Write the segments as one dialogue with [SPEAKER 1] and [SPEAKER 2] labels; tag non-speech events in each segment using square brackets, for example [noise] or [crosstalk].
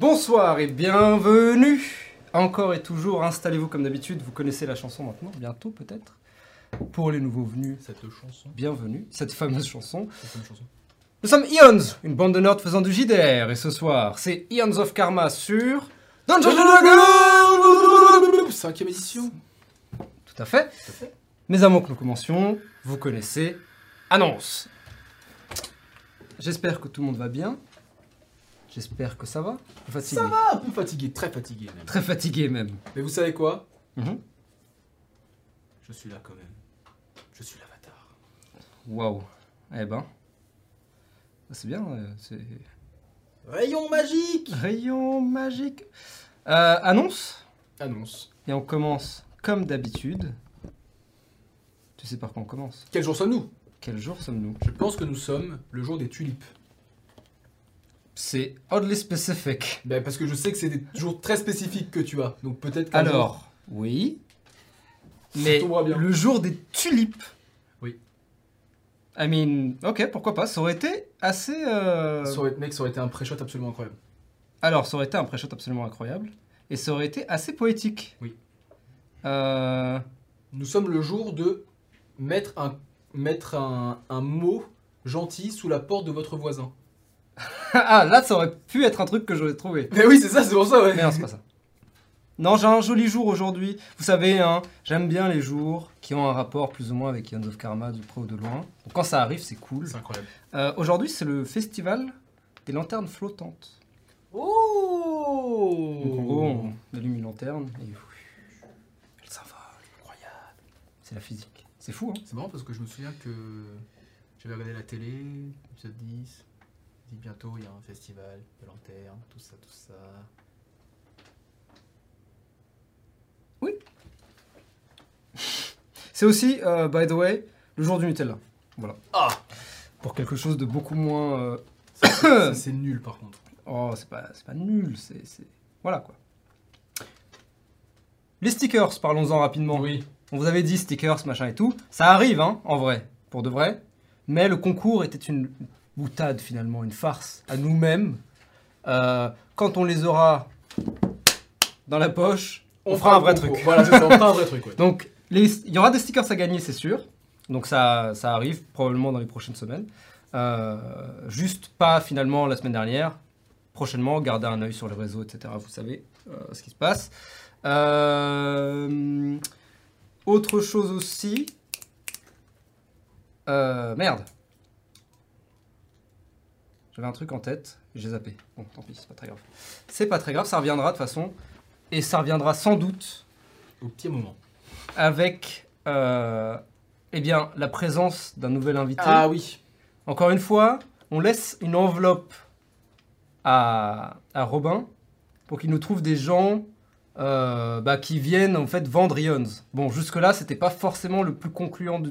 [SPEAKER 1] Bonsoir et bienvenue Encore et toujours, installez-vous comme d'habitude, vous connaissez la chanson maintenant, bientôt peut-être. Pour les nouveaux venus,
[SPEAKER 2] Cette chanson,
[SPEAKER 1] bienvenue, cette fameuse chanson.
[SPEAKER 2] cette même chanson.
[SPEAKER 1] Nous sommes Ions, une bande de nerds faisant du JDR, et ce soir, c'est Ions of Karma sur... Dungeons and Dragons
[SPEAKER 2] Cinquième édition
[SPEAKER 1] Tout à fait. Mais avant que nous commencions, vous connaissez Annonce. J'espère que tout le monde va bien. J'espère que ça va. Fatigué.
[SPEAKER 2] Ça va, un peu fatigué, très fatigué même.
[SPEAKER 1] Très fatigué même.
[SPEAKER 2] Mais vous savez quoi
[SPEAKER 1] Mhm.
[SPEAKER 2] Je suis là quand même. Je suis l'avatar.
[SPEAKER 1] Waouh. Eh ben. C'est bien. euh, C'est...
[SPEAKER 2] Rayon magique
[SPEAKER 1] Rayon magique. Euh, annonce.
[SPEAKER 2] Annonce.
[SPEAKER 1] Et on commence comme d'habitude. Tu sais par quoi on commence
[SPEAKER 2] Quel jour sommes-nous
[SPEAKER 1] Quel jour sommes-nous
[SPEAKER 2] Je pense que nous sommes le jour des tulipes.
[SPEAKER 1] C'est oddly specific.
[SPEAKER 2] Ben, parce que je sais que c'est des jours très spécifiques que tu as, donc peut-être qu'un jour-
[SPEAKER 1] Alors, oui. Mais
[SPEAKER 2] tombera bien.
[SPEAKER 1] le jour des tulipes.
[SPEAKER 2] Oui.
[SPEAKER 1] I mean, ok, pourquoi pas. Ça aurait été assez. euh,
[SPEAKER 2] Ça aurait, mec, ça aurait été un pré-shot absolument incroyable.
[SPEAKER 1] Alors, ça aurait été un pré-shot absolument incroyable. Et ça aurait été assez poétique.
[SPEAKER 2] Oui.
[SPEAKER 1] Euh,
[SPEAKER 2] Nous sommes le jour de mettre un, mettre un, un mot gentil sous la porte de votre voisin.
[SPEAKER 1] [laughs] ah, là, ça aurait pu être un truc que j'aurais trouvé.
[SPEAKER 2] Mais oui, c'est ça, c'est pour ça, ouais.
[SPEAKER 1] Mais non, c'est pas ça. Non, j'ai un joli jour aujourd'hui. Vous savez, hein, j'aime bien les jours qui ont un rapport plus ou moins avec Yand of Karma, de près ou de loin. Donc, quand ça arrive, c'est cool.
[SPEAKER 2] C'est incroyable.
[SPEAKER 1] Euh, aujourd'hui, c'est le festival des lanternes flottantes.
[SPEAKER 2] Oh
[SPEAKER 1] Donc en gros, on allume une lanterne et elle s'envole.
[SPEAKER 2] Incroyable.
[SPEAKER 1] C'est la physique. C'est fou, hein
[SPEAKER 2] C'est marrant parce que je me souviens que j'avais regardé la télé, épisode 10, dit bientôt il y a un festival de lanternes, tout ça, tout ça.
[SPEAKER 1] C'est aussi, euh, by the way, le jour du Nutella.
[SPEAKER 2] Ah
[SPEAKER 1] Pour quelque chose de beaucoup moins... euh,
[SPEAKER 2] Ça, c'est- [coughs] ça, C'est nul par contre.
[SPEAKER 1] Oh, c'est pas, c'est pas nul, c'est... c'est- Voilà, quoi. Les stickers, parlons-en rapidement.
[SPEAKER 2] oui.
[SPEAKER 1] On vous avait dit stickers, machin et tout. Ça arrive, hein, en vrai, pour de vrai. Mais le concours était une boutade, finalement, une farce à nous-mêmes. Euh, quand on les aura dans la poche, on, fera un vrai
[SPEAKER 2] concours.
[SPEAKER 1] truc.
[SPEAKER 2] Voilà, c'est ça, on fera un vrai truc, ouais.
[SPEAKER 1] Donc, les- il y aura des stickers à gagner, c'est sûr. Donc, ça, ça arrive probablement dans les prochaines semaines. Euh, juste pas finalement la semaine dernière. Prochainement, gardez un œil sur les réseaux, etc. Vous savez euh, ce qui se passe. Euh, autre chose aussi. Euh, merde. J'avais un truc en tête, j'ai zappé. Bon, tant pis, c'est pas très grave. C'est pas très grave, ça reviendra de toute façon. Et ça reviendra sans doute
[SPEAKER 2] Au petit moment.
[SPEAKER 1] avec euh, eh bien, la présence d'un nouvel invité.
[SPEAKER 2] Ah oui.
[SPEAKER 1] Encore une fois, on laisse une enveloppe à, à Robin pour qu'il nous trouve des gens euh, bah, qui viennent en fait vendre Ions. Bon, jusque-là, c'était pas forcément le plus concluant du.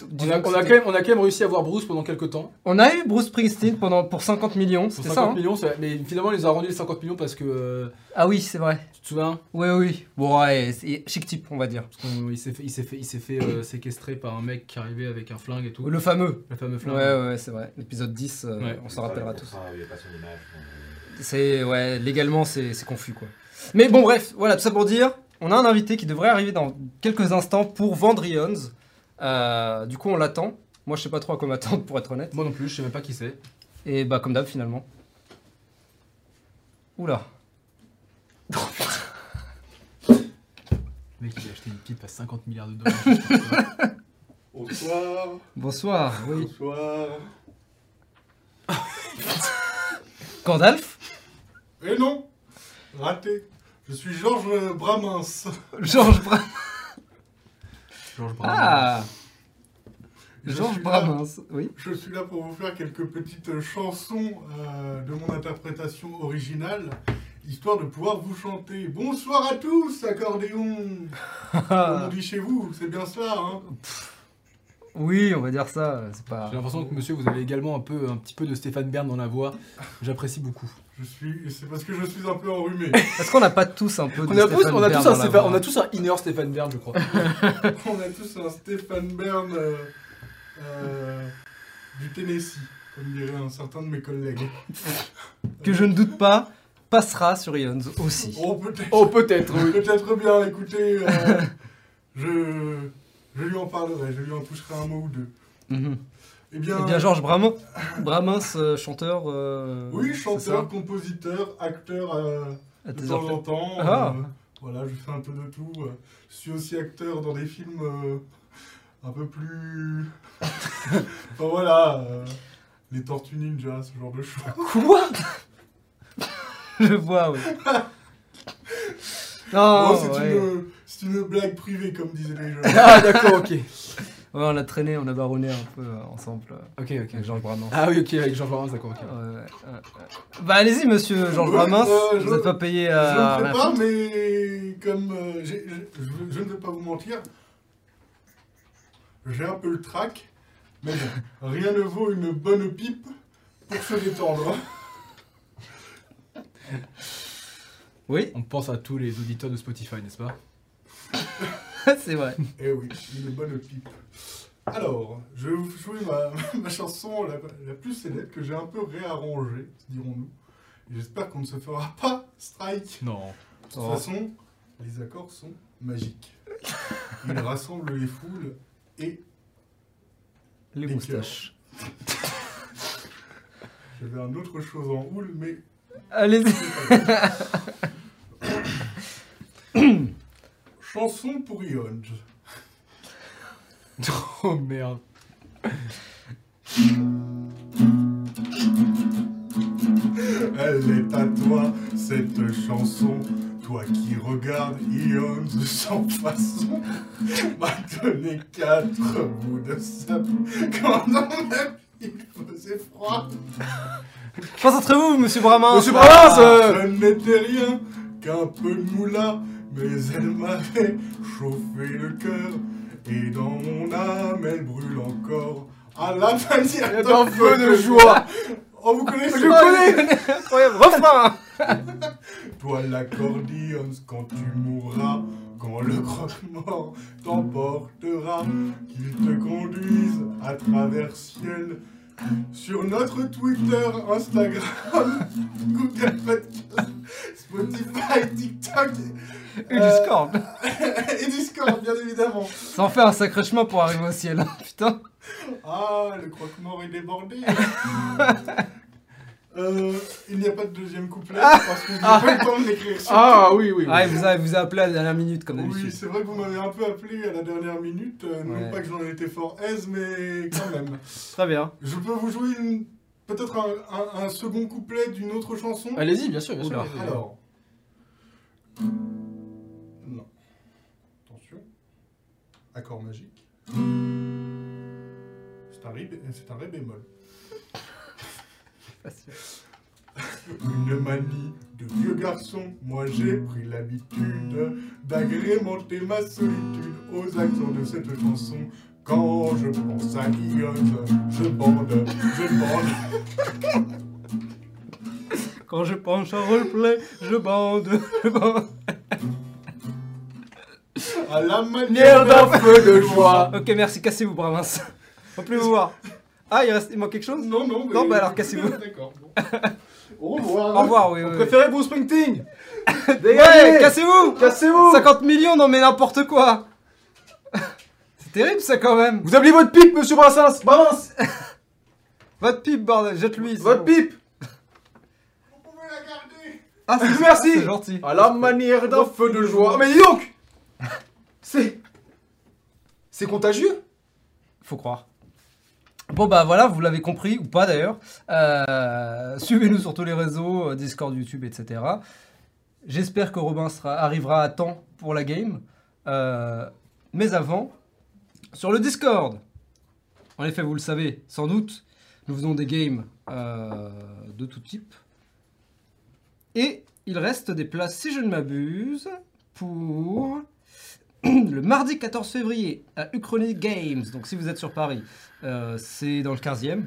[SPEAKER 2] On
[SPEAKER 1] disons
[SPEAKER 2] a,
[SPEAKER 1] que
[SPEAKER 2] on a
[SPEAKER 1] c'était-
[SPEAKER 2] quand même, on a quand même réussi à voir Bruce pendant quelques temps.
[SPEAKER 1] On a eu Bruce Springsteen pendant, pour 50 millions,
[SPEAKER 2] Pour
[SPEAKER 1] c'était
[SPEAKER 2] 50
[SPEAKER 1] ça hein
[SPEAKER 2] millions, ça- mais finalement, il nous a rendu les 50 millions parce que. euh,
[SPEAKER 1] Ah oui, c'est vrai.
[SPEAKER 2] tu te souviens
[SPEAKER 1] Oui, oui. Bon, ouais, c'est- chic type, on va dire.
[SPEAKER 2] Parce qu'on- Il s'est fait, il s'est fait, il s'est fait euh, séquestrer par un mec qui arrivait avec un flingue et tout.
[SPEAKER 1] Le fameux.
[SPEAKER 2] Le fameux
[SPEAKER 1] Ouais,
[SPEAKER 2] flingue.
[SPEAKER 1] ouais, c'est vrai. L'épisode 10, euh,
[SPEAKER 2] Ouais.
[SPEAKER 1] on s'en rappellera tous.
[SPEAKER 3] Ah, il a pas son image.
[SPEAKER 1] C'est ouais, légalement c'est c'est confus quoi. Mais bon bref, voilà tout ça pour dire, on a un invité qui devrait arriver dans quelques instants pour Vendrions. Euh, du coup on l'attend. Moi je sais pas trop à quoi m'attendre pour être honnête.
[SPEAKER 2] Moi non plus, je sais même pas qui c'est.
[SPEAKER 1] Et bah comme d'hab finalement. Oula.
[SPEAKER 2] Le mec, il a acheté une pipe à 50 milliards de dollars. je sais [laughs] pas quoi.
[SPEAKER 3] Bonsoir.
[SPEAKER 1] Bonsoir. Oui.
[SPEAKER 3] Bonsoir.
[SPEAKER 1] Gandalf
[SPEAKER 3] Eh non Raté. Je suis Georges Bramins.
[SPEAKER 1] Georges Bra
[SPEAKER 2] Georges Brown.
[SPEAKER 1] Ah
[SPEAKER 3] Je
[SPEAKER 1] Georges
[SPEAKER 3] suis là.
[SPEAKER 1] Bramins. Oui.
[SPEAKER 3] Je suis là pour vous faire quelques petites chansons euh, de mon interprétation originale, histoire de pouvoir vous chanter. Bonsoir à tous, accordéon
[SPEAKER 1] Ah.
[SPEAKER 3] Comme on dit chez vous, c'est bien cela, hein
[SPEAKER 1] oui, on va dire ça, c'est pas
[SPEAKER 2] J'ai l'impression que monsieur, vous avez également un, peu, un petit peu de Stéphane Bern dans la voix. J'apprécie beaucoup.
[SPEAKER 3] Je suis... C'est parce que je suis un peu enrhumé.
[SPEAKER 1] Est-ce qu'on n'a pas tous un peu de
[SPEAKER 2] On a, tous,
[SPEAKER 1] Stéphane
[SPEAKER 2] on, a
[SPEAKER 1] Bern
[SPEAKER 2] tous
[SPEAKER 1] dans
[SPEAKER 2] un
[SPEAKER 1] la
[SPEAKER 2] Stéphane-
[SPEAKER 1] voix
[SPEAKER 2] on a tous un inner Stéphane Bern, je crois.
[SPEAKER 3] on a tous un Stéphane Bern euh, euh, du Tennessee, comme dirait un certain de mes collègues.
[SPEAKER 1] que je ne doute pas passera sur Ions aussi.
[SPEAKER 3] Oh, peut-être.
[SPEAKER 2] [laughs] Oh, peut-être, oui.
[SPEAKER 3] Peut-être bien, écoutez, euh, je, je lui en parlerai, je lui en toucherai un mot ou deux.
[SPEAKER 1] Mhm.
[SPEAKER 3] Eh bien,
[SPEAKER 1] Eh bien, Georges Bramin, Bramin, ce chanteur. euh,
[SPEAKER 3] oui,
[SPEAKER 1] c'est
[SPEAKER 3] chanteur, compositeur, acteur euh,
[SPEAKER 1] ça À
[SPEAKER 3] de
[SPEAKER 1] tes
[SPEAKER 3] temps
[SPEAKER 1] heures
[SPEAKER 3] en temps.
[SPEAKER 1] Ah.
[SPEAKER 3] euh, voilà, je fais un peu de tout. euh, Je suis aussi acteur dans des films euh, un peu plus. [laughs] enfin voilà, euh, les Tortues Ninja, ce genre de choses.
[SPEAKER 1] Quoi [laughs] Je vois, oui. Non,
[SPEAKER 3] Bon, Oh, c'est
[SPEAKER 1] Ah, ouais.
[SPEAKER 3] une, c'est une blague privée, comme disaient les jeunes.
[SPEAKER 2] [laughs] Ah, d'accord, ok.
[SPEAKER 1] Ouais, on a traîné, on a baronné un peu euh, ensemble euh,
[SPEAKER 2] Ok,
[SPEAKER 1] avec
[SPEAKER 2] ok.
[SPEAKER 1] Georges Bramin.
[SPEAKER 2] Ah, oui, ok, avec Jean-Florence, d'accord, ok.
[SPEAKER 1] Ouais, ouais, ouais. Bah allez-y, monsieur Georges
[SPEAKER 3] Ouais,
[SPEAKER 1] Bramin,
[SPEAKER 3] euh,
[SPEAKER 1] vous
[SPEAKER 3] je-
[SPEAKER 1] n'êtes pas payé
[SPEAKER 3] Je ne
[SPEAKER 1] à
[SPEAKER 3] sais
[SPEAKER 1] rien
[SPEAKER 3] pas,
[SPEAKER 1] foutre.
[SPEAKER 3] mais comme euh, j'ai- je, je- je ne vais pas vous mentir, j'ai un peu le trac, mais bon, rien ne vaut une bonne pipe pour se détendre.
[SPEAKER 1] Oui,
[SPEAKER 2] On pense à tous les auditeurs de Spotify, n'est-ce pas
[SPEAKER 1] [laughs] c'est vrai.
[SPEAKER 3] Eh oui, une bonne pipe. Alors, je vais vous jouer ma, ma [laughs] chanson la, la plus célèbre que j'ai un peu réarrangée, dirons-nous. Et J'espère qu'on ne se fera pas strike.
[SPEAKER 2] Non.
[SPEAKER 3] De toute
[SPEAKER 1] Oh.
[SPEAKER 3] façon, les accords sont magiques. Ils rassemblent les foules et
[SPEAKER 1] Les
[SPEAKER 3] Les
[SPEAKER 1] moustaches.
[SPEAKER 3] j'avais un autre chose en houle, mais
[SPEAKER 1] Allez-y.
[SPEAKER 3] Chanson pour Ion.
[SPEAKER 2] Oh merde.
[SPEAKER 3] Elle est à toi, cette chanson. Toi qui regardes Ion sans façon, m'a donné quatre bouts de sable quand dans ma vie il faisait froid.
[SPEAKER 1] Concentrez-vous, monsieur Bramin.
[SPEAKER 2] Monsieur Bramin,
[SPEAKER 1] Ah.
[SPEAKER 2] Euh.
[SPEAKER 3] Je n'étais rien qu'un peu de moula, mais elle m'avait chauffé le cœur. Et dans mon âme, elle brûle encore à la manière
[SPEAKER 2] D'un feu de joie.
[SPEAKER 3] Oh, vous connaissez
[SPEAKER 2] Je
[SPEAKER 3] pas
[SPEAKER 2] connais
[SPEAKER 1] Incroyable, refrain
[SPEAKER 3] Toi l'accordéon quand tu mourras, quand le croque-mort t'emportera, qu'il te conduise à travers ciel. Sur notre Twitter, Instagram, [laughs] Google Podcast, Spotify, TikTok
[SPEAKER 1] Et
[SPEAKER 3] euh,
[SPEAKER 1] Discord.
[SPEAKER 3] et Discord, bien évidemment.
[SPEAKER 1] Ça en fait un sacré chemin pour arriver au ciel, hein, putain.
[SPEAKER 3] Ah, le croque-mort est débordé. Euh, il n'y a pas de deuxième couplet parce que je n'ai pas eu le temps de l'écrire. sur
[SPEAKER 2] Ah, oui, oui. oui.
[SPEAKER 1] Ah, il vous a, il vous a appelé à la dernière minute, comme
[SPEAKER 3] Oui,
[SPEAKER 1] d'habitude.
[SPEAKER 3] c'est vrai que vous m'avez un peu appelé à la dernière minute. euh,
[SPEAKER 1] Ouais.
[SPEAKER 3] Non pas que j'en étais fort aise, mais quand même. [laughs]
[SPEAKER 1] Très bien.
[SPEAKER 3] Je peux vous jouer une... peut-être un, un- un second couplet d'une autre chanson
[SPEAKER 2] Allez-y, bien sûr, bien sûr.
[SPEAKER 1] Oula.
[SPEAKER 2] allez-y.
[SPEAKER 3] Alors. Non. Attention. Accord magique. C'est un, ré- c'est un ré bémol. Une manie de vieux garçon, moi j'ai pris l'habitude d'agrémenter ma solitude aux accents de cette chanson. Quand je pense à Lyon, je bande, je bande.
[SPEAKER 1] Quand je penche un roleplay, je bande, je bande.
[SPEAKER 3] À la manière
[SPEAKER 2] Merde
[SPEAKER 3] d'un
[SPEAKER 2] d'un feu de [laughs] joie.
[SPEAKER 1] Ok, merci, cassez-vous, Bramins. On peut plus vous voir. Ah, il, reste... il manque quelque chose
[SPEAKER 3] Non, non, mais-
[SPEAKER 1] Non, bah alors, cassez-vous.
[SPEAKER 3] [laughs] D'accord.
[SPEAKER 1] [laughs]
[SPEAKER 3] bon. Au revoir.
[SPEAKER 1] Au revoir, oui,
[SPEAKER 2] Vous
[SPEAKER 1] oui. oui.
[SPEAKER 2] préférez Bruce [laughs] Springsteen
[SPEAKER 1] Ouais,
[SPEAKER 2] Dégagez
[SPEAKER 1] cassez-vous
[SPEAKER 2] Cassez-vous
[SPEAKER 1] 50 millions, non mais n'importe quoi C'est terrible ça quand même
[SPEAKER 2] Vous appelez votre pipe, monsieur Brassens Balance
[SPEAKER 1] Votre pipe, bordel, jette-lui c'est
[SPEAKER 2] Votre
[SPEAKER 1] bon.
[SPEAKER 2] pipe
[SPEAKER 3] Vous pouvez la garder.
[SPEAKER 1] Ah,
[SPEAKER 2] [laughs]
[SPEAKER 1] c'est
[SPEAKER 2] Merci.
[SPEAKER 1] c'est gentil
[SPEAKER 2] À la manière d'un feu de joie. Mais dis donc [laughs] C'est. C'est contagieux
[SPEAKER 1] Faut croire. Bon bah voilà, vous l'avez compris, ou pas d'ailleurs. Euh, Suivez-nous sur tous les réseaux, euh, Discord, YouTube, etc. J'espère que Robin sera- arrivera à temps pour la game. Euh, mais avant, sur le Discord. En effet, vous le savez, sans doute, nous faisons des games euh, de tout type. Et il reste des places, si je ne m'abuse, pour le mardi 14 février à Uchronie Games. Donc si vous êtes sur Paris, euh, c'est dans le 15e.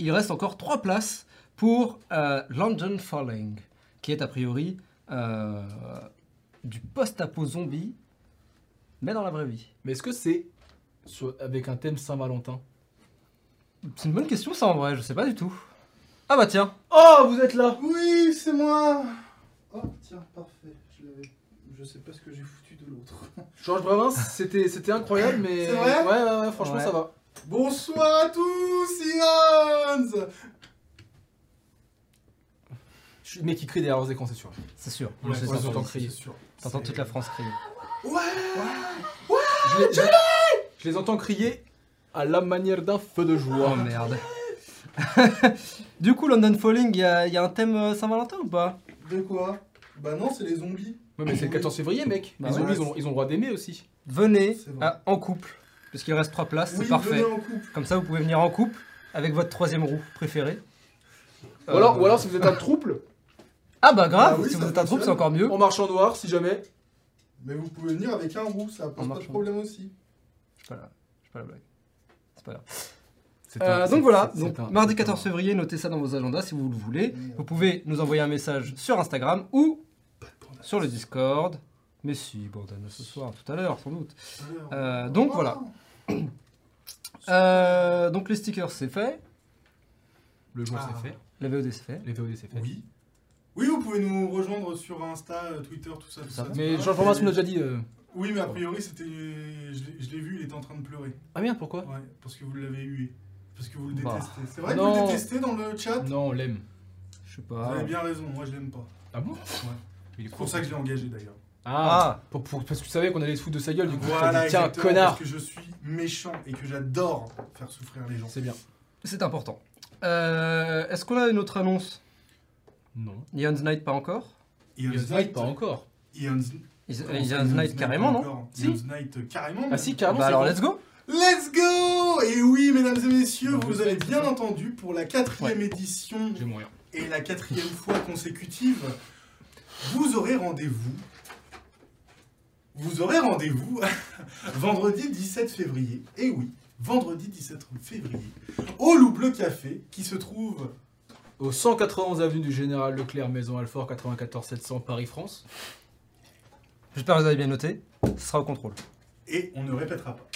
[SPEAKER 1] Il reste encore 3 places pour euh, London Falling, qui est a priori euh, du post-apo zombie, mais dans la vraie vie.
[SPEAKER 2] Mais est-ce que c'est sur- avec un thème Saint-Valentin
[SPEAKER 1] C'est une bonne question ça en vrai, je sais pas du tout. Ah bah tiens.
[SPEAKER 2] Oh, vous êtes là
[SPEAKER 3] Oui, c'est moi Oh, tiens, parfait. Je l'avais. Je sais pas ce que j'ai foutu de l'autre. [laughs]
[SPEAKER 2] Georges Bravin, c'était c'était incroyable, mais.
[SPEAKER 3] C'est vrai
[SPEAKER 2] ouais, ouais, ouais, franchement,
[SPEAKER 1] Ouais.
[SPEAKER 2] ça va.
[SPEAKER 3] Bonsoir à tous, Irons
[SPEAKER 2] Je suis le mec qui crie derrière leurs écrans, c'est sûr.
[SPEAKER 1] C'est sûr.
[SPEAKER 4] Ouais,
[SPEAKER 1] Je sais,
[SPEAKER 4] ouais,
[SPEAKER 1] t'entends
[SPEAKER 4] j'entends
[SPEAKER 1] ici.
[SPEAKER 4] crier.
[SPEAKER 2] sûr.
[SPEAKER 1] T'entends toute la France crier.
[SPEAKER 2] Je les, je- je les entends crier à la manière d'un feu de
[SPEAKER 1] Oh
[SPEAKER 2] joie.
[SPEAKER 1] merde. [laughs] du coup, London Falling, il y, a- y a un thème euh, Saint-Valentin ou pas
[SPEAKER 3] De quoi Bah non, c'est les zombies.
[SPEAKER 2] Ouais, mais c'est le 14 février, mec.
[SPEAKER 1] Bah
[SPEAKER 2] les
[SPEAKER 1] ouais.
[SPEAKER 2] zombies, ils, ont, ils ont le droit d'aimer aussi.
[SPEAKER 1] Venez
[SPEAKER 3] C'est vrai.
[SPEAKER 1] à- en couple, puisqu'il reste trois places,
[SPEAKER 3] oui,
[SPEAKER 1] Ah, c'est parfait.
[SPEAKER 3] venez en couple.
[SPEAKER 1] Comme ça, vous pouvez venir en couple avec votre troisième roue préférée.
[SPEAKER 2] Ou, alors,
[SPEAKER 1] Euh,
[SPEAKER 2] ou alors, si vous êtes un [laughs] trouble,
[SPEAKER 1] Ah bah grave,
[SPEAKER 3] Bah oui,
[SPEAKER 1] si
[SPEAKER 3] ça
[SPEAKER 1] vous êtes un troupe,
[SPEAKER 3] fonctionne.
[SPEAKER 1] c'est encore mieux.
[SPEAKER 2] on marche en noir, si jamais.
[SPEAKER 3] Mais vous pouvez venir avec un roux, ça pose pas de
[SPEAKER 1] marchant.
[SPEAKER 3] problème aussi.
[SPEAKER 1] Je sais pas la- je sais pas la blague. C'est pas grave.
[SPEAKER 4] C'est
[SPEAKER 1] Euh,
[SPEAKER 4] un- c'est-
[SPEAKER 1] donc voilà,
[SPEAKER 4] c'est-
[SPEAKER 1] donc,
[SPEAKER 4] c'est un-
[SPEAKER 1] mardi
[SPEAKER 4] c'est un-
[SPEAKER 1] 14 février, notez ça dans vos agendas si vous le voulez.
[SPEAKER 3] Merde.
[SPEAKER 1] Vous pouvez nous envoyer un message sur Instagram ou sur le Discord. Mais si, Bordane, ce soir, tout à l'heure, sans doute. Euh, donc
[SPEAKER 3] Ah,
[SPEAKER 1] voilà. Euh, donc les stickers, c'est fait.
[SPEAKER 4] Le jour,
[SPEAKER 3] Ah.
[SPEAKER 4] c'est fait.
[SPEAKER 1] La VOD, c'est fait.
[SPEAKER 4] Les VOD, c'est fait.
[SPEAKER 3] Oui. Oui, vous pouvez nous rejoindre sur Insta, euh, Twitter, tout ça, tout ça.
[SPEAKER 2] Mais
[SPEAKER 3] tout
[SPEAKER 2] Georges
[SPEAKER 3] ça.
[SPEAKER 2] Bravin, nous l'a déjà dit. euh,
[SPEAKER 3] Oui, mais a priori, c'était. Je l'ai- je l'ai vu, il était en train de pleurer.
[SPEAKER 2] Ah merde, pourquoi
[SPEAKER 3] Ouais, parce que vous l'avez eu. Parce que vous le
[SPEAKER 1] Bah.
[SPEAKER 3] détestez. C'est vrai que
[SPEAKER 2] Non.
[SPEAKER 3] vous le détestez dans le chat
[SPEAKER 2] Non, on l'aime.
[SPEAKER 1] Je sais
[SPEAKER 2] Bah.
[SPEAKER 3] Vous
[SPEAKER 1] pas.
[SPEAKER 3] avez bien raison, moi je l'aime pas.
[SPEAKER 2] Ah bon Il est
[SPEAKER 3] C'est
[SPEAKER 2] cool.
[SPEAKER 3] pour ça que je l'ai engagé d'ailleurs.
[SPEAKER 2] Ah,
[SPEAKER 1] Ah,
[SPEAKER 2] pour, pour- parce que tu savais qu'on allait se foutre de sa gueule, du coup, t'as
[SPEAKER 3] Voilà,
[SPEAKER 2] dit, tiens,
[SPEAKER 3] exactement,
[SPEAKER 2] connard.
[SPEAKER 3] Parce que je suis méchant et que j'adore faire souffrir les gens.
[SPEAKER 2] C'est bien.
[SPEAKER 1] c'est important. Euh, Est-ce qu'on a une autre annonce
[SPEAKER 2] Non.
[SPEAKER 1] Neon's Night, pas encore
[SPEAKER 2] Ion's Night, pas encore.
[SPEAKER 3] Ion's
[SPEAKER 1] Is-
[SPEAKER 3] Comment ça,
[SPEAKER 1] Neon's Night, carrément, non
[SPEAKER 3] encore
[SPEAKER 2] Si.
[SPEAKER 3] Ion's Night, euh, carrément.
[SPEAKER 2] Ah si, carrément.
[SPEAKER 1] Bah
[SPEAKER 2] c'est
[SPEAKER 1] alors,
[SPEAKER 2] bon.
[SPEAKER 1] let's go
[SPEAKER 3] Let's go Et oui, mesdames et messieurs,
[SPEAKER 2] Bah,
[SPEAKER 3] vous
[SPEAKER 2] oui,
[SPEAKER 3] avez
[SPEAKER 2] c'est
[SPEAKER 3] bien
[SPEAKER 2] ça.
[SPEAKER 3] entendu, pour la quatrième édition
[SPEAKER 2] Je vais mourir.
[SPEAKER 3] et la quatrième fois consécutive, vous aurez rendez-vous. Vous aurez rendez-vous [laughs] vendredi 17 février. Et oui, vendredi 17 février. Au Loup Bleu Café, qui se trouve
[SPEAKER 2] Au 191 avenue du Général Leclerc, Maison Alfort, 94 700 Paris, France.
[SPEAKER 1] J'espère que vous avez bien noté. Ce sera au contrôle.
[SPEAKER 3] et on ne répétera pas.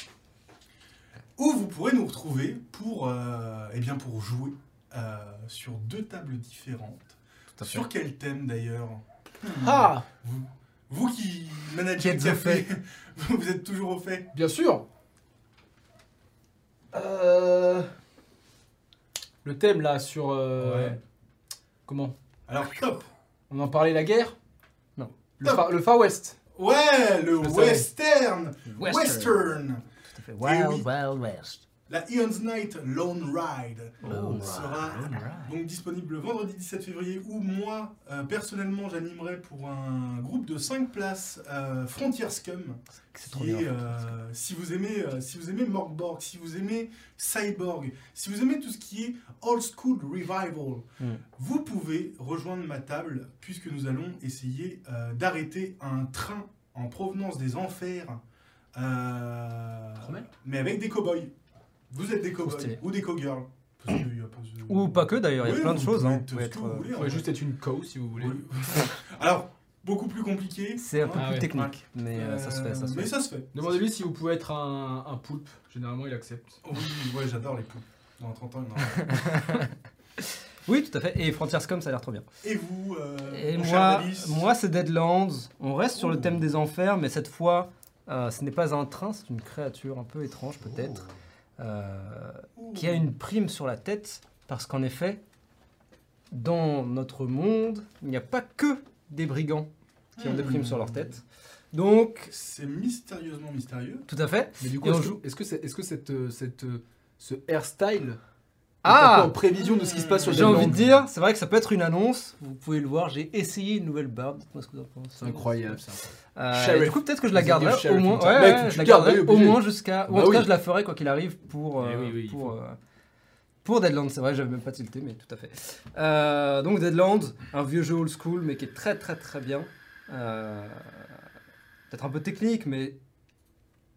[SPEAKER 3] Où vous pourrez nous retrouver pour, euh, eh bien pour jouer euh, sur deux tables différentes.
[SPEAKER 1] à fait.
[SPEAKER 3] Sur quel thème d'ailleurs
[SPEAKER 2] Ah
[SPEAKER 3] Vous qui
[SPEAKER 1] Qui
[SPEAKER 3] managez le
[SPEAKER 1] êtes au
[SPEAKER 3] café, [laughs] vous êtes toujours au fait.
[SPEAKER 2] Bien sûr Euh... Le thème là sur... euh,
[SPEAKER 3] Ouais.
[SPEAKER 2] Comment
[SPEAKER 3] Alors top
[SPEAKER 2] On en parlait la guerre
[SPEAKER 1] Non.
[SPEAKER 2] Le, Far- le Far West
[SPEAKER 3] Ouais, le
[SPEAKER 2] Je savais.
[SPEAKER 3] western, western,
[SPEAKER 1] Tout à fait.
[SPEAKER 3] Eh oui.
[SPEAKER 1] Wild, Wild West.
[SPEAKER 3] La Ion's Night Lone Ride
[SPEAKER 1] Lone
[SPEAKER 3] sera
[SPEAKER 1] Ride, Lone Ride.
[SPEAKER 3] donc disponible le vendredi 17 février où moi, euh, personnellement, j'animerai pour un groupe de 5 places euh, Frontier Scum.
[SPEAKER 1] C'est trop
[SPEAKER 3] qui
[SPEAKER 1] bien.
[SPEAKER 3] est, euh, si vous aimez euh, si vous aimez Morgborg, si vous aimez Cyborg, si vous aimez tout ce qui est old school revival,
[SPEAKER 1] Mm.
[SPEAKER 3] vous pouvez rejoindre ma table puisque nous allons essayer euh, d'arrêter un train en provenance des enfers euh,
[SPEAKER 2] Trop bien.
[SPEAKER 3] mais avec des cowboys. Vous êtes
[SPEAKER 1] stylé.
[SPEAKER 3] des cowboys ou des cowgirls. Parce que y a pas de-
[SPEAKER 1] Ou pas que d'ailleurs, il y a
[SPEAKER 3] Oui,
[SPEAKER 1] plein de
[SPEAKER 3] vous
[SPEAKER 1] choses.
[SPEAKER 3] pouvez
[SPEAKER 1] hein. Vous
[SPEAKER 3] être
[SPEAKER 1] pouvez
[SPEAKER 3] ce que
[SPEAKER 1] être,
[SPEAKER 3] vous
[SPEAKER 1] euh,
[SPEAKER 3] voulez,
[SPEAKER 2] On
[SPEAKER 3] en
[SPEAKER 2] va
[SPEAKER 3] vrai.
[SPEAKER 2] juste être une co si vous voulez.
[SPEAKER 3] Oui. [laughs] Alors, beaucoup plus compliqué. Hein.
[SPEAKER 1] C'est un peu
[SPEAKER 2] Ah
[SPEAKER 1] plus
[SPEAKER 2] ouais.
[SPEAKER 1] technique, mais euh, ça se fait, ça se
[SPEAKER 3] Mais
[SPEAKER 1] fait.
[SPEAKER 3] ça se fait.
[SPEAKER 2] Demandez-lui si vous pouvez être un, un poulpe. Généralement, il accepte.
[SPEAKER 3] Oui, ouais, j'adore les poupes. Dans 30 ans, il y en aura.
[SPEAKER 1] Oui, tout à fait. Et Frontierscom, ça a l'air trop bien.
[SPEAKER 3] [laughs] Et vous, euh,
[SPEAKER 1] Et
[SPEAKER 3] mon
[SPEAKER 1] moi,
[SPEAKER 3] cher Alice
[SPEAKER 1] moi c'est Deadlands. On reste sur
[SPEAKER 3] Ouh.
[SPEAKER 1] le thème des enfers, mais cette fois, euh, ce n'est pas un train, c'est une créature un peu étrange peut-être,
[SPEAKER 3] Oh.
[SPEAKER 1] euh,
[SPEAKER 3] Ouh.
[SPEAKER 1] qui a une prime sur la tête, parce qu'en effet, dans notre monde, il n'y a pas que des brigands qui ont des primes
[SPEAKER 3] Hmm.
[SPEAKER 1] sur leur tête. Donc,
[SPEAKER 3] C'est mystérieusement mystérieux.
[SPEAKER 1] tout à fait.
[SPEAKER 2] Mais du
[SPEAKER 1] Et
[SPEAKER 2] coup,
[SPEAKER 1] on
[SPEAKER 2] est-ce
[SPEAKER 1] joue-
[SPEAKER 2] que, est-ce que, c'est- est-ce que cette, euh, cette, euh, ce hairstyle
[SPEAKER 1] Ah
[SPEAKER 2] est un peu en prévision de ce qui se passe sur
[SPEAKER 1] J'ai envie
[SPEAKER 2] Deadlands
[SPEAKER 1] de dire, c'est vrai que ça peut être une annonce, vous pouvez le voir, j'ai essayé une nouvelle barbe, dites-moi ce que vous en pensez.
[SPEAKER 2] C'est incroyable, ça.
[SPEAKER 1] Euh,
[SPEAKER 2] Sheriff.
[SPEAKER 1] et du coup, peut-être que je la
[SPEAKER 2] Les
[SPEAKER 1] garde là,
[SPEAKER 2] adieux
[SPEAKER 1] au
[SPEAKER 2] sheriff,
[SPEAKER 1] moins,
[SPEAKER 2] putain.
[SPEAKER 1] ouais,
[SPEAKER 2] Mec,
[SPEAKER 1] ouais,
[SPEAKER 2] tu
[SPEAKER 1] je la
[SPEAKER 2] gardes,
[SPEAKER 1] garderai
[SPEAKER 2] allez,
[SPEAKER 1] au
[SPEAKER 2] obligé.
[SPEAKER 1] moins jusqu'à. Ou en
[SPEAKER 2] Bah
[SPEAKER 1] tout cas,
[SPEAKER 2] oui.
[SPEAKER 1] je la ferai quoi qu'il arrive pour, euh,
[SPEAKER 2] Eh oui, oui, il
[SPEAKER 1] pour,
[SPEAKER 2] faut.
[SPEAKER 1] euh, pour Deadlands. C'est vrai, j'avais même pas tilté, mais tout à fait. Euh, donc, Deadlands, un vieux jeu old school, mais qui est très très très bien. Euh, peut-être un peu technique, mais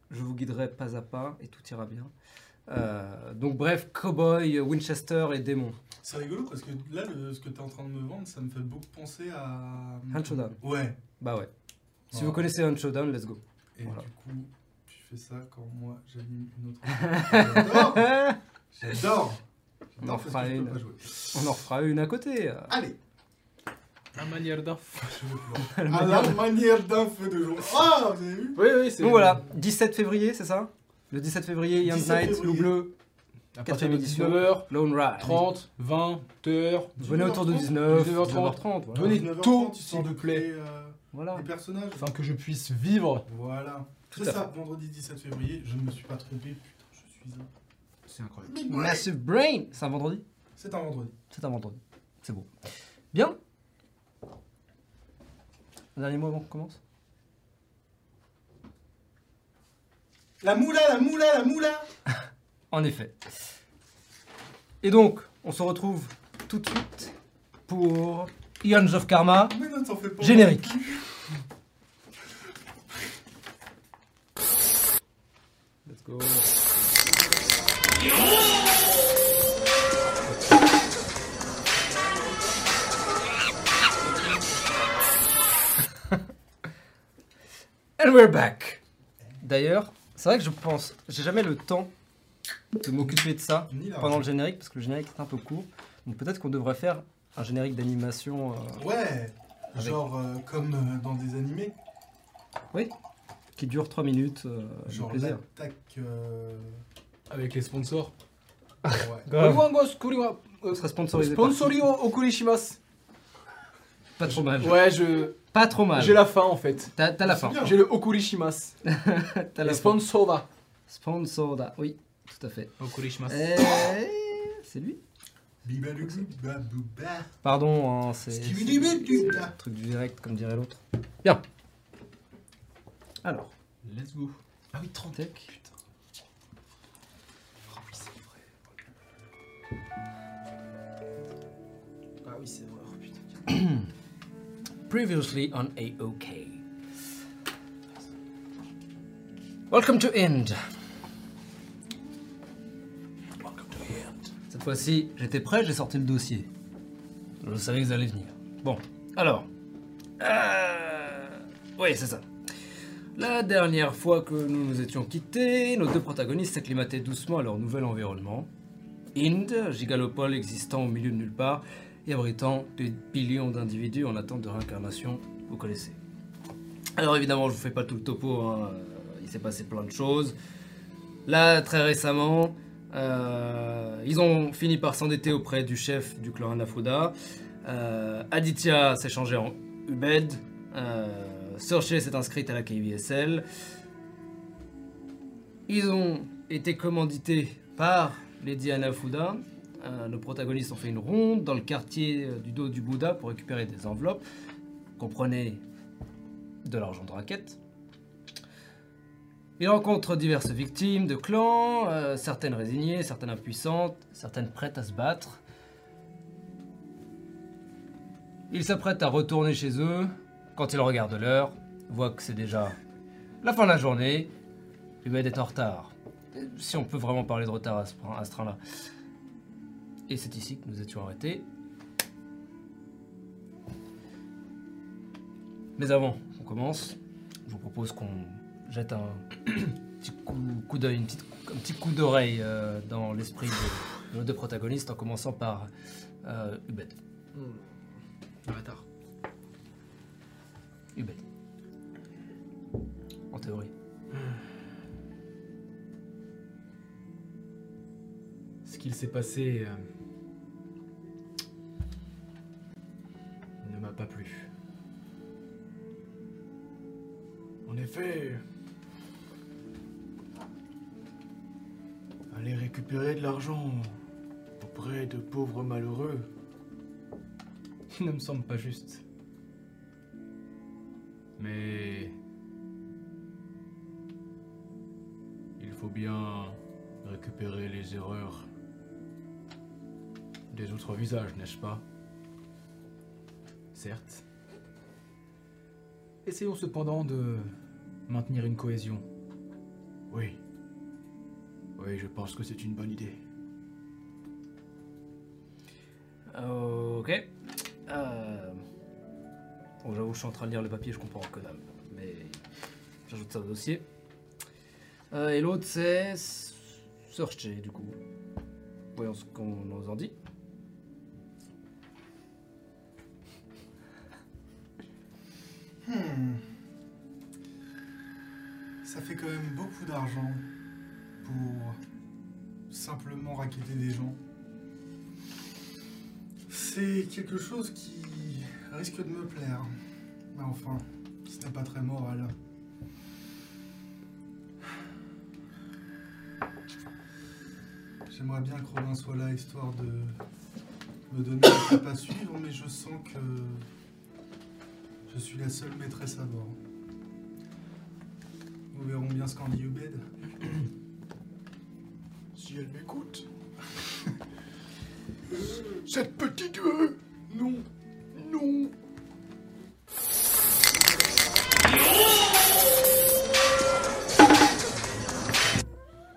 [SPEAKER 1] je vous guiderai pas à pas et tout ira bien. Euh, donc, bref, cowboy, Winchester et démon.
[SPEAKER 3] C'est rigolo parce que là, le- ce que tu es en train de me vendre, ça me fait beaucoup penser à. euh,
[SPEAKER 1] Hand Showdown.
[SPEAKER 3] Ouais.
[SPEAKER 1] Bah ouais. Si
[SPEAKER 3] Voilà.
[SPEAKER 1] vous connaissez un showdown, let's go.
[SPEAKER 3] Et
[SPEAKER 1] Voilà.
[SPEAKER 3] du coup,
[SPEAKER 1] [laughs]
[SPEAKER 3] tu fais ça quand moi j'anime une autre. J'adore J'adore
[SPEAKER 1] On
[SPEAKER 3] Non,
[SPEAKER 1] en
[SPEAKER 3] parce que
[SPEAKER 1] fera
[SPEAKER 3] je peux
[SPEAKER 1] une.
[SPEAKER 3] pas jouer.
[SPEAKER 1] On en fera une à côté. euh. [laughs]
[SPEAKER 3] Allez,
[SPEAKER 2] La manière d'un. Ah
[SPEAKER 3] à la manière d'un feu de jour. Ah, vous avez vu
[SPEAKER 2] Oui, oui, c'est.
[SPEAKER 1] Donc voilà, 17 février, c'est ça Le 17 février, Young
[SPEAKER 3] 17
[SPEAKER 1] Knight, Loup
[SPEAKER 3] février.
[SPEAKER 1] Bleu,
[SPEAKER 2] À partir
[SPEAKER 1] Quatrième
[SPEAKER 2] de
[SPEAKER 1] édition.
[SPEAKER 2] 19h,
[SPEAKER 1] Lone Ride.
[SPEAKER 2] 30, 20, 20h.
[SPEAKER 1] Venez autour de 19, 19h30.
[SPEAKER 2] 19h30,
[SPEAKER 1] voilà.
[SPEAKER 2] Venez.
[SPEAKER 3] 19h30,
[SPEAKER 2] tôt,
[SPEAKER 3] histoire
[SPEAKER 2] s'il
[SPEAKER 3] de
[SPEAKER 2] vous plaît.
[SPEAKER 3] créer, euh,
[SPEAKER 1] Voilà.
[SPEAKER 3] Les personnages.
[SPEAKER 2] Afin que je puisse vivre.
[SPEAKER 3] Voilà.
[SPEAKER 1] à
[SPEAKER 3] C'est ça, vendredi 17 février, je ne me suis pas trompé, putain, je suis un.
[SPEAKER 2] C'est incroyable.
[SPEAKER 1] Massive Brain C'est un vendredi
[SPEAKER 3] C'est un vendredi.
[SPEAKER 1] C'est un vendredi. C'est beau. Bien Un dernier mot avant qu'on commence
[SPEAKER 3] La moula, la moula, la moula
[SPEAKER 1] En effet. Et donc, on se retrouve tout de suite pour Ions of Karma.
[SPEAKER 3] Mais non, t'en fais pas.
[SPEAKER 1] Générique. Let's go. And we're back. D'ailleurs, c'est vrai que je pense, j'ai jamais le temps de m'occuper de ça
[SPEAKER 3] Ni la
[SPEAKER 1] pendant le générique parce que le générique est un peu court. Donc peut-être qu'on devrait faire un générique d'animation. euh,
[SPEAKER 3] Ouais
[SPEAKER 1] Avec-
[SPEAKER 3] Genre euh, comme euh, dans des animés.
[SPEAKER 1] qui dure 3 minutes. euh, avec
[SPEAKER 3] Genre
[SPEAKER 1] plaisir.
[SPEAKER 3] l'attaque. euh, [laughs]
[SPEAKER 2] Avec les sponsors.
[SPEAKER 3] Ouais.
[SPEAKER 2] Oiwangos Kuriwa- euh,
[SPEAKER 1] On sera sponsorisé. par-
[SPEAKER 2] Sponsorio okurishimasu.
[SPEAKER 1] Pas trop mal.
[SPEAKER 2] Ouais, je.
[SPEAKER 1] Pas trop mal.
[SPEAKER 2] J'ai la fin en fait.
[SPEAKER 1] T'as t'as la fin.
[SPEAKER 3] bien.
[SPEAKER 2] J'ai le okurishimasu.
[SPEAKER 1] T'as
[SPEAKER 2] Les
[SPEAKER 1] la fin.
[SPEAKER 2] sponsora.
[SPEAKER 1] Sponsored. Oui, tout à fait.
[SPEAKER 2] Okurishimasu.
[SPEAKER 1] Eh, C'est lui.
[SPEAKER 3] Bibalubibabuba.
[SPEAKER 1] Pardon, hein, c'est. c'est-
[SPEAKER 3] Skibidi-bidi.
[SPEAKER 1] c'est le Truc du direct, comme dirait l'autre. Bien. Alors,
[SPEAKER 2] Let's go.
[SPEAKER 1] ah oui, 30
[SPEAKER 2] Ah oui, c'est vrai. putain.
[SPEAKER 1] [clears throat] Previously on AOK. Welcome to End. Cette fois-ci, j'étais prêt, j'ai sorti le dossier. Je savais que ça allait venir. Bon, alors. Euh, Oui, c'est ça. La dernière fois que nous nous étions quittés, nos deux protagonistes s'acclimataient doucement à leur nouvel environnement. Inde, gigalopole existant au milieu de nulle part et abritant des billions d'individus en attente de réincarnation, vous connaissez. Alors évidemment, je vous fais pas tout le topo, hein, euh, il s'est passé plein de choses. Là, très récemment, euh, ils ont fini par s'endetter auprès du chef du clan Anafuda. Euh, Aditya s'est changée en Ubed. Euh, Sorche s'est inscrite à la KVSL. Ils ont été commandités par Lady Anafuda. Euh, nos protagonistes ont fait une ronde dans le quartier euh, du dos du Bouddha pour récupérer des enveloppes. Comprenez de l'argent de raquette. Ils rencontrent diverses victimes de clans, euh, certaines résignées, certaines impuissantes, certaines prêtes à se battre. Ils s'apprêtent à retourner chez eux. Quand ils regardent l'heure, voient que c'est déjà la fin de la journée. Hubert est en retard. Euh, Si on peut vraiment parler de retard à ce, à ce train-là. Et c'est ici que nous étions arrêtés. Mais avant qu'on commence, je vous propose qu'on jette un [coughs] petit coup, coup d'œil, une petite- un petit coup d'oreille euh, dans l'esprit de, de nos deux protagonistes, en commençant par euh, Hubert.
[SPEAKER 5] Avatar.
[SPEAKER 1] Hubert. En théorie.
[SPEAKER 2] Ce qu'il s'est passé euh, ne m'a pas plu. En effet,
[SPEAKER 6] Aller récupérer de l'argent auprès de pauvres malheureux.
[SPEAKER 2] il [laughs] ne me semble pas juste. Mais
[SPEAKER 6] Il faut bien récupérer les erreurs des autres visages, n'est-ce pas
[SPEAKER 2] Certes. Essayons cependant de maintenir une cohésion.
[SPEAKER 6] Oui. Oui, je pense que c'est une bonne idée.
[SPEAKER 1] Ok. Euh... Bon, j'avoue, je suis en train de lire le papier, je comprends que dalle. Mais j'ajoute ça au dossier. Euh, et l'autre, c'est. Searcher, du coup. voyons ce qu'on nous en dit.
[SPEAKER 3] Hmm. Ça fait quand même beaucoup d'argent pour simplement raqueter des gens. C'est quelque chose qui risque de me plaire. Mais enfin, ce n'est pas très moral. J'aimerais bien que Robin soit là histoire de me donner un pas à suivre, mais je sens que je suis la seule maîtresse à bord. Nous verrons bien ce qu'en dit Ubed.
[SPEAKER 7] [coughs] Si elle m'écoute. [coughs] Cette petite. euh, non. Non.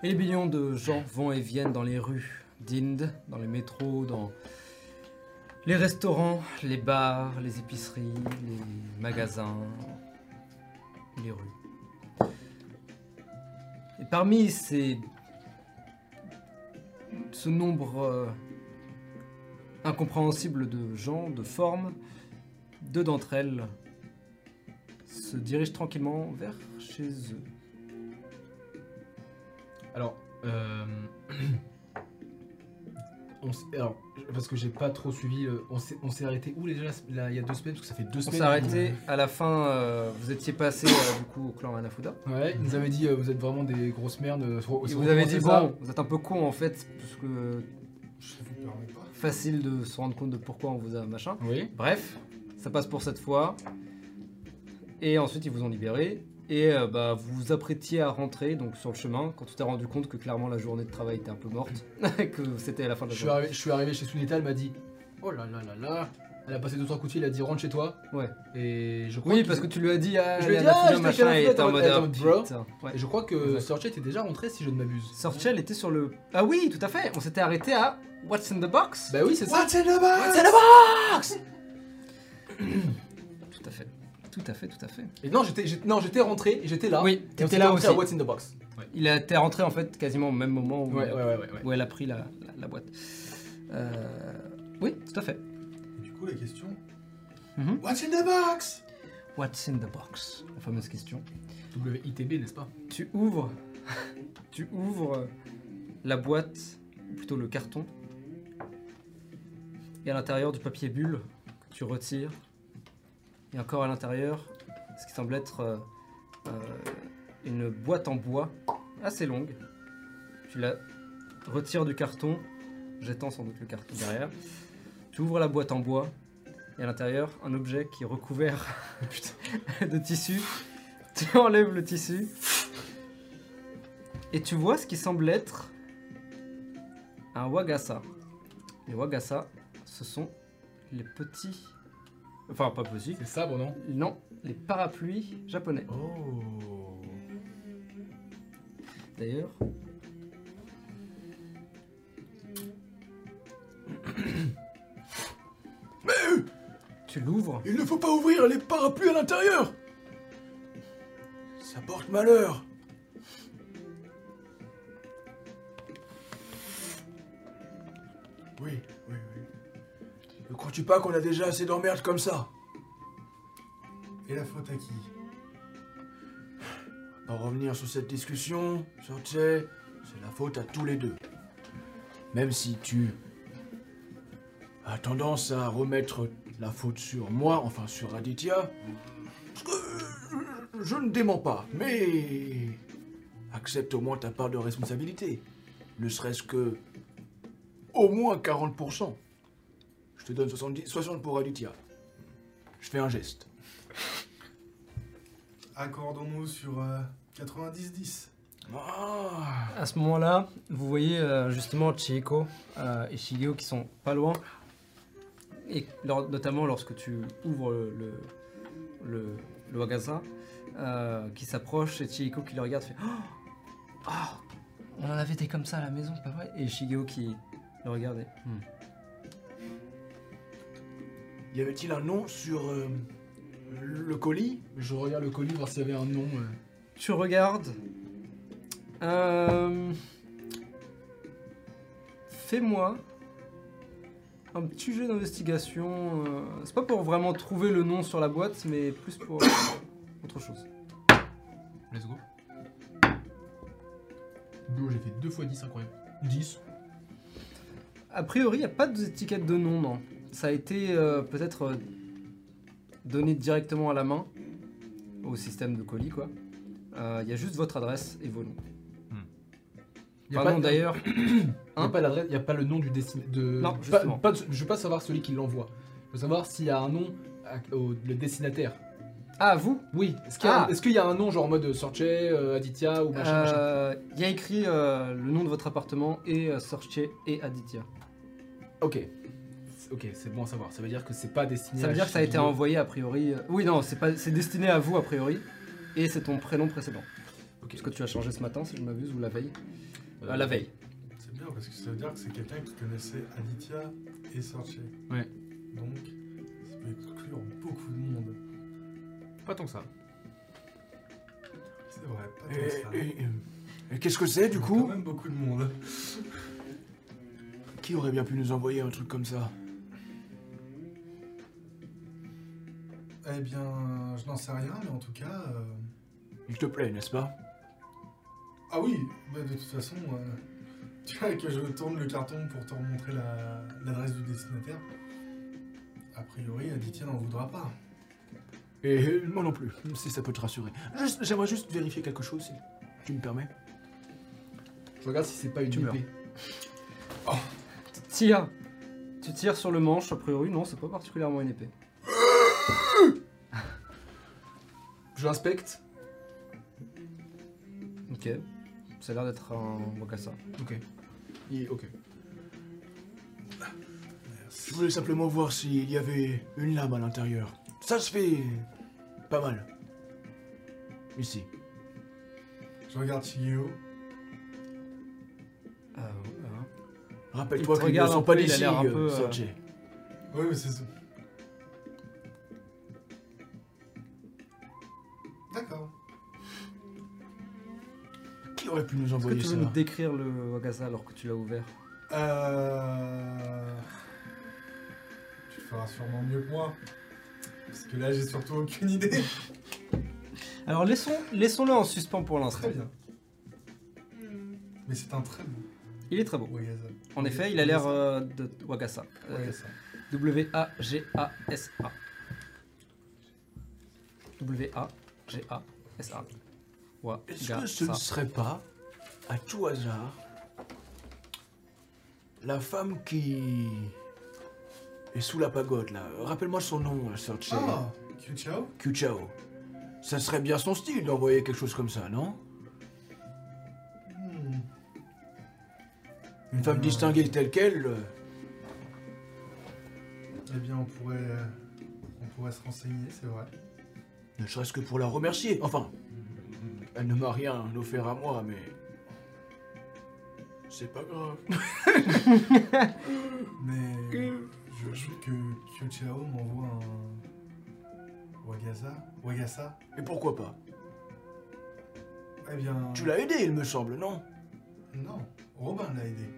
[SPEAKER 1] Et des millions de gens vont et viennent dans les rues d'Inde, dans les métros, dans les restaurants, les bars, les épiceries, les magasins, les rues. Et parmi ces... ce nombre euh, incompréhensible de gens, de formes, deux d'entre elles se dirigent tranquillement vers chez eux.
[SPEAKER 2] Alors, euh, [clears throat] on s- alors, parce que j'ai pas trop suivi, euh, on s'est on s'est arrêté où déjà la- la- il y a deux semaines Parce que ça fait deux
[SPEAKER 1] On
[SPEAKER 2] semaines.
[SPEAKER 1] s'est arrêté à la fin, euh, vous étiez passé euh, du coup au clan Anafuda.
[SPEAKER 2] Ouais, il nous avait dit, euh, vous êtes vraiment des grosses merdes. euh, faut-
[SPEAKER 1] Et
[SPEAKER 2] faut
[SPEAKER 1] vous avez
[SPEAKER 2] recommencer
[SPEAKER 1] dit,
[SPEAKER 2] ça.
[SPEAKER 1] bon, vous êtes un peu con en fait, parce que
[SPEAKER 3] Je vous permets pas.
[SPEAKER 1] facile de se rendre compte de pourquoi on vous a machin.
[SPEAKER 2] Oui.
[SPEAKER 1] Bref, ça passe pour cette fois. Et ensuite, ils vous ont libéré. Et euh, bah, vous vous apprêtiez à rentrer donc sur le chemin quand tu t'es rendu compte que clairement la journée de travail était un peu morte, [laughs] que c'était à la fin de
[SPEAKER 2] Je
[SPEAKER 1] la
[SPEAKER 2] suis,
[SPEAKER 1] journée.
[SPEAKER 2] arrivé, je suis arrivé chez Sunita, elle m'a dit Oh là là là là Elle a passé deux trois coups de fil, elle a dit rentre chez toi.
[SPEAKER 1] Ouais.
[SPEAKER 2] Et je crois
[SPEAKER 1] Oui,
[SPEAKER 2] qu'il-
[SPEAKER 1] parce que tu lui as dit, ah,
[SPEAKER 2] Je lui ai
[SPEAKER 1] la
[SPEAKER 2] dit, ah,
[SPEAKER 1] Anafuda,
[SPEAKER 2] j'étais
[SPEAKER 1] machin,
[SPEAKER 2] chez
[SPEAKER 1] et
[SPEAKER 2] Anafuda,
[SPEAKER 1] était en mode,
[SPEAKER 2] t'es en
[SPEAKER 1] ah,
[SPEAKER 2] mode, bro.
[SPEAKER 1] putain. Ouais.
[SPEAKER 2] Et je crois que
[SPEAKER 1] Exact.
[SPEAKER 2] Search était déjà rentré si je ne m'abuse.
[SPEAKER 1] Sorcha, elle était sur le. Ah oui, tout à fait. On s'était arrêté à What's in the box.
[SPEAKER 2] Bah oui, c'est ça.
[SPEAKER 3] What's in the box
[SPEAKER 1] What's in the box Tout à fait. Tout à fait, tout à fait.
[SPEAKER 2] Et non, j'étais j'étais- non, j'étais rentré et j'étais là.
[SPEAKER 1] Oui,
[SPEAKER 2] Et on
[SPEAKER 1] Ah, t'étais
[SPEAKER 2] s'était
[SPEAKER 1] là
[SPEAKER 2] rentré
[SPEAKER 1] aussi.
[SPEAKER 2] à What's in the Box.
[SPEAKER 1] Il a été rentré en fait quasiment au même moment où,
[SPEAKER 2] Ouais, ouais, ouais. ouais, ouais.
[SPEAKER 1] où elle a pris la, la- la boîte. Euh, Oui, tout à fait.
[SPEAKER 3] Du coup, la question.
[SPEAKER 1] Mhm.
[SPEAKER 3] What's in the box
[SPEAKER 1] What's in the box La fameuse question.
[SPEAKER 2] WITB, n'est-ce pas
[SPEAKER 1] Tu ouvres, [laughs] tu ouvres la boîte, ou plutôt le carton, et à l'intérieur du papier bulle que tu retires, et encore à l'intérieur, ce qui semble être euh, euh, une boîte en bois assez longue. Tu la retires du carton, jetant sans doute le carton derrière. Tu ouvres la boîte en bois, et à l'intérieur, un objet qui est recouvert [laughs] de tissu. Tu enlèves le tissu. Et tu vois ce qui semble être un wagasa. Les wagasa, ce sont les petits. Enfin, pas petits.
[SPEAKER 2] C'est ça, bon non
[SPEAKER 1] Non, les parapluies japonais.
[SPEAKER 2] Oh.
[SPEAKER 1] D'ailleurs. [coughs] tu l'ouvres.
[SPEAKER 7] Il ne faut pas ouvrir les parapluies à l'intérieur Ça porte malheur Oui, oui, oui. Ne crois-tu pas qu'on a déjà assez d'emmerdes comme ça
[SPEAKER 3] Et la faute à qui
[SPEAKER 7] En revenir sur cette discussion, Sorchet, c'est la faute à tous les deux. Même si tu as tendance à remettre la faute sur moi, enfin sur Aditya, parce que je ne démens pas, mais accepte au moins ta part de responsabilité. Ne serait-ce que au moins 40%. Je te donne 70, 60 pour Aditya. Je fais un geste.
[SPEAKER 3] Accordons-nous sur euh, 90-10.
[SPEAKER 7] Ah,
[SPEAKER 1] À ce moment-là, vous voyez euh, justement Chihiko euh, et Shigeo qui sont pas loin. Et lor- notamment lorsque tu ouvres le, le, le- le wagasa, euh, qui s'approche et Chihiko qui le regarde fait Oh Ah, On en avait été comme ça à la maison, pas vrai Et Shigeo qui le regarde et, Hmm.
[SPEAKER 7] y avait-il un nom sur euh, le colis
[SPEAKER 2] Je regarde le colis voir s'il y avait un nom. euh.
[SPEAKER 1] Tu regardes. Euh, fais-moi un petit jeu d'investigation. euh, c'est pas pour vraiment trouver le nom sur la boîte, mais plus pour euh, autre chose.
[SPEAKER 8] Let's go.
[SPEAKER 2] Bleu, j'ai fait 2 x 10, incroyable. 10.
[SPEAKER 1] A priori, il n'y a pas d'étiquette de nom, non. Ça a été euh, peut-être euh, donné directement à la main, au système de colis, quoi. Euh, Il y a juste votre adresse et vos noms.
[SPEAKER 2] Y a
[SPEAKER 1] Pardon
[SPEAKER 2] pas-
[SPEAKER 1] d'ailleurs.
[SPEAKER 2] Il n'y a pas l'adresse, il a pas le nom du destinataire.
[SPEAKER 1] Hein
[SPEAKER 2] De...
[SPEAKER 1] Non,
[SPEAKER 2] pas-
[SPEAKER 1] justement.
[SPEAKER 2] pas de- je veux pas savoir celui qui l'envoie. Je veux savoir s'il y a un nom à- au le destinataire.
[SPEAKER 1] Ah, vous
[SPEAKER 2] Oui, est-ce qu'il y, a-
[SPEAKER 1] Ah.
[SPEAKER 2] est-ce qu'il y a un nom genre en mode Sorche, euh, Aditya ou machin, machin
[SPEAKER 1] Euh, Il y a écrit euh, le nom de votre appartement et euh, Sorche et Aditya.
[SPEAKER 2] Ok. C'est- Ok, c'est bon à savoir. Ça veut dire que c'est pas destiné
[SPEAKER 1] Ça veut
[SPEAKER 2] à
[SPEAKER 1] dire que ça a été
[SPEAKER 2] Shigeo.
[SPEAKER 1] envoyé a priori. euh, Oui, non, c'est pas, c'est destiné à vous a priori, et c'est ton prénom précédent.
[SPEAKER 2] Ok.
[SPEAKER 1] Parce que tu as changé ce matin, si je m'abuse, ou la veille.
[SPEAKER 2] Euh,
[SPEAKER 1] Euh, la veille.
[SPEAKER 3] C'est bien parce que ça veut dire que c'est quelqu'un qui connaissait Aditya et Sorche.
[SPEAKER 2] Ouais.
[SPEAKER 3] Donc, ça peut exclure beaucoup de monde.
[SPEAKER 8] Pas tant que ça.
[SPEAKER 3] C'est vrai, pas
[SPEAKER 7] Et,
[SPEAKER 3] tant que ça.
[SPEAKER 7] et- et qu'est-ce que c'est du
[SPEAKER 3] Quand
[SPEAKER 7] coup
[SPEAKER 3] même beaucoup de monde.
[SPEAKER 7] Qui aurait bien pu nous envoyer un truc comme ça
[SPEAKER 3] Eh bien, je n'en sais rien, mais en tout cas. euh,
[SPEAKER 7] Il te plaît, n'est-ce pas
[SPEAKER 3] Ah oui, bah, de toute façon, euh, [laughs] tu vois que je tourne le carton pour te remontrer la- l'adresse du destinataire. A priori, Aditya n'en voudra pas.
[SPEAKER 7] Et euh, moi non plus, si ça peut te rassurer. Juste- J'aimerais juste vérifier quelque chose, si tu me permets.
[SPEAKER 2] Je regarde si c'est pas une
[SPEAKER 1] Tu meurs.
[SPEAKER 2] épée.
[SPEAKER 1] Tu tires Tu tires sur le manche, a priori, non, c'est pas particulièrement une épée.
[SPEAKER 2] Je l'inspecte.
[SPEAKER 1] Ok. Ça a l'air d'être un Wakasa.
[SPEAKER 2] Ok. Il- Ok.
[SPEAKER 7] Je voulais simplement voir s'il y avait une lame à l'intérieur. Ça se fait pas mal. Ici.
[SPEAKER 3] Je regarde Shigeo.
[SPEAKER 1] Ah, ouais. Il
[SPEAKER 7] Rappelle-toi
[SPEAKER 1] te
[SPEAKER 7] qu'ils ne
[SPEAKER 1] regarde
[SPEAKER 7] sont
[SPEAKER 1] un
[SPEAKER 7] pas
[SPEAKER 1] peu, il a
[SPEAKER 7] d'ici,
[SPEAKER 1] l'air un
[SPEAKER 7] euh,
[SPEAKER 1] peu, euh,
[SPEAKER 7] Sorge.
[SPEAKER 3] Oui, mais c'est ça. D'accord.
[SPEAKER 7] Qui aurait pu nous
[SPEAKER 1] Est-ce que
[SPEAKER 7] envoyer
[SPEAKER 1] tu
[SPEAKER 7] ça
[SPEAKER 1] veux nous décrire le Wakasa alors que tu l'as ouvert
[SPEAKER 3] Euh... Tu le feras sûrement mieux que moi. Parce que là, j'ai surtout aucune idée.
[SPEAKER 1] Alors laissons, laissons-le en suspens pour l'instant.
[SPEAKER 3] Très bien. Mais c'est un très beau
[SPEAKER 1] Il est très beau.
[SPEAKER 3] Wagaza.
[SPEAKER 1] En effet, il a l'air euh, de Wakasa. Euh,
[SPEAKER 3] Wagaza.
[SPEAKER 1] W-A-G-A-S-A. W-A-G-A-S-A.
[SPEAKER 7] Est-ce que ce ne
[SPEAKER 1] Wagasa.
[SPEAKER 7] serait pas, à tout hasard, la femme qui est sous la pagode, là Rappelle-moi son nom, euh, Sorge.
[SPEAKER 3] Ah, Kyuchao
[SPEAKER 7] Kuchao. Ça serait bien son style d'envoyer quelque chose comme ça, non
[SPEAKER 3] Hmm.
[SPEAKER 7] Une femme
[SPEAKER 3] Euh,
[SPEAKER 7] distinguée telle qu'elle, euh,
[SPEAKER 3] Eh bien, on pourrait, euh, on pourrait se renseigner, c'est vrai.
[SPEAKER 7] ne serait-ce que pour la remercier. Enfin, elle ne m'a rien offert à moi, mais. C'est pas grave.
[SPEAKER 3] Mais je trouve que Kyuchao m'envoie un Wagaza. Wagasa.
[SPEAKER 7] Et pourquoi pas
[SPEAKER 3] Eh bien,
[SPEAKER 7] Tu l'as aidé, il me semble, non
[SPEAKER 3] non, Robin l'a aidé.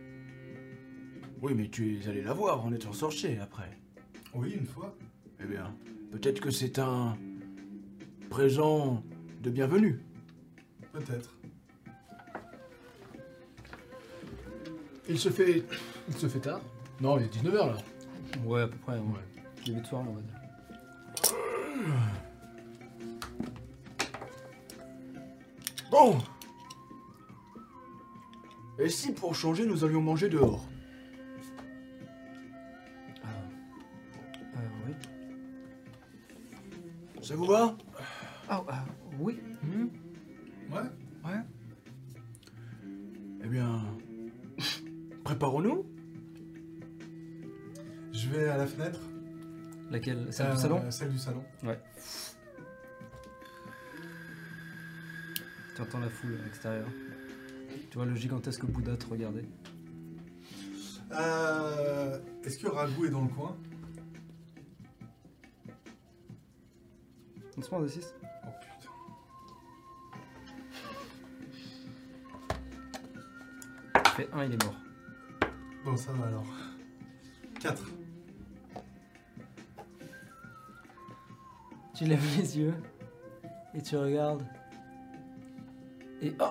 [SPEAKER 7] Oui, mais tu es allé la voir en étant sorcier après.
[SPEAKER 3] Oui, une fois.
[SPEAKER 7] Eh bien, peut-être que c'est un présent de bienvenue.
[SPEAKER 3] Peut-être.
[SPEAKER 2] Il se fait. Il se fait tard. Non, il est 19h là.
[SPEAKER 1] Ouais, à peu près. Ouais. Début de soirée, on va dire.
[SPEAKER 7] Bon Et si pour changer, nous allions manger dehors
[SPEAKER 1] Euh, oui.
[SPEAKER 7] Ça vous va
[SPEAKER 1] Ah, ah, oui. Hmm.
[SPEAKER 3] Ouais.
[SPEAKER 7] Eh bien, préparons-nous.
[SPEAKER 3] Je vais à la fenêtre.
[SPEAKER 1] Laquelle Celle
[SPEAKER 3] Euh,
[SPEAKER 1] du salon
[SPEAKER 3] Celle du salon.
[SPEAKER 1] Tu entends la foule à l'extérieur. Tu vois le gigantesque Bouddha te regarder.
[SPEAKER 3] Euh, Est-ce que Ragou est dans le coin
[SPEAKER 1] On se prend des 6
[SPEAKER 3] Oh putain.
[SPEAKER 1] Fait un, il est mort.
[SPEAKER 3] Bon, ça va alors. 4.
[SPEAKER 1] Tu lèves les yeux et tu regardes. Et oh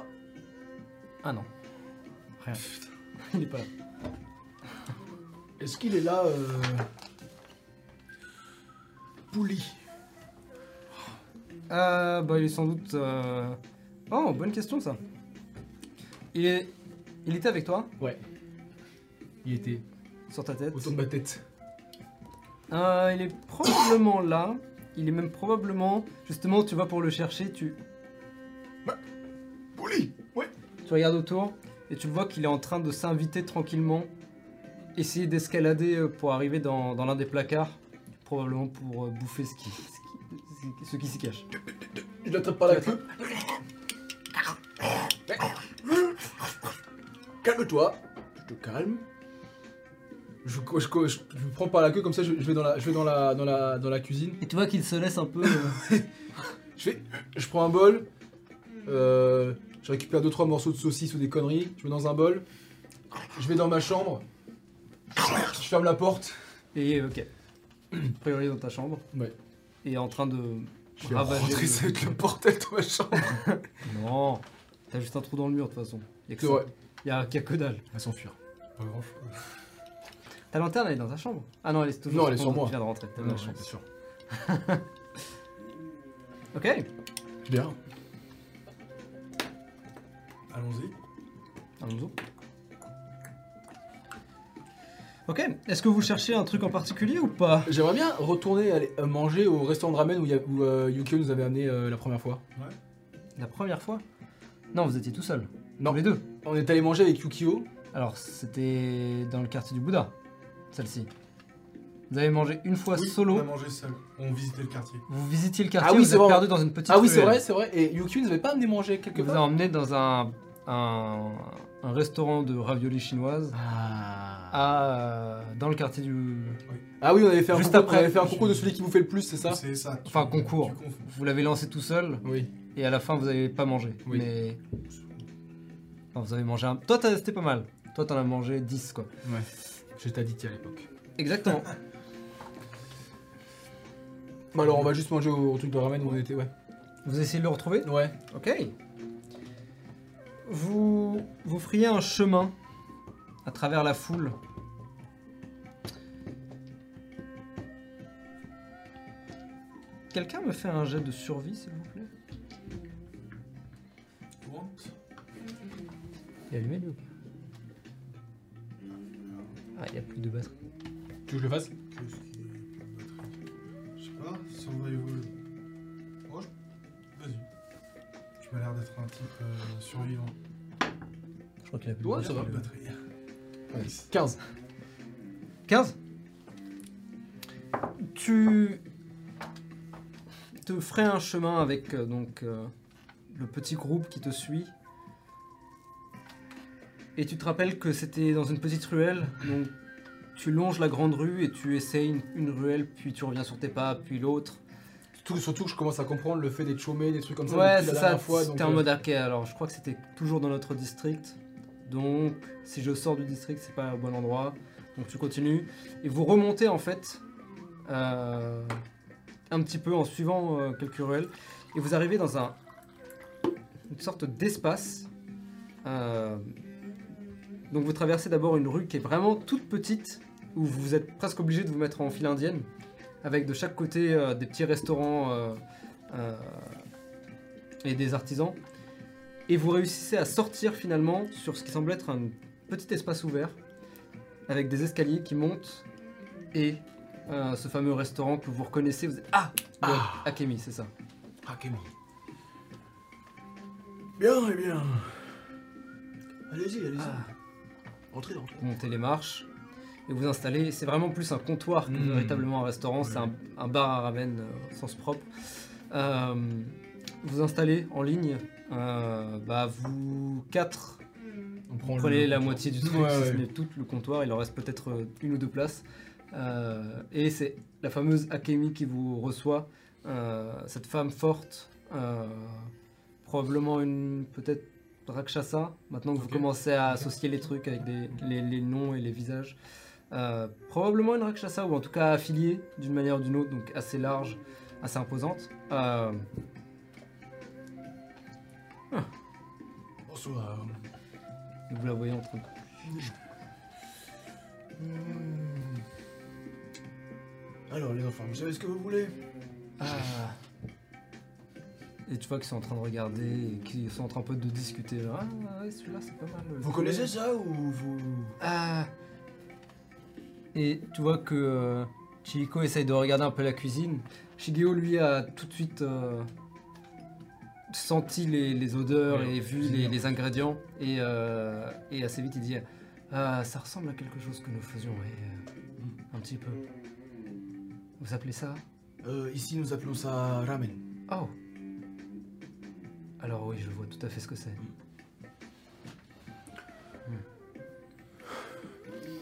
[SPEAKER 1] Ah non. Rien. [laughs] Il est pas là.
[SPEAKER 7] Est-ce qu'il est là, euh... Pouli
[SPEAKER 1] Euh, bah, il est sans doute. euh, Oh, bonne question ça. Il est. Il était avec toi,
[SPEAKER 2] Ouais. Il était
[SPEAKER 1] sur ta tête.
[SPEAKER 2] autour de ma tête.
[SPEAKER 1] Euh, il est probablement là. Il est même probablement. Justement, tu vas pour le chercher, tu.
[SPEAKER 7] Pouli Ouais
[SPEAKER 1] Tu regardes autour et tu vois qu'il est en train de s'inviter tranquillement, essayer d'escalader euh, pour arriver dans, dans l'un des placards, probablement pour euh, bouffer ce qui, ce qui, ce qui s'y cache.
[SPEAKER 2] Je l'attrape par la
[SPEAKER 1] Tu
[SPEAKER 2] queue.
[SPEAKER 7] Calme-toi Je te calme.
[SPEAKER 2] Je, je, je, je me prends par la queue comme ça, je, je vais dans la, je vais dans la, dans la, dans la cuisine.
[SPEAKER 1] Et tu vois qu'il se laisse un peu. euh,
[SPEAKER 2] Je fais, je prends un bol. euh, je récupère deux trois morceaux de saucisse ou des conneries. Je mets dans un bol. Je vais dans ma chambre. Je ferme la porte.
[SPEAKER 1] et euh, ok. [clears throat] A priori dans ta chambre.
[SPEAKER 2] Ouais.
[SPEAKER 1] Et en train de.
[SPEAKER 2] Je vais
[SPEAKER 1] ravager
[SPEAKER 2] rentrer
[SPEAKER 1] le-
[SPEAKER 2] ça avec le portail dans ma chambre.
[SPEAKER 1] Non T'as juste un trou dans le mur de toute façon. Y'a que,
[SPEAKER 2] C'est
[SPEAKER 1] ça.
[SPEAKER 2] vrai.
[SPEAKER 1] Y a- y a que dalle.
[SPEAKER 2] Elle s'enfuir.
[SPEAKER 3] Pas grand chose.
[SPEAKER 1] Ta lanterne elle est dans ta chambre Ah non, elle est toujours
[SPEAKER 2] Non, elle est sur
[SPEAKER 1] ton-
[SPEAKER 2] moi.
[SPEAKER 1] Tu viens de rentrer. T'as
[SPEAKER 2] Non,
[SPEAKER 1] bien
[SPEAKER 2] non,
[SPEAKER 1] la chambre.
[SPEAKER 2] c'est sûr.
[SPEAKER 1] Ok.
[SPEAKER 2] Bien.
[SPEAKER 3] Allons-y.
[SPEAKER 1] Allons-y. Ok, est-ce que vous cherchez un truc en particulier ou pas
[SPEAKER 2] J'aimerais bien retourner aller euh, manger au restaurant de ramen où, il y a- où euh, Yukio nous avait amené euh, la première fois.
[SPEAKER 1] La première fois Non, vous étiez tout seul.
[SPEAKER 2] Non.
[SPEAKER 1] Tous les deux.
[SPEAKER 2] On est allé manger avec Yukio.
[SPEAKER 1] Alors, c'était dans le quartier du Bouddha, celle-ci. Vous avez mangé une fois
[SPEAKER 3] Oui, On a
[SPEAKER 1] solo,
[SPEAKER 3] mangé seul. On visitait le quartier.
[SPEAKER 1] vous visitiez le quartier,
[SPEAKER 2] Ah oui,
[SPEAKER 1] vous
[SPEAKER 2] c'est
[SPEAKER 1] êtes
[SPEAKER 2] vrai.
[SPEAKER 1] perdu dans une petite
[SPEAKER 2] Ah oui, c'est
[SPEAKER 1] ruelle.
[SPEAKER 2] vrai, c'est vrai. Et Yukio nous avait pas amené manger quelque
[SPEAKER 1] Que vous a
[SPEAKER 2] part.
[SPEAKER 1] emmené dans un, un, un restaurant de raviolis chinoise
[SPEAKER 2] Ah.
[SPEAKER 1] à, euh, dans le quartier du...
[SPEAKER 2] ah oui, on avait fait un,
[SPEAKER 1] Juste
[SPEAKER 2] concours,
[SPEAKER 1] après.
[SPEAKER 2] on avait fait un concours de celui qui vous fait le plus, c'est ça
[SPEAKER 3] C'est ça. tu-
[SPEAKER 1] Enfin, concours.
[SPEAKER 3] tu confonds.
[SPEAKER 1] Vous l'avez lancé tout seul
[SPEAKER 2] Oui.
[SPEAKER 1] et à la fin vous avez pas mangé.
[SPEAKER 2] Oui.
[SPEAKER 1] Mais... Enfin, vous avez mangé un... Toi t'as- c'était pas mal. Toi t'en as mangé 10 quoi.
[SPEAKER 2] Ouais. J'étais addict à l'époque.
[SPEAKER 1] Exactement.
[SPEAKER 2] Bah alors on va juste manger au, au truc de ramen où on était, ouais.
[SPEAKER 1] vous essayez de le retrouver
[SPEAKER 2] Ouais.
[SPEAKER 1] Ok. Vous, vous friez un chemin à travers la foule. Quelqu'un me fait un jet de survie, s'il vous plaît
[SPEAKER 3] What
[SPEAKER 1] Il est allumé, lui ou pas Ah, il n'y a plus de batterie.
[SPEAKER 2] Tu veux que je le fasse
[SPEAKER 3] Qu'est-ce qu'il y a comme batterie Je sais pas, survival. Oh, je- vas-y. Tu m'as l'air d'être un type euh, survivant.
[SPEAKER 1] Je crois qu'il a plus
[SPEAKER 2] Ouais, ça va.
[SPEAKER 3] Quelle batterie.
[SPEAKER 2] 15.
[SPEAKER 1] 15 Tu te ferais un chemin avec euh, donc euh, le petit groupe qui te suit. Et tu te rappelles que c'était dans une petite ruelle, donc tu longes la grande rue et tu essayes une, une ruelle, puis tu reviens sur tes pas, puis l'autre.
[SPEAKER 2] Surtout, surtout que je commence à comprendre le fait des chômés, des trucs comme ça.
[SPEAKER 1] Ouais,
[SPEAKER 2] depuis
[SPEAKER 1] c'est
[SPEAKER 2] la
[SPEAKER 1] ça,
[SPEAKER 2] dernière fois, donc,
[SPEAKER 1] c'était en
[SPEAKER 2] euh,
[SPEAKER 1] mode ok, alors je crois que c'était toujours dans notre district. Donc si je sors du district, c'est pas au bon endroit. Donc tu continues. Et vous remontez en fait euh, un petit peu en suivant euh, quelques ruelles. Et vous arrivez dans un, une sorte d'espace. euh, donc vous traversez d'abord une rue qui est vraiment toute petite, où vous êtes presque obligé de vous mettre en file indienne, avec de chaque côté euh, des petits restaurants euh, euh, et des artisans. Et vous réussissez à sortir finalement sur ce qui semble être un petit espace ouvert, avec des escaliers qui montent, et euh, ce fameux restaurant que vous reconnaissez, vous êtes... Ah, Le Akemi, c'est ça.
[SPEAKER 7] Hakemi. Bien, eh bien. Allez-y, allez-y.
[SPEAKER 1] Ah.
[SPEAKER 7] Entrez, entrez.
[SPEAKER 1] Vous montez les marches et vous installez. C'est vraiment plus un comptoir que
[SPEAKER 2] Mmh.
[SPEAKER 1] véritablement un restaurant. C'est un, un bar à ramen euh, au sens propre. Euh, vous installez en ligne. euh, bah vous quatre
[SPEAKER 2] On prend
[SPEAKER 1] vous
[SPEAKER 2] le-
[SPEAKER 1] prenez la moitié
[SPEAKER 2] [laughs]
[SPEAKER 1] du truc,
[SPEAKER 2] Ouais,
[SPEAKER 1] si ce
[SPEAKER 2] ouais.
[SPEAKER 1] n'est tout le comptoir. Il en reste peut-être euh, une ou deux places. Euh, et c'est la fameuse Akemi qui vous reçoit. euh, cette femme forte, euh, probablement une peut-être Rakshasa, maintenant que vous
[SPEAKER 2] Ok.
[SPEAKER 1] commencez à associer les trucs avec des- les, les noms et les visages. Euh, probablement une Rakshasa, ou en tout cas affiliée d'une manière ou d'une autre, donc assez large, assez imposante. Euh, ah.
[SPEAKER 7] Bonsoir.
[SPEAKER 1] vous la voyez en train de...
[SPEAKER 7] Hmm. Alors les enfants, vous savez ce que vous voulez
[SPEAKER 1] Ah. Et tu vois qu'ils sont en train de regarder et qu'ils sont en train un peu de discuter. genre, ah ouais, celui-là c'est pas mal. le
[SPEAKER 7] Vous
[SPEAKER 1] poulet.
[SPEAKER 7] connaissez ça ou vous...
[SPEAKER 1] Ah. Et tu vois que euh, Chihiko essaye de regarder un peu la cuisine. Shigeo, lui, a tout de suite euh, senti les, les odeurs
[SPEAKER 2] Ouais,
[SPEAKER 1] et vu
[SPEAKER 2] cuisine,
[SPEAKER 1] les,
[SPEAKER 2] hein.
[SPEAKER 1] les ingrédients. Et, euh, et assez vite, il dit Ah, ça ressemble à quelque chose que nous faisions, et, euh, un petit peu. Vous appelez ça
[SPEAKER 7] Euh, ici nous appelons ça ramen.
[SPEAKER 1] Oh Alors, oui, je vois tout à fait ce que c'est.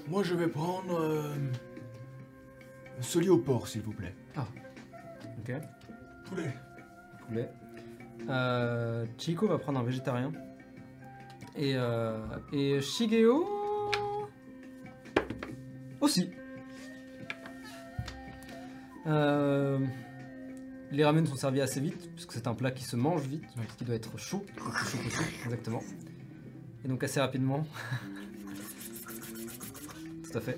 [SPEAKER 7] Moi je vais prendre... Euh, celui au porc s'il vous plaît.
[SPEAKER 1] Ok.
[SPEAKER 3] Poulet.
[SPEAKER 1] poulet. Euh, Chico va prendre un végétarien. Et, euh, et Shigeo. Aussi. Euh, les ramen sont servis assez vite, puisque c'est un plat qui se mange vite,
[SPEAKER 2] Ouais.
[SPEAKER 1] qui doit être chaud, le plus chaud possible, exactement. Et donc assez rapidement. [laughs] Tout à fait.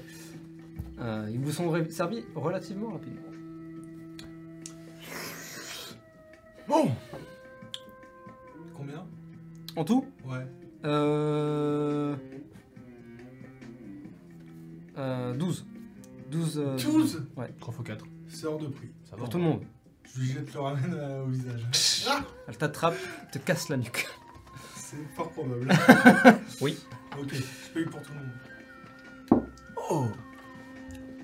[SPEAKER 1] Euh, ils vous sont ré- servis relativement rapidement.
[SPEAKER 7] Bon
[SPEAKER 2] Combien
[SPEAKER 1] En tout,
[SPEAKER 2] Ouais.
[SPEAKER 1] Euh... euh, 12. 12. euh,
[SPEAKER 3] 12
[SPEAKER 2] 3 x 4.
[SPEAKER 3] C'est hors de prix.
[SPEAKER 2] Ça va.
[SPEAKER 1] Pour tout le monde.
[SPEAKER 3] Je lui jette le ramen euh, au visage. [laughs]
[SPEAKER 1] Elle t'attrape, te casse la nuque. [laughs]
[SPEAKER 3] C'est fort probable.
[SPEAKER 1] Oui.
[SPEAKER 3] Ok, je paye pour tout le monde.
[SPEAKER 7] Oh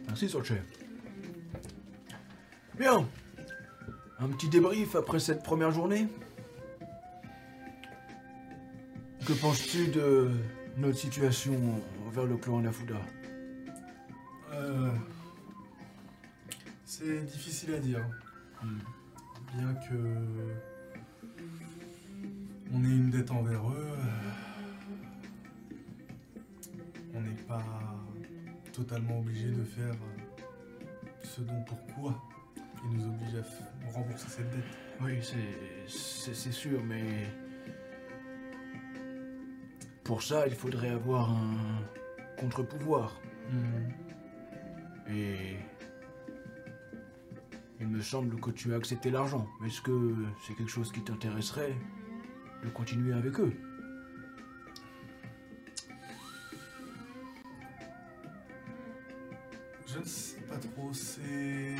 [SPEAKER 7] Merci Sorche. Bien Un petit débrief après cette première journée Que penses-tu de notre situation envers le clan Nafuda
[SPEAKER 3] Euh, C'est difficile à dire.
[SPEAKER 7] Hmm.
[SPEAKER 3] Bien que. On ait une dette envers eux. euh, On n'est pas totalement obligé de faire euh, ce dont pourquoi ils nous obligent à f- rembourser cette dette.
[SPEAKER 7] Oui, c'est- c'est c'est sûr, mais... Pour ça, il faudrait avoir un contre-pouvoir. Et... Il me semble que tu as accepté l'argent. Est-ce que c'est quelque chose qui t'intéresserait de continuer avec eux
[SPEAKER 3] Je ne sais pas trop, c'est.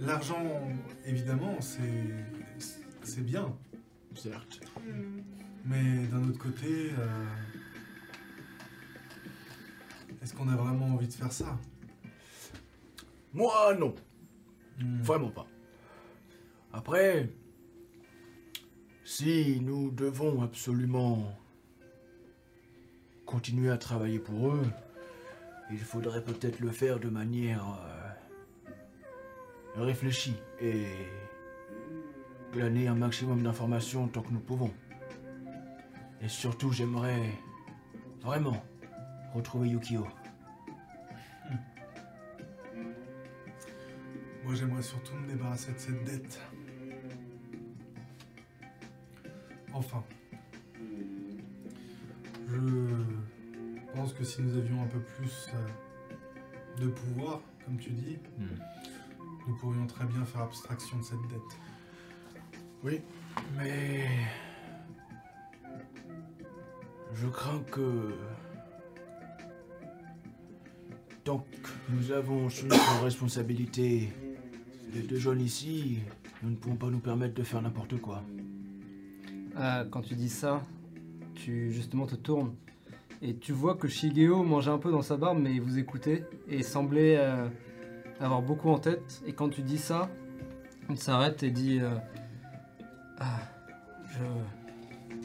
[SPEAKER 3] L'argent, évidemment, c'est. C'est bien.
[SPEAKER 7] Certes.
[SPEAKER 3] Mais d'un autre côté, euh, est-ce qu'on a vraiment envie de faire ça
[SPEAKER 7] Moi, non.
[SPEAKER 3] Hmm.
[SPEAKER 7] Vraiment pas. Après, si nous devons absolument continuer à travailler pour eux, il faudrait peut-être le faire de manière euh, réfléchie et glaner un maximum d'informations tant que nous pouvons. Et surtout, j'aimerais vraiment retrouver Yukio.
[SPEAKER 3] Moi, j'aimerais surtout me débarrasser de cette dette. Enfin. Je pense que si nous avions un peu plus euh, de pouvoir, comme tu dis,
[SPEAKER 7] Hmm.
[SPEAKER 3] nous pourrions très bien faire abstraction de cette dette.
[SPEAKER 7] Mais... Je crains que... Tant que nous avons sous notre [coughs] responsabilité les deux jeunes ici, nous ne pouvons pas nous permettre de faire n'importe quoi.
[SPEAKER 1] Euh, quand tu dis ça, tu justement te tournes. Et tu vois que Shigeo mangeait un peu dans sa barbe, mais il vous écoutait. Et semblait euh, avoir beaucoup en tête. Et quand tu dis ça, il s'arrête et dit euh, Ah, je.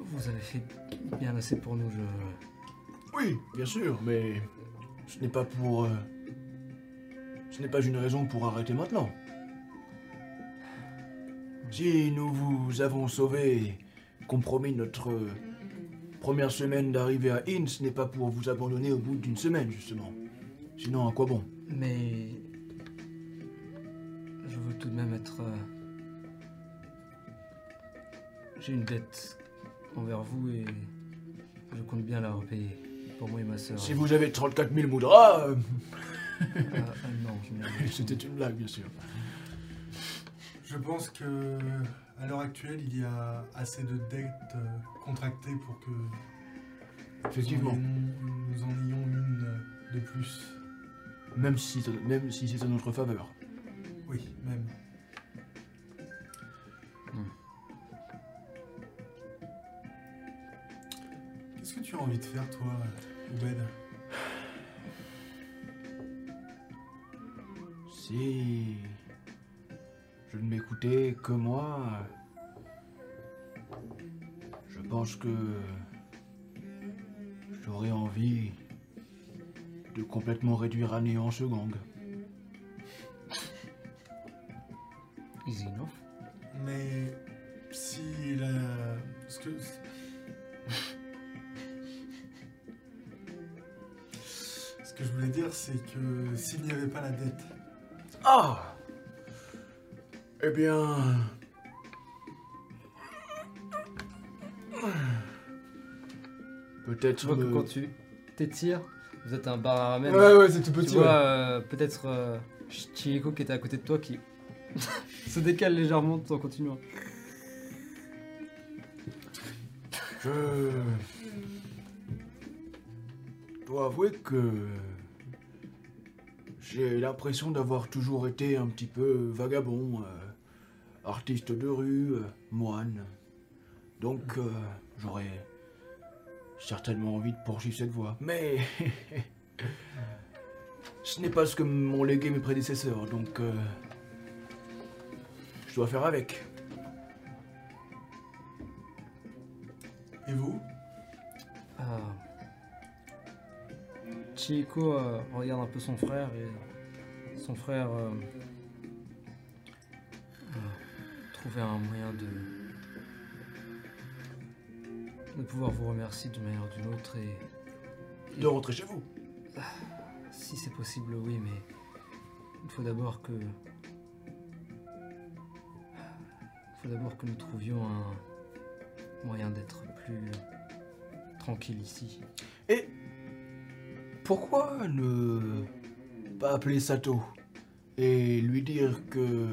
[SPEAKER 1] Vous avez fait bien assez pour nous, je.
[SPEAKER 7] Oui, bien sûr, mais ce n'est pas pour... euh, Ce n'est pas une raison pour arrêter maintenant. Si nous vous avons sauvé compromis notre euh, première semaine d'arrivée à Inns n'est pas pour vous abandonner au bout d'une semaine, justement. Sinon, à quoi bon
[SPEAKER 1] Mais je veux tout de même être. euh, J'ai une dette envers vous et je compte bien la repayer pour moi et ma sœur.
[SPEAKER 7] Si vous avez 34 000 moudras, euh, [laughs]
[SPEAKER 1] Ah, ah, non, je
[SPEAKER 2] [laughs]
[SPEAKER 1] n'ai rien.
[SPEAKER 7] c'était une blague, bien sûr.
[SPEAKER 3] Je pense que à l'heure actuelle, il y a assez de dettes euh, contractées pour que nous en
[SPEAKER 7] Effectivement.
[SPEAKER 3] ayons- nous en ayons une de plus.
[SPEAKER 7] Même si, même si c'est en notre faveur.
[SPEAKER 3] Oui, même. Qu'est-ce que tu as envie de faire, toi, Oubed
[SPEAKER 7] Si je ne m'écoutais que moi, je pense que j'aurais envie de complètement réduire à néant ce gang.
[SPEAKER 1] Easy enough.
[SPEAKER 3] Mais si la. ce que- Ce que je voulais dire, c'est que s'il n'y avait pas la dette,
[SPEAKER 7] Ah Eh bien...
[SPEAKER 1] Tu
[SPEAKER 7] Peut-être
[SPEAKER 1] vois que
[SPEAKER 7] me-
[SPEAKER 1] quand tu t'étires, vous êtes un bar à ramen.
[SPEAKER 2] Ouais, ouais, c'est tout
[SPEAKER 1] tu
[SPEAKER 2] petit,
[SPEAKER 1] vois
[SPEAKER 2] ouais.
[SPEAKER 1] euh, peut-être euh, Chihiko qui était à côté de toi qui [laughs] se décale légèrement tout en continuant.
[SPEAKER 7] Je dois avouer que j'ai l'impression d'avoir toujours été un petit peu vagabond, euh, artiste de rue, euh, moine. Donc euh, j'aurais certainement envie de poursuivre cette voie. Mais [laughs] ce n'est pas ce que m'ont légué mes prédécesseurs, donc euh, je dois faire avec.
[SPEAKER 3] et vous
[SPEAKER 1] Ah. Chihiko euh, regarde un peu son frère et son frère euh, euh, trouvait un moyen de de pouvoir vous remercier d'une manière ou d'une autre et
[SPEAKER 7] De rentrer chez vous.
[SPEAKER 1] si c'est possible oui mais il faut d'abord que il faut d'abord que nous trouvions un moyen d'être plus tranquille ici.
[SPEAKER 7] Et pourquoi ne pas appeler Sato et lui dire que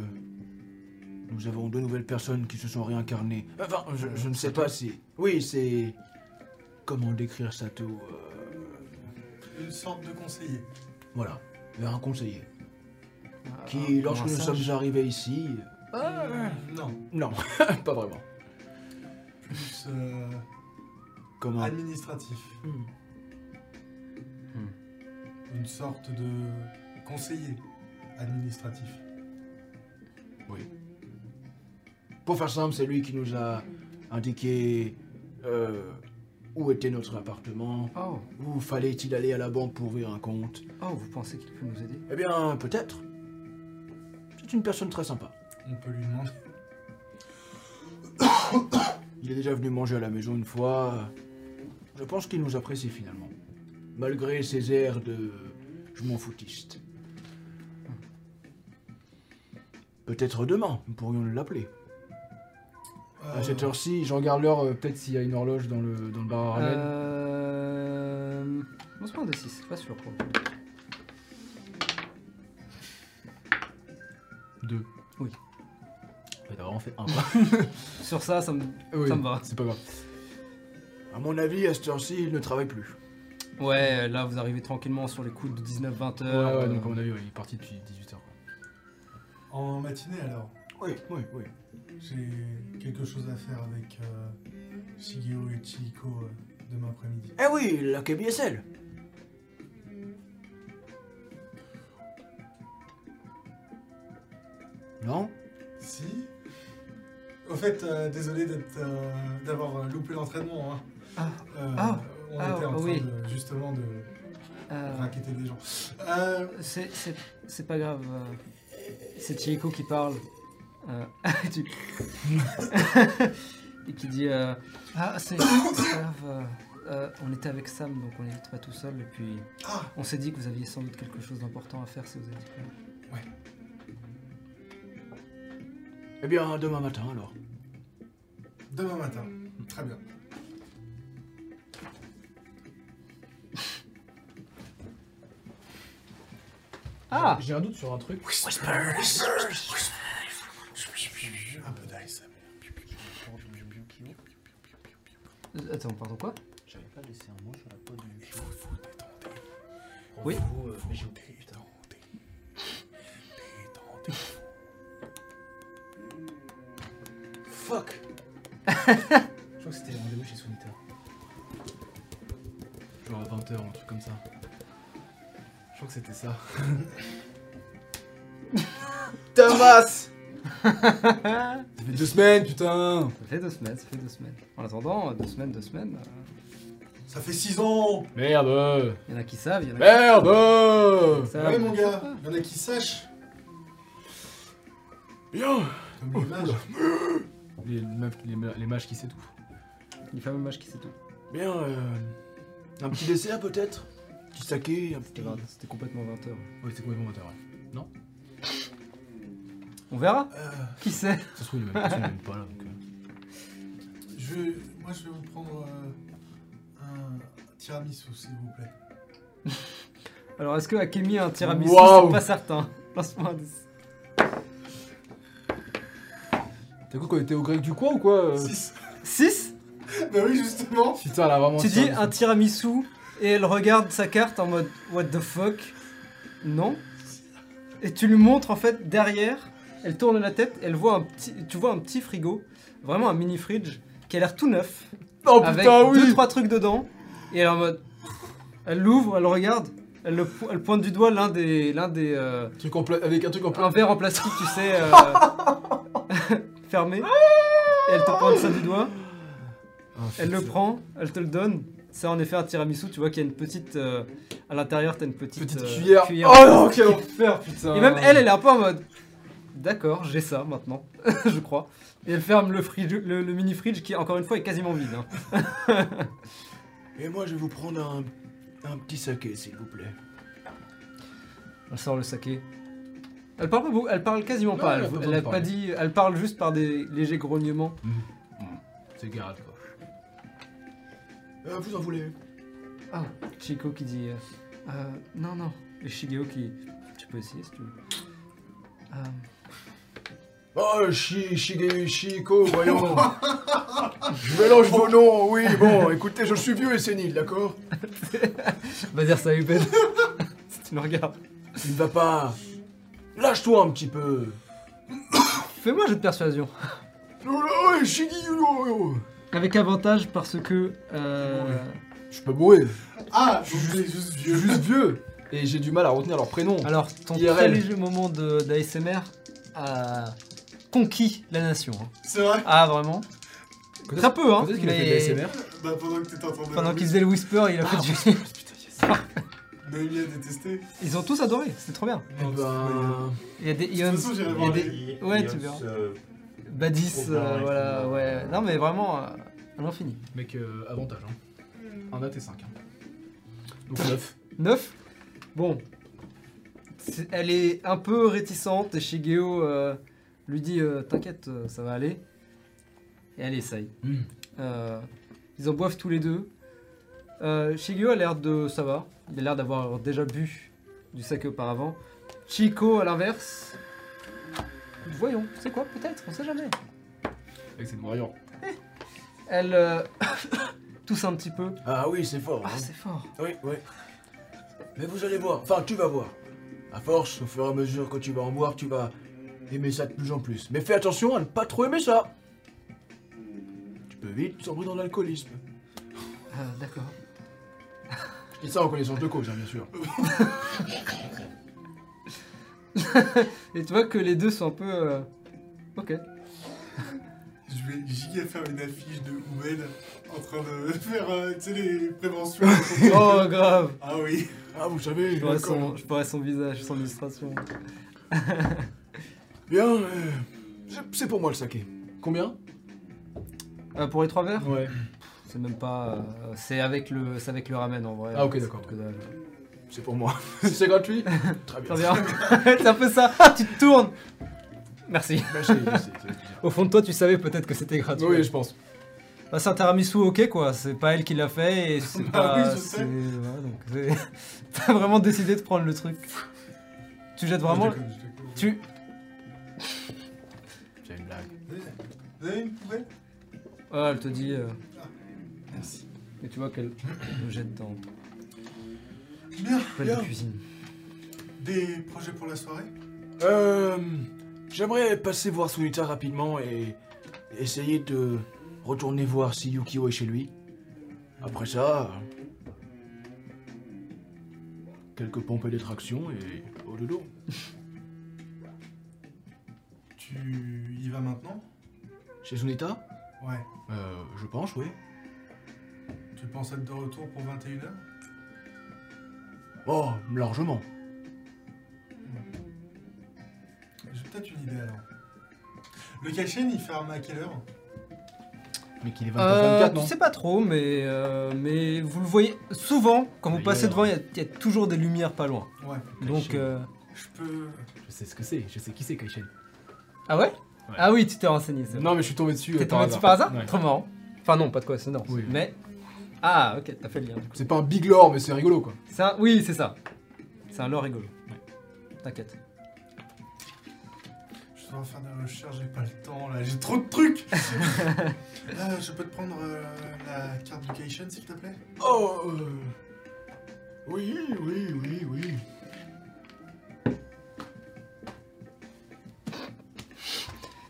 [SPEAKER 7] nous avons deux nouvelles personnes qui se sont réincarnées Enfin, je, je ne sais pas si. Oui, c'est. Comment décrire Sato euh,
[SPEAKER 3] Une sorte de conseiller.
[SPEAKER 7] Voilà, vers un conseiller.
[SPEAKER 1] Ah,
[SPEAKER 7] Qui, lorsque
[SPEAKER 1] comment
[SPEAKER 7] nous
[SPEAKER 1] ça,
[SPEAKER 7] sommes arrivés ici.
[SPEAKER 3] Non,
[SPEAKER 7] Non, [laughs] pas vraiment.
[SPEAKER 3] plus euh,
[SPEAKER 7] Comment
[SPEAKER 1] Ah,
[SPEAKER 3] administratif.
[SPEAKER 7] Hmm.
[SPEAKER 3] Une sorte de conseiller administratif.
[SPEAKER 7] Pour faire simple, c'est lui qui nous a indiqué euh, où était notre appartement,
[SPEAKER 1] Oh,
[SPEAKER 7] Ou fallait-il aller à la banque pour ouvrir un compte
[SPEAKER 1] oh, vous pensez qu'il peut nous aider
[SPEAKER 7] Eh bien, peut-être. C'est une personne très sympa.
[SPEAKER 3] On peut lui demander.
[SPEAKER 7] Il est déjà venu manger à la maison une fois. Je pense qu'il nous apprécie finalement. Malgré ses airs de je m'en foutiste. Peut-être demain, nous pourrions l'appeler.
[SPEAKER 2] À
[SPEAKER 7] Ah,
[SPEAKER 3] Euh,
[SPEAKER 7] Euh.
[SPEAKER 2] cette heure-ci, je regarde l'heure, euh, peut-être s'il y a une horloge dans le, dans le bar à ramen.
[SPEAKER 1] Euh. On se prend de 6, pas sûr pour le coup.
[SPEAKER 2] Deux.
[SPEAKER 1] Oui.
[SPEAKER 2] Ouais, T'as vraiment fait un.
[SPEAKER 1] Sur ça, ça me.
[SPEAKER 2] Oui,
[SPEAKER 1] Ça me va.
[SPEAKER 2] C'est pas grave.
[SPEAKER 7] À mon avis, à cette heure-ci, il ne travaille plus.
[SPEAKER 1] Ouais, là vous arrivez tranquillement sur les coups de 19-20
[SPEAKER 2] Ouais,
[SPEAKER 1] heures.
[SPEAKER 2] ouais,
[SPEAKER 1] euh,
[SPEAKER 2] donc à mon avis, ouais, il est parti depuis 18h.
[SPEAKER 3] En matinée alors,
[SPEAKER 7] Oui, oui, oui.
[SPEAKER 3] j'ai quelque chose à faire avec euh, Shigeo et Chihiko euh, demain après-midi.
[SPEAKER 7] Eh oui, la KBSL Non
[SPEAKER 3] Si Au fait, euh, désolé d'être, euh, d'avoir loupé l'entraînement. hein.
[SPEAKER 1] Ah.
[SPEAKER 3] Euh,
[SPEAKER 1] Ah.
[SPEAKER 3] On
[SPEAKER 1] Ah,
[SPEAKER 3] était en train
[SPEAKER 1] oui.
[SPEAKER 3] de- justement de
[SPEAKER 1] euh,
[SPEAKER 3] raqueter des gens. Euh,
[SPEAKER 1] c'est- C'est c'est pas grave. euh, [laughs] C'est Chihiko qui parle. Euh, tu- et qui dit euh, Ah, c'est c'est pas grave. euh, euh, on était avec Sam, donc on n'était pas tout seul. Et puis,
[SPEAKER 3] Ah.
[SPEAKER 1] on s'est dit que vous aviez sans doute quelque chose d'important à faire si vous êtes diplômé.
[SPEAKER 7] Eh bien, demain matin alors.
[SPEAKER 3] Demain matin. Très bien.
[SPEAKER 1] Ah
[SPEAKER 2] J'ai un doute sur un truc.
[SPEAKER 3] Un peu d'ice.
[SPEAKER 1] Euh, Attends, pardon, quoi
[SPEAKER 7] J'avais pas laissé un mot sur la peau du.
[SPEAKER 1] Oui.
[SPEAKER 7] Rendez-vous, euh, mais j'ai oublié, putain. Fuck Je crois que c'était rendez-vous chez Sunita.
[SPEAKER 9] Genre à 20h, un truc comme ça. Je crois que c'était ça.
[SPEAKER 2] Damas Ça fait deux semaines, putain
[SPEAKER 1] Ça fait deux semaines, ça fait deux semaines. En attendant, euh, deux semaines, deux semaines. euh,
[SPEAKER 3] Ça fait 6 ans
[SPEAKER 2] Merde
[SPEAKER 1] Il y en a qui savent, il y en a qui
[SPEAKER 2] Merde
[SPEAKER 1] savent.
[SPEAKER 3] Ouais, mon gars, il y en a qui sachent.
[SPEAKER 2] Bien
[SPEAKER 3] Comme
[SPEAKER 1] Oh,
[SPEAKER 3] les vaches.
[SPEAKER 2] les, meufs, les, me- les mâches qui s'étouffent.
[SPEAKER 1] Les fameux matchs qui s'est tout.
[SPEAKER 7] Bien, euh, un petit dessert peut-être Petit saké, un petit.
[SPEAKER 1] C'était vingt- C'était complètement 20h.
[SPEAKER 2] Ouais, c'est complètement menteur, ouais.
[SPEAKER 1] On verra
[SPEAKER 3] Euh,
[SPEAKER 1] Qui sait
[SPEAKER 2] Ça se trouve, il est même, ils sont même pas là, donc... euh.
[SPEAKER 3] Je vais- moi, je vais vous prendre euh, un tiramisu, s'il vous plaît.
[SPEAKER 1] Alors, est-ce que Akemi a un tiramisu
[SPEAKER 2] Waouh
[SPEAKER 1] C'est pas certain. Lance-moi un dé.
[SPEAKER 2] T'as cru qu'on était au grec du coin ou quoi euh
[SPEAKER 3] 6
[SPEAKER 1] 6
[SPEAKER 3] [laughs] Bah oui, justement.
[SPEAKER 2] Putain, là, vraiment...
[SPEAKER 1] Tu
[SPEAKER 2] c'est
[SPEAKER 1] dis un tiramisu et elle regarde sa carte en mode What the fuck Non Et tu lui montres en fait derrière, elle tourne la tête, elle voit un petit, tu vois un petit frigo, vraiment un mini fridge qui a l'air tout neuf,
[SPEAKER 2] Oh
[SPEAKER 1] avec
[SPEAKER 2] putain, oui
[SPEAKER 1] deux trois trucs dedans, et elle est en mode, elle l'ouvre, elle regarde, elle, le po- elle pointe du doigt l'un des, l'un des, euh,
[SPEAKER 2] Truc en pla- Avec un truc en plat.
[SPEAKER 1] un verre en plastique, tu sais, euh,
[SPEAKER 2] [laughs]
[SPEAKER 1] fermé, et elle te pointe ça du doigt. Elle le prend, elle te le donne. C'est en effet un tiramisu, tu vois qu'il y a une petite... euh, à l'intérieur, t'as une petite,
[SPEAKER 2] Petite
[SPEAKER 1] euh,
[SPEAKER 2] cuillère. Oh non, quel enfer, putain
[SPEAKER 1] Et même elle, elle est un peu en mode... D'accord, j'ai ça maintenant, [laughs] je crois. Et elle ferme le, fridge, le, le mini fridge qui, encore une fois, est quasiment vide. hein.
[SPEAKER 7] Et moi je vais vous prendre un, un petit saké s'il vous plaît.
[SPEAKER 1] Elle sort le saké. Elle parle pas beaucoup, elle parle quasiment
[SPEAKER 2] Non,
[SPEAKER 1] pas.
[SPEAKER 2] elle a
[SPEAKER 1] Elle,
[SPEAKER 2] pas besoin
[SPEAKER 1] elle
[SPEAKER 2] de
[SPEAKER 1] a pas
[SPEAKER 2] parler.
[SPEAKER 1] dit, elle parle juste par des légers grognements.
[SPEAKER 2] C'est Garad, quoi.
[SPEAKER 7] Euh, vous en voulez
[SPEAKER 1] Ah, Chico qui dit... euh, Euh, non, non. Et Shigeo qui... Tu peux essayer si tu veux. Euh,
[SPEAKER 7] Oh, chi, Shige- Shiko, [laughs] voyons Je mélange vos noms, oui, bon, écoutez, je suis vieux et sénile, d'accord
[SPEAKER 1] va dire ça à Uben. [laughs] si tu me regardes.
[SPEAKER 7] Tu ne vas pas... Lâche-toi un petit peu
[SPEAKER 1] Fais-moi un jeu de persuasion.
[SPEAKER 7] Oh, Shigi, oh, oh.
[SPEAKER 1] Avec avantage parce que. euh,
[SPEAKER 7] Je suis pas bourré,
[SPEAKER 3] Ah, donc vous êtes juste
[SPEAKER 2] Je
[SPEAKER 3] vieux.
[SPEAKER 2] suis juste vieux Et j'ai du mal à retenir leur prénom.
[SPEAKER 1] Alors, ton
[SPEAKER 2] IRL.
[SPEAKER 1] très léger moment de- d'ASMR a conquis la nation. hein.
[SPEAKER 3] C'est vrai
[SPEAKER 1] Ah, vraiment
[SPEAKER 2] Peut-être-
[SPEAKER 1] Très peu, hein
[SPEAKER 2] Peut-être qu'il a
[SPEAKER 1] mais
[SPEAKER 2] fait de l'ASMR.
[SPEAKER 3] Bah, pendant que t'étais en train de.
[SPEAKER 1] Pendant qu'ils faisaient le whisper,
[SPEAKER 2] Ah,
[SPEAKER 1] il a fait du...
[SPEAKER 3] Noémie Bah, a détesté.
[SPEAKER 1] Ils ont tous adoré, c'était trop bien.
[SPEAKER 7] Eh ben...
[SPEAKER 1] Il y a des
[SPEAKER 3] De
[SPEAKER 1] Ions,
[SPEAKER 3] toute façon, j'irai
[SPEAKER 1] il y
[SPEAKER 3] voir
[SPEAKER 1] a des euh,
[SPEAKER 3] les. bah,
[SPEAKER 1] Ouais, tu verras. Badis,
[SPEAKER 10] Trop bien,
[SPEAKER 1] euh,
[SPEAKER 10] ouais,
[SPEAKER 1] voilà,
[SPEAKER 10] trop bien.
[SPEAKER 1] ouais. Non, mais vraiment, euh, à l'infini.
[SPEAKER 2] Mec, euh, avantage, hein. Un at et 5. [laughs] Donc 9.
[SPEAKER 1] 9 Bon. C'est- Elle est un peu réticente et Shigeo euh, lui dit euh, T'inquiète, euh, ça va aller. Et elle essaye.
[SPEAKER 2] Mm.
[SPEAKER 1] Euh, ils en boivent tous les deux. Euh, Shigeo a l'air de. Ça va. Il a l'air d'avoir déjà bu du saké auparavant. Chico, à l'inverse. Voyons, c'est quoi peut-être On sait jamais.
[SPEAKER 2] Mec, c'est moyen.
[SPEAKER 1] Elle euh, [coughs] tousse un petit peu.
[SPEAKER 7] Ah oui, c'est fort,
[SPEAKER 1] Ah,
[SPEAKER 7] hein.
[SPEAKER 1] c'est fort.
[SPEAKER 7] Oui, oui. Mais vous allez voir, enfin tu vas voir. À force, au fur et à mesure que tu vas en boire, tu vas aimer ça de plus en plus. Mais fais attention à ne pas trop aimer ça.
[SPEAKER 1] Hmm.
[SPEAKER 7] Tu peux vite sombrer dans l'alcoolisme.
[SPEAKER 1] Ah, D'accord.
[SPEAKER 7] Je dis ça en connaissance de cause, hein, bien sûr.
[SPEAKER 1] Et tu vois que les deux sont un peu. euh, Ok.
[SPEAKER 3] Je vais giga faire une affiche de Oumen en train de [laughs] faire, euh, tu sais, les
[SPEAKER 1] [laughs]
[SPEAKER 3] préventions.
[SPEAKER 1] [laughs] Oh, grave
[SPEAKER 3] Ah oui.
[SPEAKER 7] Ah, vous savez,
[SPEAKER 1] Je pourrais,
[SPEAKER 7] l'alcool.
[SPEAKER 1] son, je pourrais son visage, son illustration.
[SPEAKER 7] Bien, euh, c'est- c'est pour moi le saké.
[SPEAKER 2] Combien
[SPEAKER 1] Euh, pour les trois verres
[SPEAKER 2] Ouais.
[SPEAKER 1] C'est même pas. euh, c'est avec le, c'est avec le ramen en vrai.
[SPEAKER 2] Ah, ok,
[SPEAKER 1] C'est
[SPEAKER 2] d'accord.
[SPEAKER 1] que dalle.
[SPEAKER 7] C'est pour moi. [laughs]
[SPEAKER 2] C'est gratuit Très
[SPEAKER 1] Très
[SPEAKER 2] bien.
[SPEAKER 1] bien. [laughs] c'est un peu ça. Ah, Tu te tournes. Merci.
[SPEAKER 7] Bah, c'est- c'est- c'est-
[SPEAKER 1] Au fond de toi, tu savais peut-être que c'était gratuit.
[SPEAKER 2] Oui, je pense.
[SPEAKER 1] Bah, c'est un tiramisu, ok quoi. C'est pas elle qui l'a fait et [laughs] c'est
[SPEAKER 3] Bah oui,
[SPEAKER 1] pas.
[SPEAKER 3] je
[SPEAKER 1] c'est-
[SPEAKER 3] sais.
[SPEAKER 1] voilà, donc c'est- [laughs] T'as vraiment décidé de prendre le truc. Tu jettes vraiment.
[SPEAKER 3] Je déconne, je déconne.
[SPEAKER 1] Tu.
[SPEAKER 7] C'est une blague.
[SPEAKER 3] Vous avez une poubelle
[SPEAKER 1] Ah, elle te dit. euh,
[SPEAKER 3] Merci.
[SPEAKER 1] Et tu vois qu'elle [clears throat] le jette dans
[SPEAKER 3] Bien,
[SPEAKER 1] la
[SPEAKER 3] bien.
[SPEAKER 1] cuisine.
[SPEAKER 3] Des projets pour la soirée
[SPEAKER 7] Euh, J'aimerais passer voir Sunita rapidement et essayer de retourner voir si Yukio est chez lui. Après ça, quelques pompes et des tractions et au dodo.
[SPEAKER 3] Tu y vas maintenant
[SPEAKER 7] Chez Sunita
[SPEAKER 3] Ouais.
[SPEAKER 7] euh, Je pense, oui.
[SPEAKER 3] Tu penses être de retour pour 21h
[SPEAKER 7] Oh, largement.
[SPEAKER 3] J'ai peut-être une idée alors. Le Kachen, il ferme à quelle heure
[SPEAKER 7] Mais qu'il est 23
[SPEAKER 1] Euh,
[SPEAKER 7] 24
[SPEAKER 1] tu
[SPEAKER 7] non
[SPEAKER 1] sais pas trop, mais, euh, mais vous le voyez souvent, quand vous passez devant,
[SPEAKER 7] D'ailleurs.
[SPEAKER 1] il y, a- il y a toujours des lumières pas loin.
[SPEAKER 3] Ouais.
[SPEAKER 1] Donc.
[SPEAKER 7] Caché.
[SPEAKER 1] euh,
[SPEAKER 3] Je peux.
[SPEAKER 7] Je sais ce que c'est, je sais qui c'est Kaishen.
[SPEAKER 1] Ah ouais, Ah oui, tu t'es renseigné. c'est vrai.
[SPEAKER 2] Non, mais je suis tombé dessus. euh,
[SPEAKER 1] T'es tombé dessus par hasard Trop marrant. Enfin, non, pas de coïncidence.
[SPEAKER 2] Oui.
[SPEAKER 1] Mais. Ah, ok, t'as fait le lien. du coup.
[SPEAKER 2] C'est pas un big lore, mais c'est rigolo quoi.
[SPEAKER 1] C'est un- Oui, c'est ça. C'est un lore rigolo. T'inquiète.
[SPEAKER 3] Je dois faire des recherches, j'ai pas le temps là, j'ai trop
[SPEAKER 1] [laughs]
[SPEAKER 3] de trucs Euh, Je peux te prendre euh, la carte du Kachen s'il te plaît
[SPEAKER 7] Oh euh, Oui, oui, oui, oui.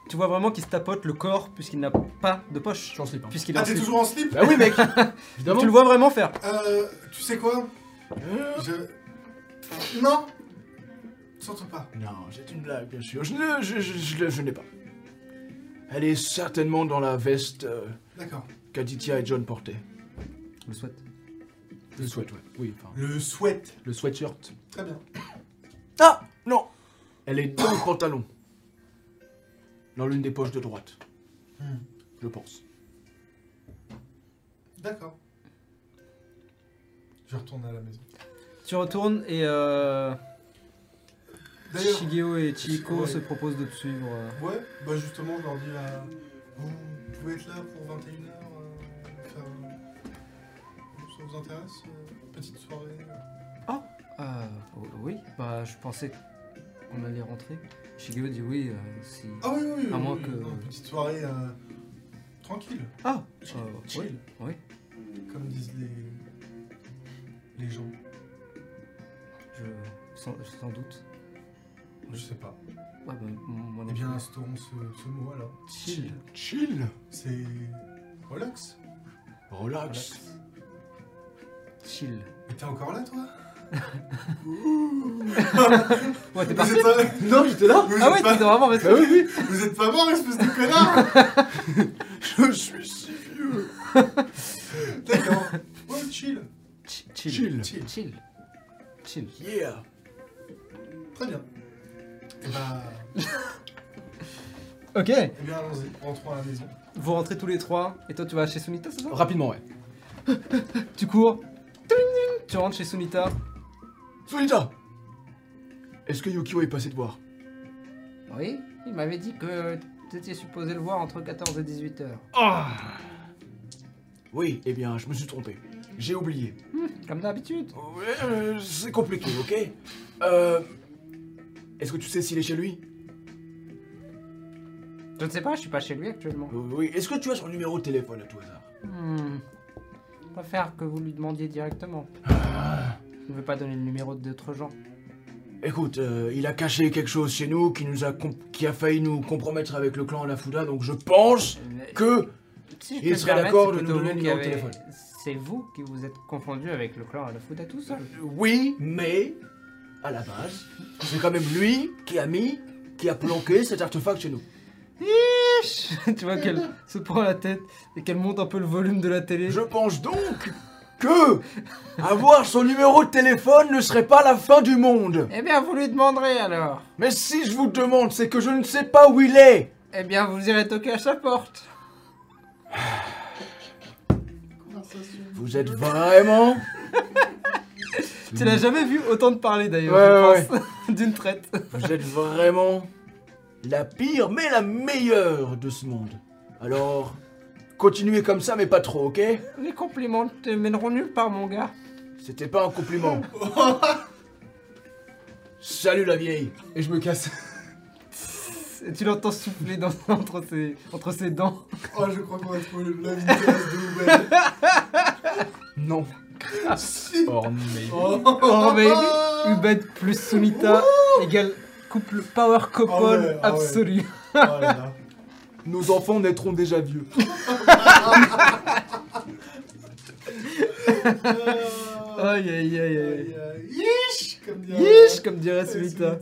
[SPEAKER 1] Tu vois vraiment qu'il se tapote le corps puisqu'il n'a pas de
[SPEAKER 2] Je
[SPEAKER 1] poche.
[SPEAKER 2] suis en slip. hein.
[SPEAKER 1] Puisqu'il est
[SPEAKER 3] Ah,
[SPEAKER 1] en
[SPEAKER 3] t'es
[SPEAKER 1] slip.
[SPEAKER 3] toujours en slip
[SPEAKER 2] Bah oui, mec
[SPEAKER 1] Tu le
[SPEAKER 2] Évidemment
[SPEAKER 1] vois vraiment faire.
[SPEAKER 3] Euh, tu sais quoi
[SPEAKER 7] Euh,
[SPEAKER 3] Je. Non Surtout pas.
[SPEAKER 7] Non, c'est une blague, bien sûr. Je ne je, je, je, je n'ai pas. Elle est certainement dans la veste euh,
[SPEAKER 3] D'accord.
[SPEAKER 7] qu'Aditya et John portaient.
[SPEAKER 1] Je le souhaite.
[SPEAKER 2] Le sweat, ouais. Oui, enfin,
[SPEAKER 3] Le sweat.
[SPEAKER 2] le sweatshirt.
[SPEAKER 3] Très bien.
[SPEAKER 7] Ah Non Elle est dans le pantalon. Dans l'une des poches de droite.
[SPEAKER 3] Hmm.
[SPEAKER 7] Je pense.
[SPEAKER 3] D'accord. Je retourne à la maison.
[SPEAKER 1] Tu retournes et. Euh...
[SPEAKER 3] D'ailleurs-
[SPEAKER 1] Shigeo et Chihiko
[SPEAKER 3] Ouais.
[SPEAKER 1] se proposent de te suivre. euh.
[SPEAKER 3] Ouais, bah justement, je leur dis à. Vous pouvez être là pour 21h euh, faire... Ça vous intéresse euh, Petite soirée euh.
[SPEAKER 1] Euh, oui, bah je pensais qu'on allait rentrer. Shigeo dit oui. euh, si...
[SPEAKER 3] Ah oui, oui, oui,
[SPEAKER 1] À
[SPEAKER 3] oui,
[SPEAKER 1] moins
[SPEAKER 3] oui,
[SPEAKER 1] que-
[SPEAKER 3] non, petite soirée euh, tranquille.
[SPEAKER 1] Ah
[SPEAKER 3] Chill,
[SPEAKER 1] euh, oui,
[SPEAKER 3] chill,
[SPEAKER 1] oui.
[SPEAKER 3] comme disent les. les gens.
[SPEAKER 1] Je... Sans, sans doute.
[SPEAKER 3] Je sais pas.
[SPEAKER 1] Ouais, bah, mon
[SPEAKER 3] Eh bien, instaurons ce, ce mot alors.
[SPEAKER 1] chill.
[SPEAKER 7] Chill
[SPEAKER 3] C'est. relax.
[SPEAKER 7] Relax.
[SPEAKER 1] Chill.
[SPEAKER 3] Mais t'es encore là, toi
[SPEAKER 1] Ouais, t'es
[SPEAKER 3] Vous
[SPEAKER 1] parti.
[SPEAKER 3] êtes pas-
[SPEAKER 1] [laughs]
[SPEAKER 2] Non, j'étais là
[SPEAKER 3] vous
[SPEAKER 1] Ah
[SPEAKER 3] êtes
[SPEAKER 1] ouais,
[SPEAKER 3] pas-
[SPEAKER 1] t'es vraiment resté.
[SPEAKER 2] Bah oui, oui
[SPEAKER 3] Vous êtes pas mort, espèce de connard
[SPEAKER 7] Je suis si vieux
[SPEAKER 3] D'accord. Ouais, chill.
[SPEAKER 1] Ch-
[SPEAKER 7] Chill.
[SPEAKER 3] Chill.
[SPEAKER 1] Chill. Chill.
[SPEAKER 7] Yeah
[SPEAKER 3] Très bien. Eh bah,
[SPEAKER 1] Ok.
[SPEAKER 3] eh bien allons-y, rentrons à la maison.
[SPEAKER 1] Vous rentrez tous les trois et toi tu vas chez Sunita, c'est ça
[SPEAKER 2] Rapidement, ouais.
[SPEAKER 1] Tu cours. Tling, tling. Tu rentres chez Sunita.
[SPEAKER 7] Solita Est-ce que Yukio est passé te voir
[SPEAKER 11] Oui, il m'avait dit que tu étais supposé le voir entre 14 et 18 heures.
[SPEAKER 7] Oui, eh bien, je me suis trompé. J'ai oublié.
[SPEAKER 11] Comme d'habitude.
[SPEAKER 7] Ouais, euh, c'est compliqué, ok Euh... Est-ce que tu sais s'il est chez lui
[SPEAKER 11] Je ne sais pas, je suis pas chez lui actuellement.
[SPEAKER 7] Euh, Oui. Est-ce que tu as son numéro de téléphone à tout hasard
[SPEAKER 11] Hmm. Je préfère que vous lui demandiez directement. Je ne veux pas donner le numéro d'autres gens.
[SPEAKER 7] Écoute, euh, il a caché quelque chose chez nous qui nous a comp- qui a failli nous compromettre avec le clan Alafuda, donc je pense
[SPEAKER 11] Mais-
[SPEAKER 7] que
[SPEAKER 11] si je
[SPEAKER 7] il
[SPEAKER 11] peux me
[SPEAKER 7] serait
[SPEAKER 11] permettre,
[SPEAKER 7] d'accord
[SPEAKER 11] c'est
[SPEAKER 7] de nous
[SPEAKER 11] plutôt
[SPEAKER 7] donner
[SPEAKER 11] vous
[SPEAKER 7] le numéro
[SPEAKER 11] qui
[SPEAKER 7] de
[SPEAKER 11] avez-
[SPEAKER 7] téléphone.
[SPEAKER 11] C'est vous qui vous êtes confondu avec le clan à la foot à tout seul.
[SPEAKER 7] oui, mais à la base, c'est quand même lui qui a mis qui a planqué cet artefact chez nous.
[SPEAKER 11] [laughs]
[SPEAKER 1] tu vois qu'elle se prend la tête et qu'elle monte un peu le volume de la télé.
[SPEAKER 7] Je pense donc que avoir son numéro de téléphone ne serait pas la fin du monde.
[SPEAKER 11] Eh bien, vous lui demanderez alors.
[SPEAKER 7] Mais si je vous demande, c'est que je ne sais pas où il est.
[SPEAKER 11] Eh bien, vous irez toquer à sa porte.
[SPEAKER 7] Vous êtes vraiment Mm.
[SPEAKER 1] Tu l'as jamais vu autant de parler d'ailleurs,
[SPEAKER 2] Ouais,
[SPEAKER 1] je pense,
[SPEAKER 11] [laughs]
[SPEAKER 1] d'une traite.
[SPEAKER 7] Vous êtes vraiment la pire, mais la meilleure de ce monde. Alors, continuez comme ça, mais pas trop, ok
[SPEAKER 1] Les compliments ne te mèneront nulle part, mon gars.
[SPEAKER 7] C'était pas
[SPEAKER 2] [laughs]
[SPEAKER 7] un compliment. Salut la vieille.
[SPEAKER 2] Et je me casse.
[SPEAKER 1] Et tu l'entends souffler dans- [laughs] entre, ses, entre ses dents.
[SPEAKER 3] Oh, je crois qu'on va trouver la vitesse de nouvelle.
[SPEAKER 2] [laughs] Non.
[SPEAKER 12] Oh, mais.
[SPEAKER 3] Oh,
[SPEAKER 1] Oh, baby Ubed plus Sunita égale couple power couple
[SPEAKER 3] Ah ouais, ah ouais.
[SPEAKER 1] absolu.
[SPEAKER 3] oh là là.
[SPEAKER 2] Nos enfants naîtront déjà vieux.
[SPEAKER 3] Ah,
[SPEAKER 1] [laughs] Aïe aïe aïe aïe.
[SPEAKER 3] aïe, aïe. euh, Yish Comme dirait.
[SPEAKER 1] Yish, comme dirait
[SPEAKER 3] euh,
[SPEAKER 1] Sunita.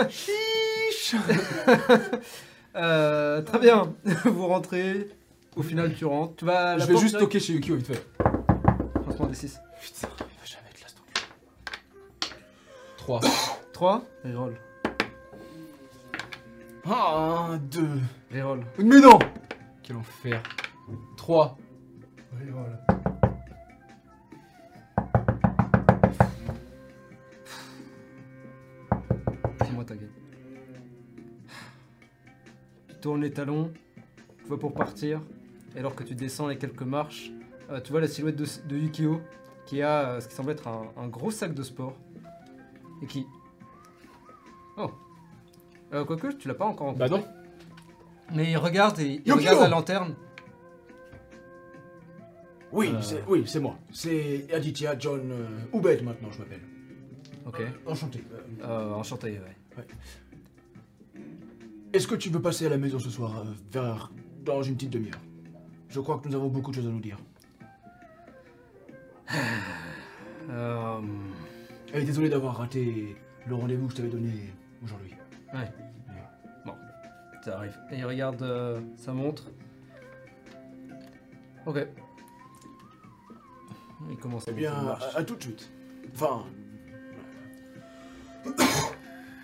[SPEAKER 3] Sunita, hein.
[SPEAKER 1] Euh, très bien, [laughs] vous rentrez. Au final, tu rentres. Tu vas à la
[SPEAKER 2] je vais
[SPEAKER 1] porte
[SPEAKER 2] juste
[SPEAKER 1] direct-
[SPEAKER 2] toquer chez Yuki, vite fait.
[SPEAKER 1] Lancement des 6.
[SPEAKER 7] Il va jamais être là, ce truc.
[SPEAKER 2] 3.
[SPEAKER 1] 3. Reroll.
[SPEAKER 2] Un, deux.
[SPEAKER 1] Reroll.
[SPEAKER 2] Mais non
[SPEAKER 12] Quel enfer.
[SPEAKER 2] 3.
[SPEAKER 3] Oui, voilà.
[SPEAKER 1] C'est moi ta gueule. Tu tournes les talons, tu vas pour partir, et alors que tu descends les quelques marches, euh, tu vois la silhouette de, de Yukio qui a euh, ce qui semble être un, un gros sac de sport et qui. Oh euh, Quoique, tu l'as pas encore rencontré.
[SPEAKER 2] Bah non.
[SPEAKER 1] Mais il regarde et il
[SPEAKER 7] Yukio
[SPEAKER 1] regarde la lanterne.
[SPEAKER 7] Oui,
[SPEAKER 1] Euh.
[SPEAKER 7] c'est oui, c'est moi. C'est Aditya John euh, Ubed maintenant, je m'appelle.
[SPEAKER 1] Ok.
[SPEAKER 7] Enchanté. Euh,
[SPEAKER 1] Euh, enchanté, ouais.
[SPEAKER 7] Est-ce que tu veux passer à la maison ce soir euh, vers dans une petite demi-heure Je crois que nous avons beaucoup de choses à nous dire.
[SPEAKER 1] Euh,
[SPEAKER 7] Et Eh, désolé d'avoir raté le rendez-vous que je t'avais donné aujourd'hui.
[SPEAKER 1] ça arrive. Et il regarde euh, sa montre. Ok. Il commence à
[SPEAKER 7] Eh bien,
[SPEAKER 1] monter une
[SPEAKER 7] à,
[SPEAKER 1] marche.
[SPEAKER 7] à tout de suite. Enfin,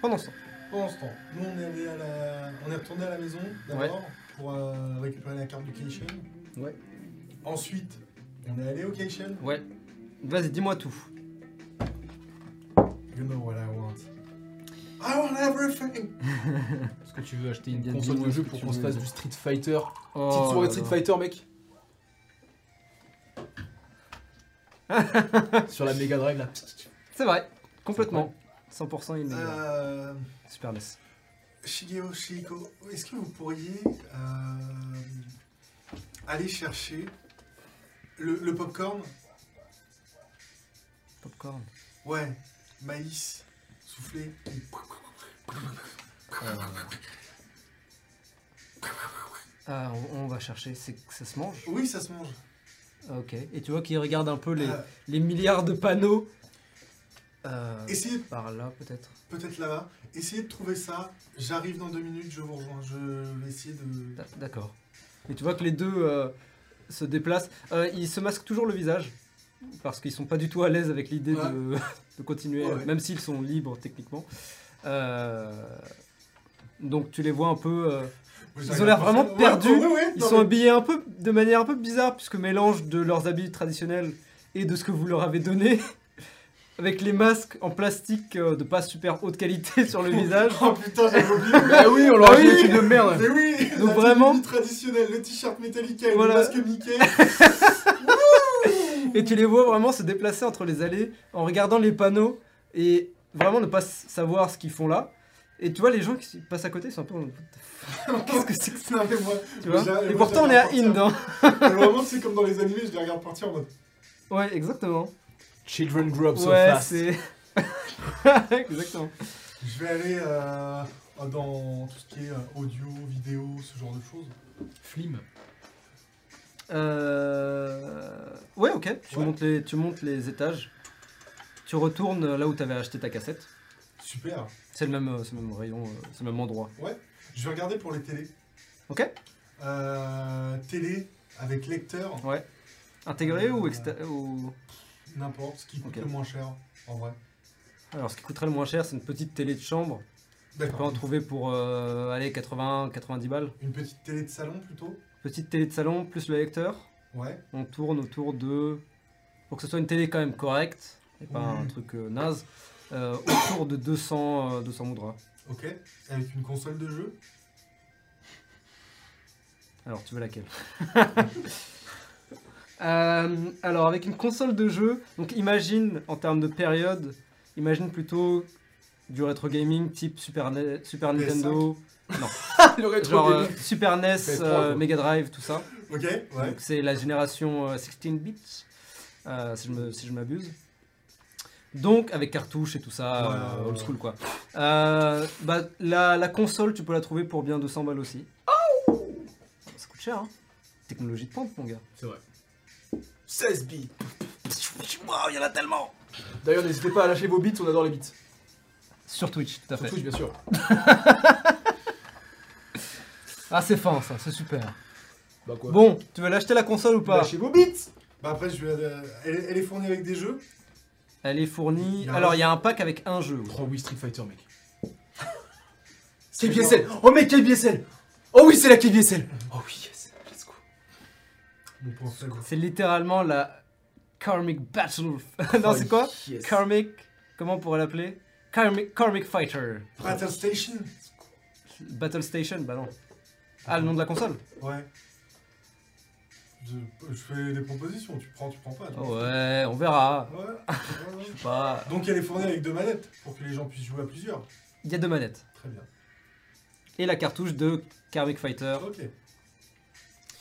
[SPEAKER 1] Pendant ce temps.
[SPEAKER 3] Pendant ce temps, nous on est, allés à la- on est retourné à la maison d'abord pour euh, récupérer la carte du Keishen.
[SPEAKER 1] Ouais.
[SPEAKER 3] Ensuite, on est allé au Keishen.
[SPEAKER 1] Ouais. Vas-y, dis-moi tout.
[SPEAKER 3] You know what I want. I want everything!
[SPEAKER 12] Est-ce que tu veux acheter
[SPEAKER 1] Eh
[SPEAKER 12] une
[SPEAKER 1] bien,
[SPEAKER 12] console
[SPEAKER 1] dis-moi
[SPEAKER 12] de jeu
[SPEAKER 1] ce que
[SPEAKER 12] pour
[SPEAKER 1] tu
[SPEAKER 12] qu'on se
[SPEAKER 1] veux.
[SPEAKER 12] fasse
[SPEAKER 2] Passe du Street Fighter.
[SPEAKER 1] Oh
[SPEAKER 2] Petite soirée
[SPEAKER 1] là
[SPEAKER 2] Street
[SPEAKER 1] là.
[SPEAKER 2] Fighter, mec. [laughs] Sur la Mega Drive, là.
[SPEAKER 1] C'est vrai, complètement. 100% il est
[SPEAKER 3] Euh,
[SPEAKER 1] Super NES.
[SPEAKER 3] Shigeo Shiko, est-ce que vous pourriez euh, aller chercher le, le popcorn?
[SPEAKER 1] Popcorn.
[SPEAKER 3] Ouais, maïs, soufflé.
[SPEAKER 1] Euh. Ah, on, on va chercher, c'est que ça se mange
[SPEAKER 3] Oui, ça se mange.
[SPEAKER 1] Ah, Ok. Et tu vois qu'il regarde un peu les,
[SPEAKER 3] Euh,
[SPEAKER 1] les milliards de panneaux. Euh,
[SPEAKER 3] essayez de
[SPEAKER 1] par là peut-être.
[SPEAKER 3] Peut-être là-bas. Essayez de trouver ça. J'arrive dans deux minutes, je vous rejoins. Je vais essayer de.
[SPEAKER 1] D'ac- D'accord. Et tu vois que les deux euh, se déplacent. Euh, ils se masquent toujours le visage. Parce qu'ils sont pas du tout à l'aise avec l'idée de, [laughs] de continuer,
[SPEAKER 3] Ouais, ouais.
[SPEAKER 1] même s'ils sont libres techniquement. Euh, donc tu les vois un peu. euh, Ils ont l'air vraiment
[SPEAKER 3] Ouais,
[SPEAKER 1] perdus.
[SPEAKER 3] ouais, ouais,
[SPEAKER 1] Ils
[SPEAKER 3] non,
[SPEAKER 1] sont
[SPEAKER 3] mais-
[SPEAKER 1] habillés un peu de manière un peu bizarre puisque mélange de leurs habits traditionnels et de ce que vous leur avez donné [laughs] avec les masques en plastique euh, de pas super haute qualité [laughs] sur
[SPEAKER 2] [laughs]
[SPEAKER 1] le visage.
[SPEAKER 3] Oh putain,
[SPEAKER 1] [laughs]
[SPEAKER 3] j'avais oublié.
[SPEAKER 2] Bah oui, on leur
[SPEAKER 1] Ah
[SPEAKER 2] a dit
[SPEAKER 1] oui.
[SPEAKER 2] des trucs de merde.
[SPEAKER 3] Mais oui
[SPEAKER 1] Donc
[SPEAKER 3] la
[SPEAKER 1] vraiment-
[SPEAKER 3] tenue traditionnelle, le t-shirt Metallica et
[SPEAKER 1] Voilà.
[SPEAKER 3] le masque Mickey.
[SPEAKER 1] Et tu les vois vraiment se déplacer entre les allées en regardant les panneaux et vraiment ne pas s- savoir ce qu'ils font là. Et tu vois les gens qui passent à côté ils sont un peu en
[SPEAKER 3] [laughs]
[SPEAKER 1] mode, [laughs] What the fuck, qu'est-ce que [laughs] c'est que ça
[SPEAKER 3] Non, mais moi,
[SPEAKER 1] tu vois
[SPEAKER 3] Déjà,
[SPEAKER 1] Et
[SPEAKER 3] moi,
[SPEAKER 1] pourtant on est à
[SPEAKER 3] j'adore
[SPEAKER 1] Inde. hein.
[SPEAKER 3] mais vraiment, c'est comme dans les animés, je les regarde partir en mode.
[SPEAKER 1] Ouais exactement.
[SPEAKER 2] Children grow up so
[SPEAKER 1] ouais
[SPEAKER 2] fast.
[SPEAKER 1] c'est [laughs] exactement.
[SPEAKER 3] Je vais aller euh, dans tout ce qui est euh, audio, vidéo, ce genre de choses.
[SPEAKER 2] [laughs]
[SPEAKER 12] Flim.
[SPEAKER 1] Euh... Ouais, ok. Tu,
[SPEAKER 3] Ouais.
[SPEAKER 1] Montes les, tu montes les étages. Tu retournes là où tu avais acheté ta cassette.
[SPEAKER 3] Super.
[SPEAKER 1] C'est le même, euh, c'est le même rayon, euh, c'est le même endroit.
[SPEAKER 3] Je vais regarder pour les télés.
[SPEAKER 1] Ok.
[SPEAKER 3] Euh, télé avec lecteur,
[SPEAKER 1] Intégré ou,
[SPEAKER 3] Euh,
[SPEAKER 1] exté- ou-
[SPEAKER 3] n'importe, ce qui coûte
[SPEAKER 1] Ok.
[SPEAKER 3] le moins cher, en vrai.
[SPEAKER 1] Alors, ce qui coûterait le moins cher, c'est une petite télé de chambre. Tu peux en
[SPEAKER 3] D'accord.
[SPEAKER 1] trouver pour euh, aller 80-90 balles.
[SPEAKER 3] Une petite télé de salon plutôt
[SPEAKER 1] Petite télé de salon plus le lecteur.
[SPEAKER 3] Ouais.
[SPEAKER 1] on tourne autour de. Pour que ce soit une télé quand même correcte, et pas un truc euh, naze, euh, autour de 200, euh, 200 moudras.
[SPEAKER 3] Ok. Avec une console de jeu.
[SPEAKER 1] Alors, tu veux
[SPEAKER 2] [laughs]
[SPEAKER 1] laquelle Euh, Alors, avec une console de jeu, donc imagine en termes de période, imagine plutôt du rétro gaming type Super, Ne- Super
[SPEAKER 3] PS5.
[SPEAKER 1] Nintendo,
[SPEAKER 2] Le rétro
[SPEAKER 1] genre euh,
[SPEAKER 2] gaming.
[SPEAKER 1] Super NES,
[SPEAKER 2] PS3,
[SPEAKER 1] euh,
[SPEAKER 2] quoi.
[SPEAKER 1] Mega Drive, tout ça.
[SPEAKER 3] Ok. Ouais.
[SPEAKER 1] Donc, c'est la génération euh, 16 bits, euh, si je me- si je m'abuse. Donc avec cartouche et tout ça,
[SPEAKER 3] Ouais,
[SPEAKER 1] euh,
[SPEAKER 3] ouais,
[SPEAKER 1] old
[SPEAKER 3] ouais.
[SPEAKER 1] school quoi. Euh, bah, la, la console, tu peux la trouver pour bien 200 balles aussi.
[SPEAKER 3] Oh
[SPEAKER 1] Ça coûte cher, hein. Technologie de pointe, mon gars.
[SPEAKER 2] C'est vrai.
[SPEAKER 7] 16 billes. Waouh, il y en a tellement.
[SPEAKER 2] D'ailleurs, n'hésitez pas à lâcher vos beats, on adore les beats.
[SPEAKER 1] Sur Twitch, tout à
[SPEAKER 2] Sur
[SPEAKER 1] fait.
[SPEAKER 2] Twitch, bien sûr.
[SPEAKER 1] Ah, c'est fin ça, c'est super.
[SPEAKER 2] Bah quoi
[SPEAKER 1] Bon, tu veux l'acheter la console ou pas
[SPEAKER 2] Lâchez vos beats
[SPEAKER 3] Bah après, je vais. euh, elle, elle est fournie avec des jeux.
[SPEAKER 1] Elle est fournie.
[SPEAKER 3] Il y a un
[SPEAKER 1] Alors,
[SPEAKER 3] jeu.
[SPEAKER 1] il y a un pack avec un jeu.
[SPEAKER 2] Prends oui Street Fighter, mec.
[SPEAKER 7] KBSL. Oh mec, KBSL. Oh oui, c'est la KBSL.
[SPEAKER 2] Oh oui, yes, let's go.
[SPEAKER 3] Mon point faible.
[SPEAKER 1] C'est littéralement la Karmic Battle. [laughs]
[SPEAKER 3] Oh,
[SPEAKER 1] non,
[SPEAKER 2] Oh
[SPEAKER 1] c'est quoi
[SPEAKER 7] yes.
[SPEAKER 1] Karmic. Comment on pourrait l'appeler Karmic, Karmic Fighter.
[SPEAKER 3] Battle Station.
[SPEAKER 1] Battle Station, bah non. Ah, le nom de la console
[SPEAKER 3] Ouais. Je, je fais des propositions. Tu prends, tu prends pas. tu vois.
[SPEAKER 1] Oh, Ouais, on verra. Bah,
[SPEAKER 3] Ouais, ouais, ouais.
[SPEAKER 1] Pas...
[SPEAKER 3] Donc elle est fournie avec deux manettes pour que les gens puissent jouer à plusieurs.
[SPEAKER 1] Il y a deux manettes.
[SPEAKER 3] Très bien.
[SPEAKER 1] Et la cartouche de Karmic Fighter.
[SPEAKER 3] Ok. Et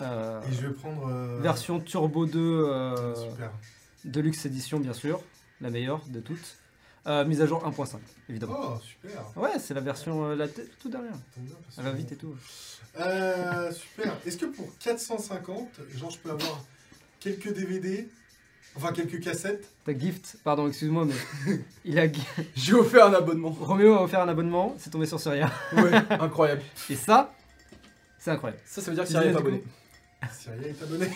[SPEAKER 1] euh,
[SPEAKER 3] je vais prendre. euh,
[SPEAKER 1] version Turbo 2 euh,
[SPEAKER 3] Super.
[SPEAKER 1] Deluxe Edition, bien sûr. La meilleure de toutes. Euh, mise à jour 1.5, évidemment.
[SPEAKER 3] Oh, super.
[SPEAKER 1] Ouais, c'est la version euh, la t- tout dernière.
[SPEAKER 3] Attends bien, parce
[SPEAKER 1] Elle va
[SPEAKER 3] que-
[SPEAKER 1] vite et tout.
[SPEAKER 3] Euh, super. Est-ce que pour 450, genre, je peux avoir quelques DVD, enfin quelques cassettes
[SPEAKER 1] Ta gift, pardon, excuse-moi, mais [laughs] il a gi-
[SPEAKER 2] J'ai offert un abonnement.
[SPEAKER 1] Roméo a offert un abonnement, c'est tombé sur Syria.
[SPEAKER 2] Ouais, [laughs] incroyable.
[SPEAKER 1] Et ça, c'est incroyable.
[SPEAKER 2] Ça, ça veut dire que
[SPEAKER 1] Vous
[SPEAKER 2] Cyril est
[SPEAKER 1] êtes
[SPEAKER 2] pas abonné.
[SPEAKER 3] Syria est abonné.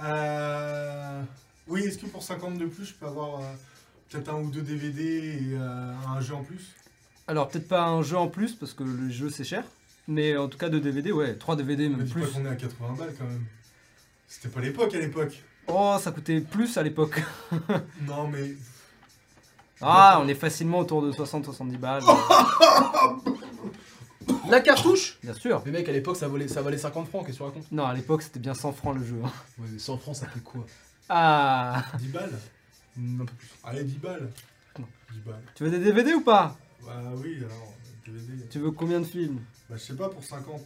[SPEAKER 3] Euh, Oui, est-ce que pour 50 de plus, je peux avoir euh, peut-être un ou deux DVD et euh, un jeu en plus
[SPEAKER 1] Alors peut-être pas un jeu en plus parce que le jeu c'est cher, mais en tout cas deux DVD, ouais, trois DVD
[SPEAKER 3] Ne
[SPEAKER 1] même
[SPEAKER 3] dis pas
[SPEAKER 1] plus.
[SPEAKER 3] qu'on est à 80 balles quand même. C'était pas l'époque à l'époque.
[SPEAKER 1] Oh, ça coûtait plus à l'époque.
[SPEAKER 3] Non, mais.
[SPEAKER 1] Ah, on est facilement autour de 60-70 balles.
[SPEAKER 2] La cartouche
[SPEAKER 1] Bien sûr.
[SPEAKER 2] Mais mec, à l'époque, ça valait, ça valait 50 francs, qu'est-ce que tu racontes
[SPEAKER 1] Non, à l'époque c'était bien 100 francs le jeu. hein. Ah,
[SPEAKER 2] Ouais, mais 100 francs, ça fait quoi
[SPEAKER 3] 10 balles
[SPEAKER 2] Mm, Un peu plus.
[SPEAKER 3] Allez, 10 balles.
[SPEAKER 1] Non.
[SPEAKER 3] 10 balles.
[SPEAKER 1] Ah, tu veux des DVD ou pas
[SPEAKER 3] Bah oui, alors, DVD.
[SPEAKER 1] Tu veux combien de films
[SPEAKER 3] Bah, je sais pas pour 50.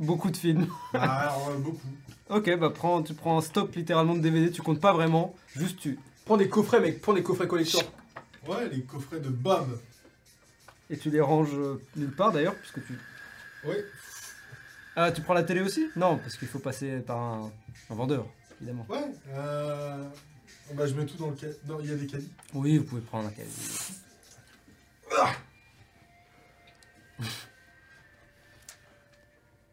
[SPEAKER 1] Beaucoup de films. [laughs]
[SPEAKER 3] Bah, alors, euh, beaucoup.
[SPEAKER 1] Ok, bah prends, tu prends un stock littéralement de DVD, tu comptes pas vraiment, juste tu
[SPEAKER 2] Prends des coffrets, mec, prends des coffrets collector.
[SPEAKER 3] Ouais, les coffrets de Bob.
[SPEAKER 1] et tu les ranges euh, nulle part d'ailleurs puisque tu.
[SPEAKER 3] Ouais.
[SPEAKER 1] Ah, tu prends la télé aussi Non, parce qu'il faut passer par un, un vendeur, évidemment.
[SPEAKER 3] Ouais. Euh... Bah, je mets tout dans le caddie. Non, il y a des caddies.
[SPEAKER 1] Oui, vous pouvez prendre un casier.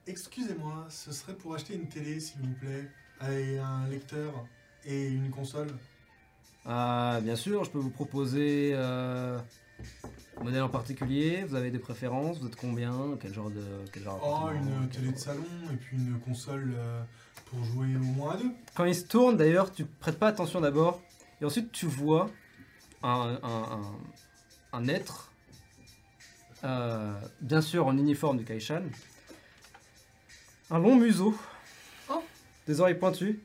[SPEAKER 3] Excusez-moi, ce serait pour acheter une télé, s'il vous plaît, et un lecteur et une console.
[SPEAKER 1] Ah, bien sûr, je peux vous proposer euh, un modèle en particulier. Vous avez des préférences Vous êtes combien Quel genre de. Quel genre
[SPEAKER 3] Oh,
[SPEAKER 1] d'appartement
[SPEAKER 3] une
[SPEAKER 1] Quel
[SPEAKER 3] télé de
[SPEAKER 1] genre-
[SPEAKER 3] salon et puis une console euh, pour jouer au moins à deux.
[SPEAKER 1] Quand il se tourne, d'ailleurs, tu prêtes pas attention d'abord. Et ensuite, tu vois un, un- un- un être, euh, bien sûr en uniforme du Kaishan, un long museau, des oreilles pointues.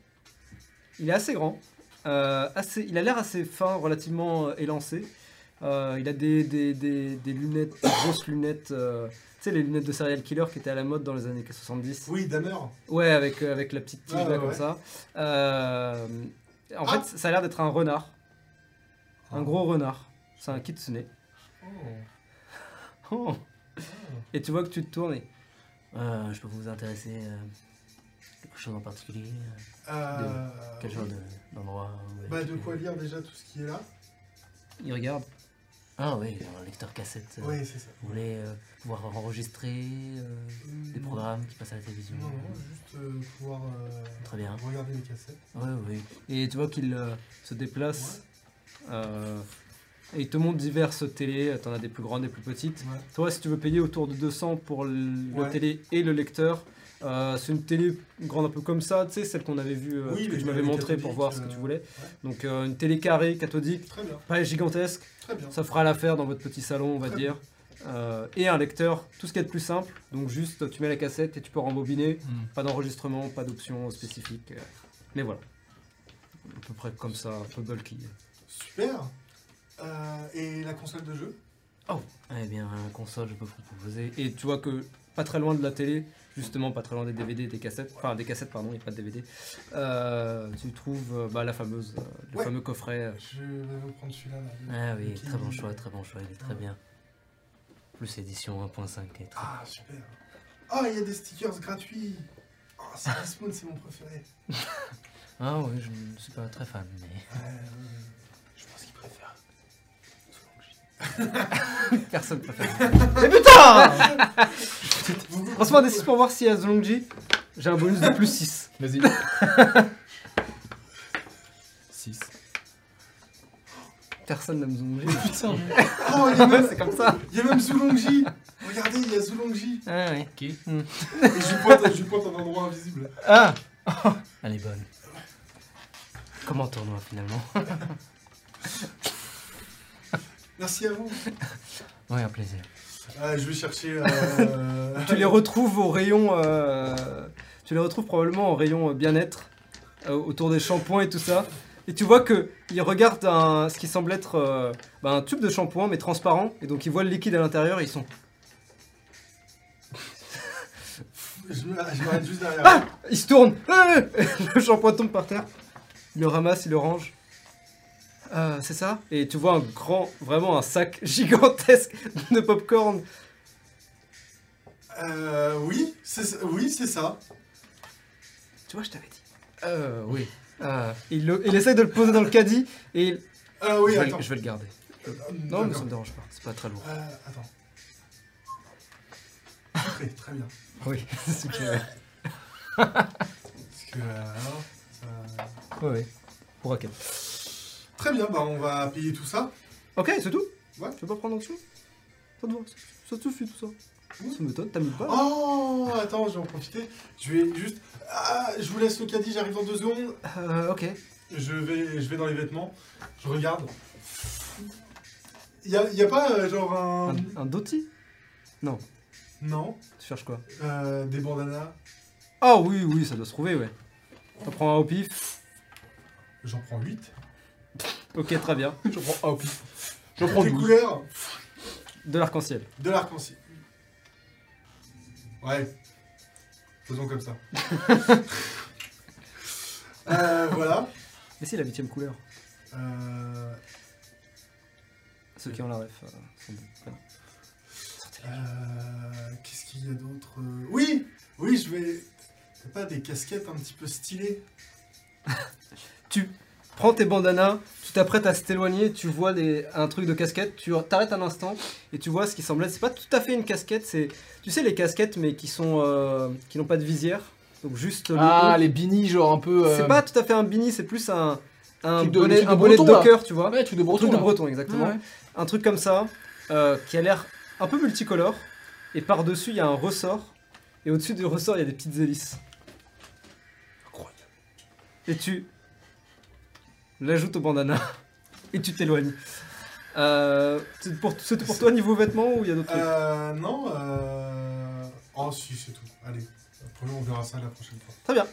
[SPEAKER 1] Il est assez grand, euh, assez, il a l'air assez fin, relativement euh, élancé. Euh, il a des, des- des- des lunettes, des grosses lunettes, euh, tu sais, les lunettes de serial killer qui étaient à la mode dans les années 70.
[SPEAKER 3] Oui, Damer.
[SPEAKER 1] Ouais, avec, euh, avec la petite tige
[SPEAKER 3] Ah,
[SPEAKER 1] là,
[SPEAKER 3] ouais,
[SPEAKER 1] comme
[SPEAKER 3] ouais.
[SPEAKER 1] ça. Euh, en
[SPEAKER 3] Ah.
[SPEAKER 1] fait, ça a l'air d'être un renard. Un gros renard. C'est un kitsune.
[SPEAKER 3] Oh.
[SPEAKER 1] [laughs] Oh. Et tu vois que tu te tournes et... Euh, je peux vous intéresser euh, quelque chose en particulier euh,
[SPEAKER 3] Euh,
[SPEAKER 1] Quel genre de- d'endroit vous
[SPEAKER 3] Bah,
[SPEAKER 1] avez-
[SPEAKER 3] de quoi lire déjà tout ce qui est là
[SPEAKER 1] Il regarde.
[SPEAKER 13] Ah oui, un lecteur cassette. euh,
[SPEAKER 3] Oui, c'est ça.
[SPEAKER 13] Vous voulez euh, pouvoir enregistrer euh, des programmes qui passent à la télévision
[SPEAKER 3] Non, non, juste euh, pouvoir euh,
[SPEAKER 13] Très bien.
[SPEAKER 3] regarder les cassettes.
[SPEAKER 13] Oui, oui.
[SPEAKER 1] Et tu vois qu'il euh, se déplace. euh, et il te montre diverses télés. T'en as des plus grandes, des plus petites.
[SPEAKER 3] Ouais.
[SPEAKER 1] Toi, si tu veux payer autour de 200 pour le, la
[SPEAKER 3] Ouais.
[SPEAKER 1] télé et le lecteur, Euh, c'est une télé grande un peu comme ça, tu sais, celle qu'on avait vue, euh,
[SPEAKER 3] Oui,
[SPEAKER 1] que
[SPEAKER 3] les
[SPEAKER 1] je m'avais
[SPEAKER 3] télés
[SPEAKER 1] montrée pour
[SPEAKER 3] cathodiques,
[SPEAKER 1] voir ce que
[SPEAKER 3] euh,
[SPEAKER 1] tu voulais. Donc euh, une télé carrée, cathodique,
[SPEAKER 3] Très bien,
[SPEAKER 1] pas gigantesque,
[SPEAKER 3] très bien.
[SPEAKER 1] ça fera l'affaire dans votre petit salon, on va
[SPEAKER 3] Très
[SPEAKER 1] dire. Euh, et un lecteur, tout ce qui est de plus simple. Donc juste, tu mets la cassette et tu peux rembobiner.
[SPEAKER 3] Hmm.
[SPEAKER 1] Pas d'enregistrement, pas d'option spécifique. euh, Mais voilà. À peu près comme ça, un peu bulky.
[SPEAKER 3] Super. Euh, et la console de jeu
[SPEAKER 13] Eh bien, la console, je peux vous proposer.
[SPEAKER 1] Et tu vois que pas très loin de la télé, justement pas très loin des DVD, des cassettes, enfin des cassettes pardon, et pas de DVD, euh, tu trouves euh, bah, la fameuse, euh, le
[SPEAKER 3] Ouais.
[SPEAKER 1] fameux coffret, euh,
[SPEAKER 3] Je vais vous prendre celui-là. là, le-
[SPEAKER 13] Ah oui,
[SPEAKER 3] le petit-
[SPEAKER 13] très bon choix, très bon choix, il est très bien. Plus édition 1.5 qui est très-
[SPEAKER 3] Ah, super. Ah, il y a des stickers gratuits. Oh, Space Moon, c'est mon préféré.
[SPEAKER 13] Ah oui, je ne suis pas très fan, mais
[SPEAKER 3] Euh,
[SPEAKER 2] Je pense qu'il préfère.
[SPEAKER 1] [laughs] personne préfère. [laughs] Mais putain
[SPEAKER 3] vous- vous-
[SPEAKER 1] Franchement, des 6 pour voir si à Zolongji, j'ai un bonus de plus 6.
[SPEAKER 2] [laughs] Vas-y. 6.
[SPEAKER 1] Personne n'aime [laughs] Zolongji.
[SPEAKER 2] Putain.
[SPEAKER 3] Oh,
[SPEAKER 1] [laughs]
[SPEAKER 3] il y a même-
[SPEAKER 1] C'est comme ça.
[SPEAKER 3] il y a même Zulongji. Regardez, il y a Zulongji.
[SPEAKER 13] Ah oui.
[SPEAKER 3] Et je pointe, je pointe un endroit invisible.
[SPEAKER 1] Ah
[SPEAKER 13] Elle est bonne. Comment tournoi finalement
[SPEAKER 3] Merci à vous.
[SPEAKER 13] Oui, un plaisir.
[SPEAKER 3] Ah, je vais chercher. euh,
[SPEAKER 1] [laughs] Tu les retrouves au rayon. euh, tu les retrouves probablement au rayon euh, bien-être, euh, autour des shampoings et tout ça. Et tu vois que il regarde un, ce qui semble être euh, bah, un tube de shampoing, mais transparent. Et donc ils voient le liquide à l'intérieur et ils sont.
[SPEAKER 3] Je me- je m'arrête juste derrière.
[SPEAKER 1] Ils se tournent [laughs] Ah Le shampoing tombe par terre. Il le ramasse, il le range. Euh, c'est ça Et tu vois un grand, vraiment un sac [laughs] gigantesque de popcorn.
[SPEAKER 3] Euh, oui, c'est ça- oui, c'est ça.
[SPEAKER 1] Tu vois, je t'avais dit. Euh, oui. Euh, il, le- il essaye de le poser dans le caddie et il-
[SPEAKER 3] Euh, oui,
[SPEAKER 1] je,
[SPEAKER 3] attends.
[SPEAKER 1] vais, je vais le garder.
[SPEAKER 3] Euh,
[SPEAKER 1] Non, mais ça
[SPEAKER 3] d'accord.
[SPEAKER 1] me dérange pas, c'est pas très lourd.
[SPEAKER 3] Euh, attends. Ok, très bien.
[SPEAKER 1] Ah Oui, [laughs] c'est ce que
[SPEAKER 3] Parce que, euh, alors, ça-
[SPEAKER 1] Ouais, ouais. Pour raquette.
[SPEAKER 3] Très bien, bah on va payer tout ça.
[SPEAKER 1] Ok, c'est tout
[SPEAKER 3] Ouais.
[SPEAKER 1] Tu veux pas prendre en dessous Ça te va, ça te suffit tout ça.
[SPEAKER 3] Oui.
[SPEAKER 1] Ça m'étonne, t'as mis pas
[SPEAKER 3] Oh, attends, je vais en profiter. Je vais juste. Ah, je vous laisse le caddie, j'arrive dans deux secondes.
[SPEAKER 1] Euh, ok.
[SPEAKER 3] Je vais, je vais dans les vêtements. Je regarde. Y a, y a pas euh, genre un.
[SPEAKER 1] Un, un doti
[SPEAKER 3] Non,
[SPEAKER 1] Tu cherches quoi
[SPEAKER 3] euh, des bandanas.
[SPEAKER 1] Ah oui, oui, ça doit se trouver, ouais. T'en prends un au pif.
[SPEAKER 3] J'en prends 8.
[SPEAKER 1] Ok, très bien.
[SPEAKER 2] [laughs] J'en prends. Ah, ok. J'en prends
[SPEAKER 3] des
[SPEAKER 2] 12.
[SPEAKER 3] couleurs
[SPEAKER 1] De l'arc-en-ciel.
[SPEAKER 3] de l'arc-en-ciel. Ouais. Faisons
[SPEAKER 1] [laughs]
[SPEAKER 3] comme ça. Euh, voilà.
[SPEAKER 1] Mais c'est la huitième couleur.
[SPEAKER 3] Euh,
[SPEAKER 1] Ceux qui ont la ref. euh, sont bons. Voilà.
[SPEAKER 3] Euh, Qu'est-ce qu'il y a d'autre Euh, Oui Oui, je vais. T'as pas des casquettes un petit peu stylées
[SPEAKER 1] Tu prends tes bandanas, tu t'apprêtes à s'éloigner, tu vois des- un truc de casquette, tu t'arrêtes un instant et tu vois ce qui semble être. C'est pas tout à fait une casquette, c'est. Tu sais, les casquettes, mais qui sont. euh, qui n'ont pas de visière. Donc juste. le
[SPEAKER 2] Ah,
[SPEAKER 1] haut.
[SPEAKER 2] les beanies, genre un peu. euh,
[SPEAKER 1] C'est pas tout à fait un beanie, c'est plus un. Un
[SPEAKER 2] Truc de-
[SPEAKER 1] bonnet,
[SPEAKER 2] truc de
[SPEAKER 1] un bonnet de
[SPEAKER 2] breton, là.
[SPEAKER 1] docker, tu vois.
[SPEAKER 2] Ouais, truc de
[SPEAKER 1] Un
[SPEAKER 2] breton.
[SPEAKER 1] truc de
[SPEAKER 2] là. Ah.
[SPEAKER 1] breton, exactement.
[SPEAKER 2] Ouais, ouais.
[SPEAKER 1] Un truc comme ça, euh, qui a l'air un peu multicolore. Et par-dessus, il y a un ressort. Et au-dessus du ressort, il y a des petites hélices.
[SPEAKER 2] Incroyable.
[SPEAKER 1] Et tu l'ajoutes au bandana. [laughs] Et tu t'éloignes. Euh, c'est pour, c'est pour toi niveau vêtements ou il y a d'autres trucs
[SPEAKER 3] Euh. Non, euh. Oh, si, c'est tout. Allez. Après, on verra ça la prochaine fois.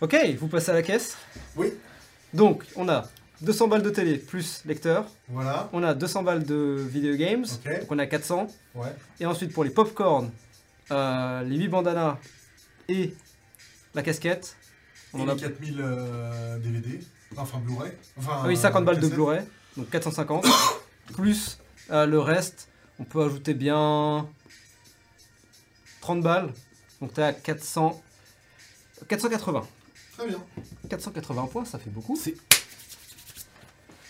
[SPEAKER 1] Ok, vous passez à la caisse.
[SPEAKER 3] Oui.
[SPEAKER 1] Donc, on a 200 balles de télé plus lecteur.
[SPEAKER 3] Voilà.
[SPEAKER 1] On a 200 balles de video games.
[SPEAKER 3] Ok.
[SPEAKER 1] Donc on a 400.
[SPEAKER 3] Ouais.
[SPEAKER 1] Et ensuite, pour les popcorn, euh, les 8 bandanas et la casquette, on
[SPEAKER 3] On
[SPEAKER 1] en a
[SPEAKER 3] a 4000 euh, DVD. Enfin, Blu-ray. Enfin.
[SPEAKER 1] ah oui, 50 balles de
[SPEAKER 3] cassette.
[SPEAKER 1] Blu-ray, donc 450. [coughs] plus euh, le reste, on peut ajouter bien 30 balles. Donc t'es à 400... 480.
[SPEAKER 3] Très bien.
[SPEAKER 1] 480 points, ça fait beaucoup. C'est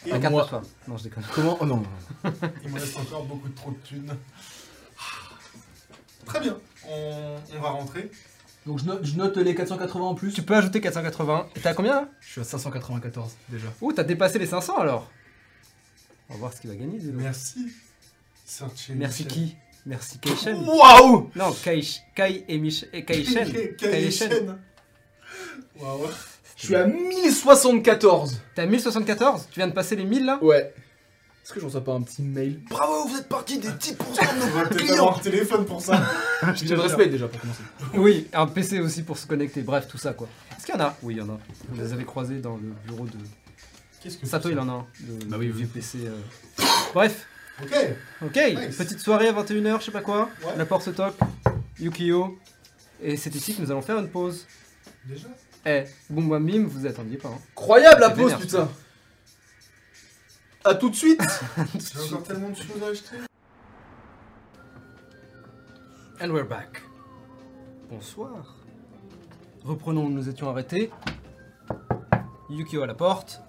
[SPEAKER 3] Et
[SPEAKER 1] la carte
[SPEAKER 2] moi-
[SPEAKER 1] de soir. Non, je déconne.
[SPEAKER 2] Comment Oh non.
[SPEAKER 3] Il me reste encore beaucoup trop de thunes. Ah. Très bien. On, on va rentrer.
[SPEAKER 2] Donc je note, je note les 480 en plus.
[SPEAKER 1] Tu peux ajouter 480. Et t'es à combien là
[SPEAKER 2] Je suis à 594 déjà.
[SPEAKER 1] Ouh, t'as dépassé les 500 alors. On va voir ce qu'il va gagner. dis donc.
[SPEAKER 3] Merci. Search et
[SPEAKER 1] Merci
[SPEAKER 3] [laughs] Michel.
[SPEAKER 1] qui Merci Kaishen.
[SPEAKER 7] Waouh
[SPEAKER 1] Non, Kaish- Kai et Mich- et Kaishen. Kaishen.
[SPEAKER 3] Kaïchen. Waouh.
[SPEAKER 2] Je suis à 1074.
[SPEAKER 1] T'as 1074 Tu viens de passer les
[SPEAKER 3] [laughs]
[SPEAKER 1] 1000 là
[SPEAKER 2] Ouais. Est-ce que je reçois pas un petit mail
[SPEAKER 7] Bravo, vous êtes parti des 10%
[SPEAKER 3] On
[SPEAKER 7] de
[SPEAKER 3] va
[SPEAKER 7] nos
[SPEAKER 3] peut-être
[SPEAKER 7] clients
[SPEAKER 3] avoir un téléphone pour ça.
[SPEAKER 2] J'ai de respect déjà pour commencer.
[SPEAKER 1] Oui, un PC aussi pour se connecter, bref, tout ça quoi. Est-ce qu'il y en a Oui, il y en a. Vous les avez croisés dans le bureau de.
[SPEAKER 3] Qu'est-ce que
[SPEAKER 1] Sato,
[SPEAKER 3] c'est
[SPEAKER 1] il en a un. de-
[SPEAKER 7] Bah oui,
[SPEAKER 1] de
[SPEAKER 7] oui.
[SPEAKER 1] vieux PC. euh. Bref,
[SPEAKER 3] Ok.
[SPEAKER 1] ok,
[SPEAKER 3] Nice.
[SPEAKER 1] petite soirée à 21h, je sais pas quoi.
[SPEAKER 3] Ouais.
[SPEAKER 1] La porte se toque, Yukio. Et c'est ici que nous allons faire une pause.
[SPEAKER 3] Déjà.
[SPEAKER 1] Eh, boum bam bim, vous attendiez pas. hein.
[SPEAKER 2] Incroyable la
[SPEAKER 1] C'est
[SPEAKER 2] pause,
[SPEAKER 1] vénère,
[SPEAKER 2] putain. À tout de [laughs] suite.
[SPEAKER 3] J'ai encore
[SPEAKER 1] [laughs]
[SPEAKER 3] tellement de choses à acheter.
[SPEAKER 1] And we're back. Bonsoir. Reprenons où nous étions arrêtés. Yukio à la porte.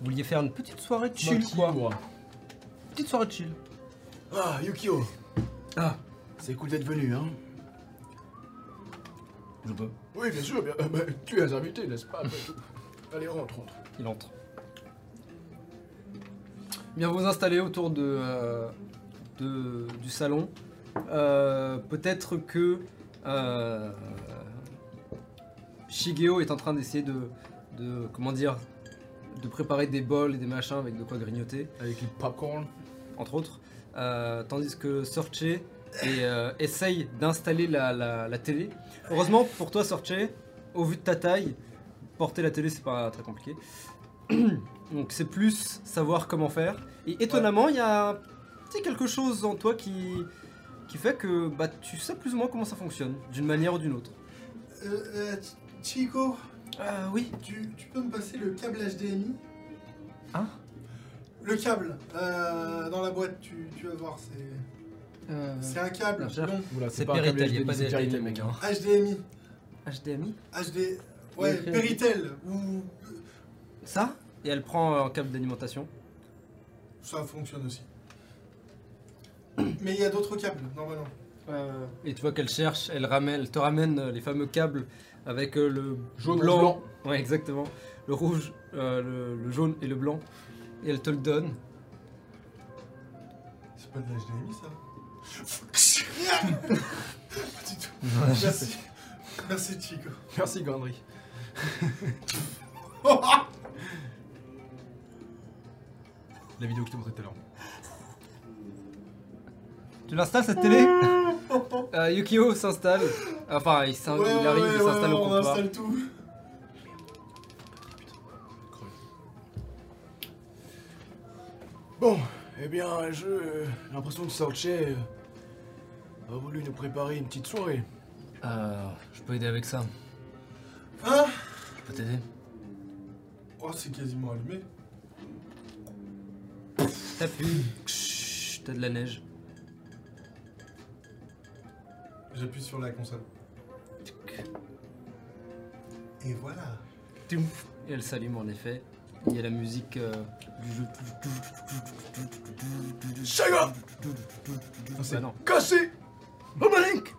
[SPEAKER 1] Vous vouliez faire une petite soirée chill quoi
[SPEAKER 2] moi.
[SPEAKER 1] Petite soirée chill.
[SPEAKER 7] Ah, Yukio
[SPEAKER 1] Ah.
[SPEAKER 7] C'est cool d'être venu, hein
[SPEAKER 1] Je peux.
[SPEAKER 7] Oui, bien sûr, bien- euh, bah, tu es invité, n'est-ce pas après tout Allez, rentre, rentre.
[SPEAKER 1] Il entre. Bien, vous vous installez autour de, euh, de- du salon. Euh, Peut-être que euh, Shigeo est en train d'essayer de, de- comment dire, de préparer des bols et des machins avec de quoi grignoter,
[SPEAKER 7] Avec les popcorn.
[SPEAKER 1] entre autres. Euh, tandis que Sorche est, euh, essaye d'installer la, la- la télé. Heureusement pour toi, Sorche, au vu de ta taille, porter la télé, c'est pas très compliqué. [clears throat] Donc c'est plus savoir comment faire. Et étonnamment, il y a un petit quelque chose en toi qui, qui fait que bah, tu sais plus ou moins comment ça fonctionne, d'une manière ou d'une autre.
[SPEAKER 3] Euh, euh, Ch- Chico,
[SPEAKER 1] Ah oui,
[SPEAKER 3] tu, tu peux me passer le câble HDMI
[SPEAKER 1] Hein
[SPEAKER 3] Le câble euh, dans la boîte, tu, tu vas voir, c'est c'est un câble
[SPEAKER 1] alors, j'ai-
[SPEAKER 3] long
[SPEAKER 2] Oula,
[SPEAKER 13] C'est
[SPEAKER 2] pas un câble
[SPEAKER 13] Péritel, il
[SPEAKER 2] HDMI,
[SPEAKER 13] a pas
[SPEAKER 2] c'est Péritel,
[SPEAKER 13] d'HDMI,
[SPEAKER 2] mec.
[SPEAKER 13] mec. hein.
[SPEAKER 3] HDMI,
[SPEAKER 1] HDMI
[SPEAKER 3] HD, ouais,
[SPEAKER 1] [laughs] Ok.
[SPEAKER 3] Péritel ou
[SPEAKER 1] Ça Et elle prend un câble d'alimentation.
[SPEAKER 3] ça fonctionne aussi. Mais il y a d'autres câbles normalement.
[SPEAKER 1] Euh, Et tu vois qu'elle cherche, elle, ramène, elle te ramène euh, les fameux câbles avec euh, le
[SPEAKER 2] Jaune,
[SPEAKER 1] blanc.
[SPEAKER 2] blanc.
[SPEAKER 1] Ouais, exactement. Le rouge, euh, le, le jaune et le blanc. Et elle te le donne.
[SPEAKER 3] C'est pas de l'HDMI [laughs] ça Pas du tout. Merci. Merci Chico.
[SPEAKER 2] hein. Merci Gondry.
[SPEAKER 12] La vidéo que je t'ai montrée tout à l'heure.
[SPEAKER 1] Tu l'installes cette
[SPEAKER 2] [laughs]
[SPEAKER 1] télé Euh, Yukio s'installe. Enfin, il, s'in- il arrive, il s'installe au
[SPEAKER 3] on
[SPEAKER 1] comptoir.
[SPEAKER 3] installe tout.
[SPEAKER 7] Bon, eh bien, je... euh, J'ai l'impression que Sauche euh, a voulu nous préparer une petite soirée.
[SPEAKER 13] Euh, je peux aider avec ça.
[SPEAKER 3] Hein
[SPEAKER 13] Je peux t'aider.
[SPEAKER 3] Oh, c'est quasiment allumé.
[SPEAKER 1] T'appuies. Chut, T'as de la neige.
[SPEAKER 3] J'appuie sur la console. Et voilà.
[SPEAKER 1] Et elle s'allume en effet. Il y a la musique euh, du jeu.
[SPEAKER 7] Shut up
[SPEAKER 1] Ah, non.
[SPEAKER 7] Cassé Bobalink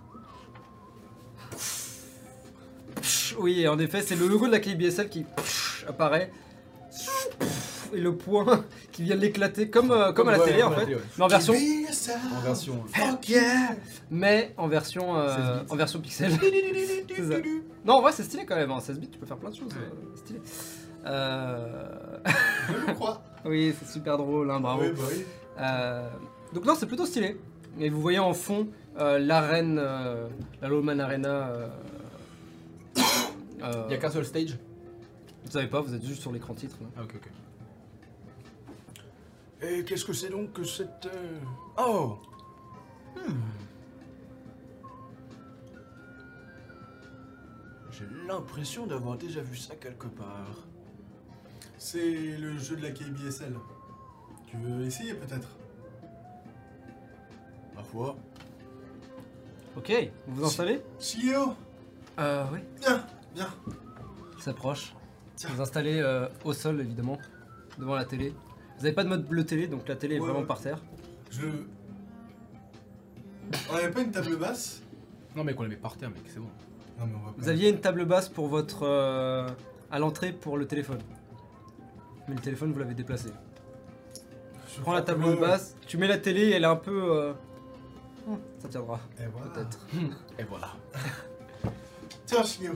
[SPEAKER 1] Psh, Oui, en effet, c'est le logo de la KBSL qui psh, apparaît. Et le point [laughs] qui vient de l'éclater, comme, euh, comme à la
[SPEAKER 2] Ouais,
[SPEAKER 1] télé
[SPEAKER 2] comme
[SPEAKER 1] en
[SPEAKER 2] à la
[SPEAKER 1] fait.
[SPEAKER 2] télé, ouais.
[SPEAKER 1] Mais en version,
[SPEAKER 7] Eh
[SPEAKER 2] En version. euh,
[SPEAKER 3] Fuck yeah
[SPEAKER 1] mais en version, euh,
[SPEAKER 2] 16 bits.
[SPEAKER 1] en version pixel. C'est ça. Non, en vrai, c'est stylé quand même. En 16 bits, tu peux faire plein de choses. euh, stylé. Euh,
[SPEAKER 3] Je le crois.
[SPEAKER 1] oui, c'est super drôle, hein, bravo.
[SPEAKER 3] Oui, bah oui.
[SPEAKER 1] Euh, donc non, c'est plutôt stylé. Et vous voyez en fond euh, l'arène, euh, la Lawman Arena. euh, [coughs] euh,
[SPEAKER 2] Il y a qu'un seul stage.
[SPEAKER 1] Vous savez pas, vous êtes juste sur l'écran titre. hein. là.
[SPEAKER 2] Ah ok ok.
[SPEAKER 7] Et qu'est-ce que c'est donc que cette... euh, Oh Hmm. J'ai l'impression d'avoir déjà vu ça quelque part.
[SPEAKER 3] C'est le jeu de la KBSL. Tu veux essayer peut-être
[SPEAKER 7] Ma foi.
[SPEAKER 1] Ok, vous vous installez
[SPEAKER 3] Chio
[SPEAKER 1] Euh, oui.
[SPEAKER 3] Viens Viens
[SPEAKER 1] Il s'approche.
[SPEAKER 3] Tiens.
[SPEAKER 1] Vous vous installez euh, au sol, évidemment, devant la télé. Vous avez pas de mode bleu télé, donc la télé est
[SPEAKER 3] Ouais,
[SPEAKER 1] vraiment
[SPEAKER 3] ouais.
[SPEAKER 1] par terre.
[SPEAKER 3] Je. On avait pas une table basse
[SPEAKER 2] Non mec on la met par terre mec c'est bon.
[SPEAKER 3] Non mais on va pas.
[SPEAKER 1] Vous aviez une table basse pour votre. euh, à l'entrée pour le téléphone. Mais le téléphone, vous l'avez déplacé.
[SPEAKER 3] Je
[SPEAKER 1] Tu prends la
[SPEAKER 3] crois que-
[SPEAKER 1] table
[SPEAKER 3] ouais, ouais.
[SPEAKER 1] basse, tu mets la télé, elle est un peu. euh, Ça tiendra.
[SPEAKER 3] Et voilà.
[SPEAKER 1] Peut-être.
[SPEAKER 7] Et voilà.
[SPEAKER 3] Tiens, Chigno,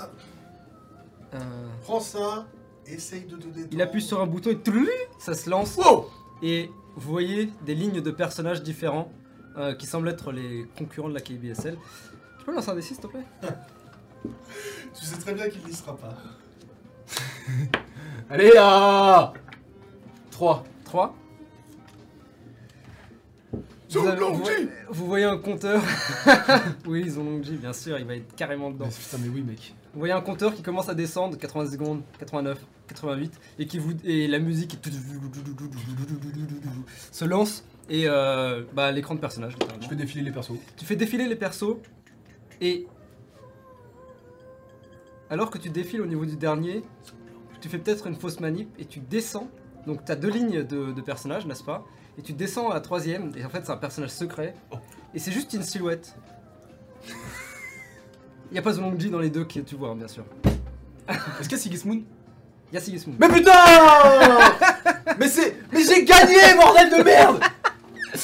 [SPEAKER 1] Euh,
[SPEAKER 3] prends ça, essaye de te détendre.
[SPEAKER 1] il appuie sur un bouton et tout, ça se lance.
[SPEAKER 2] Wow
[SPEAKER 1] Et vous voyez des lignes de personnages différents euh, qui semblent être les concurrents de la KBSL. Tu peux me lancer un des six, s'il te plaît
[SPEAKER 3] Tu sais très bien qu'il n'y sera pas.
[SPEAKER 2] Allez là 3.
[SPEAKER 1] 3.
[SPEAKER 3] Zoom
[SPEAKER 1] vous,
[SPEAKER 3] Longji
[SPEAKER 1] vous voyez un compteur. [laughs] oui, ils ont Longji, bien sûr, il va être carrément dedans.
[SPEAKER 2] Putain, mais oui, mec.
[SPEAKER 1] Vous voyez un compteur qui commence à descendre, 80 secondes, 89, 88, et qui vous et la musique est tout- se lance et euh, bah, l'écran de personnage. littéralement.
[SPEAKER 2] Je fais défiler les [laughs] persos.
[SPEAKER 1] Tu fais défiler les persos et alors que tu défiles au niveau du dernier, tu fais peut-être une fausse manip et tu descends. Donc tu as deux lignes de, de personnages, n'est-ce pas Et tu descends à la troisième et en fait c'est un personnage secret et c'est juste une silhouette. Il n'y a pas Zolongji dans les deux que tu vois, hein, bien sûr.
[SPEAKER 2] Est-ce qu'il y a Sigismund
[SPEAKER 1] Il y a Sigismund.
[SPEAKER 2] Mais putain [laughs] Mais c'est. Mais j'ai gagné, bordel de [laughs] merde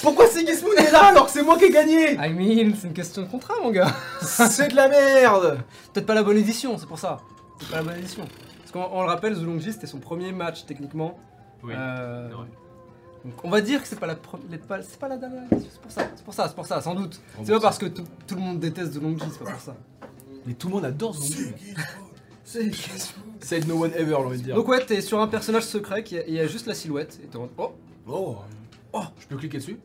[SPEAKER 2] Pourquoi Sigismund est là alors que c'est moi qui ai [laughs] gagné
[SPEAKER 1] I mean, c'est une question de contrat, mon gars. [laughs]
[SPEAKER 2] C'est de la merde
[SPEAKER 1] Peut-être pas la bonne édition, c'est pour ça. C'est pas la bonne édition. Parce qu'on on le rappelle, Zolongji c'était son premier match techniquement.
[SPEAKER 12] Oui.
[SPEAKER 1] Euh,
[SPEAKER 12] c'est vrai.
[SPEAKER 1] donc on va dire que c'est pas la pre- les- pas- c'est pas la dernière édition, c'est pour ça, c'est pour ça, c'est pour ça, sans doute.
[SPEAKER 2] Oh,
[SPEAKER 1] C'est pas parce que tout, tout le monde déteste de longue c'est pas pour ça.
[SPEAKER 2] Mais tout le monde adore Zolongji.
[SPEAKER 3] Sigismund.
[SPEAKER 2] Save no one ever, j'ai envie de dire.
[SPEAKER 1] Donc ouais, t'es sur un personnage secret qui a- il y a juste la silhouette et t'es en oh
[SPEAKER 2] Oh, oh, je peux cliquer dessus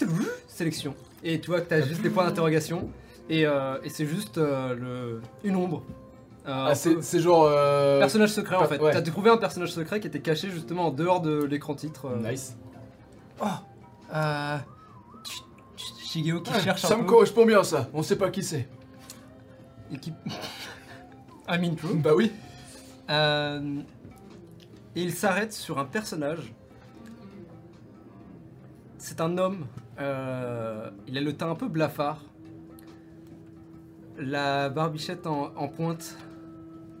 [SPEAKER 1] touloulou, sélection et tu vois que t'as juste des points d'interrogation et, euh, et c'est juste euh, le une ombre. Euh, un
[SPEAKER 2] Ah, c'est
[SPEAKER 1] peu-
[SPEAKER 2] c'est genre. euh,
[SPEAKER 1] personnage secret en fait.
[SPEAKER 2] ouais.
[SPEAKER 1] T'as trouvé un personnage secret qui était caché justement en dehors de l'écran titre. euh.
[SPEAKER 2] Nice.
[SPEAKER 1] Oh, euh, Ch- Ch- Shigeo qui cherche un
[SPEAKER 2] ça
[SPEAKER 1] peu.
[SPEAKER 2] me correspond bien ça, on sait pas qui c'est.
[SPEAKER 1] et qui- [laughs] I mean true.
[SPEAKER 2] Bah oui.
[SPEAKER 1] Euh, et il s'arrête sur un personnage. C'est un homme. euh, il a le teint un peu blafard. La barbichette en, en pointe.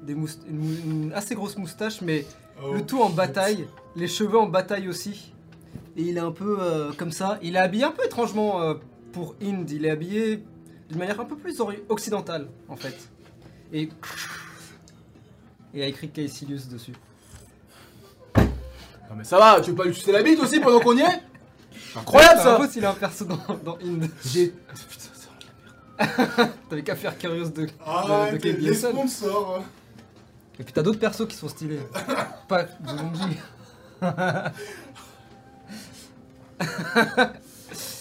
[SPEAKER 1] Des mous- une, mou- une assez grosse moustache, mais
[SPEAKER 3] Oh,
[SPEAKER 1] le tout en bataille. Les cheveux en bataille aussi. Et il est un peu euh, comme ça. Il est habillé un peu étrangement euh, pour Inde. Il est habillé d'une manière un peu plus ori- occidentale, en fait. Et il a écrit Caecilius dessus.
[SPEAKER 2] Non mais ça va, tu veux pas lui sucer la bite aussi pendant qu'on y est Incroyable
[SPEAKER 1] ça
[SPEAKER 2] ça
[SPEAKER 1] propos, il a un perso dans, dans Inde.
[SPEAKER 2] J'ai. Putain, ça-
[SPEAKER 1] T'avais qu'à faire Curious de.
[SPEAKER 3] Arrête,
[SPEAKER 1] de- de Kate
[SPEAKER 3] les
[SPEAKER 1] Blanchett.
[SPEAKER 3] sponsors.
[SPEAKER 1] Et puis t'as d'autres persos qui sont stylés. Pas de Longy.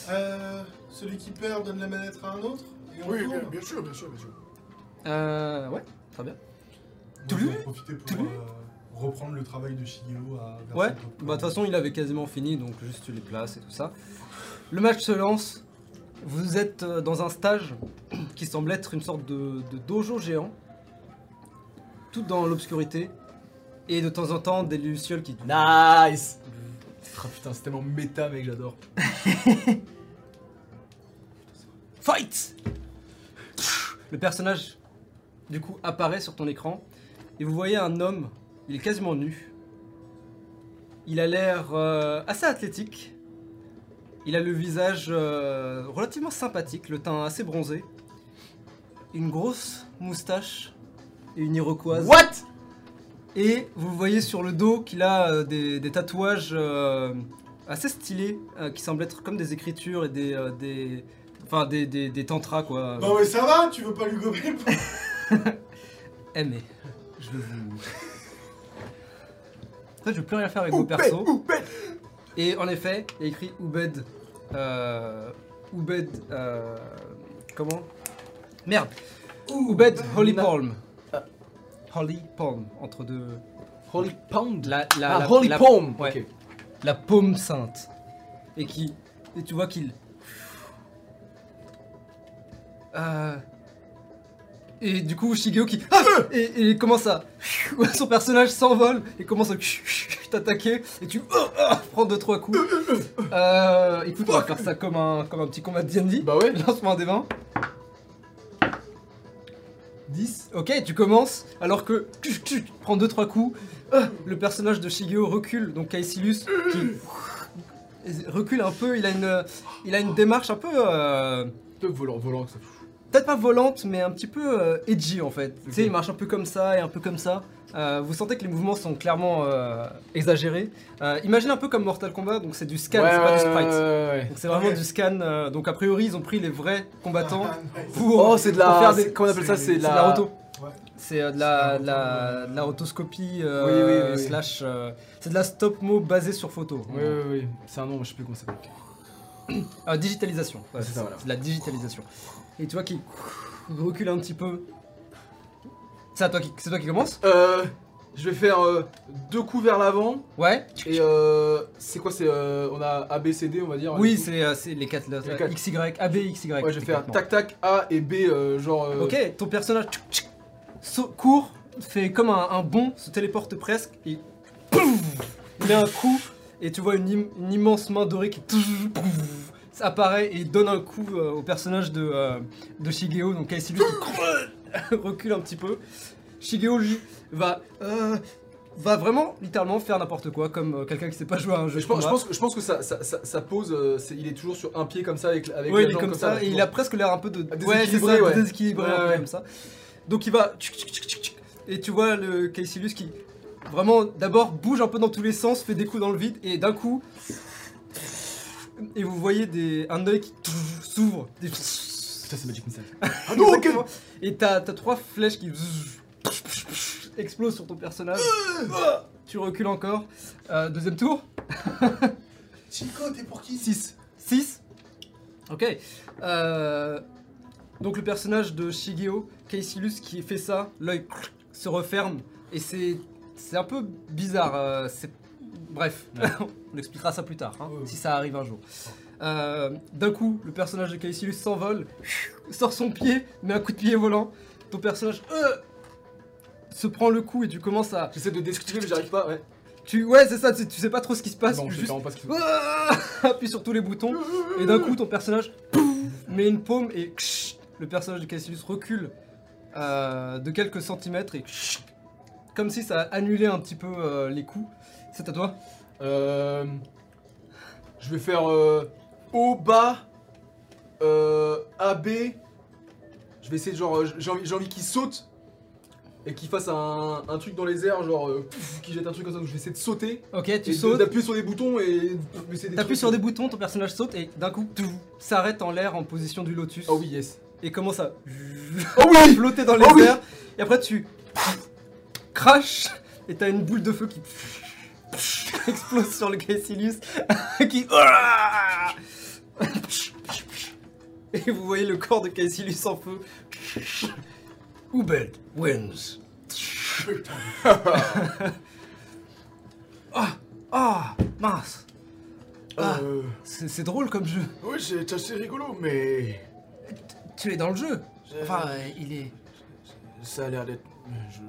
[SPEAKER 3] Euh, celui qui perd donne la manette à un autre et on
[SPEAKER 7] Oui,
[SPEAKER 3] tourne.
[SPEAKER 7] bien, bien sûr, bien sûr, bien sûr.
[SPEAKER 1] Euh. Ouais, très bien.
[SPEAKER 3] Moi, je vais
[SPEAKER 1] Toulou.
[SPEAKER 3] en profiter pour
[SPEAKER 1] Toulou.
[SPEAKER 3] euh, reprendre le travail de Shigeo à vers
[SPEAKER 1] Ouais, bah de
[SPEAKER 3] cette autre
[SPEAKER 1] toute
[SPEAKER 3] planète.
[SPEAKER 1] façon, il avait quasiment fini, donc juste tu les places et tout ça. Le match se lance. Vous êtes euh, dans un stage [clears throat] qui semble être une sorte de, de dojo géant, tout dans l'obscurité, et de temps en temps des lucioles qui.
[SPEAKER 2] Nice Ah putain, c'est tellement méta, mec, j'adore.
[SPEAKER 1] Fight Le personnage, du coup, apparaît sur ton écran et vous voyez un homme, il est quasiment nu. Il a l'air euh, assez athlétique. Il a le visage euh, relativement sympathique, le teint assez bronzé. Une grosse moustache et une iroquoise.
[SPEAKER 2] What
[SPEAKER 1] Et vous voyez sur le dos qu'il a euh, des, des tatouages euh, assez stylés euh, qui semblent être comme des écritures et des. euh, des enfin, des, des, des tantras quoi.
[SPEAKER 3] Non mais ça va, tu veux pas lui gober le point
[SPEAKER 1] Eh mais, je vais vous. [laughs] En fait, je veux plus rien faire avec vos persos. Et en effet, il y a écrit Oubed. Euh, Oubed. euh, comment Merde Oubed Euh. Holy Palm. Holy Palm, entre deux.
[SPEAKER 2] Holy Pound
[SPEAKER 1] La, la,
[SPEAKER 2] Ah,
[SPEAKER 1] la-
[SPEAKER 2] Holy
[SPEAKER 1] la-
[SPEAKER 2] Palm
[SPEAKER 1] ouais.
[SPEAKER 2] Ok.
[SPEAKER 1] la paume sainte. Et qui. Et tu vois qu'il. Euh, Et du coup, Shigeo qui. Ah et, et commence à. [laughs] Son personnage s'envole et commence à [laughs] t'attaquer. Et tu. oh, Prends 2-3 coups. Euh, écoute, on va faire ça comme un, comme un petit combat de D&D. [laughs]
[SPEAKER 2] Bah ouais,
[SPEAKER 1] Lance-moi un des 20. 10. Ok, tu commences, alors que tu, tu Euh, prends 2-3 coups. Ah, le personnage de Shigeo recule, donc Caecilius qui [coughs] recule un peu. Il a une, il a une démarche un peu. euh,
[SPEAKER 2] Top volant, volant, ça.
[SPEAKER 1] Peut-être pas volante, mais un petit peu euh, edgy en fait. Tu sais, il marche un peu comme ça et un peu comme ça. Euh, vous sentez que les mouvements sont clairement euh, exagérés. Euh, imagine un peu comme Mortal Kombat, donc c'est du scan, c'est pas du sprite. Donc c'est vraiment
[SPEAKER 3] Ouais.
[SPEAKER 1] du scan. euh, donc a priori, ils ont pris les vrais
[SPEAKER 3] [laughs]
[SPEAKER 1] combattants
[SPEAKER 3] Ah,
[SPEAKER 1] pour,
[SPEAKER 2] Oh, c'est de
[SPEAKER 1] euh, pour
[SPEAKER 2] la.
[SPEAKER 1] faire des-
[SPEAKER 2] Comment on appelle ça C'est
[SPEAKER 1] c'est
[SPEAKER 2] de
[SPEAKER 1] de la
[SPEAKER 2] la.
[SPEAKER 1] roto.
[SPEAKER 3] Ouais.
[SPEAKER 1] C'est euh, de la,
[SPEAKER 3] C'est
[SPEAKER 1] de
[SPEAKER 3] de la roto,
[SPEAKER 1] la,
[SPEAKER 3] ouais.
[SPEAKER 1] de la rotoscopie euh,
[SPEAKER 2] Oui, oui, oui, oui.
[SPEAKER 1] slash. euh, c'est de la stop mo basée sur photo.
[SPEAKER 2] Oui, oui, oui. C'est un nom, je sais plus comment ça s'appelle.
[SPEAKER 1] Euh, digitalisation. Ouais,
[SPEAKER 2] C'est
[SPEAKER 1] c'est
[SPEAKER 2] ça,
[SPEAKER 1] ça,
[SPEAKER 2] voilà.
[SPEAKER 1] c'est de la digitalisation. Et tu vois qui recule un petit peu. C'est à toi qui, c'est toi qui commence
[SPEAKER 2] Euh. Je vais faire euh, deux coups vers l'avant.
[SPEAKER 1] Ouais.
[SPEAKER 2] Et euh. C'est quoi C'est. euh, on a A, B, C, D, on va dire.
[SPEAKER 1] Oui,
[SPEAKER 2] du coup.
[SPEAKER 1] c'est euh, c'est les quatre lettres.
[SPEAKER 2] Les quatre.
[SPEAKER 1] X Y A B X Y.
[SPEAKER 2] Ouais, je vais faire
[SPEAKER 1] techniquement.
[SPEAKER 2] tac, tac, A et B, euh, genre. euh,
[SPEAKER 1] Ok, ton personnage tchouc, tchouc, sau- court, fait comme un, un bond, se téléporte presque et pouf, il met un coup et tu vois une, im- une immense main dorée qui tchouc, pouf, apparaît et donne un coup euh, au personnage de, euh, de Shigeo, donc Caecilius qui [laughs] recule un petit peu. Shigeo lui va euh, va vraiment littéralement faire n'importe quoi comme euh, quelqu'un qui sait pas jouer à un jeu.
[SPEAKER 2] Mais
[SPEAKER 1] de
[SPEAKER 2] Je pense, je,
[SPEAKER 1] combat.
[SPEAKER 2] pense que, je pense que ça, ça, ça- ça pose. euh, c'est- il est toujours sur un pied comme ça avec, avec
[SPEAKER 1] Ouais,
[SPEAKER 2] la
[SPEAKER 1] il est
[SPEAKER 2] jambe
[SPEAKER 1] comme ça, et il a presque l'air un peu de
[SPEAKER 2] Ah,
[SPEAKER 1] ouais, c'est
[SPEAKER 2] déséquilibré,
[SPEAKER 1] ça,
[SPEAKER 2] ouais.
[SPEAKER 1] déséquilibré, un peu
[SPEAKER 2] Ouais, ouais.
[SPEAKER 1] comme ça. Donc il va tchic, tchic, tchic, tchic, tchic. et tu vois le Caecilius qui vraiment d'abord bouge un peu dans tous les sens, fait des coups dans le vide et d'un coup et vous voyez des un œil qui s'ouvre. Des-
[SPEAKER 2] Putain, c'est Magic Missile.
[SPEAKER 3] Ah
[SPEAKER 1] Exactement. Et t'as t'as trois flèches qui explosent sur ton personnage. tu recules encore. Euh, deuxième tour. [laughs]
[SPEAKER 3] Chico, t'es pour qui
[SPEAKER 2] 6.
[SPEAKER 1] 6 Ok. Euh, donc le personnage de Shigeo, Caecilius, qui fait ça, l'œil se referme. Et c'est, c'est un peu bizarre. euh, c'est... Bref, [laughs] on expliquera ça plus tard, hein,
[SPEAKER 3] Ouais, ouais.
[SPEAKER 1] si ça arrive un jour. Euh, d'un coup, le personnage de Caecilius s'envole, sort son pied, met un coup de pied volant. Ton personnage euh, se prend le coup et tu commences à...
[SPEAKER 2] J'essaie de descrire, mais j'arrive pas. Ouais.
[SPEAKER 1] Tu, ouais, c'est ça, tu, tu sais pas trop ce qui se passe.
[SPEAKER 2] Non, je sais
[SPEAKER 1] juste- [laughs]
[SPEAKER 2] vraiment pas ce qu'il faut.
[SPEAKER 1] ah appuie sur tous les boutons et d'un coup ton personnage pouf, met une paume et ksh, le personnage de Cassius recule euh, de quelques centimètres et ksh, comme si ça annulait un petit peu euh, les coups. C'est à toi.
[SPEAKER 2] Euh, je vais faire euh, haut, bas, euh, AB. Je vais essayer de genre. euh, J'ai envie, j'ai envie qu'il saute et qu'il fasse un, un truc dans les airs, genre. euh, pouf, qu'il jette un truc comme ça. Donc je vais essayer de sauter.
[SPEAKER 1] Ok, tu
[SPEAKER 2] et de-
[SPEAKER 1] sautes,
[SPEAKER 2] D'appuyer sur des boutons et. d'essayer des
[SPEAKER 1] t'appuies
[SPEAKER 2] trucs.
[SPEAKER 1] sur des boutons, ton personnage saute et d'un coup tout, s'arrête en l'air en position du lotus
[SPEAKER 2] Ah oui, yes.
[SPEAKER 1] et commence à
[SPEAKER 2] Oh
[SPEAKER 1] [laughs]
[SPEAKER 2] oui
[SPEAKER 1] flotter dans les
[SPEAKER 2] Oh oui
[SPEAKER 1] airs et après tu craches et t'as une boule de feu qui [laughs] explose sur le Caecilius [laughs] qui et vous voyez le corps de Caecilius en feu [laughs] Ubed wins [laughs] ah ah mince Ah.
[SPEAKER 7] Euh,
[SPEAKER 1] c'est c'est drôle comme jeu
[SPEAKER 7] oui, c'est assez rigolo, mais.
[SPEAKER 1] tu es dans le jeu
[SPEAKER 7] euh,
[SPEAKER 1] enfin euh, il est
[SPEAKER 7] ça a l'air d'être. Je...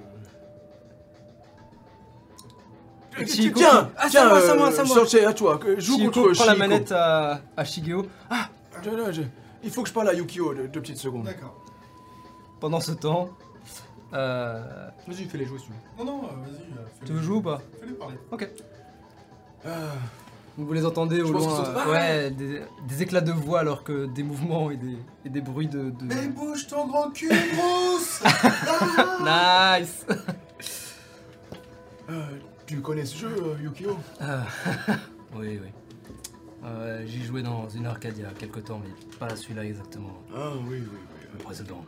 [SPEAKER 1] Chico,
[SPEAKER 7] tiens,
[SPEAKER 1] ah, c'est à
[SPEAKER 7] tiens,
[SPEAKER 1] moi, c'est à moi, c'est à
[SPEAKER 7] euh,
[SPEAKER 1] moi.
[SPEAKER 7] Sortez, à toi, que joue
[SPEAKER 1] Shigeko
[SPEAKER 7] contre
[SPEAKER 1] prend la
[SPEAKER 7] Shigeko.
[SPEAKER 1] manette à, à Shigeo
[SPEAKER 7] Tiens, là, je- Il faut que je parle à Yukio deux, deux petites secondes.
[SPEAKER 3] D'accord.
[SPEAKER 1] pendant ce temps euh,
[SPEAKER 2] Vas-y, fais les jouer, si tu veux.
[SPEAKER 3] Non, non, euh, vas-y. euh, fais-les-
[SPEAKER 1] tu veux jouer ou pas
[SPEAKER 3] Fais-les parler.
[SPEAKER 7] Ah,
[SPEAKER 1] Vous les entendez au
[SPEAKER 2] Je pense
[SPEAKER 1] loin,
[SPEAKER 2] qu'ils sont-
[SPEAKER 1] euh, ouais, des, des éclats de voix alors que des mouvements et des, et des bruits de... de-
[SPEAKER 3] Mais bouge ton gros
[SPEAKER 1] [laughs]
[SPEAKER 3] cul, grosse
[SPEAKER 1] Nice
[SPEAKER 7] euh, tu connais ce jeu, euh, Yukio
[SPEAKER 13] Oui, oui. Euh, J'y jouais dans une arcade il y a quelques temps, mais pas celui-là exactement,
[SPEAKER 7] Ah oui, oui, oui.
[SPEAKER 13] le précédent.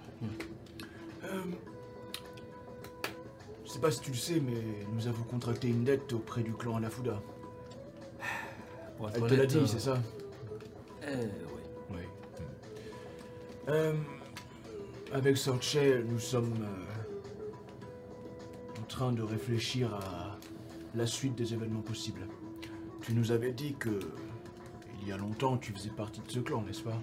[SPEAKER 7] Euh, Je sais pas si tu le sais, mais nous avons contracté une dette auprès du clan Alafuda.
[SPEAKER 13] Pour être
[SPEAKER 7] Elle te
[SPEAKER 13] honnête,
[SPEAKER 7] l'a dit,
[SPEAKER 13] euh,
[SPEAKER 7] c'est ça
[SPEAKER 13] euh, oui.
[SPEAKER 7] Oui. Euh, avec Sorche, nous sommes euh, en train de réfléchir à la suite des événements possibles. Tu nous avais dit que, il y a longtemps, tu faisais partie de ce clan, n'est-ce pas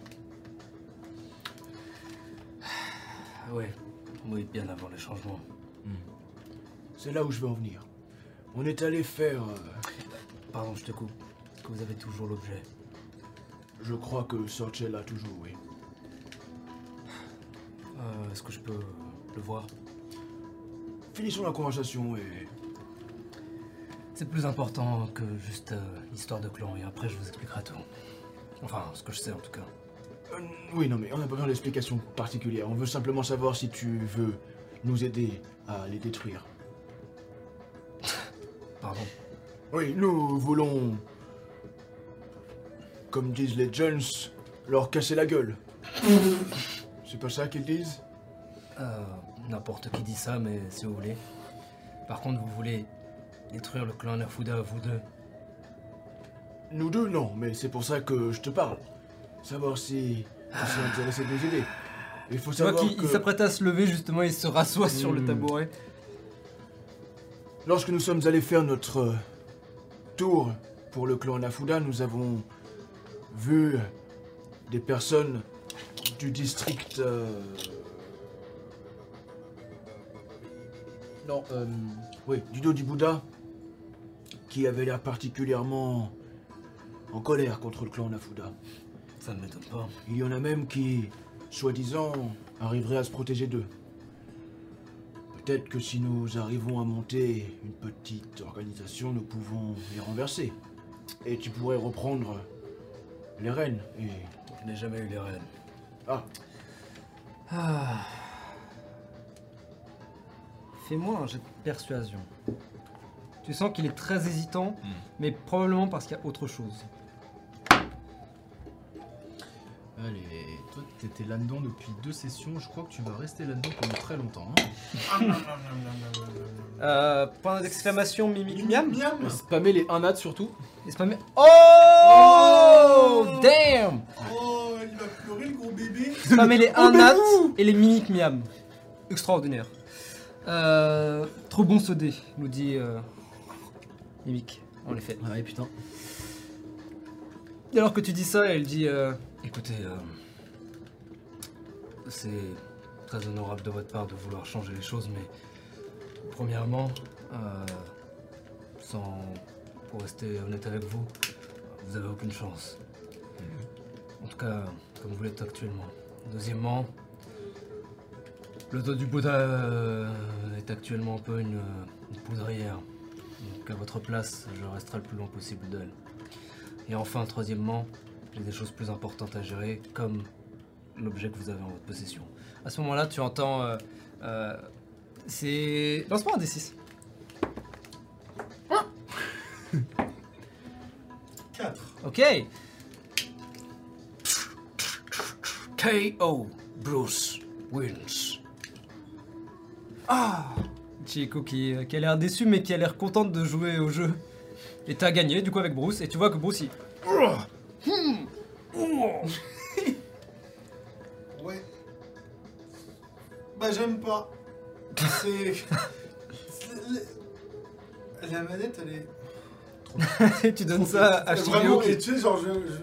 [SPEAKER 13] Oui, Ah oui, bien avant le changement.
[SPEAKER 7] C'est là où je veux en venir. On est allé faire... euh,
[SPEAKER 13] Pardon, je te coupe. Est-ce que vous avez toujours l'objet
[SPEAKER 7] je crois que Sorche l'a toujours, oui.
[SPEAKER 13] Euh, Est-ce que je peux euh, le voir
[SPEAKER 7] Finissons la conversation et
[SPEAKER 13] C'est plus important que juste euh, l'histoire de clan, et après je vous expliquerai tout. Enfin, ce que je sais en tout cas.
[SPEAKER 7] Euh, oui, non, mais on n'a pas besoin d'explications particulières. On veut simplement savoir si tu veux nous aider à les détruire.
[SPEAKER 13] Pardon.
[SPEAKER 7] Oui, nous voulons, comme disent les Jones, leur casser la gueule. [laughs] C'est pas ça qu'ils disent
[SPEAKER 13] Euh, N'importe qui dit ça, mais si vous voulez. Par contre, vous voulez détruire le clan Nerfuda, vous deux.
[SPEAKER 7] Nous deux, non, mais c'est pour ça que je te parle. Savoir si tu serais intéressé de nous aider. Il faut
[SPEAKER 1] Tu vois
[SPEAKER 7] savoir
[SPEAKER 1] qu'il il
[SPEAKER 7] que
[SPEAKER 1] s'apprête à se lever justement, il se rassoit sur le
[SPEAKER 7] Hmm.
[SPEAKER 1] tabouret.
[SPEAKER 7] lorsque nous sommes allés faire notre euh, tour pour le clan Nafuda, nous avons vu des personnes du district... euh,
[SPEAKER 14] Non, euh,
[SPEAKER 7] oui, du dos du Bouddha, qui avaient l'air particulièrement en colère contre le clan Nafuda.
[SPEAKER 13] Ça ne m'étonne pas.
[SPEAKER 7] Il y en a même qui, soi-disant, arriveraient à se protéger d'eux. Peut-être que si nous arrivons à monter une petite organisation, nous pouvons les renverser. Et tu pourrais reprendre les rênes. Et...
[SPEAKER 13] Je n'ai jamais eu les rênes.
[SPEAKER 7] Ah,
[SPEAKER 13] Ah.
[SPEAKER 1] Fais-moi un jet de persuasion. Tu sens qu'il est très hésitant, mais probablement parce qu'il y a autre chose.
[SPEAKER 2] Allez, toi t'étais là-dedans depuis deux sessions, je crois que tu vas rester là-dedans pendant très longtemps. hein.
[SPEAKER 3] Ah,
[SPEAKER 1] Euh, point d'exclamation mimic miam
[SPEAKER 3] Miam
[SPEAKER 14] spammer les 1 nat surtout.
[SPEAKER 1] Et spammer- Oh,
[SPEAKER 3] Oh
[SPEAKER 1] Damn
[SPEAKER 3] Oh, il va pleurer le gros bébé
[SPEAKER 1] Spammer [laughs] les 1 nat et les mimic miam. Extraordinaire. Euh, trop bon ce dé, nous dit euh, Mimic, en effet.
[SPEAKER 2] Ah ouais, putain.
[SPEAKER 1] Et alors que tu dis ça, elle dit euh,
[SPEAKER 13] Écoutez, euh, c'est très honorable de votre part de vouloir changer les choses, mais premièrement, euh, sans pour rester honnête avec vous, vous avez aucune chance. En tout cas, comme vous l'êtes actuellement. Deuxièmement, le dos du Bouddha euh, est actuellement un peu une, une poudrière. Donc à votre place, je resterai le plus loin possible d'elle. Et enfin, troisièmement, j'ai des choses plus importantes à gérer, comme l'objet que vous avez en votre possession.
[SPEAKER 1] À ce moment-là, tu entends. euh, euh, c'est. Lance-moi un D6.
[SPEAKER 3] 4.
[SPEAKER 1] Ok
[SPEAKER 13] K.O. Bruce wins.
[SPEAKER 1] Chico qui, euh, qui a l'air déçu, mais qui a l'air contente de jouer au jeu. Et t'as gagné du coup avec Bruce, et tu vois que Bruce il.
[SPEAKER 3] Ouais. Bah, j'aime pas.
[SPEAKER 1] [laughs]
[SPEAKER 3] C'est. c'est- La manette, elle est.
[SPEAKER 1] et [laughs] tu donnes ça à
[SPEAKER 3] C'est
[SPEAKER 1] Shigeo.
[SPEAKER 3] Vraiment,
[SPEAKER 1] qui-
[SPEAKER 3] et tu sais, genre, je. je-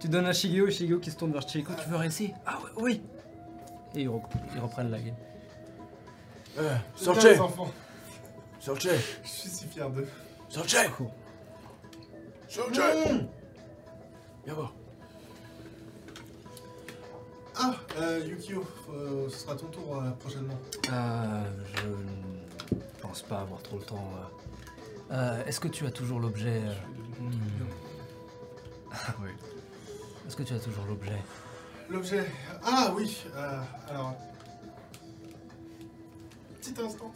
[SPEAKER 1] Tu donnes à Shigeo, et Shigeo qui se tourne vers Chico. Tu veux réessayer Ah ouais, oui Et ils, re- ils reprennent la game.
[SPEAKER 7] euh,
[SPEAKER 3] Putain,
[SPEAKER 7] sortez,
[SPEAKER 3] les enfants.
[SPEAKER 7] sortez,
[SPEAKER 3] Je suis si fier d'eux.
[SPEAKER 7] sortez, sortez. Viens voir.
[SPEAKER 3] Ah, euh, Yukio, euh, ce sera ton tour euh, prochainement.
[SPEAKER 13] Euh, je ne pense pas avoir trop le temps. euh. Euh, Est-ce que tu as toujours l'objet euh, hmm. [laughs] Est-ce que tu as toujours l'objet
[SPEAKER 3] L'objet. Ah oui, euh, alors. Petit instant.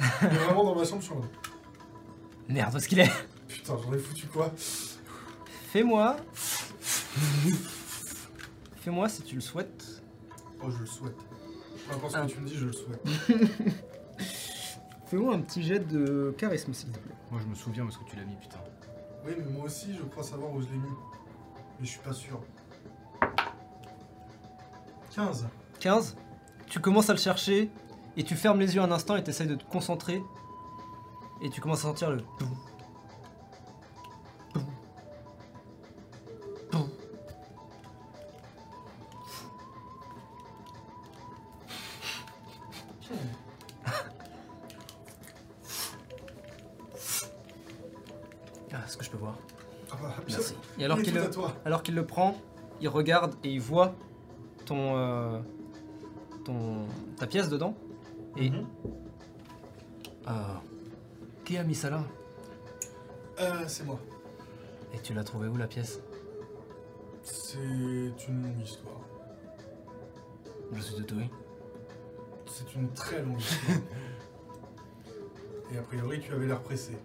[SPEAKER 3] Il est vraiment dans ma chambre, je suis en mode,
[SPEAKER 1] Merde, parce qu'il est.
[SPEAKER 3] Putain, j'en ai foutu quoi
[SPEAKER 1] Fais-moi. Fais-moi si tu le souhaites.
[SPEAKER 3] Oh, je le souhaite. Peu importe ce que tu me dis, je le souhaite.
[SPEAKER 1] Fais-moi un petit jet de charisme s'il te plaît.
[SPEAKER 2] Moi je me souviens parce que tu l'as mis, putain.
[SPEAKER 3] Oui, mais moi aussi, je crois savoir où je l'ai mis. Mais je suis pas sûr. 15.
[SPEAKER 1] 15. Tu commences à le chercher et tu fermes les yeux un instant et tu de te concentrer. Et tu commences à sentir le. boum, boum, boum.
[SPEAKER 13] Ah, Est-ce que je peux voir
[SPEAKER 3] Ah bah,
[SPEAKER 13] Merci.
[SPEAKER 1] Et alors
[SPEAKER 3] Il est
[SPEAKER 1] qu'il
[SPEAKER 3] tout
[SPEAKER 1] le,
[SPEAKER 3] à toi.
[SPEAKER 1] alors qu'il le prend, il regarde et il voit ton. euh,
[SPEAKER 13] ton, ta pièce dedans. Et.
[SPEAKER 3] Mhm.
[SPEAKER 13] Ah, qui a mis ça là
[SPEAKER 3] Euh, c'est moi.
[SPEAKER 13] Et tu l'as trouvé où la pièce
[SPEAKER 3] C'est une longue histoire.
[SPEAKER 13] Je suis Totoï.
[SPEAKER 3] C'est une très longue histoire. Et a priori, tu avais l'air pressé.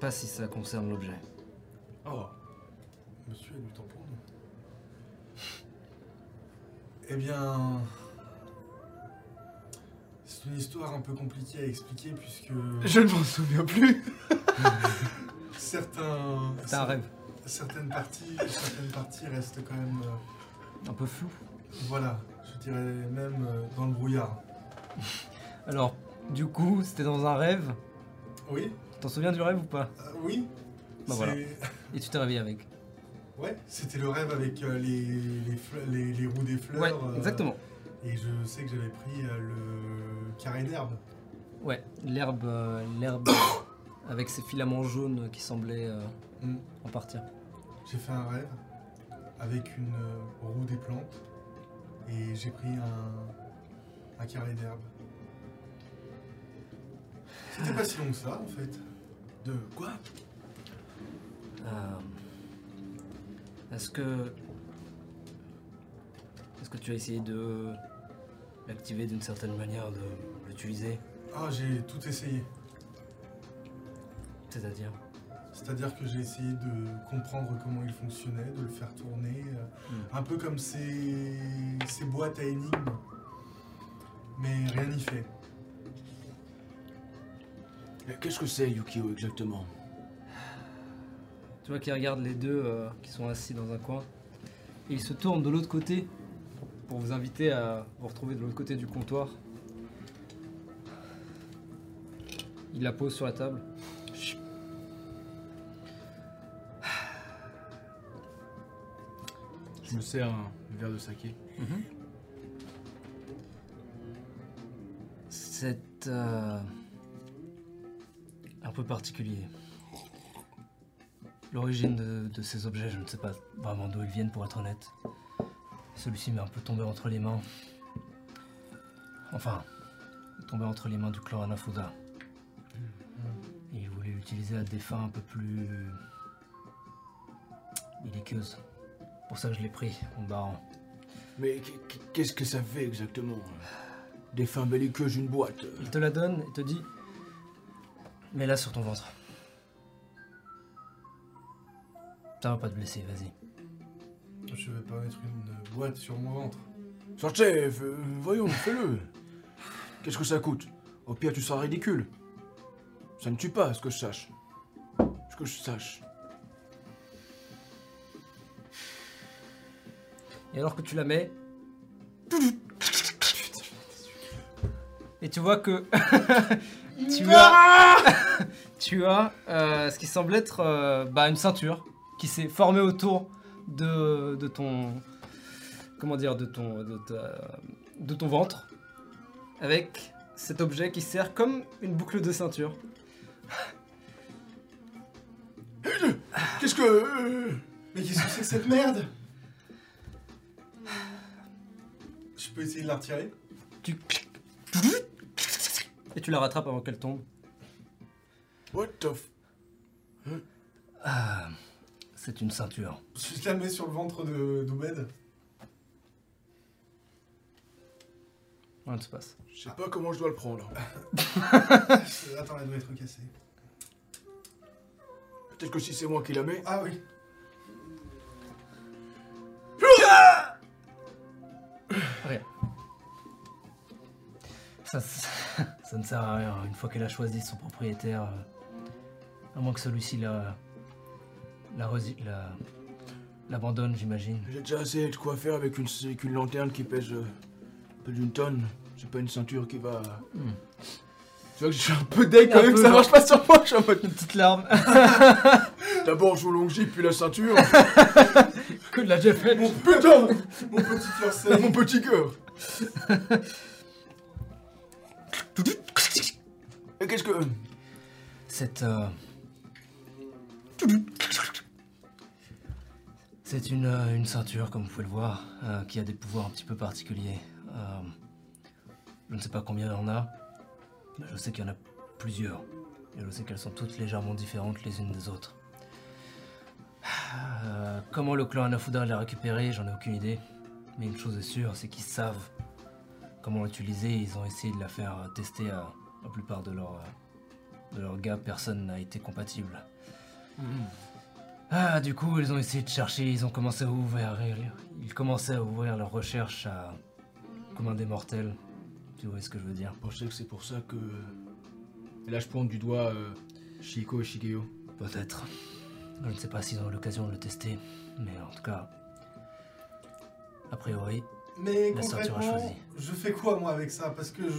[SPEAKER 13] Pas si ça concerne l'objet.
[SPEAKER 3] Oh, monsieur a du temps pour nous. Eh bien, c'est une histoire un peu compliquée à expliquer puisque
[SPEAKER 2] Je ne m'en souviens plus.
[SPEAKER 3] certains,
[SPEAKER 13] C'est un rêve.
[SPEAKER 3] certaines parties, certaines parties restent quand même, euh,
[SPEAKER 13] Un peu flou.
[SPEAKER 3] voilà, je dirais même euh, dans le brouillard.
[SPEAKER 13] Alors, du coup, c'était dans un rêve.
[SPEAKER 3] Oui,
[SPEAKER 13] T'en souviens du rêve ou pas
[SPEAKER 3] euh, oui.
[SPEAKER 13] Bah
[SPEAKER 3] c'est-
[SPEAKER 13] voilà. Et tu t'es réveillé avec.
[SPEAKER 3] Ouais, c'était le rêve avec euh, les, les, fleurs- les, les roues des fleurs.
[SPEAKER 13] Ouais,
[SPEAKER 3] euh,
[SPEAKER 13] exactement.
[SPEAKER 3] Et je sais que j'avais pris euh, le carré d'herbe.
[SPEAKER 13] Ouais, l'herbe, euh, l'herbe [coughs] avec ses filaments jaunes qui semblaient euh,
[SPEAKER 3] Mm.
[SPEAKER 13] en partir.
[SPEAKER 3] J'ai fait un rêve avec une euh, roue des plantes et j'ai pris un, un carré d'herbe. C'était pas si long que ça en fait. De quoi
[SPEAKER 13] Euh, est-ce que, est-ce que tu as essayé de l'activer d'une certaine manière, de l'utiliser,
[SPEAKER 3] Ah, j'ai tout essayé.
[SPEAKER 13] c'est-à-dire
[SPEAKER 3] C'est-à-dire que j'ai essayé de comprendre comment il fonctionnait, de le faire tourner, euh,
[SPEAKER 13] Mm.
[SPEAKER 3] un peu comme ces, ces boîtes à énigmes, mais rien n'y fait.
[SPEAKER 7] Mais Qu'est-ce que c'est, Yukio, exactement
[SPEAKER 13] Tu vois qu'il regarde les deux euh, qui sont assis dans un coin. Et il se tourne de l'autre côté pour vous inviter à vous retrouver de l'autre côté du comptoir. Il la pose sur la table. Chut.
[SPEAKER 2] Je me sers un verre de saké.
[SPEAKER 13] C'est euh, un peu particulier. L'origine de, de ces objets, je ne sais pas vraiment d'où ils viennent pour être honnête. Celui-ci m'est un peu tombé entre les mains. Enfin, tombé entre les mains du clan Anafuda. Il voulait l'utiliser à des fins un peu plus belliqueuses. Pour ça, je l'ai pris, mon baron.
[SPEAKER 7] Mais qu- qu- qu'est-ce que ça fait exactement euh, Des fins belliqueuses, une boîte.
[SPEAKER 13] Il te la donne et te dit Mets-la sur ton ventre. Ça va pas te blesser, vas-y.
[SPEAKER 3] Je vais pas mettre une boîte sur mon ventre.
[SPEAKER 7] Sortez, f- euh, voyons, fais-le. Qu'est-ce que ça coûte Au pire, tu seras ridicule. Ça ne tue pas, à ce que je sache. Ce que je sache.
[SPEAKER 13] Et alors que tu la mets. Et tu vois que. [laughs] tu as. [laughs] tu as euh, ce qui semble être euh, bah, une ceinture qui s'est formée autour de, de ton. Comment dire De ton. De, ta- de ton ventre. Avec cet objet qui sert comme une boucle de ceinture.
[SPEAKER 7] Qu'est-ce que. euh,
[SPEAKER 3] Mais qu'est-ce que c'est que cette merde Je peux essayer de la retirer
[SPEAKER 13] Tu. Et tu la rattrapes avant qu'elle tombe.
[SPEAKER 7] What the f.
[SPEAKER 13] Ah, c'est une ceinture.
[SPEAKER 3] Je la mets sur le ventre de d'Oubed. [laughs]
[SPEAKER 13] Rien ne se passe.
[SPEAKER 7] Je sais pas comment je dois le prendre.
[SPEAKER 3] Attends, elle doit être cassée.
[SPEAKER 7] Peut-être que si c'est moi qui la mets.
[SPEAKER 3] Ah oui.
[SPEAKER 13] Ça, ça ne sert à rien. Une fois qu'elle a choisi son propriétaire, euh, à moins que celui-ci la. la. resi- la- l'abandonne, j'imagine.
[SPEAKER 7] J'ai déjà assez de quoi faire avec une, avec une lanterne qui pèse euh, plus d'une tonne. C'est pas une ceinture qui va.
[SPEAKER 13] Hmm.
[SPEAKER 7] Tu vois que je suis un peu deg quand
[SPEAKER 13] Un
[SPEAKER 7] même,
[SPEAKER 13] peu,
[SPEAKER 7] ça
[SPEAKER 13] non.
[SPEAKER 7] marche pas sur moi. Je suis en mode.
[SPEAKER 13] Une petite larme.
[SPEAKER 7] D'abord, je joue longue puis
[SPEAKER 14] [laughs]
[SPEAKER 7] la ceinture.
[SPEAKER 13] que de la Jeffel.
[SPEAKER 7] Putain
[SPEAKER 3] Mon petit corset.
[SPEAKER 7] Mon petit cœur Et qu'est-ce que. euh,
[SPEAKER 13] C'est. euh, C'est une, euh, une ceinture, comme vous pouvez le voir, euh, qui a des pouvoirs un petit peu particuliers. Euh, je ne sais pas combien il y en a, mais je sais qu'il y en a plusieurs. Et je sais qu'elles sont toutes légèrement différentes les unes des autres. Euh, comment le clan Anafuda l'a récupéré, j'en ai aucune idée. Mais une chose est sûre, c'est qu'ils savent comment l'utiliser. Ils ont essayé de la faire tester à la plupart de leurs euh, de leurs gars. Personne n'a été compatible. Ah, du coup, ils ont essayé de chercher. Ils ont commencé à ouvrir. Ils commençaient à ouvrir leurs recherches à comme un des mortels. Tu vois ce que je veux dire
[SPEAKER 7] Je pensais que c'est pour ça que. Et là, je pointe du doigt euh, Shiko et Shigeo.
[SPEAKER 13] Peut-être. Je ne sais pas s'ils ont l'occasion de le tester, mais en tout cas, a priori,
[SPEAKER 3] Mais
[SPEAKER 13] La ceinture a choisi.
[SPEAKER 3] concrètement, je fais quoi moi avec ça Parce que je.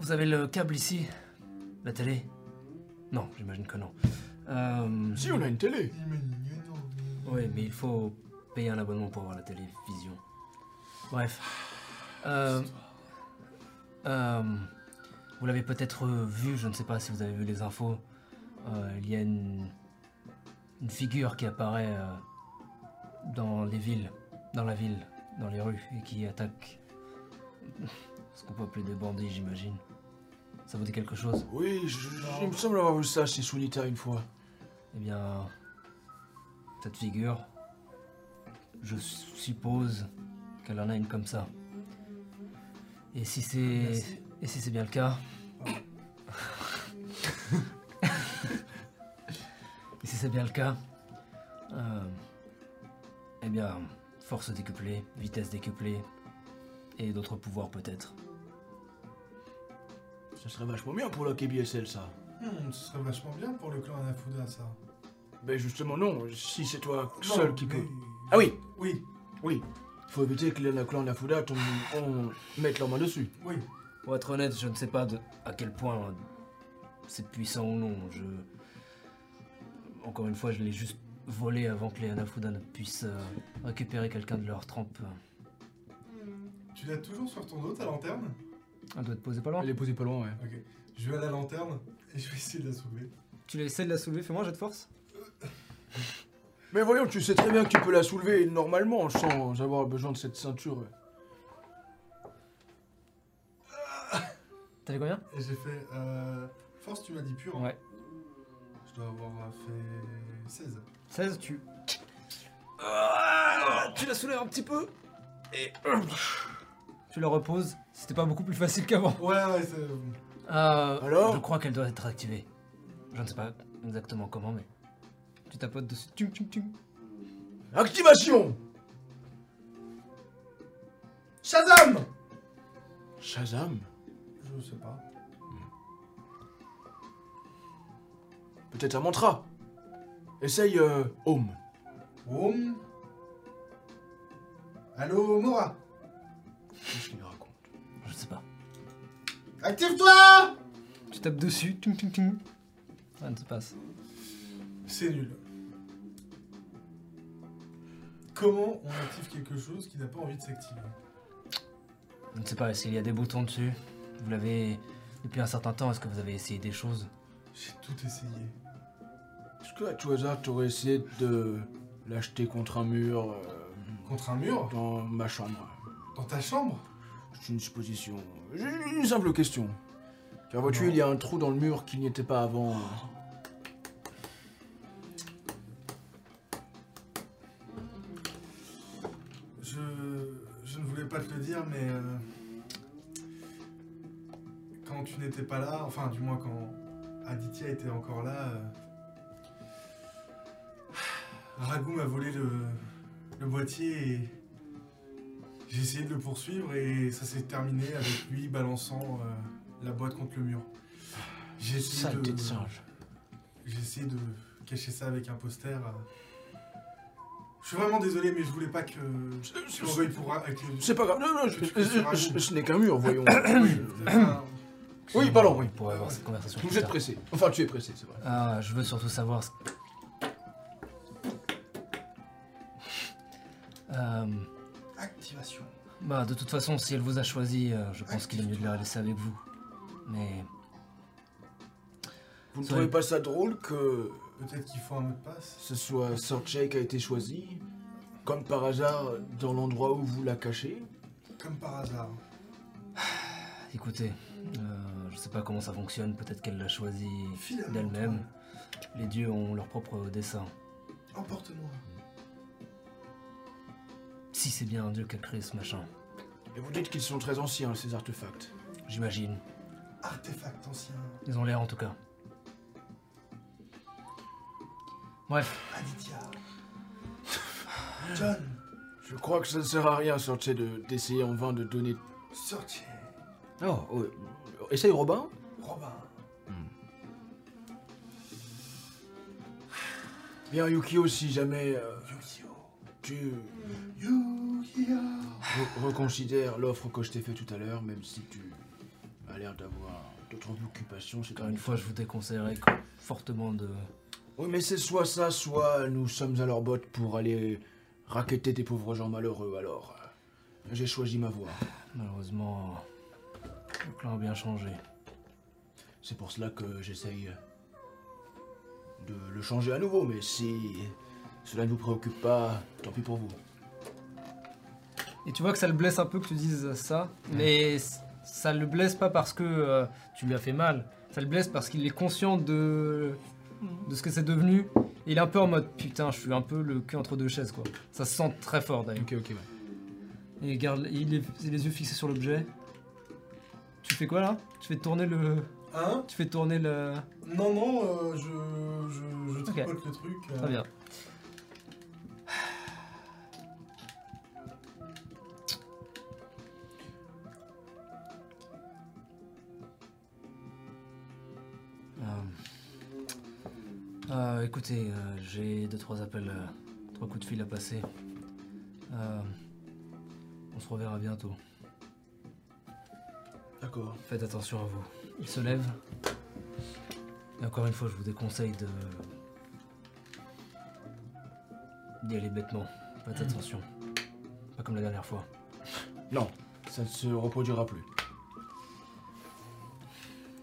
[SPEAKER 13] vous avez le câble ici, la télé. Non, j'imagine que non. Euh,
[SPEAKER 7] Si, on a une télé
[SPEAKER 13] Oui, mais il faut payer un abonnement pour avoir la télévision. Bref. Euh, euh, vous l'avez peut-être vu, je ne sais pas si vous avez vu les infos. Euh, il y a une, une figure qui apparaît euh, dans les villes, dans la ville, dans les rues, et qui attaque ce qu'on peut appeler des bandits, j'imagine. Ça vous dit quelque chose
[SPEAKER 7] Oui, je- je- il me semble avoir vu ça chez Sunita une fois.
[SPEAKER 13] Eh bien, cette figure, je suppose qu'elle en a une comme ça. Et si c'est et si c'est bien le cas, et si c'est bien le cas, euh, eh bien, force décuplée, vitesse décuplée, et d'autres pouvoirs peut-être.
[SPEAKER 7] Ça serait vachement bien pour la KBSL, ça.
[SPEAKER 3] Hmm, ce serait vachement bien pour le clan Anafuda ça.
[SPEAKER 7] Ben justement, non, si c'est toi
[SPEAKER 3] Non,
[SPEAKER 7] seul qui
[SPEAKER 3] mais-
[SPEAKER 7] peux. Ah oui,
[SPEAKER 3] Oui,
[SPEAKER 7] oui. Faut éviter que le clan Nafuda tombe, on mette leur main dessus.
[SPEAKER 3] oui.
[SPEAKER 13] Pour être honnête, je ne sais pas de- à quel point c'est puissant ou non. Je... Encore une fois, je l'ai juste volé avant que les Anafuda ne puissent euh, récupérer quelqu'un de leur trempe. euh,
[SPEAKER 3] Tu l'as toujours sur ton dos ta lanterne
[SPEAKER 13] Elle doit te poser pas loin.
[SPEAKER 2] Elle est posée pas loin, ouais.
[SPEAKER 3] Ok. Je vais à la lanterne et je vais essayer de la soulever.
[SPEAKER 1] Tu essaies de la soulever, fais-moi un jet de force.
[SPEAKER 7] Mais voyons, tu sais très bien que tu peux la soulever normalement sans avoir besoin de cette ceinture.
[SPEAKER 1] T'avais combien
[SPEAKER 3] Et j'ai fait. Euh, force, tu m'as dit pur. hein.
[SPEAKER 1] Ouais.
[SPEAKER 3] Je dois avoir fait 16.
[SPEAKER 1] 16, tu.
[SPEAKER 13] Ah,
[SPEAKER 1] tu la soulèves un petit peu et. Tu la reposes. C'était pas beaucoup plus facile qu'avant.
[SPEAKER 3] Ouais, ouais, c'est.
[SPEAKER 13] Euh,
[SPEAKER 7] Alors
[SPEAKER 13] Je crois qu'elle doit être activée. Je ne sais pas exactement comment, mais.
[SPEAKER 1] Tu tapotes dessus. Tum, tum, tum.
[SPEAKER 7] Activation
[SPEAKER 3] Shazam
[SPEAKER 7] Shazam
[SPEAKER 3] Je sais pas.
[SPEAKER 7] Peut-être un mantra. Essaye euh, Home.
[SPEAKER 3] Om. Allô, Mora
[SPEAKER 7] Qu'est-ce qu'il raconte
[SPEAKER 13] Je ne sais pas.
[SPEAKER 3] Active-toi
[SPEAKER 1] Tu tapes dessus. Tum, tum, tum.
[SPEAKER 13] Rien ne se passe.
[SPEAKER 3] C'est nul. Comment on active quelque chose qui n'a pas envie de s'activer
[SPEAKER 13] Je ne sais pas s'il y a des boutons dessus. Vous l'avez. Depuis un certain temps, est-ce que vous avez essayé des choses
[SPEAKER 3] J'ai tout essayé.
[SPEAKER 7] Est-ce que à tout hasard, t'aurais essayé de l'acheter contre un mur euh,
[SPEAKER 3] Contre un mur
[SPEAKER 7] dans ma chambre
[SPEAKER 3] Dans ta chambre
[SPEAKER 7] C'est une supposition. J'ai Une simple question. Car vois-tu, il y a un trou dans le mur qui n'y était pas avant.
[SPEAKER 3] Je... Je ne voulais pas te le dire, mais... euh, Quand tu n'étais pas là, enfin du moins quand Aditya était encore là... euh, Ragou m'a volé le, le boîtier et... J'ai essayé de le poursuivre et ça s'est terminé avec lui balançant euh, la boîte contre le mur. J'ai essayé
[SPEAKER 7] Saleté
[SPEAKER 3] de-
[SPEAKER 7] de singe.
[SPEAKER 3] J'ai essayé de cacher ça avec un poster. euh. Je suis vraiment désolé, mais je voulais pas que tu m'envoies pour un- avec le-
[SPEAKER 7] C'est pas grave. Non, non, je- je- je- je- ce n'est qu'un mur, [coughs] voyons.
[SPEAKER 2] [clears throat]
[SPEAKER 3] Enfin,
[SPEAKER 7] oui, pardon, oui.
[SPEAKER 13] On pourrait avoir cette conversation.
[SPEAKER 7] Vous
[SPEAKER 13] plus
[SPEAKER 7] êtes
[SPEAKER 13] tard.
[SPEAKER 7] pressé. Enfin, tu es pressé, c'est vrai.
[SPEAKER 13] Ah, je veux surtout savoir. ce- Euh,
[SPEAKER 3] Activation.
[SPEAKER 13] bah, de toute façon, si elle vous a choisi, euh, je pense qu'il est mieux de la laisser avec vous. Mais
[SPEAKER 7] Vous ne
[SPEAKER 13] Ça
[SPEAKER 7] trouvez
[SPEAKER 13] va.
[SPEAKER 7] pas ça drôle que
[SPEAKER 3] Peut-être qu'il faut un mot de passe.
[SPEAKER 7] ce soit Sir Jake qui a été choisi comme par hasard, dans l'endroit où vous la cachez.
[SPEAKER 3] Comme par hasard.
[SPEAKER 13] Écoutez, euh, je sais pas comment ça fonctionne, peut-être qu'elle l'a choisi
[SPEAKER 3] Finalement,
[SPEAKER 13] d'elle-même. Les dieux ont leur propre dessein.
[SPEAKER 3] Emporte-moi.
[SPEAKER 13] Si c'est bien un dieu qui a créé ce machin,
[SPEAKER 7] Et vous dites qu'ils sont très anciens, ces artefacts.
[SPEAKER 13] j'imagine.
[SPEAKER 3] Artefact ancien.
[SPEAKER 13] Ils ont l'air en tout cas. Bref,
[SPEAKER 3] Aditya. John.
[SPEAKER 7] Je crois que ça ne sert à rien, Sorche, de d'essayer en vain de donner...
[SPEAKER 3] Sortier.
[SPEAKER 7] Oh, essaye Robin.
[SPEAKER 3] Robin.
[SPEAKER 7] Bien, Yukio, si jamais euh,
[SPEAKER 3] Yukio.
[SPEAKER 7] tu
[SPEAKER 3] Yukio.
[SPEAKER 7] re- reconsidères l'offre que je t'ai faite tout à l'heure, même si tu as l'air d'avoir d'autres occupations, c'est quand
[SPEAKER 13] encore une
[SPEAKER 7] même...
[SPEAKER 13] fois, je vous déconseillerais que- fortement de.
[SPEAKER 7] Oui, mais c'est soit ça, soit nous sommes à leur botte pour aller raqueter des pauvres gens malheureux, alors... euh, J'ai choisi ma voie.
[SPEAKER 13] Malheureusement, le clan a bien changé.
[SPEAKER 7] C'est pour cela que j'essaye de le changer à nouveau, mais si cela ne vous préoccupe pas, tant pis pour vous.
[SPEAKER 15] Et tu vois que ça le blesse un peu que tu dises ça, mais s- ça le blesse pas parce que euh, tu lui as fait mal, ça le blesse parce qu'il est conscient de, de ce que c'est devenu. Et il est un peu en mode putain, je suis un peu le cul entre deux chaises quoi. Ça se sent très fort d'ailleurs.
[SPEAKER 2] Ok, ok, ouais.
[SPEAKER 15] Et il garde il est, il a les yeux fixés sur l'objet. Tu fais quoi là Tu fais tourner le.
[SPEAKER 3] Hein
[SPEAKER 15] Tu fais tourner le.
[SPEAKER 3] Non, non, euh, je, je, je
[SPEAKER 15] Ok.
[SPEAKER 3] tripote le truc. euh,
[SPEAKER 15] Très bien.
[SPEAKER 13] Euh, euh, écoutez, euh, j'ai deux trois appels, euh, trois coups de fil à passer. Euh, on se reverra bientôt.
[SPEAKER 7] D'accord.
[SPEAKER 13] Faites attention à vous. Il se lève. Et encore une fois, je vous déconseille de d'y aller bêtement. Faites attention. Pas comme la dernière fois.
[SPEAKER 7] Non, ça ne se reproduira plus.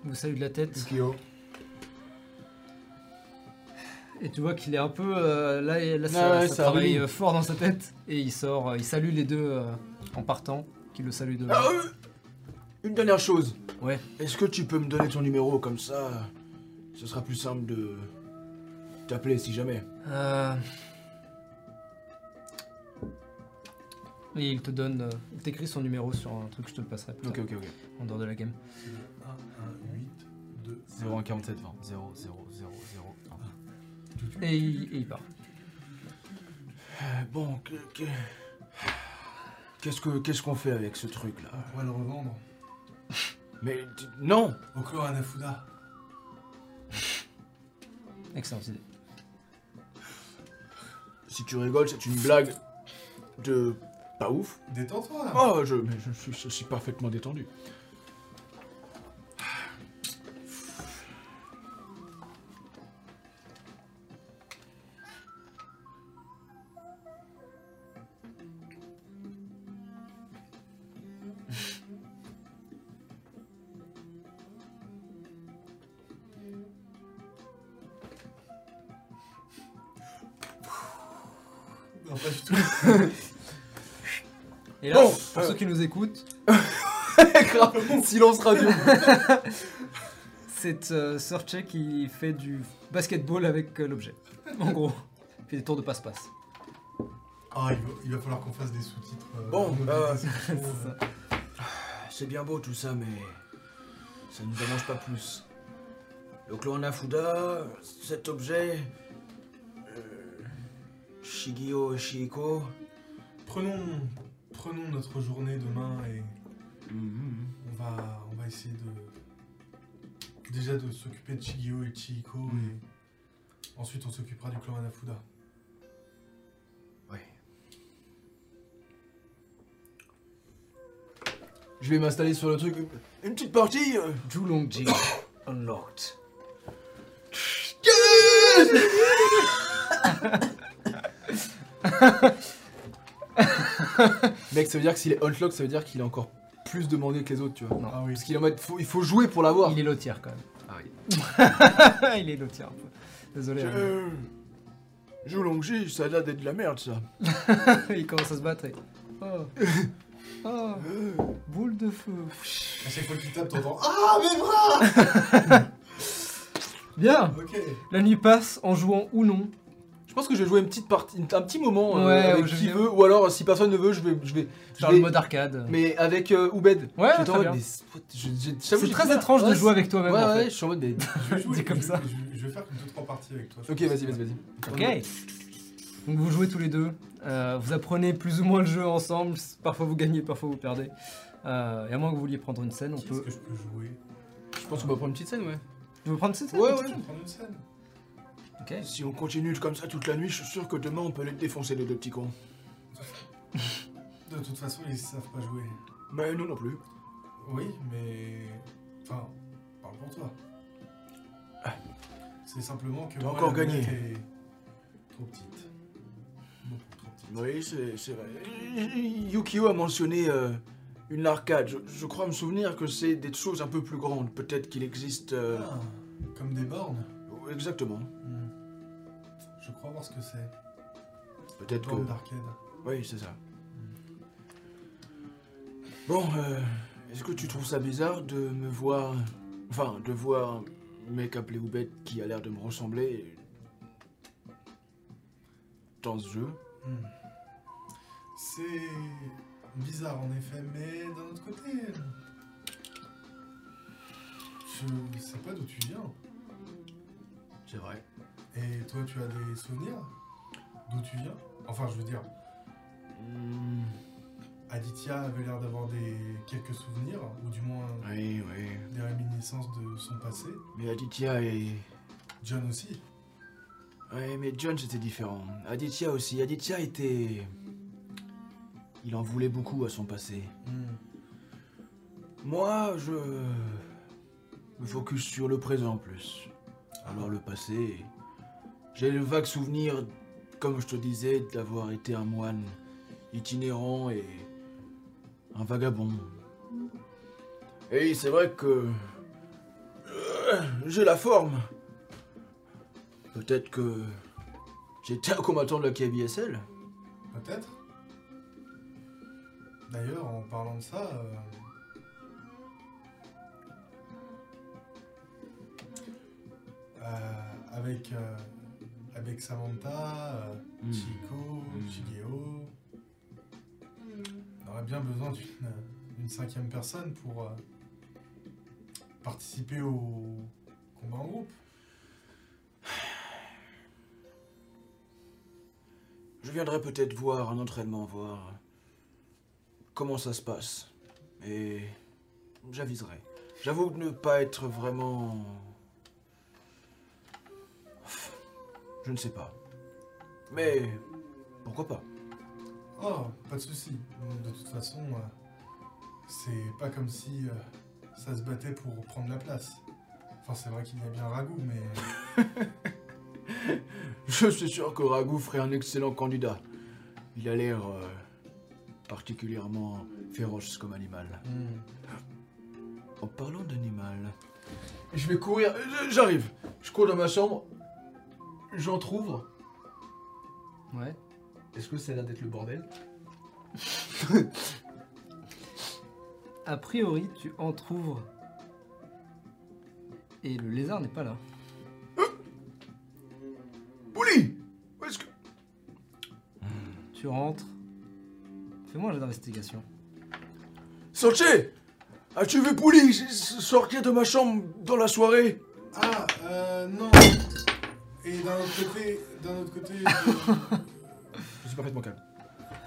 [SPEAKER 15] Il Vous salue de la tête.
[SPEAKER 7] Yukio,
[SPEAKER 15] Et tu vois qu'il est un peu. euh, là, et- là,
[SPEAKER 7] Ah
[SPEAKER 15] ça,
[SPEAKER 7] ouais,
[SPEAKER 15] ça
[SPEAKER 7] ça
[SPEAKER 15] travaille
[SPEAKER 7] ruine.
[SPEAKER 15] euh, fort dans sa tête. Et il sort, euh, il salue les deux euh, en partant. Qui le salue de là.
[SPEAKER 7] Ah, euh, une dernière chose.
[SPEAKER 13] Ouais.
[SPEAKER 7] Est-ce que tu peux me donner ton numéro comme ça Ce sera plus simple de t'appeler si jamais.
[SPEAKER 13] Euh,
[SPEAKER 15] Et il te donne. euh, il t'écrit son numéro sur un truc, je te le passerai plus
[SPEAKER 7] Ok,
[SPEAKER 15] tard,
[SPEAKER 7] ok, ok.
[SPEAKER 15] en dehors de la game.
[SPEAKER 3] 1, 1, 8, 2.
[SPEAKER 12] 0 1 47 20. 0 0 0 0 1.
[SPEAKER 15] Et il, et il part.
[SPEAKER 7] Euh, bon, que- que- qu'est-ce que qu'est-ce qu'on fait avec ce truc là
[SPEAKER 3] On pourrait le revendre.
[SPEAKER 7] Mais tu- non.
[SPEAKER 3] Au clan Anafuda.
[SPEAKER 15] Excellente idée.
[SPEAKER 7] Si tu rigoles, c'est une blague de pas ouf.
[SPEAKER 3] Détends-toi là.
[SPEAKER 7] Oh, je, mais je suis, je suis parfaitement détendu.
[SPEAKER 3] Non, pas du tout.
[SPEAKER 15] Et là,
[SPEAKER 7] Bon, ah
[SPEAKER 15] pour ceux qui nous écoutent,
[SPEAKER 2] Silence radio.
[SPEAKER 15] c'est euh, Sorche qui fait du basketball avec euh, l'objet. En gros. [laughs] Il fait des tours de passe-passe.
[SPEAKER 3] Ah, il va, il va falloir qu'on fasse des sous-titres. euh,
[SPEAKER 7] Bon,
[SPEAKER 3] dans nos
[SPEAKER 2] bah,
[SPEAKER 7] euh,
[SPEAKER 3] descriptions,
[SPEAKER 2] [laughs]
[SPEAKER 3] euh.
[SPEAKER 7] C'est bien beau tout ça, mais ça ne nous arrange pas plus. Le clan Nafuda, cet objet, euh, Shigio et Shihiko,
[SPEAKER 3] Prenons, prenons notre journée demain et
[SPEAKER 2] Mhm.
[SPEAKER 3] on va, on va essayer de déjà de s'occuper de Chigio et de Chihiko
[SPEAKER 2] Mhm.
[SPEAKER 3] et ensuite on s'occupera du clan Anafuda.
[SPEAKER 2] Je vais m'installer sur le truc.
[SPEAKER 7] une petite partie. euh,
[SPEAKER 13] Julongji Unlocked.
[SPEAKER 2] Mec, ça veut dire que s'il est hotlock, ça veut dire qu'il est encore plus demandé que les autres, tu vois.
[SPEAKER 15] Non.
[SPEAKER 3] Ah oui.
[SPEAKER 2] Parce qu'il est en mode, faut- il faut jouer pour l'avoir.
[SPEAKER 15] Il est lotière quand même.
[SPEAKER 2] Ah oui.
[SPEAKER 15] [laughs]
[SPEAKER 7] euh,
[SPEAKER 15] il est lotière un peu. Désolé. hein. [laughs]
[SPEAKER 7] je- Jolongji, ça a l'air d'être de la merde, ça.
[SPEAKER 1] Il commence à se battre et...
[SPEAKER 7] [laughs]
[SPEAKER 1] Oh. Oh. Boule de feu.
[SPEAKER 3] À chaque fois qu'il tape, t'entends Ah, mes bras
[SPEAKER 1] Bien
[SPEAKER 3] Ok.
[SPEAKER 1] La nuit passe en jouant ou non.
[SPEAKER 2] Je pense que je vais jouer une petite partie, une- un petit moment euh,
[SPEAKER 1] Ouais,
[SPEAKER 2] avec
[SPEAKER 1] au jeu
[SPEAKER 2] qui
[SPEAKER 1] vidéo.
[SPEAKER 2] veut, ou alors si personne ne veut, je vais, je vais, je
[SPEAKER 1] Dans
[SPEAKER 2] vais-
[SPEAKER 1] le mode arcade.
[SPEAKER 2] mais avec euh, Oubed.
[SPEAKER 1] Ouais,
[SPEAKER 2] Je suis en
[SPEAKER 1] très
[SPEAKER 2] mode,
[SPEAKER 1] bien.
[SPEAKER 2] mais c'est- what- je- je- j'avoue,
[SPEAKER 1] C'est
[SPEAKER 2] j'ai
[SPEAKER 1] très
[SPEAKER 2] pas-
[SPEAKER 1] étrange de
[SPEAKER 2] ouais,
[SPEAKER 1] jouer avec toi-même
[SPEAKER 2] Ouais,
[SPEAKER 1] en
[SPEAKER 2] ouais,
[SPEAKER 1] fait.
[SPEAKER 2] je suis en mode. mais-
[SPEAKER 3] Je vais jouer,
[SPEAKER 1] Dis comme
[SPEAKER 3] je-
[SPEAKER 1] ça.
[SPEAKER 3] Je, je vais faire 2-3 parties avec toi. je
[SPEAKER 2] Ok,
[SPEAKER 3] pense.
[SPEAKER 2] vas-y, vas-y, vas-y.
[SPEAKER 1] Ok. Donc vous jouez tous les deux, euh, vous apprenez plus ou moins le jeu ensemble, c- parfois vous gagnez, parfois vous perdez. Euh, et à moins que vous vouliez prendre une scène, on
[SPEAKER 3] Qui est-ce
[SPEAKER 1] peut...
[SPEAKER 3] que je peux jouer
[SPEAKER 2] Je pense qu'on va prendre une petite scène, ouais.
[SPEAKER 1] Tu veux prendre cette scène
[SPEAKER 2] Ouais,
[SPEAKER 3] Je
[SPEAKER 2] ouais.
[SPEAKER 3] vais prendre une scène.
[SPEAKER 7] Si on continue comme ça toute la nuit, je suis sûr que demain on peut les défoncer les deux petits cons.
[SPEAKER 3] De toute façon, ils savent pas jouer.
[SPEAKER 7] Mais Ben, nous non plus.
[SPEAKER 3] Oui, mais. Enfin, parle pour toi. C'est simplement que.
[SPEAKER 7] Ah. T'as
[SPEAKER 3] moi,
[SPEAKER 7] encore
[SPEAKER 3] la
[SPEAKER 7] gagné.
[SPEAKER 3] lunette est Trop petite. Beaucoup trop petite.
[SPEAKER 7] Oui, c'est c'est vrai. Yukio a mentionné euh, une arcade. Je, je crois me souvenir que c'est des choses un peu plus grandes. Peut-être qu'il existe. euh,
[SPEAKER 3] Ah, comme des bornes
[SPEAKER 7] Exactement.
[SPEAKER 3] Hmm. Je crois voir ce que c'est.
[SPEAKER 7] Peut-être que.
[SPEAKER 3] Borne d'arcade.
[SPEAKER 7] Oui, c'est ça. Bon, euh, est-ce que tu trouves ça bizarre de me voir. Enfin, de voir un mec appelé Oubet qui a l'air de me ressembler. dans ce jeu
[SPEAKER 3] Hmm. C'est bizarre en effet, mais d'un autre côté, je sais pas d'où tu viens.
[SPEAKER 7] C'est vrai.
[SPEAKER 3] Et toi, tu as des souvenirs d'où tu viens Enfin, je veux dire,
[SPEAKER 7] Hmm,
[SPEAKER 3] Aditya avait l'air d'avoir des quelques souvenirs, ou du moins
[SPEAKER 7] oui, oui.
[SPEAKER 3] des réminiscences de son passé.
[SPEAKER 7] Mais Aditya est.
[SPEAKER 3] John aussi.
[SPEAKER 7] Ouais, mais John, c'était différent. Aditya aussi. Aditya était. Il en voulait beaucoup à son passé. Moi, je. me focus sur le présent plus. Alors le passé. J'ai le vague souvenir, comme je te disais, d'avoir été un moine itinérant et. un vagabond. Et c'est vrai que. euh, J'ai la forme. Peut-être que. J'étais un combattant de la KBSL.
[SPEAKER 3] Peut-être. D'ailleurs, en parlant de ça, euh, euh, avec, euh, avec Samantha, euh,
[SPEAKER 7] Hmm.
[SPEAKER 3] Chico,
[SPEAKER 7] Hmm.
[SPEAKER 3] Shigeo, on aurait bien besoin d'une d'une cinquième personne pour euh, participer au combat en groupe.
[SPEAKER 7] Je viendrai peut-être voir un entraînement, voir comment ça se passe. Et j'aviserai. J'avoue ne pas être vraiment... Je ne sais pas. Mais pourquoi pas [laughs]
[SPEAKER 3] Oh, pas de souci. De toute façon, euh, c'est pas comme si euh, ça se battait pour prendre la place. Enfin, c'est vrai qu'il y a bien Ragout, mais
[SPEAKER 7] Je suis sûr que Ragou ferait un excellent candidat. Il a l'air euh, particulièrement féroce comme animal.
[SPEAKER 2] Hmm.
[SPEAKER 7] En parlant d'animal...
[SPEAKER 2] Je vais courir,
[SPEAKER 7] Euh,
[SPEAKER 2] je- j'arrive. Je cours dans ma chambre, j'entrouvre.
[SPEAKER 1] Ouais.
[SPEAKER 2] Est-ce que ça a l'air d'être le bordel
[SPEAKER 1] A priori, tu entrouvres... Et le lézard n'est pas là.
[SPEAKER 7] Bouli Où est-ce que...
[SPEAKER 1] Tu rentres. Fais-moi un jeu d'investigation.
[SPEAKER 7] Sortez As-tu vu Pouli s- s- sortir de ma chambre dans la soirée
[SPEAKER 3] ah, euh, non. Et d'un autre côté, d'un autre côté,
[SPEAKER 7] Je suis parfaitement calme.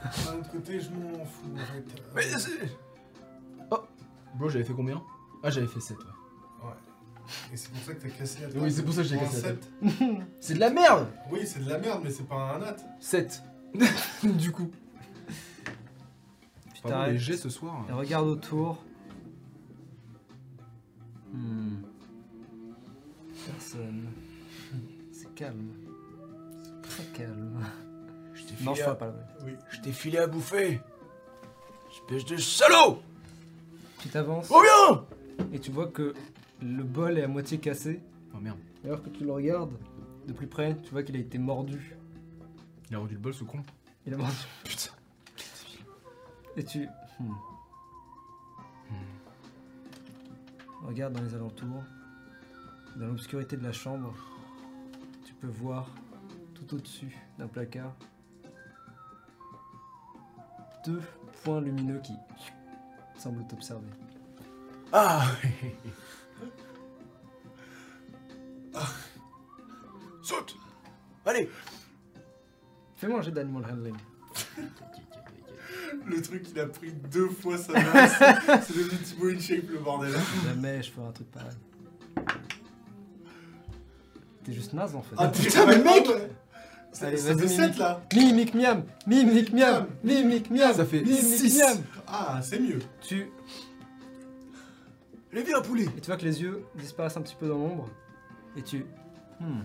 [SPEAKER 3] je- d'un autre côté, je m'en fous en fait. Euh,
[SPEAKER 7] Mais c'est-
[SPEAKER 2] Oh. Bro, j'avais fait combien Ah, j'avais fait 7, ouais.
[SPEAKER 3] Et c'est pour ça que t'as cassé la tête.
[SPEAKER 2] Oui, c'est pour ça que j'ai
[SPEAKER 3] Pour un
[SPEAKER 2] cassé la
[SPEAKER 3] sept.
[SPEAKER 2] C'est de la merde
[SPEAKER 3] Oui, c'est de la merde, mais c'est pas un at.
[SPEAKER 2] 7. [laughs] du coup.
[SPEAKER 1] Tu
[SPEAKER 2] Pardon, les
[SPEAKER 1] t'arrêtes
[SPEAKER 2] jets ce soir.
[SPEAKER 1] et regarde autour. Hmm. Personne. C'est calme. C'est très calme.
[SPEAKER 7] Je t'ai
[SPEAKER 1] Non,
[SPEAKER 7] filé,
[SPEAKER 1] je
[SPEAKER 7] à...
[SPEAKER 1] ferai pas la même.
[SPEAKER 7] je t'ai filé à bouffer Espèce de salaud
[SPEAKER 1] Tu t'avances
[SPEAKER 7] Reviens
[SPEAKER 1] et tu vois que le bol est à moitié cassé.
[SPEAKER 2] Oh merde.
[SPEAKER 1] Alors que tu le regardes de plus près, tu vois qu'il a été mordu
[SPEAKER 12] Il a rendu le bol, ce con.
[SPEAKER 1] Il a mangé. [laughs]
[SPEAKER 12] Putain.
[SPEAKER 1] Et tu. Hmm. Hmm. Regarde dans les alentours. Dans l'obscurité de la chambre, tu peux voir tout au-dessus d'un placard deux points lumineux qui semblent t'observer.
[SPEAKER 7] Ah Saute Allez
[SPEAKER 1] Fais-moi un jet d'animal handling.
[SPEAKER 3] Le truc, il a pris deux fois sa masse. C'est devenu Timo InShape, le bordel.
[SPEAKER 2] Ah,
[SPEAKER 1] Jamais je ferai un truc pareil. T'es juste naze en fait.
[SPEAKER 3] Ah putain, mais mec Ça
[SPEAKER 1] Allez,
[SPEAKER 3] ça
[SPEAKER 1] vas-y,
[SPEAKER 3] fait 7
[SPEAKER 1] Mimi.
[SPEAKER 3] là
[SPEAKER 1] Mimic miam, mimic miam, mimic miam.
[SPEAKER 2] Ça fait
[SPEAKER 1] mimic
[SPEAKER 2] six.
[SPEAKER 1] miam.
[SPEAKER 3] Ah, c'est mieux.
[SPEAKER 1] Tu
[SPEAKER 7] Allez, viens, poulet
[SPEAKER 1] et tu vois que les yeux disparaissent un petit peu dans l'ombre et tu Hmm.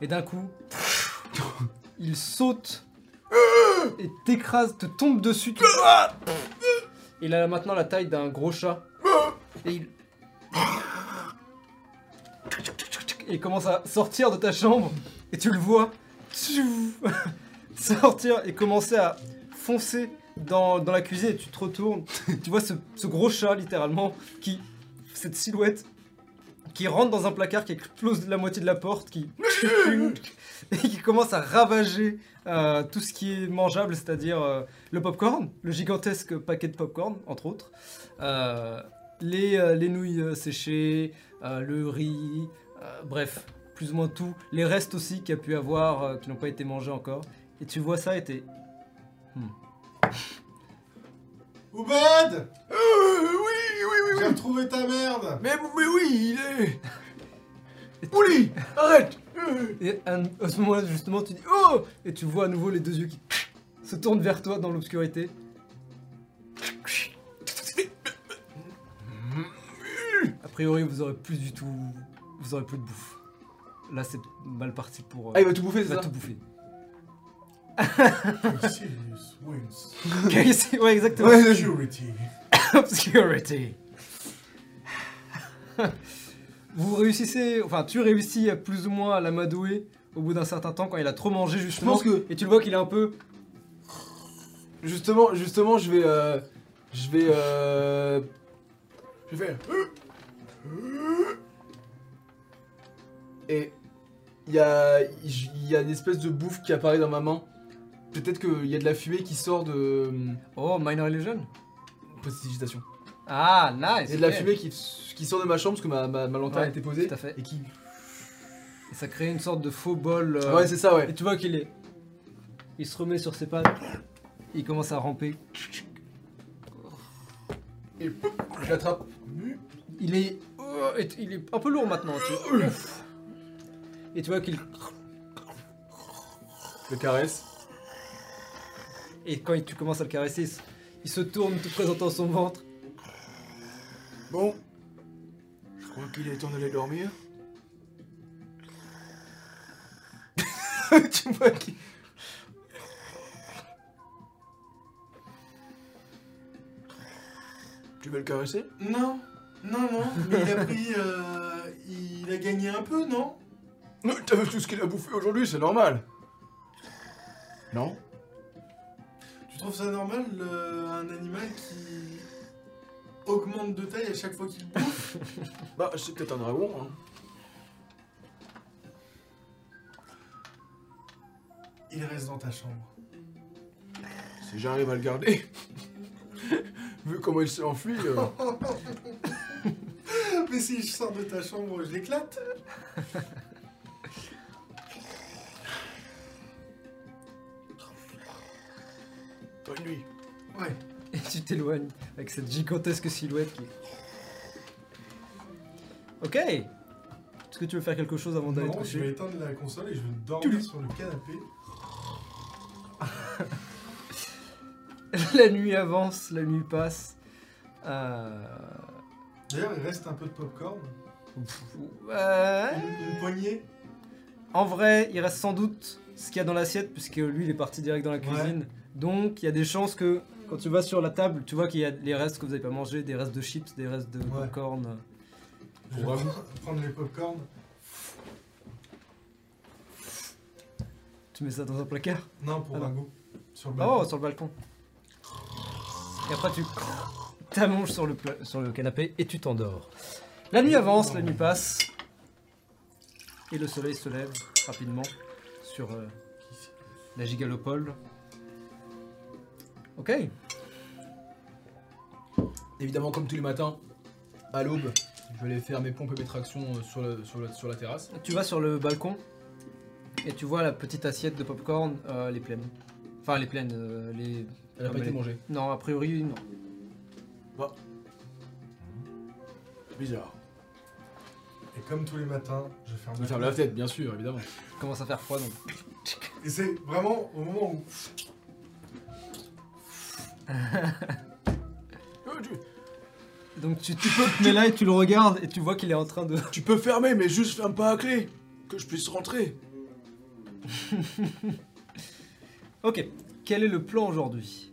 [SPEAKER 1] et d'un coup [laughs] il saute et t'écrase, te tombe dessus. tu- Il a maintenant la taille d'un gros chat et il [laughs] et il commence à sortir de ta chambre et tu le vois [laughs] sortir et commencer à foncer dans, dans la cuisine et tu te retournes. tu vois ce, ce gros chat littéralement qui. cette silhouette qui rentre dans un placard, qui explose la moitié de la porte, qui. et [laughs] qui commence à ravager euh, tout ce qui est mangeable, c'est-à-dire euh, le popcorn, le gigantesque paquet de popcorn, entre autres. euh, les, euh, les nouilles euh, séchées, euh, le riz, euh, bref, plus ou moins tout. Les restes aussi qu'il y a pu avoir, euh, qui n'ont pas été mangés encore. Et tu vois ça et t'es
[SPEAKER 3] Oubad
[SPEAKER 7] Euh, oui, oui, oui, oui
[SPEAKER 3] J'ai retrouvé ta merde
[SPEAKER 7] mais, mais oui, il est... Poulet Arrête
[SPEAKER 1] Et à, à ce moment-là, justement, tu dis Oh Et tu vois à nouveau les deux yeux qui se tournent vers toi dans l'obscurité. A priori, vous aurez plus du tout. Vous aurez plus de bouffe. Là, c'est mal parti pour. euh,
[SPEAKER 2] Ah, il va tout bouffer,
[SPEAKER 1] il
[SPEAKER 2] c'est
[SPEAKER 1] va
[SPEAKER 2] ça
[SPEAKER 1] tout bouffer.
[SPEAKER 3] Sirius [laughs] wins.
[SPEAKER 1] Ok, ouais, exactement.
[SPEAKER 3] Security.
[SPEAKER 1] Obscurity. Vous réussissez, enfin tu réussis à plus ou moins à l'amadouer au bout d'un certain temps quand il a trop mangé justement.
[SPEAKER 2] pense que-
[SPEAKER 1] Et tu le vois qu'il est un peu
[SPEAKER 2] Justement, justement, je vais. euh, je vais. euh, je vais faire. Et. Il y a, il y a une espèce de bouffe qui apparaît dans ma main. Peut-être qu'il y a de la fumée qui sort de. euh,
[SPEAKER 1] Oh, Minor Illusion
[SPEAKER 2] Prestidigitation.
[SPEAKER 1] Ah, nice
[SPEAKER 2] Il y a de la
[SPEAKER 1] ok.
[SPEAKER 2] fumée qui, qui sort de ma chambre parce que ma, ma, ma lanterne
[SPEAKER 1] Ouais,
[SPEAKER 2] était posée.
[SPEAKER 1] tout à fait.
[SPEAKER 2] Et qui.
[SPEAKER 1] Et ça crée une sorte de faux bol. euh,
[SPEAKER 2] Ouais, c'est ça, ouais.
[SPEAKER 1] et tu vois qu'il est. Il se remet sur ses pattes. Il commence à ramper.
[SPEAKER 2] Et pouf, je l'attrape.
[SPEAKER 1] Il est. oh, et- Il est un peu lourd maintenant. tu- Ouf. Et tu vois qu'il.
[SPEAKER 2] Je le caresse.
[SPEAKER 1] Et quand il- tu commences à le caresser, il se, il se tourne tout présentant son ventre. [laughs]
[SPEAKER 7] Bon, je crois qu'il est temps d'aller dormir.
[SPEAKER 2] tu vois qui.
[SPEAKER 7] Tu veux le caresser
[SPEAKER 3] Non, non, non, mais il a pris. euh, il a gagné un peu, non
[SPEAKER 7] Non, Euh, T'as vu tout ce qu'il a bouffé aujourd'hui, c'est normal Non
[SPEAKER 3] Tu trouves ça normal, euh, un animal qui augmente de taille à chaque fois qu'il bouffe
[SPEAKER 7] Bah, c'est peut-être un dragon, hein.
[SPEAKER 3] Il reste dans ta chambre.
[SPEAKER 7] Si j'arrive à le garder. Vu comment il s'est enfui, euh,
[SPEAKER 3] [laughs] Mais si je sors de ta chambre, je l'éclate.
[SPEAKER 7] bonne nuit.
[SPEAKER 3] Ouais.
[SPEAKER 1] [laughs] Et tu t'éloignes avec cette gigantesque silhouette qui. Ok Est-ce que tu veux faire quelque chose avant d'aller te
[SPEAKER 3] Non, je
[SPEAKER 1] coucher [laughs]
[SPEAKER 3] vais éteindre la console et je vais
[SPEAKER 1] Toulou.
[SPEAKER 3] dormir sur le canapé.
[SPEAKER 1] La nuit avance, la nuit passe. Euh...
[SPEAKER 3] D'ailleurs, il reste un peu de popcorn.
[SPEAKER 1] pff, ouais.
[SPEAKER 3] Une, une poignée.
[SPEAKER 1] En vrai, il reste sans doute ce qu'il y a dans l'assiette, puisque lui, il est parti direct dans la cuisine. Donc, il y a des chances que, quand tu vas sur la table, tu vois qu'il y a les restes que vous n'avez pas mangé, des restes de chips, des restes de
[SPEAKER 3] Ouais.
[SPEAKER 1] popcorn.
[SPEAKER 3] Je vais prendre- prendre les popcorn.
[SPEAKER 1] Tu mets ça dans un placard
[SPEAKER 3] Non, pour
[SPEAKER 1] Ah non.
[SPEAKER 3] un goût. Sur le
[SPEAKER 1] Oh,
[SPEAKER 3] balcon.
[SPEAKER 1] sur le balcon. Et après, tu t'allonges sur le, pla- sur le canapé et tu t'endors. La nuit avance, la nuit passe. Et le soleil se lève rapidement sur euh, la gigalopole. Ok.
[SPEAKER 2] [laughs] Évidemment, comme tous les matins, à l'aube, je vais aller faire mes pompes et mes tractions euh, sur la, sur la- sur la terrasse.
[SPEAKER 1] Tu vas sur le balcon et tu vois la petite assiette de popcorn, euh, les plaines. Enfin, les plaines, euh, les.
[SPEAKER 2] Elle a
[SPEAKER 1] Ah,
[SPEAKER 2] pas été
[SPEAKER 1] mais-
[SPEAKER 2] mangée.
[SPEAKER 1] Non, a priori, non.
[SPEAKER 7] Bizarre.
[SPEAKER 3] Et comme tous les matins, je ferme
[SPEAKER 2] Je vais faire la tête, bien sûr, évidemment.
[SPEAKER 1] Il commence à faire froid donc.
[SPEAKER 3] Et c'est vraiment au moment où.
[SPEAKER 7] Euh, tu,
[SPEAKER 1] Donc tu, tu peux te mets là et tu le regardes et tu vois qu'il est en train de.
[SPEAKER 7] tu peux fermer, mais juste ferme pas à clé. Que je puisse rentrer.
[SPEAKER 1] Ok, quel est le plan aujourd'hui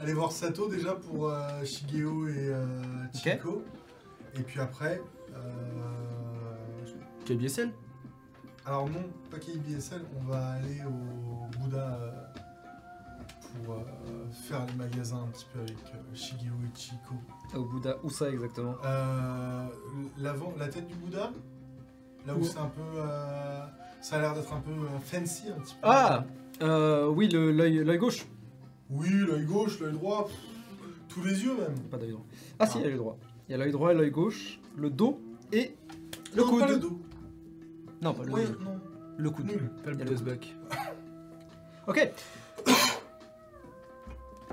[SPEAKER 3] Allez voir Sato déjà pour euh, Shigeo et euh, Chico. Et puis après. euh,
[SPEAKER 2] KBSL
[SPEAKER 3] Alors non, pas KBSL, on va aller au Bouddha euh, pour euh, faire les magasins un petit peu avec euh, Shigeo et Chico.
[SPEAKER 1] Au Bouddha, où ça exactement
[SPEAKER 3] Euh, l'avant- la tête du Bouddha Là où
[SPEAKER 1] Où
[SPEAKER 3] c'est un peu... euh, ça a l'air d'être un peu euh, fancy un petit peu.
[SPEAKER 1] Ah euh, Oui, le- l'œil l'œil gauche.
[SPEAKER 3] Oui, l'œil gauche, l'œil droit, pff, tous les yeux même.
[SPEAKER 1] Pas d'œil droit. Ah, si, il y a l'œil droit. Il y a l'œil droit et l'œil gauche, le dos et le
[SPEAKER 3] non,
[SPEAKER 1] coude.
[SPEAKER 3] pas le dos.
[SPEAKER 1] Non, pas le
[SPEAKER 3] Ouais,
[SPEAKER 1] dos,
[SPEAKER 3] non.
[SPEAKER 1] le coude.
[SPEAKER 3] Nul.
[SPEAKER 2] Pas le
[SPEAKER 1] Il y a le
[SPEAKER 2] Bouddha's Back.
[SPEAKER 1] Ok.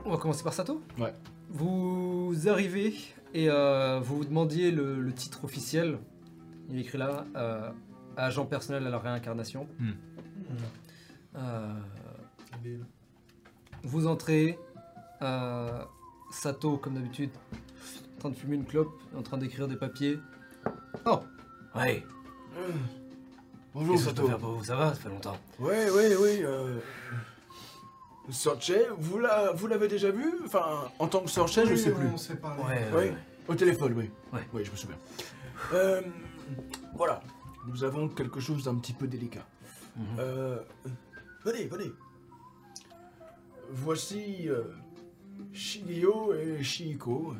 [SPEAKER 1] On va commencer par Sato.
[SPEAKER 2] Ouais.
[SPEAKER 1] Vous arrivez et euh, vous vous demandiez le, le titre officiel. Il est écrit là euh, agent personnel à la réincarnation.
[SPEAKER 2] Hmm.
[SPEAKER 1] Euh,
[SPEAKER 3] Les-
[SPEAKER 1] vous entrez. euh, Sato, comme d'habitude, en train de fumer une clope, en train d'écrire des papiers. [laughs]
[SPEAKER 7] Euh,
[SPEAKER 13] Ouais, qu'est-ce
[SPEAKER 7] Bonjour,
[SPEAKER 13] que je peux
[SPEAKER 7] Sato.
[SPEAKER 13] faire pour vous Ça va, ça fait longtemps.
[SPEAKER 7] Ouais, ouais, ouais. Euh... Sorchet, vous la- vous l'avez déjà vu Enfin, en tant que Sorchet, je
[SPEAKER 3] Oui,
[SPEAKER 7] sais plus. Euh,
[SPEAKER 3] On s'est parlé.
[SPEAKER 13] Ouais,
[SPEAKER 7] Oui,
[SPEAKER 13] ouais.
[SPEAKER 7] au téléphone, oui.
[SPEAKER 13] Ouais.
[SPEAKER 7] Oui, je me souviens. Euh, voilà, nous avons quelque chose d'un petit peu délicat.
[SPEAKER 13] Mhm.
[SPEAKER 7] Euh, venez, venez. Voici euh, Shigeo et Shihiko.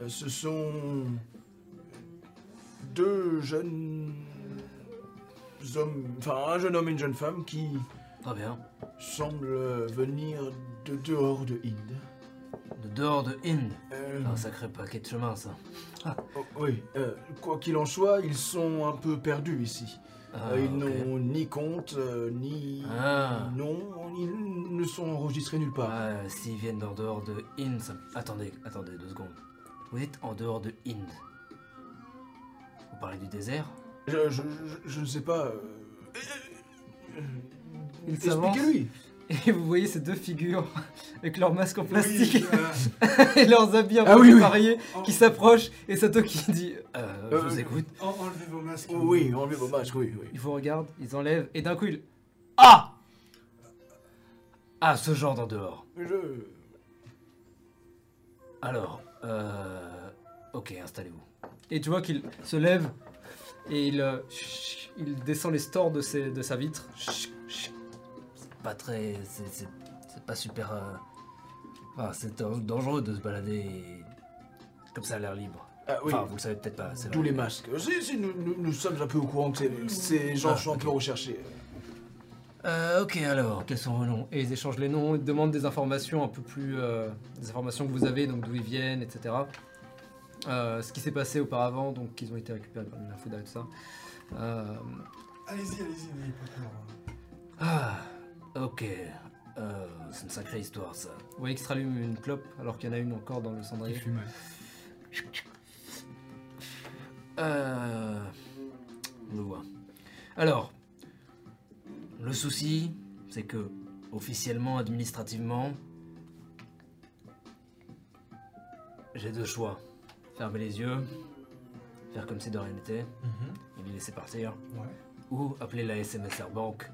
[SPEAKER 7] Euh, ce sont deux jeunes hommes, enfin un jeune homme et une jeune femme qui
[SPEAKER 13] Très bien.
[SPEAKER 7] semblent venir de dehors de Inde.
[SPEAKER 13] De dehors de Inde.
[SPEAKER 7] Euh,
[SPEAKER 13] Un sacré paquet de chemin, ça.
[SPEAKER 7] Oh, oui, euh, quoi qu'il en soit, ils sont un peu perdus ici.
[SPEAKER 13] Ah,
[SPEAKER 7] Euh, ils
[SPEAKER 13] ok.
[SPEAKER 7] n'ont ni compte, euh, ni
[SPEAKER 13] Ah.
[SPEAKER 7] nom, ils ne sont enregistrés nulle part.
[SPEAKER 13] Ouais, s'ils viennent en dehors de Inde, ça... Attendez, attendez, deux secondes. Vous dites en dehors de Inde. Vous parlez du désert
[SPEAKER 7] Je, je- je- je ne sais pas. euh, euh,
[SPEAKER 1] Il s'avance.
[SPEAKER 7] Expliquez-lui.
[SPEAKER 1] Et vous voyez ces deux figures avec leurs masques en plastique.
[SPEAKER 3] Oui, euh,
[SPEAKER 1] [laughs] et leurs habits un
[SPEAKER 7] Ah
[SPEAKER 1] peu
[SPEAKER 7] oui, oui.
[SPEAKER 1] variés
[SPEAKER 3] en-
[SPEAKER 1] qui s'approchent et Sato qui dit
[SPEAKER 7] Euh,
[SPEAKER 13] euh, Je vous écoute.
[SPEAKER 3] en- enlevez vos masques.
[SPEAKER 7] Oh, oui, enlevez vos masques, oui, oui.
[SPEAKER 1] ils vous regardent, ils enlèvent et d'un coup ils
[SPEAKER 13] Ah Ah, ce genre d'en dehors.
[SPEAKER 7] Je-
[SPEAKER 13] Alors, euh... Ok, installez-vous.
[SPEAKER 1] et tu vois qu'il se lève et il euh, chut, il descend les stores de, ses- de sa vitre. Chut, chut.
[SPEAKER 13] Pas très... C'est c'est- c'est pas super... euh, Enfin, c'est euh, dangereux de se balader comme ça à l'air libre.
[SPEAKER 7] Ah oui.
[SPEAKER 13] Enfin, vous le savez peut-être pas. c'est
[SPEAKER 7] D'où
[SPEAKER 13] vrai.
[SPEAKER 7] les masques. Si, si, nous, nous- nous sommes un peu au courant que ces, ces gens
[SPEAKER 13] Ah,
[SPEAKER 7] sont un peu recherchés.
[SPEAKER 13] Euh, ok, alors, quels sont vos noms
[SPEAKER 1] Et ils échangent les noms, ils demandent des informations un peu plus euh, des informations que vous avez donc d'où ils viennent etc. Euh, ce qui s'est passé auparavant donc qu'ils ont été récupérés par la Fuda et tout ça. Euh,
[SPEAKER 3] Allez-y, allez-y, n'ayez pas peur. hein.
[SPEAKER 13] Ah, ok. Euh, c'est une sacrée histoire, ça.
[SPEAKER 1] vous voyez qu'il se rallume une clope alors qu'il y en a une encore dans le cendrier.
[SPEAKER 13] Euh... Je vois. Alors, le souci, c'est que, officiellement, administrativement, j'ai deux choix. Fermer les yeux, faire comme si de rien n'était, et les laisser partir,
[SPEAKER 3] Ouais.
[SPEAKER 13] ou appeler la SMSR Bank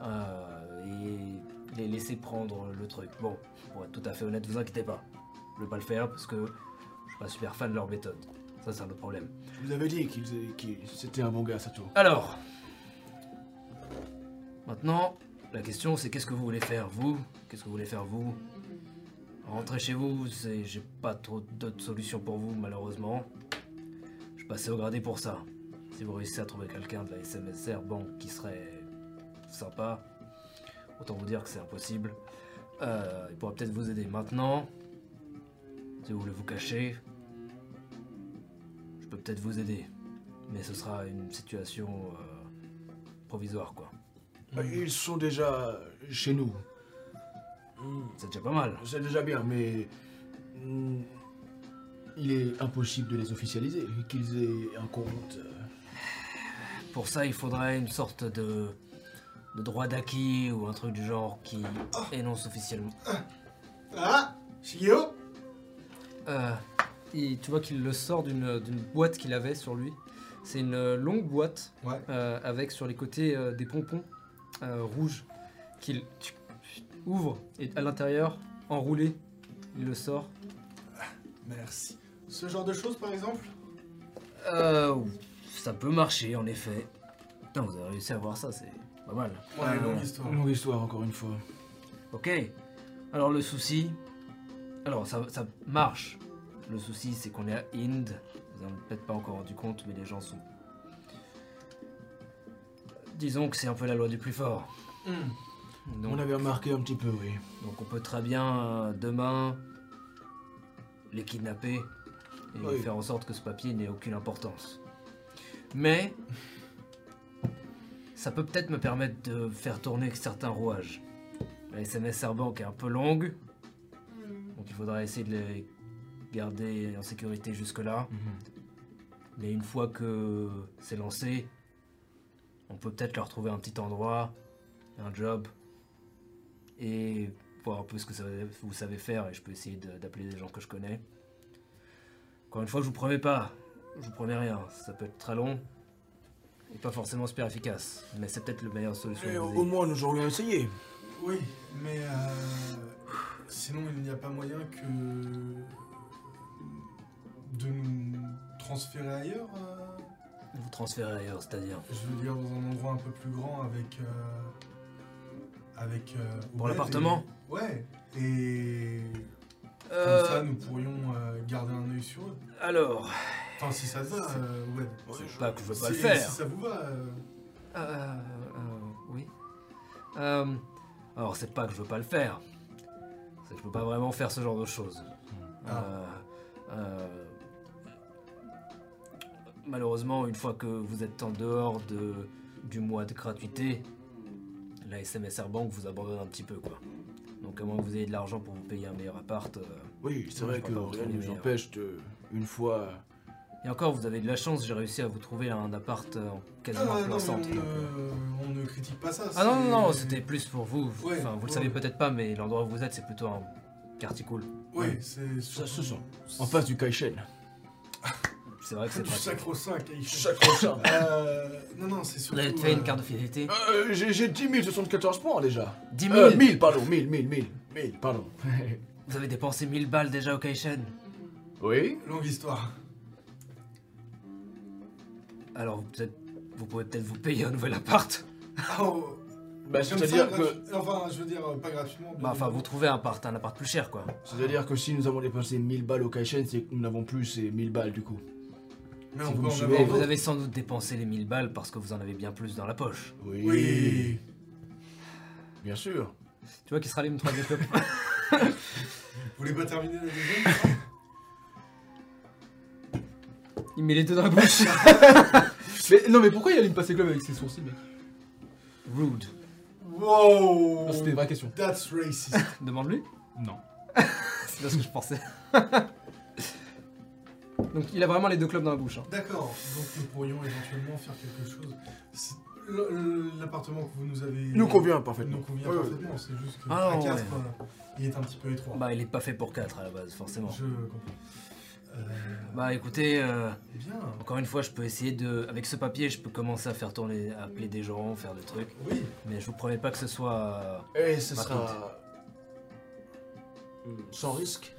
[SPEAKER 13] euh, et les laisser prendre le truc. Bon, pour être tout à fait honnête, vous inquiétez pas. Je vais pas le faire parce que je suis pas super fan de leur méthode. Ça, c'est un autre problème.
[SPEAKER 7] Je vous avais dit qu'ils, qu'ils- c'était un bon gars, Sato.
[SPEAKER 13] Alors,
[SPEAKER 1] Maintenant, la question c'est qu'est-ce que vous voulez faire vous Qu'est-ce que vous voulez faire vous Rentrer chez vous, c'est j'ai pas trop d'autres solutions pour vous malheureusement. Je passais au gradé pour ça. Si vous réussissez à trouver quelqu'un de la SMSR, bon, qui serait sympa, autant vous dire que c'est impossible. Euh, il pourra peut-être vous aider maintenant. Si vous voulez vous cacher, je peux peut-être vous aider. Mais ce sera une situation euh, provisoire, quoi.
[SPEAKER 7] Bah, Ils sont déjà chez nous. Hmm,
[SPEAKER 1] C'est déjà pas mal.
[SPEAKER 7] C'est déjà bien, mais. mm, Il est impossible de les officialiser, qu'ils aient un compte. euh,
[SPEAKER 1] Pour ça, il faudrait une sorte de, de droit d'acquis ou un truc du genre qui
[SPEAKER 3] Oh.
[SPEAKER 1] énonce officiellement.
[SPEAKER 3] Ah Shio
[SPEAKER 16] Euh, il- tu vois qu'il le sort d'une d'une boîte qu'il avait sur lui. C'est une euh, longue boîte
[SPEAKER 17] Ouais.
[SPEAKER 16] euh, avec sur les côtés euh, des pompons euh, rouges qu'il tu- ouvre et à l'intérieur, enroulé, il le sort.
[SPEAKER 17] Merci.
[SPEAKER 3] Ce genre de choses, par exemple
[SPEAKER 1] Euh, ça peut marcher, en effet. Putain, vous avez réussi à voir ça, c'est pas mal.
[SPEAKER 3] Ouais, longue histoire.
[SPEAKER 7] Longue histoire, encore une fois.
[SPEAKER 1] Ok. Alors le souci, alors ça, ça marche. Le souci, c'est qu'on est à Inde. Vous en êtes peut-être pas encore rendu compte, mais les gens sont. Disons que c'est un peu la loi du plus fort. Donc,
[SPEAKER 7] On avait remarqué un petit peu, oui.
[SPEAKER 1] donc on peut très bien euh, demain les kidnapper et
[SPEAKER 7] Oui.
[SPEAKER 1] faire en sorte que ce papier n'ait aucune importance. Mais ça peut peut-être me permettre de faire tourner certains rouages. La SMS Airbank est un peu longue, donc il faudra essayer de les garder en sécurité jusque-là. Mais une fois que c'est lancé, on peut peut-être leur trouver un petit endroit, un job, et voir un peu ce que ça- vous savez faire. Et je peux essayer de- d'appeler des gens que je connais. Encore une fois, je vous promets pas, je vous promets rien. Ça peut être très long et pas forcément super efficace, mais c'est peut-être la meilleure solution.
[SPEAKER 7] Mais
[SPEAKER 1] que
[SPEAKER 7] au,
[SPEAKER 1] vous
[SPEAKER 7] au
[SPEAKER 1] ayez.
[SPEAKER 7] moins, nous aurions essayé.
[SPEAKER 3] Oui, mais euh, sinon il n'y a pas moyen que de nous transférer ailleurs. euh,
[SPEAKER 1] Vous transférez ailleurs, c'est-à-dire.
[SPEAKER 3] je veux dire dans un endroit un peu plus grand avec euh, avec. euh,
[SPEAKER 1] Pour
[SPEAKER 3] Obed
[SPEAKER 1] l'appartement
[SPEAKER 3] et- Ouais. Et comme
[SPEAKER 1] Euh,
[SPEAKER 3] ça nous pourrions euh, garder un œil sur eux.
[SPEAKER 1] alors,
[SPEAKER 3] Enfin si ça te va, euh, Obed.
[SPEAKER 1] c'est pas que je veux pas
[SPEAKER 3] Si-
[SPEAKER 1] le faire.
[SPEAKER 3] Si ça vous va. euh,
[SPEAKER 1] Euh, euh, oui. Euh, alors, c'est pas que je veux pas le faire. C'est que je peux pas vraiment faire ce genre de choses.
[SPEAKER 3] Ah.
[SPEAKER 1] Euh, euh, malheureusement, une fois que vous êtes en dehors de, du mois de gratuité, la SMSR Bank vous abandonne un petit peu, quoi. Donc, à moins que vous ayez de l'argent pour vous payer un meilleur appart. euh,
[SPEAKER 7] Oui, c'est
[SPEAKER 1] Ouais,
[SPEAKER 7] vrai
[SPEAKER 1] je
[SPEAKER 7] que
[SPEAKER 1] vois pas trop
[SPEAKER 7] rien ne
[SPEAKER 1] les
[SPEAKER 7] nous
[SPEAKER 1] meilleurs.
[SPEAKER 7] empêche de, une fois.
[SPEAKER 1] Et encore, vous avez de la chance, j'ai réussi à vous trouver un appart euh, en quasiment en
[SPEAKER 3] ah,
[SPEAKER 1] plein
[SPEAKER 3] non, mais
[SPEAKER 1] centre.
[SPEAKER 3] on,
[SPEAKER 1] donc, euh,
[SPEAKER 3] ne, on ne critique pas ça.
[SPEAKER 1] Ah non,
[SPEAKER 3] c'est-
[SPEAKER 1] non, non, c'était plus pour vous.
[SPEAKER 3] Ouais,
[SPEAKER 1] enfin, vous le
[SPEAKER 3] ouais.
[SPEAKER 1] savez peut-être pas, mais l'endroit où vous êtes, c'est plutôt un quartier cool.
[SPEAKER 3] Oui, c'est
[SPEAKER 7] Ça se
[SPEAKER 3] surtout-
[SPEAKER 7] En face du Kaishen.
[SPEAKER 1] C'est vrai que c'est
[SPEAKER 3] Du
[SPEAKER 1] pratique.
[SPEAKER 3] sacro-saint, Caïch.
[SPEAKER 7] Sacro-saint.
[SPEAKER 3] Euh, non, non, c'est
[SPEAKER 1] Vous
[SPEAKER 3] surtout...
[SPEAKER 1] avez fait une
[SPEAKER 3] euh,
[SPEAKER 1] carte de fidélité
[SPEAKER 7] Euh, J'ai j'ai 10 074 points déjà.
[SPEAKER 1] 10 000
[SPEAKER 7] Euh, 1000, pardon, 1000, 1000, 1000, 1000, pardon.
[SPEAKER 1] Vous avez dépensé 1000 balles déjà au Kaishen
[SPEAKER 7] Oui
[SPEAKER 3] Longue histoire.
[SPEAKER 1] Alors, vous, peut-être- vous pouvez peut-être vous payer un nouvel appart.
[SPEAKER 3] Oh,
[SPEAKER 7] Bah,
[SPEAKER 3] comme ça,
[SPEAKER 7] C'est-à-dire que,
[SPEAKER 3] gratu- Enfin, je veux dire, euh, pas gratuitement. bien
[SPEAKER 1] Bah, enfin, vous
[SPEAKER 3] évidemment.
[SPEAKER 1] trouvez un appart, un appart plus cher, quoi.
[SPEAKER 7] c'est-à-dire que si nous avons dépensé 1000 balles au Kaishen, c'est que nous n'avons plus ces 1000 balles du coup.
[SPEAKER 3] Mais
[SPEAKER 7] si
[SPEAKER 3] on
[SPEAKER 7] vous
[SPEAKER 3] peut
[SPEAKER 7] me
[SPEAKER 3] en
[SPEAKER 7] suivez,
[SPEAKER 3] avoir
[SPEAKER 1] Vous
[SPEAKER 3] d'autres.
[SPEAKER 1] avez sans doute dépensé les 1000 balles parce que vous en avez bien plus dans la poche.
[SPEAKER 7] Oui.
[SPEAKER 3] Oui.
[SPEAKER 7] Bien sûr.
[SPEAKER 16] Tu vois qu'il se rallume trois
[SPEAKER 1] [laughs]
[SPEAKER 16] clopes.
[SPEAKER 3] Vous voulez pas terminer
[SPEAKER 7] [laughs]
[SPEAKER 3] la deuxième
[SPEAKER 16] Il met les deux dans la [laughs] bouche.
[SPEAKER 2] Mais non, mais pourquoi il allume pas ses clubs avec ses sourcils, mec
[SPEAKER 16] Rude.
[SPEAKER 3] Wow
[SPEAKER 2] Non, C'était une vraie question.
[SPEAKER 3] That's racist.
[SPEAKER 16] [laughs] Demande-lui.
[SPEAKER 2] Non.
[SPEAKER 16] C'est pas ce que je pensais. [laughs] Donc il a vraiment les deux clopes dans la bouche. hein.
[SPEAKER 3] D'accord, donc nous pourrions éventuellement faire quelque chose. C'est- le- le- L'appartement que vous nous avez...
[SPEAKER 7] Nous convient parfaitement.
[SPEAKER 3] Nous convient
[SPEAKER 7] Ouais, ouais.
[SPEAKER 3] parfaitement, c'est juste que
[SPEAKER 1] Ah,
[SPEAKER 3] à quatre,
[SPEAKER 1] ouais.
[SPEAKER 3] euh, il est un petit peu étroit.
[SPEAKER 1] Bah, il est pas fait pour 4 à la base, forcément.
[SPEAKER 3] Je comprends. Euh, eh
[SPEAKER 1] Bah, écoutez, euh,
[SPEAKER 3] bien,
[SPEAKER 1] encore une fois, je peux essayer de. Avec ce papier, je peux commencer à faire tourner, à appeler des gens, faire des trucs.
[SPEAKER 3] oui.
[SPEAKER 1] Mais je vous promets pas que ce soit. euh,
[SPEAKER 7] Et Eh, ce
[SPEAKER 1] Par
[SPEAKER 7] sera. Hmm, Sans risque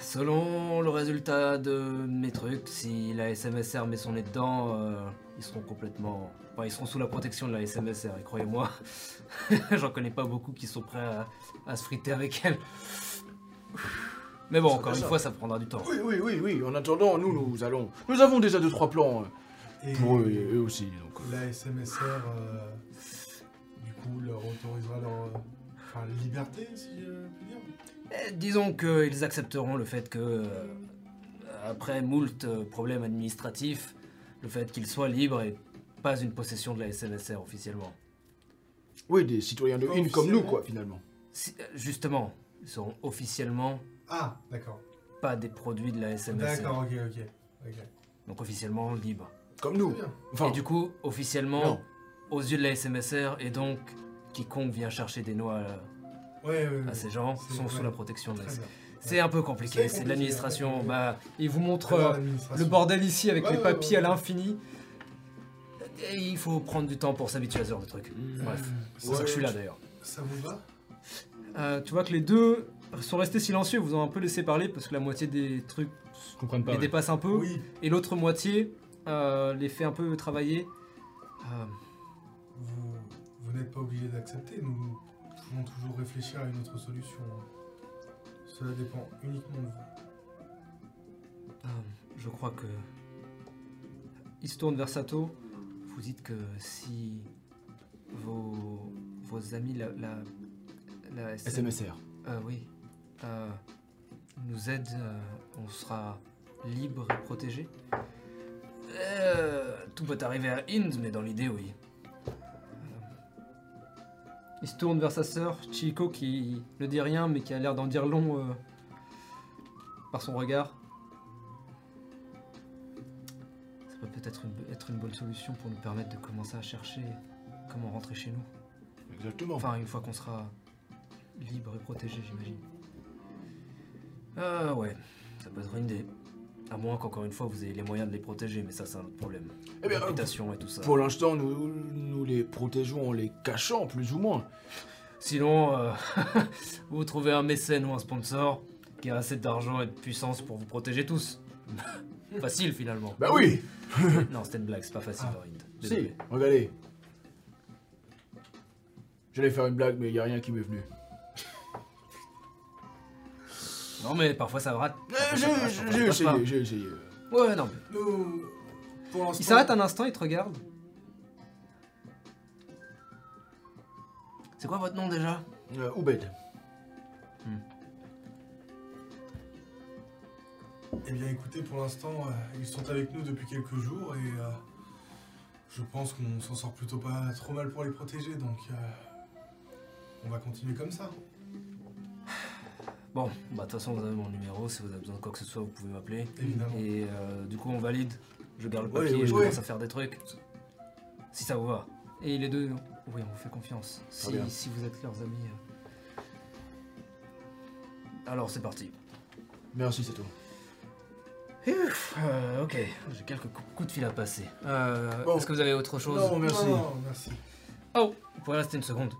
[SPEAKER 1] Selon le résultat de mes trucs, si la SMSR met son nez dedans, euh, ils seront complètement. Enfin, ils seront sous la protection de la SMSR, et croyez-moi, [laughs] j'en connais pas beaucoup qui sont prêts à, à se friter avec elle. Mais bon,
[SPEAKER 7] Ça
[SPEAKER 1] encore
[SPEAKER 7] fait
[SPEAKER 1] une
[SPEAKER 7] ça.
[SPEAKER 1] fois, ça prendra du temps.
[SPEAKER 7] Oui, oui, oui, oui. En attendant, nous, nous allons. Nous avons déjà deux, trois plans euh,
[SPEAKER 3] Et
[SPEAKER 7] pour eux, et eux aussi. Donc, euh,
[SPEAKER 3] la SMSR, euh, du coup, leur autorisera leur euh, enfin, liberté, si je puis dire.
[SPEAKER 1] Eh, disons qu'ils accepteront le fait que, euh, après moult euh, problèmes administratifs, le fait qu'ils soient libres et pas une possession de la SMSR officiellement.
[SPEAKER 7] oui, des citoyens de
[SPEAKER 3] Pas
[SPEAKER 7] une comme nous,
[SPEAKER 3] officiellement.
[SPEAKER 7] quoi, finalement.
[SPEAKER 1] Si- euh, justement, ils seront officiellement
[SPEAKER 3] Ah, bah, d'accord.
[SPEAKER 1] pas des produits de la SMSR.
[SPEAKER 3] D'accord, ok, ok. ok.
[SPEAKER 1] Donc officiellement libres.
[SPEAKER 7] Comme nous.
[SPEAKER 3] Très bien.
[SPEAKER 7] Enfin,
[SPEAKER 1] et du coup, officiellement,
[SPEAKER 7] non.
[SPEAKER 1] aux yeux de la SMSR, et donc quiconque vient chercher des noix
[SPEAKER 3] Ouais, ouais,
[SPEAKER 1] à,
[SPEAKER 3] ouais.
[SPEAKER 1] à ces gens
[SPEAKER 3] Ah, C'est-
[SPEAKER 1] sont sous
[SPEAKER 3] ouais.
[SPEAKER 1] la protection de la
[SPEAKER 3] Très bien.
[SPEAKER 1] C'est un peu compliqué,
[SPEAKER 3] C'est
[SPEAKER 1] c'est de
[SPEAKER 3] compliqué,
[SPEAKER 1] l'administration.
[SPEAKER 3] ouais.
[SPEAKER 1] Bah,
[SPEAKER 2] Il vous montre
[SPEAKER 3] Très bien,
[SPEAKER 2] euh, le
[SPEAKER 3] l'administration.
[SPEAKER 2] bordel ici avec
[SPEAKER 3] Ouais,
[SPEAKER 2] les
[SPEAKER 3] ouais,
[SPEAKER 2] papiers
[SPEAKER 3] ouais,
[SPEAKER 2] à
[SPEAKER 3] ouais.
[SPEAKER 2] l'infini.
[SPEAKER 1] et il faut prendre du temps pour s'habituer à ce genre de truc.
[SPEAKER 3] Mmh.
[SPEAKER 1] Bref, c'est pour ça que je suis là d'ailleurs.
[SPEAKER 3] Ça vous va
[SPEAKER 2] Euh, tu vois que les deux sont restés silencieux, vous ont un peu laissé parler parce que la moitié des trucs
[SPEAKER 1] Je comprends pas.
[SPEAKER 2] les dépasse un peu.
[SPEAKER 3] Bah Oui.
[SPEAKER 2] Et l'autre moitié euh, les fait un peu travailler. Euh,
[SPEAKER 3] Vous, vous n'êtes pas obligé d'accepter, nous pouvons toujours réfléchir à une autre solution. Cela dépend uniquement de vous.
[SPEAKER 1] Euh, je crois que.
[SPEAKER 2] il se tourne vers Sato.
[SPEAKER 1] Vous dites que si vos, vos amis, la, la, la SM
[SPEAKER 7] SMSR.
[SPEAKER 1] euh, oui, euh, nous aident, euh, on sera libre et protégé. Euh, tout peut arriver à Inde, mais dans l'idée, oui. Euh,
[SPEAKER 2] Il se tourne vers sa sœur, Chico, qui ne dit rien mais qui a l'air d'en dire long euh, par son regard.
[SPEAKER 1] Ça peut peut-être une- être une bonne solution pour nous permettre de commencer à chercher comment rentrer chez nous.
[SPEAKER 7] Exactement.
[SPEAKER 1] Enfin, une fois qu'on sera libre et protégé, j'imagine. Ah ouais, ça peut être une idée. À moins qu'encore une fois vous ayez les moyens de les protéger, mais ça c'est un autre problème.
[SPEAKER 7] Eh bien, euh,
[SPEAKER 1] Réputation et tout ça.
[SPEAKER 7] Pour l'instant, nous, nous les protégeons en les cachant, plus ou moins.
[SPEAKER 1] Sinon, euh, [laughs] vous trouvez un mécène ou un sponsor qui a assez d'argent et de puissance pour vous protéger tous. [laughs] facile finalement.
[SPEAKER 7] Bah oui
[SPEAKER 1] Non, c'était une blague, c'est pas facile,
[SPEAKER 3] Ah,
[SPEAKER 1] Varind.
[SPEAKER 7] Si,
[SPEAKER 1] Désolé.
[SPEAKER 7] regardez. J'allais faire une blague, mais il a rien qui m'est venu.
[SPEAKER 1] Non mais parfois ça rate.
[SPEAKER 7] Euh,
[SPEAKER 1] Parfois,
[SPEAKER 7] J'ai
[SPEAKER 1] ça passe, parfois,
[SPEAKER 7] j'ai
[SPEAKER 1] ça passe
[SPEAKER 7] essayé, j'ai essayé.
[SPEAKER 1] pas. Ouais, non. mais-
[SPEAKER 3] Nous,
[SPEAKER 7] Euh,
[SPEAKER 3] pour l'instant,
[SPEAKER 2] Il s'arrête un instant, il te regarde.
[SPEAKER 1] C'est quoi votre nom déjà
[SPEAKER 13] hein
[SPEAKER 7] Euh, Oubed.
[SPEAKER 3] Eh bien, écoutez, pour l'instant, euh, ils sont avec nous depuis quelques jours et euh, je pense qu'on s'en sort plutôt pas trop mal pour les protéger, donc euh, on va continuer comme ça.
[SPEAKER 1] Bon, bah de toute façon vous avez mon numéro, si vous avez besoin de quoi que ce soit vous pouvez m'appeler.
[SPEAKER 3] Évidemment.
[SPEAKER 1] Et euh, du coup on valide, je garde le
[SPEAKER 7] Oui,
[SPEAKER 1] papier
[SPEAKER 7] oui,
[SPEAKER 1] et je
[SPEAKER 7] oui.
[SPEAKER 1] commence à faire des trucs. Si ça vous va.
[SPEAKER 2] Et les deux, oui, on vous fait confiance. Si,
[SPEAKER 7] bien.
[SPEAKER 2] si vous êtes leurs amis. euh.
[SPEAKER 1] Alors c'est parti.
[SPEAKER 7] Merci, c'est tout.
[SPEAKER 1] Et ouf, euh, ok, j'ai quelques cou- coups de fil à passer. Euh,
[SPEAKER 7] Bon.
[SPEAKER 1] Est-ce que vous avez autre chose
[SPEAKER 7] Non, merci.
[SPEAKER 3] Non, non, merci.
[SPEAKER 1] Oh, vous pouvez rester une seconde.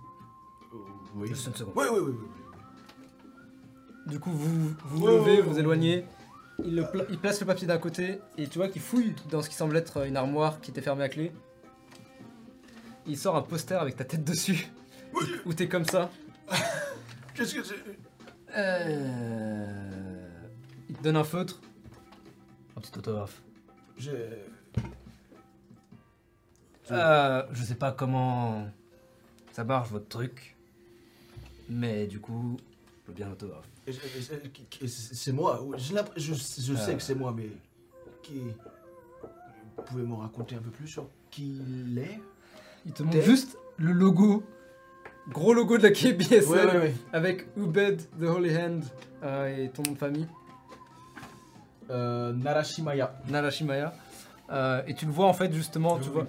[SPEAKER 7] Euh, Oui.
[SPEAKER 1] Juste une seconde.
[SPEAKER 7] Oui, oui, oui. oui.
[SPEAKER 2] Du coup, vous vous vous
[SPEAKER 3] Ouais,
[SPEAKER 2] levez,
[SPEAKER 3] ouais,
[SPEAKER 2] vous
[SPEAKER 3] ouais.
[SPEAKER 2] éloignez. Il, le pla- il place le papier d'un côté et tu vois qu'il fouille dans ce qui semble être une armoire qui était fermée à clé. Il sort un poster avec ta tête dessus. Où t'es comme ça.
[SPEAKER 7] Qu'est-ce que c'est
[SPEAKER 1] Euh...
[SPEAKER 2] Il te donne un feutre.
[SPEAKER 1] Un petit autographe.
[SPEAKER 7] J'ai-
[SPEAKER 1] Euh, je sais pas comment ça marche votre truc, mais du coup, je veux bien l'autographe.
[SPEAKER 7] j'ai- j'ai- C'est c'est moi. oui, j'ai l'impression- Je, je sais que c'est moi, mais qui Vous pouvez m'en raconter un peu plus sur qui il est
[SPEAKER 2] Il te montre
[SPEAKER 7] Tête.
[SPEAKER 2] juste le logo. Gros logo de la KBSL.
[SPEAKER 7] ouais.
[SPEAKER 2] Avec Ubed the Holy Hand euh, et ton nom de famille.
[SPEAKER 7] Euh, Narashimaya.
[SPEAKER 2] Narashimaya. Euh, et tu le vois en fait justement, tu vois.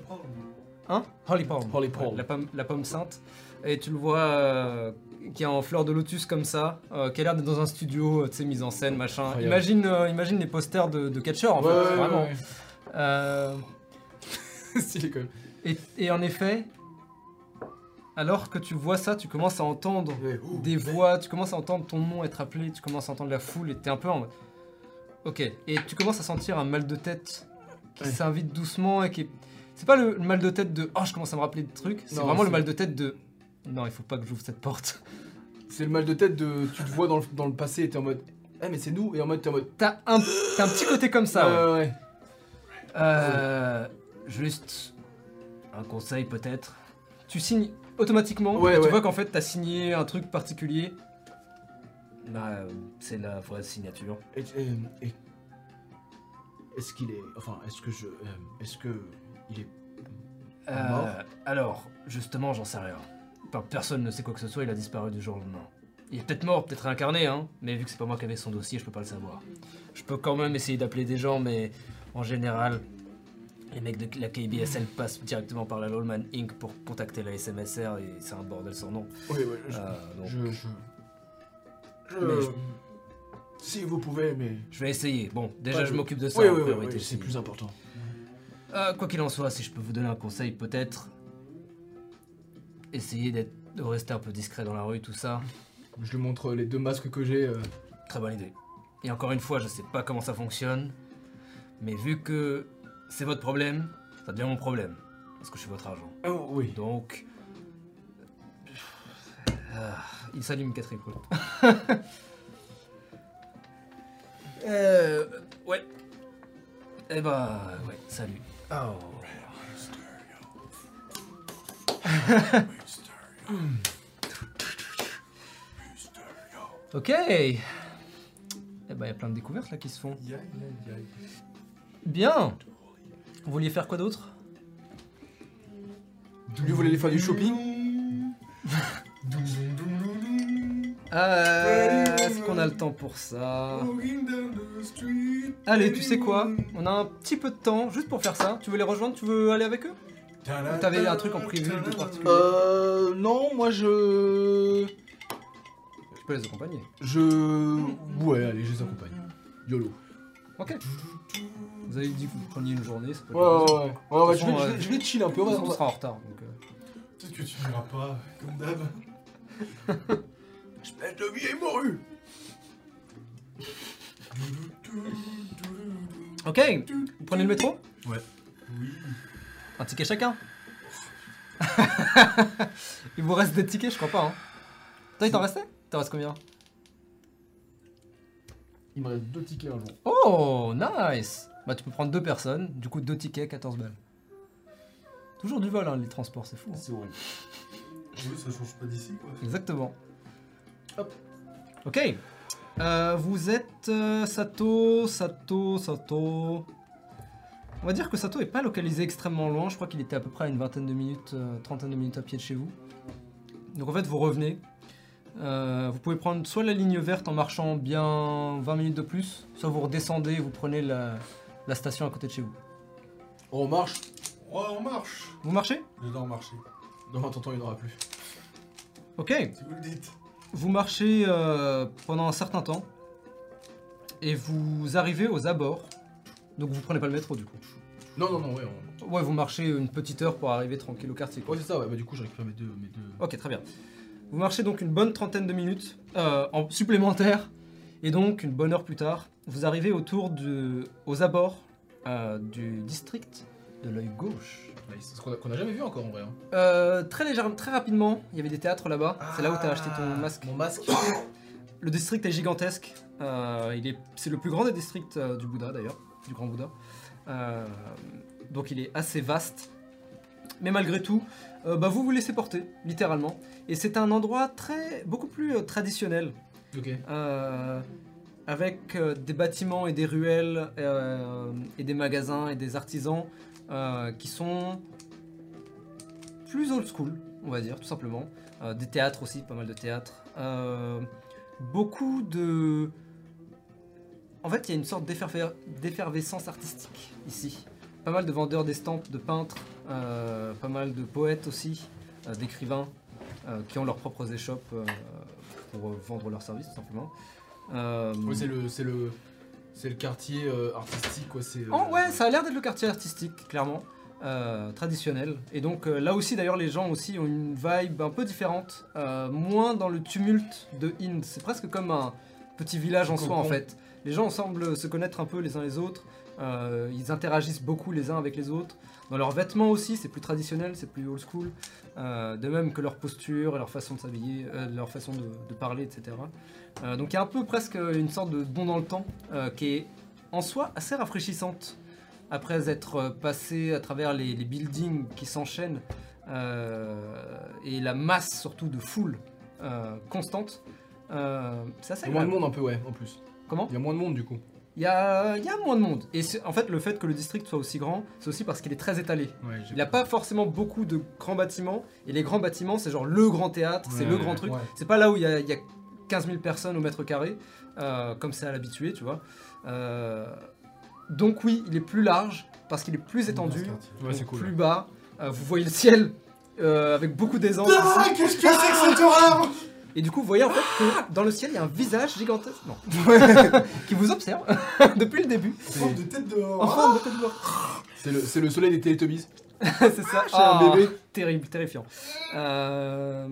[SPEAKER 2] Hein Holy Palm.
[SPEAKER 7] Holy Palm.
[SPEAKER 2] Ouais, la, pomme, la pomme sainte. Et tu le vois euh, qui est en fleur de lotus comme ça, euh, qui a l'air d'être dans un studio, euh, tu sais, mise en scène, machin.
[SPEAKER 7] Incroyable.
[SPEAKER 2] Imagine, euh, imagine les posters de, de catcheurs en
[SPEAKER 7] Ouais,
[SPEAKER 2] fait,
[SPEAKER 7] ouais,
[SPEAKER 2] vraiment.
[SPEAKER 7] ouais.
[SPEAKER 2] [laughs] Euh,
[SPEAKER 7] Stylé quand même.
[SPEAKER 2] et, et en effet,
[SPEAKER 1] alors que tu vois ça, tu commences à entendre
[SPEAKER 7] Eh, ouh.
[SPEAKER 1] des voix, tu commences à entendre ton nom être appelé, tu commences à entendre la foule et t'es un peu en mode. Ok, et tu commences à sentir un mal de tête qui s'invite doucement et qui. C'est pas le le mal de tête de oh je commence à me rappeler des trucs, c'est
[SPEAKER 2] Non,
[SPEAKER 1] vraiment le
[SPEAKER 2] c'est-
[SPEAKER 1] mal de tête de non il faut pas que j'ouvre cette porte. [laughs]
[SPEAKER 2] C'est le mal de tête de. Tu te vois dans le, dans le passé et t'es en mode. Eh, mais c'est nous Et en mode, t'es en mode.
[SPEAKER 1] T'as un, t'as un petit côté comme ça. Ah ouais.
[SPEAKER 2] ouais, ouais.
[SPEAKER 13] Euh, juste un conseil peut-être.
[SPEAKER 1] Tu signes automatiquement
[SPEAKER 2] Ouais,
[SPEAKER 1] et tu
[SPEAKER 2] ouais.
[SPEAKER 1] vois qu'en fait t'as signé un truc particulier.
[SPEAKER 13] Bah, euh, c'est la vraie signature.
[SPEAKER 7] Et- et- et- Est-ce qu'il est. Enfin, est-ce que je. euh, Est-ce que. Il est.
[SPEAKER 13] Euh,
[SPEAKER 7] Mort.
[SPEAKER 13] alors, justement, j'en sais rien. Enfin, personne ne sait quoi que ce soit, il a disparu du jour au lendemain. Il est peut-être mort, peut-être réincarné, hein, mais vu que c'est pas moi qui avais son dossier, je peux pas le savoir. Je peux quand même essayer d'appeler des gens, mais en général, les mecs de la KBSL passent directement par la Lawman Inc. pour contacter la SMSR et c'est un bordel sans nom.
[SPEAKER 7] Oui, oui, je.
[SPEAKER 13] Euh, donc,
[SPEAKER 7] Je. je... je-
[SPEAKER 13] Mais je-
[SPEAKER 7] Si vous pouvez, mais.
[SPEAKER 13] je vais essayer. Bon, déjà,
[SPEAKER 7] Ouais,
[SPEAKER 13] je
[SPEAKER 7] je-
[SPEAKER 13] m'occupe de ça
[SPEAKER 7] Oui,
[SPEAKER 13] en
[SPEAKER 7] oui, oui,
[SPEAKER 13] priorité.
[SPEAKER 7] oui, c'est
[SPEAKER 13] si-
[SPEAKER 7] plus important.
[SPEAKER 13] Euh, quoi qu'il en soit, si je peux vous donner un conseil, peut-être essayez d'être, de rester un peu discret dans la rue, tout ça.
[SPEAKER 2] Je lui montre les deux masques que j'ai. euh,
[SPEAKER 13] Très bonne idée. Et encore une fois, je sais pas comment ça fonctionne, mais vu que c'est votre problème, ça devient mon problème. Parce que je suis votre argent.
[SPEAKER 7] Oh, oui.
[SPEAKER 13] Donc.
[SPEAKER 1] euh,
[SPEAKER 13] Ah, il s'allume quatre écoules. [laughs] euh. Ouais. Eh
[SPEAKER 1] ben,
[SPEAKER 13] bah. Ouais, salut. Oh.
[SPEAKER 1] [laughs] Ok. Eh ben il y a plein de découvertes là qui se font.
[SPEAKER 3] Aïe, aïe, aïe.
[SPEAKER 1] Bien. Vous vouliez faire quoi d'autre
[SPEAKER 2] Lui voulait aller faire du shopping.
[SPEAKER 7] [laughs]
[SPEAKER 3] Doum, doum, doum, doum.
[SPEAKER 1] Euh, Est-ce qu'on a le temps pour ça
[SPEAKER 3] Walking down the street.
[SPEAKER 1] Allez, tu sais quoi On a un petit peu de temps juste pour faire ça. Tu veux les rejoindre Tu veux aller avec eux
[SPEAKER 3] Ta-da,
[SPEAKER 1] T'avais un
[SPEAKER 3] ta-da,
[SPEAKER 1] truc en privé
[SPEAKER 3] ta-da,
[SPEAKER 1] de particulier.
[SPEAKER 2] Euh. Non, moi je.
[SPEAKER 1] Tu peux les accompagner.
[SPEAKER 2] Je. Ouais, allez, je les accompagne. YOLO.
[SPEAKER 1] Vous avez dit que vous preniez une journée, ça peut être
[SPEAKER 2] Ouais, ouais, ouais. Ouais, ouais, je
[SPEAKER 1] façon,
[SPEAKER 2] vais- je
[SPEAKER 1] euh,
[SPEAKER 2] vais- je vais chill un peu. on va-
[SPEAKER 1] on
[SPEAKER 2] on va-
[SPEAKER 1] sera en retard. Donc, euh.
[SPEAKER 3] Peut-être que tu n'iras pas, comme d'hab.
[SPEAKER 7] [laughs] Espèce de vieille morue
[SPEAKER 1] Ok, vous prenez le métro
[SPEAKER 7] Ouais.
[SPEAKER 1] Un ticket chacun [laughs] Il vous reste des tickets, je crois pas. Hein. Toi, il t'en restait T'en restes combien
[SPEAKER 2] Il me reste deux tickets un jour.
[SPEAKER 1] Oh, nice Bah, tu peux prendre deux personnes, du coup, deux tickets, 14 balles. Toujours du vol, hein, les transports, c'est fou. hein.
[SPEAKER 2] C'est horrible.
[SPEAKER 3] Oui, ça change pas d'ici, quoi.
[SPEAKER 1] Exactement.
[SPEAKER 2] Hop.
[SPEAKER 1] Ok. Euh, vous êtes euh, Sato, Sato, Sato. On va dire que Sato est pas localisé extrêmement loin. Je crois qu'il était à peu près à une vingtaine de minutes, euh, trentaine de minutes à pied de chez vous. Donc en fait, vous revenez. Euh, vous pouvez prendre soit la ligne verte en marchant bien 20 minutes de plus, soit vous redescendez et vous prenez la, la station à côté de chez vous.
[SPEAKER 2] On marche.
[SPEAKER 3] Oh, on marche
[SPEAKER 1] Vous marchez
[SPEAKER 3] J'adore marcher.
[SPEAKER 2] Dans 20 ans, il n'y en aura plus.
[SPEAKER 1] Ok.
[SPEAKER 3] Si vous le dites.
[SPEAKER 1] Vous marchez euh, pendant un certain temps et vous arrivez aux abords. Donc vous prenez pas le métro du coup.
[SPEAKER 2] Non, non, non, ouais. on-
[SPEAKER 1] Ouais, vous marchez une petite heure pour arriver tranquille au quartier. quoi.
[SPEAKER 2] Ouais, c'est ça, ouais. Bah, du coup, je récupère mes deux. Mes deux...
[SPEAKER 1] Ok, très bien. Vous marchez donc une bonne trentaine de minutes euh, en supplémentaire et donc une bonne heure plus tard, vous arrivez autour de, aux abords euh, du district de l'œil gauche.
[SPEAKER 2] Nice. Ce qu'on a, qu'on a jamais vu encore en vrai. hein.
[SPEAKER 1] Euh, très légèrement, très rapidement, il y avait des théâtres là-bas. C'est là où t'as acheté ton masque.
[SPEAKER 2] Mon masque. [coughs]
[SPEAKER 1] Le district est gigantesque. Euh, il est, c'est le plus grand des districts euh, du Bouddha d'ailleurs, du Grand Bouddha. Euh, donc il est assez vaste. Mais malgré tout, euh, bah, vous vous laissez porter, littéralement. Et c'est un endroit très, beaucoup plus euh, traditionnel,
[SPEAKER 2] ok.
[SPEAKER 1] euh, avec euh, des bâtiments et des ruelles euh, et des magasins et des artisans euh, qui sont plus old school, on va dire, tout simplement. Euh, des théâtres aussi, pas mal de théâtres. Euh, beaucoup de... En fait, il y a une sorte d'efferver- d'effervescence artistique ici. Pas mal de vendeurs d'estampes, de peintres, euh, pas mal de poètes aussi, euh, d'écrivains euh, qui ont leurs propres échoppes euh, pour euh, vendre leurs services, tout simplement. Euh,
[SPEAKER 2] Ouais, c'est le. C'est le. C'est le quartier euh, artistique, quoi. C'est. euh,
[SPEAKER 1] Oh, ouais, ça a l'air d'être le quartier artistique, clairement. euh, traditionnelle. Et donc euh, là aussi, d'ailleurs, les gens aussi ont une vibe un peu différente, euh, moins dans le tumulte de Inde. C'est presque comme un petit village en soi, en fait. Les gens semblent se connaître un peu les uns les autres. euh, ils interagissent beaucoup les uns avec les autres. Dans leurs vêtements aussi, c'est plus traditionnel, c'est plus old school. Euh, de même que leur posture, et leur façon de s'habiller, euh, leur façon de, de parler, etc. Euh, donc il y a un peu presque une sorte de bond dans le temps euh, qui est en soi assez rafraîchissante. Après être euh, passé à travers les, les buildings qui s'enchaînent euh, et la masse surtout de foule euh, constante, euh, c'est assez
[SPEAKER 2] Il y a moins de
[SPEAKER 1] agréable.
[SPEAKER 2] monde un peu, ouais, en plus.
[SPEAKER 1] Comment
[SPEAKER 2] Il y a moins de monde du coup.
[SPEAKER 1] Il y a, il y a moins de monde. Et c'est- en fait, le fait que le district soit aussi grand, c'est aussi parce qu'il est très étalé.
[SPEAKER 2] Ouais, j'ai
[SPEAKER 1] Il n'a pas forcément beaucoup de grands bâtiments. Et les grands bâtiments, c'est genre le grand théâtre, c'est
[SPEAKER 2] Ouais,
[SPEAKER 1] le
[SPEAKER 2] ouais,
[SPEAKER 1] grand truc. C'est pas là où il y a, il y a 15 000 personnes au mètre carré, euh, comme c'est à l'habitué, tu vois. Euh, donc oui, il est plus large, parce qu'il est plus étendu,
[SPEAKER 2] Ouais, c'est
[SPEAKER 1] donc
[SPEAKER 2] cool.
[SPEAKER 1] plus bas. Euh, vous voyez le ciel euh, avec beaucoup d'aisance.
[SPEAKER 3] Ah,
[SPEAKER 1] ici.
[SPEAKER 3] qu'est-ce que c'est que cette horreur
[SPEAKER 1] Et du coup, vous voyez en fait que dans le ciel, il y a un visage gigantesque non,
[SPEAKER 2] [laughs]
[SPEAKER 1] qui vous observe [laughs] depuis le début.
[SPEAKER 3] Forme de tête dehors.
[SPEAKER 1] Enfin, de-
[SPEAKER 2] C'est le, c'est le soleil des Teletubbies.
[SPEAKER 1] [laughs] c'est ça.
[SPEAKER 2] J'ai un
[SPEAKER 1] Ah.
[SPEAKER 2] bébé.
[SPEAKER 1] Terrible, terrifiant. Euh,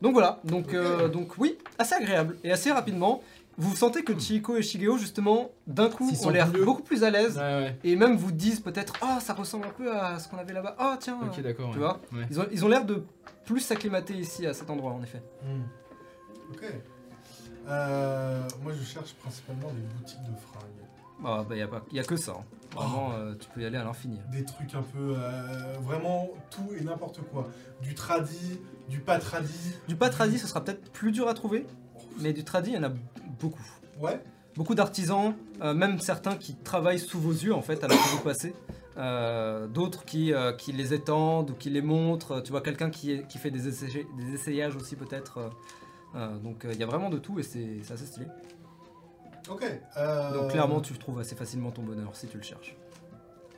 [SPEAKER 1] Donc voilà, donc, euh, donc oui, assez agréable et assez rapidement. Vous sentez que Chico et Shigeo, justement, d'un coup,
[SPEAKER 2] S'ils
[SPEAKER 1] ont
[SPEAKER 2] sont
[SPEAKER 1] l'air
[SPEAKER 2] mieux.
[SPEAKER 1] beaucoup plus à l'aise
[SPEAKER 2] Ouais, ouais.
[SPEAKER 1] et même vous disent peut-être Ah, ça ressemble un peu à ce qu'on avait là-bas. Ah, tiens.
[SPEAKER 2] Ok, d'accord.
[SPEAKER 1] tu
[SPEAKER 2] ouais.
[SPEAKER 1] vois
[SPEAKER 2] Ouais.
[SPEAKER 1] Ils ont ils ont l'air de plus s'acclimater ici à cet endroit, en effet.
[SPEAKER 7] Hmm.
[SPEAKER 3] Ok. Euh, moi, je cherche principalement des boutiques de fringues.
[SPEAKER 1] Ah, bah, il n'y a, que ça. hein. Vraiment, euh, tu peux y aller à l'infini.
[SPEAKER 3] Des trucs un peu. euh, vraiment tout et n'importe quoi. Du tradi, du pas tradi.
[SPEAKER 1] Du pas tradi, ce sera peut-être plus dur à trouver, mais du tradi, il y en a beaucoup.
[SPEAKER 3] Ouais.
[SPEAKER 1] beaucoup d'artisans, euh, même certains qui travaillent sous vos yeux en fait alors que vous passez. Euh, D'autres qui, euh, qui les étendent ou qui les montrent. Euh, Tu vois quelqu'un qui, est- qui fait des, essai- des essayages aussi peut-être. euh, euh, donc euh, il y a vraiment de tout et c'est c'est assez stylé.
[SPEAKER 3] Ok. euh,
[SPEAKER 1] Donc clairement tu trouves assez facilement ton bonheur si tu le cherches.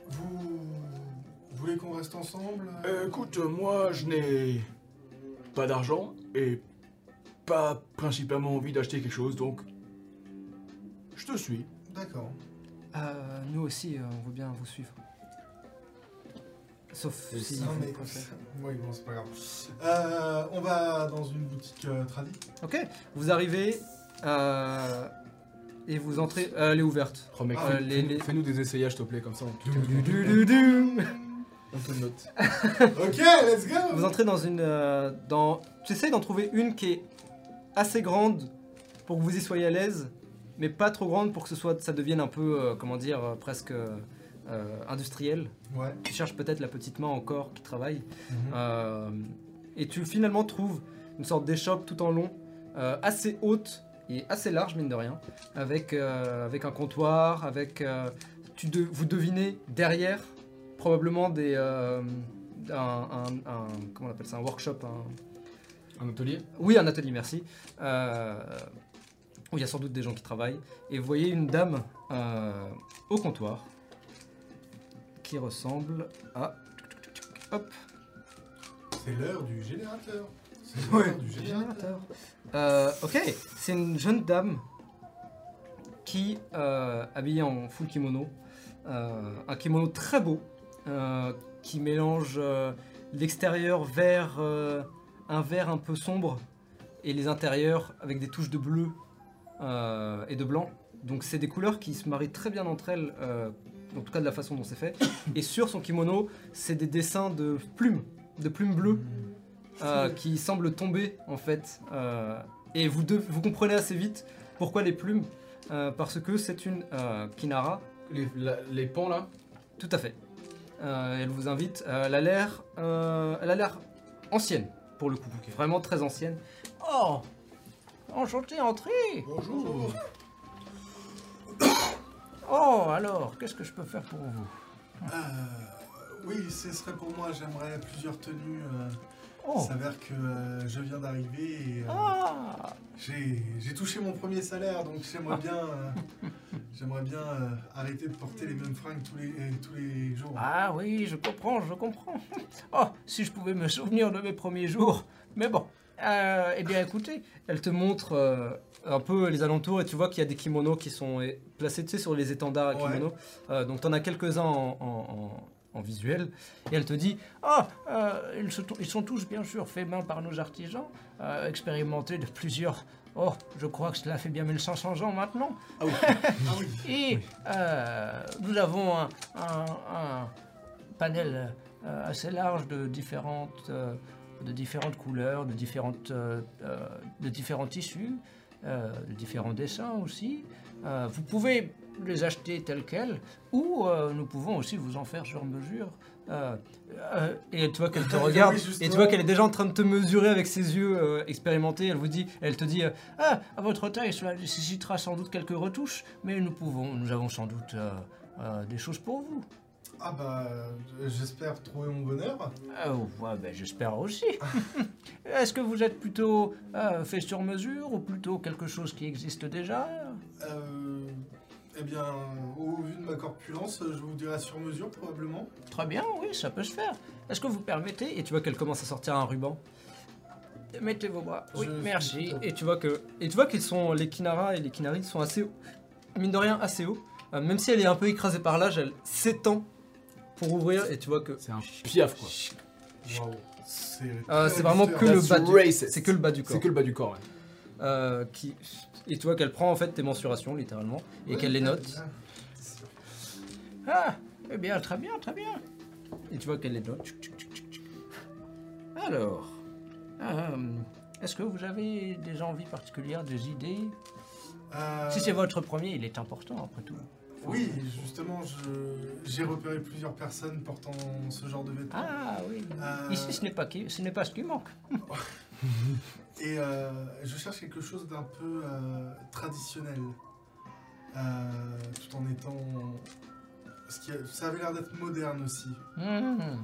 [SPEAKER 3] Vous. vous voulez qu'on reste ensemble
[SPEAKER 7] Euh, écoute, euh, moi, je n'ai pas d'argent et pas principalement envie d'acheter quelque chose, donc je te suis.
[SPEAKER 3] D'accord.
[SPEAKER 1] Euh, nous aussi euh, on veut bien vous suivre. Sauf si
[SPEAKER 3] Non,
[SPEAKER 1] vous
[SPEAKER 3] mais-
[SPEAKER 1] préférez.
[SPEAKER 3] [laughs] Oui, bon, c'est pas grave. Euh, on va dans une boutique euh,
[SPEAKER 1] [laughs]
[SPEAKER 3] tradi.
[SPEAKER 1] Ok, vous arrivez euh, et vous entrez. euh, elle est ouverte.
[SPEAKER 2] Oh, mec,
[SPEAKER 3] Ah,
[SPEAKER 2] fais-
[SPEAKER 1] les- les-
[SPEAKER 2] fais-nous fais-nous des essayages, s'il te plaît, comme ça on te on te note.
[SPEAKER 3] ok, let's
[SPEAKER 1] Vous
[SPEAKER 3] go
[SPEAKER 1] entrez dans une. euh, dans... Tu essayes d'en trouver une qui est assez grande pour que vous y soyez à l'aise, mais pas trop grande pour que ce soit, ça devienne un peu, euh, comment dire, euh, presque euh, euh, industriel.
[SPEAKER 3] Ouais.
[SPEAKER 1] Tu cherches peut-être la petite main encore qui travaille.
[SPEAKER 3] Mhm.
[SPEAKER 1] Euh, et tu finalement trouves une sorte d'échoppe tout en long, euh, assez haute et assez large, mine de rien, avec, euh, avec un comptoir, avec. euh, tu de- vous devinez derrière probablement des. euh, un, un- un- comment on appelle ça Un workshop, un,
[SPEAKER 2] Un atelier
[SPEAKER 1] oui, un atelier, merci. Euh, où il y a sans doute des gens qui travaillent. Et vous voyez une dame euh, au comptoir qui ressemble à. Hop,
[SPEAKER 3] C'est l'heure du générateur. C'est l'heure du générateur.
[SPEAKER 1] générateur. Euh, ok, c'est une jeune dame qui, euh, habillée en full kimono, euh, un kimono très beau, euh, qui mélange euh, l'extérieur vert, euh, un vert un peu sombre, et les intérieurs avec des touches de bleu euh, et de blanc. Donc c'est des couleurs qui se marient très bien entre elles, euh, en tout cas de la façon dont c'est fait. Et sur son kimono, c'est des dessins de plumes, de plumes bleues, euh, qui semblent tomber en fait. euh, et vous, deux- vous comprenez assez vite pourquoi les plumes, euh, parce que c'est une euh, Kinara,
[SPEAKER 2] les, la- les pans là
[SPEAKER 1] tout à fait. Euh, elle vous invite. Euh, elle a l'air, euh, elle a l'air ancienne pour le coup, vraiment très ancienne. Oh, enchanté, entrez.
[SPEAKER 3] Bonjour.
[SPEAKER 1] Oh, alors, qu'est-ce que je peux faire pour vous
[SPEAKER 3] Euh, oui, ce serait pour moi. J'aimerais plusieurs tenues. euh, Il
[SPEAKER 1] Oh,
[SPEAKER 3] s'avère que euh, je viens d'arriver et euh,
[SPEAKER 1] ah,
[SPEAKER 3] j'ai j'ai touché mon premier salaire, donc
[SPEAKER 1] [laughs]
[SPEAKER 3] j'aimerais bien, euh, j'aimerais bien euh, arrêter de porter les mêmes fringues tous les, euh, tous les jours.
[SPEAKER 1] ah oui, je comprends, je comprends. [laughs] Oh, si je pouvais me souvenir de mes premiers jours. Mais bon, euh, eh bien, écoutez, elle te montre euh, un peu les alentours et tu vois qu'il y a des kimonos qui sont eh, placés, tu sais, sur les étendards à
[SPEAKER 3] Ouais.
[SPEAKER 1] kimonos. Euh, donc, t'en as quelques-uns en, en- en- en visuel, et elle te dit Ah, euh, ils, se tou- ils sont tous bien sûr faits main par nos artisans, euh, expérimentés de plusieurs. Oh, je crois que cela fait bien 1500 ans maintenant. et euh, nous avons un, un- un panel euh, assez large de différentes, euh, de différentes couleurs, de, différentes, euh, euh, de différents tissus, euh, de différents dessins aussi. Euh, vous pouvez les acheter tels quels ou euh, nous pouvons aussi vous en faire sur mesure. Euh, euh, et tu vois qu'elle te regarde, et tu vois qu'elle est déjà en train de te mesurer avec ses yeux euh, expérimentés. Elle vous dit, elle te dit, euh, ah, à votre taille, cela nécessitera sans doute quelques retouches, mais nous pouvons, nous avons sans doute euh, euh, des choses pour vous.
[SPEAKER 3] Ah bah, euh, j'espère trouver mon bonheur.
[SPEAKER 1] Ah, ouais, ben, j'espère aussi. [laughs] Est-ce que vous êtes plutôt euh, fait sur mesure ou plutôt quelque chose qui existe déjà
[SPEAKER 3] Euh, eh bien, au vu de ma corpulence, je vous dirai sur mesure probablement.
[SPEAKER 1] Très bien, oui, ça peut se faire. Est-ce que vous permettez Et tu vois qu'elle commence à sortir un ruban. Mettez vos bras. Oui,
[SPEAKER 3] Je-
[SPEAKER 1] merci. Et tu vois que, et tu vois qu'ils sont les Kinara et les Kinari sont assez hauts, mine de rien assez hauts. Euh, même si elle est un peu écrasée par l'âge, elle s'étend pour ouvrir et tu vois que
[SPEAKER 2] C'est un piaf quoi.
[SPEAKER 3] Waouh. C'est
[SPEAKER 1] Euh, c'est
[SPEAKER 3] très
[SPEAKER 1] vraiment
[SPEAKER 3] mystère.
[SPEAKER 1] que le
[SPEAKER 2] That's
[SPEAKER 1] bas du,
[SPEAKER 2] racist.
[SPEAKER 1] c'est que le bas du corps.
[SPEAKER 2] C'est que le bas du corps. ouais.
[SPEAKER 7] hein.
[SPEAKER 1] Euh, qui et tu vois qu'elle prend en fait tes mensurations littéralement et qu'elle les note. Ah, eh bien, très bien, très bien. Et tu vois qu'elle les note. Tchic, tchic, tchic, tchic, tchic. Alors, euh, est-ce que vous avez des envies particulières, des idées
[SPEAKER 3] Euh,
[SPEAKER 1] Si c'est votre premier, il est important après tout.
[SPEAKER 3] Oui, justement, je- j'ai repéré plusieurs personnes portant ce genre de vêtements.
[SPEAKER 1] Ah oui.
[SPEAKER 3] Euh,
[SPEAKER 1] Ici, ce n'est pas qui, ce n'est pas ce qui manque.
[SPEAKER 3] Et euh, je cherche quelque chose d'un peu euh, traditionnel. Euh, tout en étant. ce qui a- ça avait l'air d'être moderne aussi.
[SPEAKER 1] Hmm.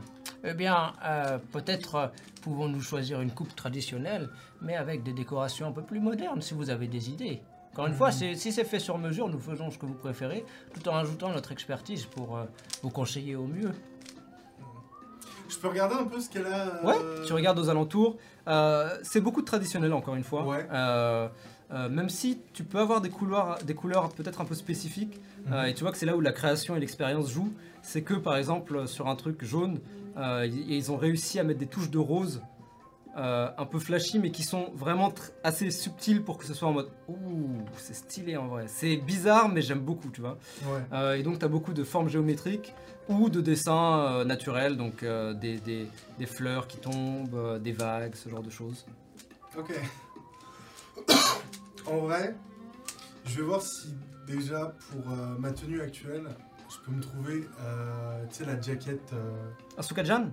[SPEAKER 1] Eh bien, euh, peut-être euh, pouvons-nous choisir une coupe traditionnelle, mais avec des décorations un peu plus modernes, si vous avez des idées. Encore une fois, c'est- si c'est fait sur mesure, nous faisons ce que vous préférez, tout en ajoutant notre expertise pour euh, vous conseiller au mieux.
[SPEAKER 3] Je peux regarder un peu ce qu'elle a.
[SPEAKER 1] Ouais,
[SPEAKER 3] euh,
[SPEAKER 1] tu regardes aux alentours. euh, c'est beaucoup de traditionnel, encore une fois.
[SPEAKER 3] Ouais.
[SPEAKER 1] Euh, euh, même si tu peux avoir des, couloirs, des couleurs peut-être un peu spécifiques, euh, et tu vois que c'est là où la création et l'expérience jouent, c'est que par exemple sur un truc jaune, euh, ils ils ont réussi à mettre des touches de rose euh, un peu flashy, mais qui sont vraiment tr- assez subtiles pour que ce soit en mode Ouh, c'est stylé en vrai. C'est bizarre, mais j'aime beaucoup, tu vois.
[SPEAKER 3] Ouais.
[SPEAKER 1] Euh, et donc, tu as beaucoup de formes géométriques ou de dessins euh, naturels, donc euh, des, des- des fleurs qui tombent, euh, des vagues, ce genre de choses.
[SPEAKER 3] Ok. [coughs] en vrai, je vais voir si déjà pour euh, ma tenue actuelle, je peux me trouver, euh, tu sais, la jaquette. euh,
[SPEAKER 1] Asuka-jan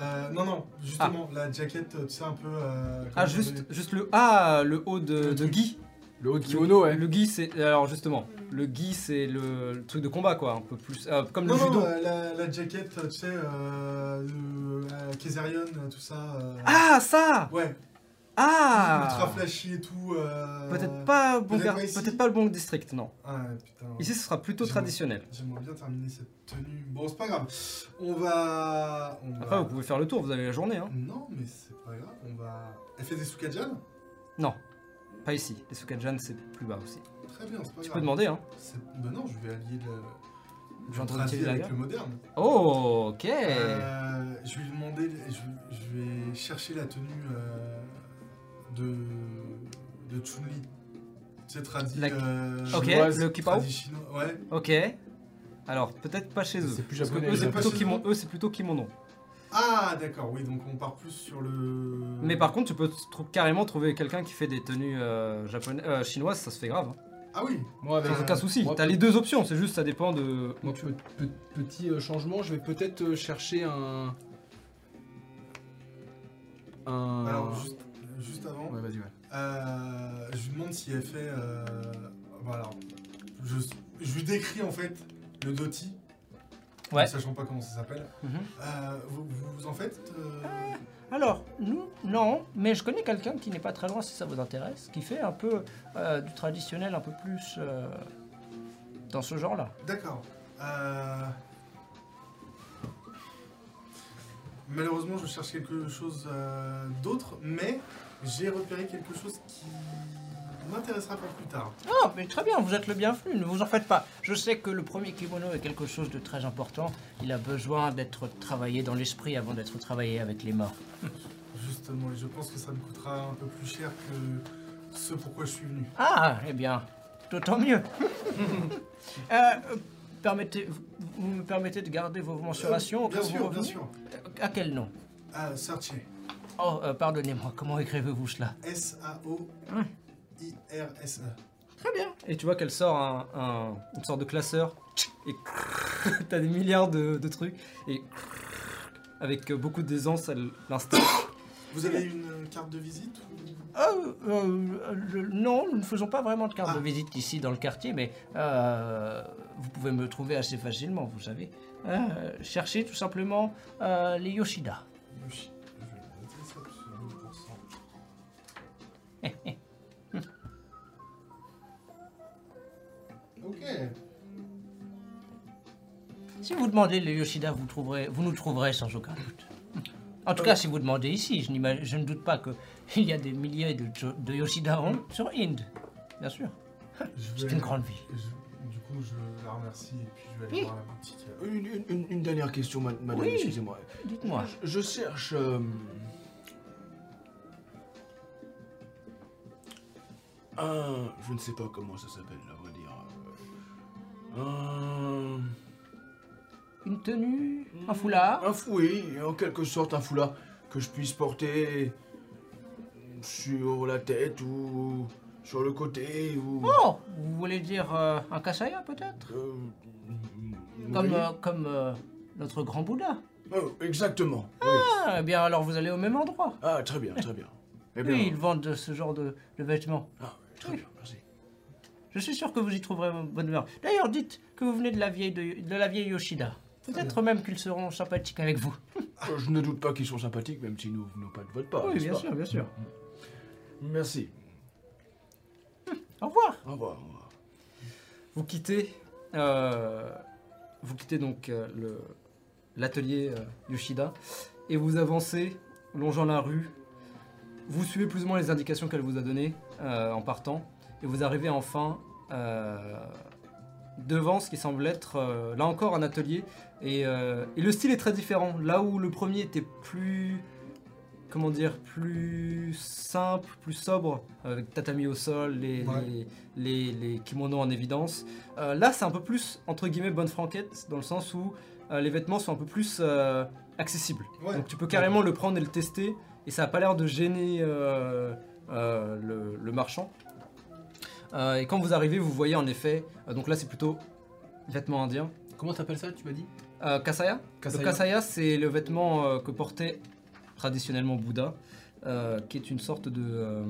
[SPEAKER 3] euh, non, non, justement, la jaquette, euh, tu sais, un peu. euh,
[SPEAKER 1] Ah,
[SPEAKER 3] comment
[SPEAKER 1] juste, juste le ah, le haut de, de Guy.
[SPEAKER 2] Le haut de kimono, ouais.
[SPEAKER 1] Le Guy, c'est. Alors, justement, le Guy, c'est le, le truc de combat, quoi. Un peu plus. euh, comme
[SPEAKER 3] Non,
[SPEAKER 1] le judo.
[SPEAKER 3] non, euh, la, la jaquette, euh, tu sais, euh, euh, euh, Kazarian, euh, tout ça. euh,
[SPEAKER 1] Ah, ça
[SPEAKER 3] Ouais, ultra
[SPEAKER 1] Ah
[SPEAKER 3] flashy et tout. euh,
[SPEAKER 1] Peut-être pas, bon
[SPEAKER 3] peut-être
[SPEAKER 1] gar-
[SPEAKER 3] pas ici.
[SPEAKER 1] peut-être pas le bon district, non.
[SPEAKER 3] Ah, putain.
[SPEAKER 1] Ici, ce sera plutôt
[SPEAKER 3] J'avoue.
[SPEAKER 1] traditionnel.
[SPEAKER 3] J'aimerais bien terminer cette tenue. Bon, c'est pas grave. On va. On
[SPEAKER 1] Après,
[SPEAKER 3] va...
[SPEAKER 1] vous pouvez faire le tour, vous avez la journée, hein.
[SPEAKER 3] Non, mais c'est pas grave, on va. Elle fait des Sukajan
[SPEAKER 1] Non, pas ici. Les Sukajan, c'est plus bas aussi.
[SPEAKER 3] Très bien, c'est pas
[SPEAKER 1] Tu peux
[SPEAKER 3] grave.
[SPEAKER 1] demander, hein.
[SPEAKER 3] C'est- Ben non, je vais allier le.
[SPEAKER 1] Je suis en train
[SPEAKER 3] le tradit
[SPEAKER 1] d'utiliser la
[SPEAKER 3] avec
[SPEAKER 1] gueule.
[SPEAKER 3] le moderne.
[SPEAKER 1] Oh, ok.
[SPEAKER 3] Euh, je vais lui demander. Je, je vais chercher la tenue euh, de. de Chun-Li. Tu sais, tradit.
[SPEAKER 1] La-
[SPEAKER 3] euh,
[SPEAKER 1] ok,
[SPEAKER 2] chinoise,
[SPEAKER 1] le kipao.
[SPEAKER 3] tradit chinois. Ouais.
[SPEAKER 1] Ok. Alors, peut-être pas chez eux.
[SPEAKER 2] C'est plus
[SPEAKER 1] Parce que
[SPEAKER 2] japonais,
[SPEAKER 1] eux, c'est
[SPEAKER 2] japonais.
[SPEAKER 1] plutôt,
[SPEAKER 3] Pas chez
[SPEAKER 1] kimon-
[SPEAKER 3] eux.
[SPEAKER 1] eux, c'est plutôt kimono.
[SPEAKER 3] Ah, d'accord, oui, donc on part plus sur le.
[SPEAKER 1] Mais par contre, tu peux trou- carrément trouver quelqu'un qui fait des tenues euh, japonaises, euh, chinoises, ça se fait grave. hein.
[SPEAKER 3] Ah oui
[SPEAKER 2] Moi, avec
[SPEAKER 1] Sans aucun souci.
[SPEAKER 2] Euh, moi-
[SPEAKER 1] T'as les deux options, c'est juste ça dépend de.
[SPEAKER 2] Moi, pe- pe- petit euh, changement, je vais peut-être euh, chercher un.
[SPEAKER 1] Euh.
[SPEAKER 2] Un.
[SPEAKER 3] Alors, juste, juste avant.
[SPEAKER 2] Ouais, vas-y, ouais.
[SPEAKER 3] Euh, je lui demande si elle fait. Euh... bah alors, je, je lui décris en fait le doti.
[SPEAKER 1] Ouais.
[SPEAKER 3] En Sachant pas comment ça s'appelle.
[SPEAKER 1] Mhm. Ah.
[SPEAKER 3] Euh, vous, vous- vous en faites euh,
[SPEAKER 1] Alors, nous, non, mais je connais quelqu'un qui n'est pas très loin si ça vous intéresse, qui fait un peu euh, du traditionnel un peu plus euh, dans ce genre-là.
[SPEAKER 3] D'accord. Euh, Malheureusement, je cherche quelque chose euh, d'autre, mais j'ai repéré quelque chose qui m'intéressera pour plus tard.
[SPEAKER 13] Oh, mais très bien, vous êtes le bienvenu, ne vous en faites pas. Je sais que le premier kimono est quelque chose de très important. Il a besoin d'être travaillé dans l'esprit avant d'être travaillé avec les mains.
[SPEAKER 3] Justement, et je pense que ça me coûtera un peu plus cher que ce pourquoi je suis venu.
[SPEAKER 13] Ah, eh bien, d'autant [laughs] mieux. Euh, euh, permettez, vous- vous me permettez de garder vos mensurations au cas
[SPEAKER 3] Euh, Bien sûr,
[SPEAKER 13] où vous
[SPEAKER 3] bien
[SPEAKER 13] revenez
[SPEAKER 3] sûr.
[SPEAKER 13] À quel nom
[SPEAKER 3] Ah, Sartier.
[SPEAKER 13] Oh, euh, pardonnez-moi, comment écrivez-vous cela
[SPEAKER 3] S-A-O-I-R-S-E.
[SPEAKER 13] Très bien.
[SPEAKER 1] Et tu vois qu'elle sort un, un- une sorte de classeur. Et [laughs] t'as des milliards de, de trucs. Et avec euh, beaucoup d'aisance, elle l'installe.
[SPEAKER 3] Vous avez une carte de visite ou-
[SPEAKER 13] Oh, euh, euh, le- non, nous ne faisons pas vraiment de carte
[SPEAKER 3] Ah.
[SPEAKER 13] de visite ici dans le quartier, mais euh, vous pouvez me trouver assez facilement, vous savez. Euh, cherchez tout simplement euh, les Yoshida.
[SPEAKER 3] Yoshi- Je vais noter ça parce que c'est 1000%. Ok.
[SPEAKER 13] Si vous demandez les Yoshida, vous, trouverez, vous nous trouverez sans aucun doute. En tout cas, si vous demandez ici, je, n'imagine- je ne doute [laughs] pas qu'il y a des milliers de, Jo- de Yoshida en- sur Inde. Bien sûr,
[SPEAKER 3] Je
[SPEAKER 13] c'est
[SPEAKER 3] vais-
[SPEAKER 13] une grande ville.
[SPEAKER 3] je- du coup, je la remercie et puis je vais aller
[SPEAKER 13] Oui.
[SPEAKER 3] voir la boutique. euh,
[SPEAKER 7] Une, une- une- une dernière question, ma- madame,
[SPEAKER 13] Oui.
[SPEAKER 7] excusez-moi.
[SPEAKER 13] Dites-moi.
[SPEAKER 7] Je, je cherche. euh, un. Je ne sais pas comment ça s'appelle, à vrai dire. euh, Un.
[SPEAKER 13] Une
[SPEAKER 3] Mm.
[SPEAKER 13] tenue, un foulard.
[SPEAKER 7] Un fou, oui, en quelque sorte un foulard que je puisse porter sur la tête ou sur le côté ou.
[SPEAKER 13] Oh, vous voulez dire euh, un kasaya peut-être
[SPEAKER 7] Euh,
[SPEAKER 13] Comme,
[SPEAKER 7] oui.
[SPEAKER 13] euh, comme euh, notre grand Bouddha.
[SPEAKER 7] Oh, exactement. oui.
[SPEAKER 13] Ah, eh bien alors vous allez au même endroit.
[SPEAKER 7] Ah, très bien, très bien. Eh bien,
[SPEAKER 13] Oui, ils vendent de ce genre de, de vêtements.
[SPEAKER 7] ah, très bien, merci.
[SPEAKER 13] Je suis sûr que vous y trouverez bonne humeur. D'ailleurs, dites que vous venez de la vieille, de, de la vieille Yoshida. Peut-être même qu'ils seront sympathiques avec vous.
[SPEAKER 7] Euh, Je ne doute pas qu'ils sont sympathiques, même si nous venons pas de votre part. Ah, n'est-ce pas
[SPEAKER 13] bien sûr.
[SPEAKER 7] Merci.
[SPEAKER 13] Au revoir.
[SPEAKER 7] Au
[SPEAKER 13] [laughs]
[SPEAKER 7] revoir. au revoir.
[SPEAKER 1] Vous quittez, euh, vous quittez donc euh, le- l'atelier euh, Yoshida et vous avancez longeant la rue. Vous suivez plus ou moins les indications qu'elle vous a données euh, en partant et vous arrivez enfin euh, devant ce qui semble être euh, là encore un atelier et, euh, et le style est très différent. Là où le premier était plus comment dire plus simple, plus sobre avec tatami au sol, les-
[SPEAKER 3] Ouais.
[SPEAKER 1] les les, les kimonos en évidence. Euh, là, c'est un peu plus, entre guillemets, bonne franquette, dans le sens où euh, les vêtements sont un peu plus euh, accessibles.
[SPEAKER 3] Ouais.
[SPEAKER 1] Donc tu peux carrément le prendre et le tester, et ça n'a pas l'air de gêner euh, euh, le, le marchand. Euh, et quand vous arrivez, vous voyez en effet, euh, donc là c'est plutôt vêtements indiens.
[SPEAKER 2] Comment t'appelles ça, tu m'as dit
[SPEAKER 1] Euh, kasaya
[SPEAKER 2] Kasaya.
[SPEAKER 1] Le kasaya, c'est le vêtement euh, que portait traditionnellement Bouddha, euh, qui est une sorte de... euh,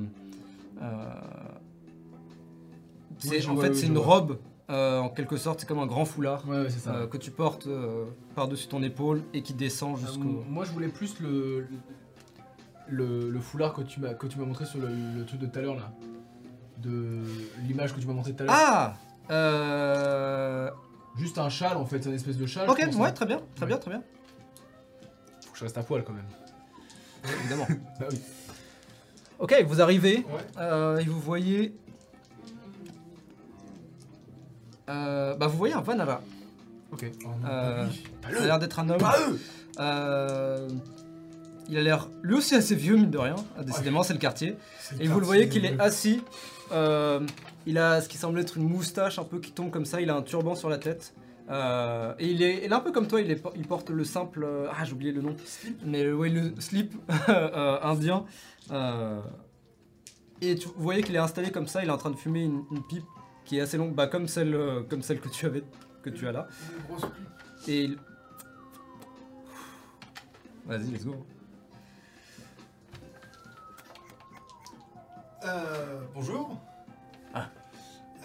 [SPEAKER 1] euh, c'est-
[SPEAKER 2] Oui, je
[SPEAKER 1] en
[SPEAKER 2] vois,
[SPEAKER 1] fait,
[SPEAKER 2] oui,
[SPEAKER 1] c'est
[SPEAKER 2] je
[SPEAKER 1] une
[SPEAKER 2] vois.
[SPEAKER 1] robe, euh, en quelque sorte, c'est comme un grand foulard
[SPEAKER 2] Ouais, ouais, c'est
[SPEAKER 1] euh, que tu portes euh, par-dessus ton épaule et qui descend
[SPEAKER 2] Euh,
[SPEAKER 1] jusqu'au...
[SPEAKER 2] moi, je voulais plus le le, le foulard que tu m'as que tu m'as montré sur le, le truc de tout à l'heure là, de l'image que tu m'as montré tout à l'heure.
[SPEAKER 1] Ah euh...
[SPEAKER 2] Juste un châle en fait, un espèce de châle.
[SPEAKER 1] Ok,
[SPEAKER 2] je pense,
[SPEAKER 1] ouais,
[SPEAKER 2] hein.
[SPEAKER 1] très bien, très bien, très bien.
[SPEAKER 2] Faut que je reste à poil quand même.
[SPEAKER 1] Évidemment.
[SPEAKER 2] [laughs] Bah oui.
[SPEAKER 1] Ok, vous arrivez
[SPEAKER 3] Ouais.
[SPEAKER 1] euh, et vous voyez. Euh, bah vous voyez un van là-bas.
[SPEAKER 2] Ok.
[SPEAKER 1] Euh, ça a l'air d'être un homme. Euh, il a l'air lui aussi assez vieux, mine de rien. Ah, Décidément, c'est le quartier.
[SPEAKER 3] C'est
[SPEAKER 1] Et vous le voyez qu'il est
[SPEAKER 3] quartier.
[SPEAKER 1] assis. euh, il a ce qui semble être une moustache un peu qui tombe comme ça. Il a un turban sur la tête. Euh, et il est, il est un peu comme toi. Il, est- il porte le simple. euh, Ah, j'ai oublié le nom. Mais euh, ouais, le slip [laughs] euh, indien. Euh, et tu, vous voyez qu'il est installé comme ça. Il est en train de fumer une, une pipe qui est assez longue, bah, comme celle, euh, comme celle que tu avais, que tu as là.
[SPEAKER 3] Une grosse pipe.
[SPEAKER 1] Et il- Vas-y, let's go.
[SPEAKER 3] Euh, bonjour.
[SPEAKER 1] Ah.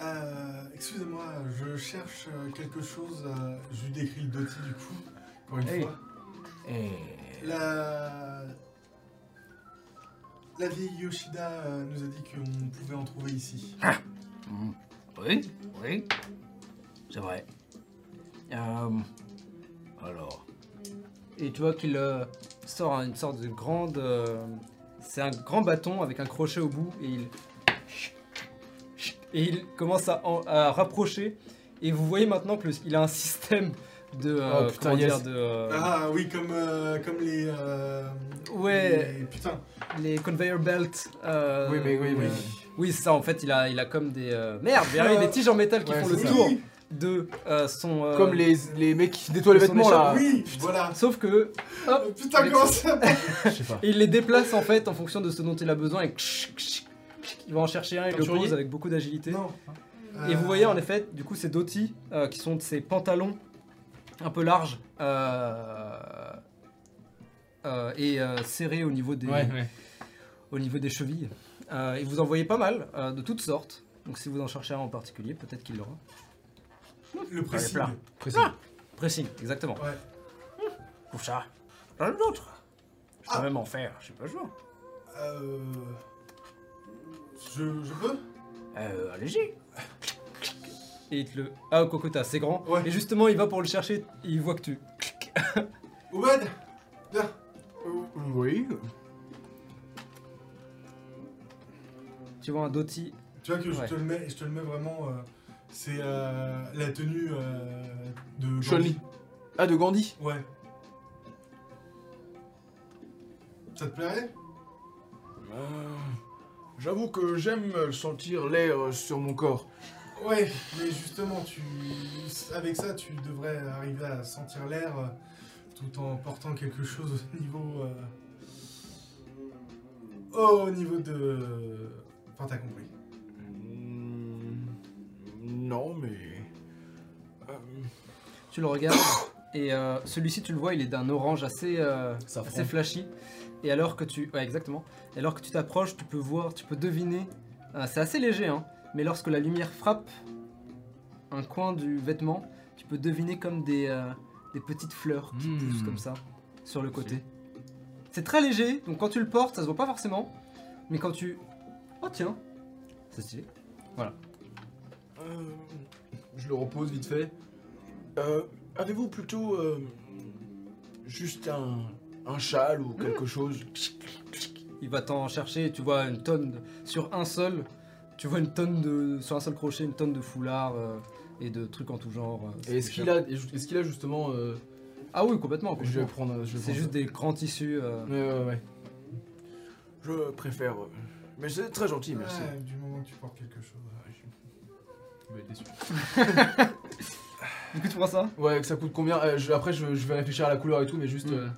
[SPEAKER 3] Euh, Excusez-moi, je cherche euh, quelque chose. euh, je lui décris le doty du coup, encore une
[SPEAKER 13] Hey.
[SPEAKER 3] fois.
[SPEAKER 13] Et...
[SPEAKER 3] La... La vieille Yoshida euh, nous a dit qu'on pouvait en trouver ici.
[SPEAKER 13] Oui, oui. C'est vrai. Euh, alors,
[SPEAKER 1] Et tu vois qu'il euh, sort un- une sorte de grande. euh, c'est un grand bâton avec un crochet au bout et il. et il commence à, en- à rapprocher. Et vous voyez maintenant qu'il a un système de. euh,
[SPEAKER 2] Oh, putain,
[SPEAKER 1] comment
[SPEAKER 2] yes.
[SPEAKER 1] dire, de, euh,
[SPEAKER 3] Ah oui, comme, euh, comme les. euh,
[SPEAKER 1] Ouais.
[SPEAKER 3] les- Putain.
[SPEAKER 1] les conveyor belts. euh,
[SPEAKER 2] Oui, mais oui, oui.
[SPEAKER 1] Oui, c'est ça, en fait, il a, il a comme des. euh, Merde, il y a des tiges en métal qui
[SPEAKER 2] Ouais,
[SPEAKER 1] font le
[SPEAKER 2] c'est ça.
[SPEAKER 1] tour de euh, son. euh,
[SPEAKER 2] Comme les, les mecs qui nettoient les
[SPEAKER 1] Ils sont
[SPEAKER 2] vêtements là.
[SPEAKER 3] Oui, voilà.
[SPEAKER 1] Sauf que
[SPEAKER 3] Euh, Putain,
[SPEAKER 1] Mais-
[SPEAKER 3] comment ça
[SPEAKER 2] Je sais pas.
[SPEAKER 1] il les déplace en fait en fonction de ce dont il a besoin et ksh, ksh, ksh, il va en chercher un, il le
[SPEAKER 12] Couturier
[SPEAKER 1] pose avec beaucoup d'agilité.
[SPEAKER 3] Non.
[SPEAKER 1] Et
[SPEAKER 3] Euh,
[SPEAKER 1] vous voyez en effet, du coup, ces dotis euh, qui sont ces pantalons un peu larges euh, euh, et euh, serrés au niveau des,
[SPEAKER 12] Ouais, ouais.
[SPEAKER 1] au niveau des chevilles. Euh, et vous en voyez pas mal euh, de toutes sortes. Donc si vous en cherchez un en particulier, peut-être qu'il l'aura.
[SPEAKER 3] Le précis.
[SPEAKER 1] plein.
[SPEAKER 12] Précis.
[SPEAKER 1] Ah. Pressing, exactement.
[SPEAKER 3] Ouais.
[SPEAKER 1] Pour ça, j'en ai d'autres. Je peux
[SPEAKER 3] Ah.
[SPEAKER 1] même en faire, je sais pas jouer.
[SPEAKER 3] Euh, Je, je peux
[SPEAKER 1] Euh, allez-y. Et il te le. Ah, au cocotas, c'est grand.
[SPEAKER 3] Ouais.
[SPEAKER 1] Et justement, il va pour le chercher, et il voit que tu.
[SPEAKER 3] Oued Viens.
[SPEAKER 2] Oui.
[SPEAKER 1] Tu vois un doti.
[SPEAKER 3] Tu vois que je
[SPEAKER 1] Ouais.
[SPEAKER 3] te le mets, je te le mets vraiment. euh, c'est euh, la tenue euh, de.
[SPEAKER 2] Chun
[SPEAKER 3] Gandhi.
[SPEAKER 2] Li. Ah, de Gandhi.
[SPEAKER 3] Ouais. Ça te plairait
[SPEAKER 7] Euh, J'avoue que j'aime sentir l'air sur mon corps.
[SPEAKER 3] Ouais, mais justement, tu avec ça, tu devrais arriver à sentir l'air euh, tout en portant quelque chose au niveau. euh, Au niveau de. Enfin, t'as compris.
[SPEAKER 7] Hmm, Non, mais. euh,
[SPEAKER 1] Tu le regardes. et euh, celui-ci, tu le vois, il est d'un orange assez, euh, assez flashy. Et alors que tu. Ouais, exactement. Et alors que tu t'approches, tu peux voir, tu peux deviner. Euh, c'est assez léger, hein. Mais lorsque la lumière frappe un coin du vêtement, tu peux deviner comme des, euh, des petites fleurs qui
[SPEAKER 2] Hmm.
[SPEAKER 1] poussent comme ça sur le côté. C'est très léger, donc quand tu le portes, ça se voit pas forcément. Mais quand tu. Oh tiens C'est stylé.
[SPEAKER 7] euh, je le repose vite fait. Euh, Avez-vous plutôt euh, juste un, un châle ou quelque
[SPEAKER 13] Hmm.
[SPEAKER 7] chose
[SPEAKER 1] Il va t'en chercher et tu vois une tonne de- sur un seul. Tu vois une tonne de. Sur un seul crochet, une tonne de foulards euh, et de trucs en tout genre. euh, c'est
[SPEAKER 2] Et est-ce
[SPEAKER 1] cher.
[SPEAKER 2] qu'il a, est-ce qu'il a justement. euh,
[SPEAKER 1] Ah oui, complètement.
[SPEAKER 2] je vais
[SPEAKER 1] complètement.
[SPEAKER 2] prendre. je vais
[SPEAKER 1] C'est
[SPEAKER 2] prendre
[SPEAKER 1] juste des grands tissus. euh,
[SPEAKER 2] ça. Ouais, ouais, ouais.
[SPEAKER 7] Je préfère. euh, Mais c'est très gentil, merci.
[SPEAKER 3] Ouais, du moment que tu portes quelque chose.
[SPEAKER 2] Je vais être déçu.
[SPEAKER 1] Du coup, tu prends ça
[SPEAKER 2] Ouais, ça coûte combien Euh, je- Après, je, je vais réfléchir à la couleur et tout, mais juste.
[SPEAKER 1] Mm.
[SPEAKER 2] euh,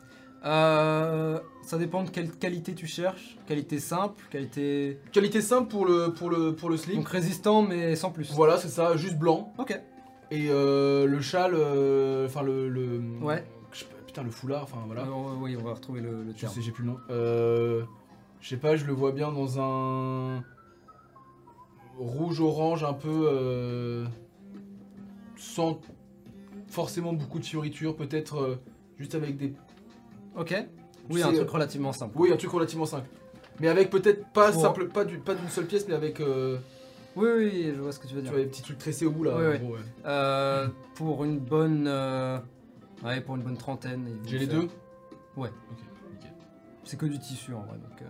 [SPEAKER 1] Euh, Ça dépend de quelle qualité tu cherches. Qualité simple, qualité.
[SPEAKER 2] Qualité simple pour le, pour le, pour le slip.
[SPEAKER 1] Donc résistant, mais sans plus.
[SPEAKER 2] Voilà, c'est ça, juste blanc.
[SPEAKER 1] Ok.
[SPEAKER 2] Et euh, le châle, euh, enfin le, le-
[SPEAKER 1] Ouais.
[SPEAKER 2] je sais pas, putain, le foulard, enfin voilà.
[SPEAKER 1] Euh, on- oui, on va retrouver le, le
[SPEAKER 2] je
[SPEAKER 1] terme.
[SPEAKER 2] sais, j'ai plus le nom. Euh, je sais pas, je le vois bien dans un rouge orange un peu euh, sans forcément beaucoup de fioritures, peut-être euh, juste avec des,
[SPEAKER 1] Ok. Oui,
[SPEAKER 2] C'est,
[SPEAKER 1] un
[SPEAKER 2] euh,
[SPEAKER 1] truc relativement simple.
[SPEAKER 2] oui, un truc relativement simple. Mais avec peut-être pas
[SPEAKER 1] Pour-
[SPEAKER 2] simple, pas du- pas d'une seule pièce, mais avec euh,
[SPEAKER 1] Oui, oui, je vois ce que tu veux
[SPEAKER 2] tu
[SPEAKER 1] dire.
[SPEAKER 2] vois les petits trucs tressés au bout là.
[SPEAKER 1] Ouais,
[SPEAKER 2] en
[SPEAKER 1] ouais.
[SPEAKER 2] gros, ouais.
[SPEAKER 1] Euh, pour une bonne. euh, Ouais, pour une bonne trentaine. il vous
[SPEAKER 2] J'ai les
[SPEAKER 1] fait.
[SPEAKER 2] deux.
[SPEAKER 1] Ouais.
[SPEAKER 2] Ok, nickel.
[SPEAKER 1] C'est que du tissu en vrai, donc. euh,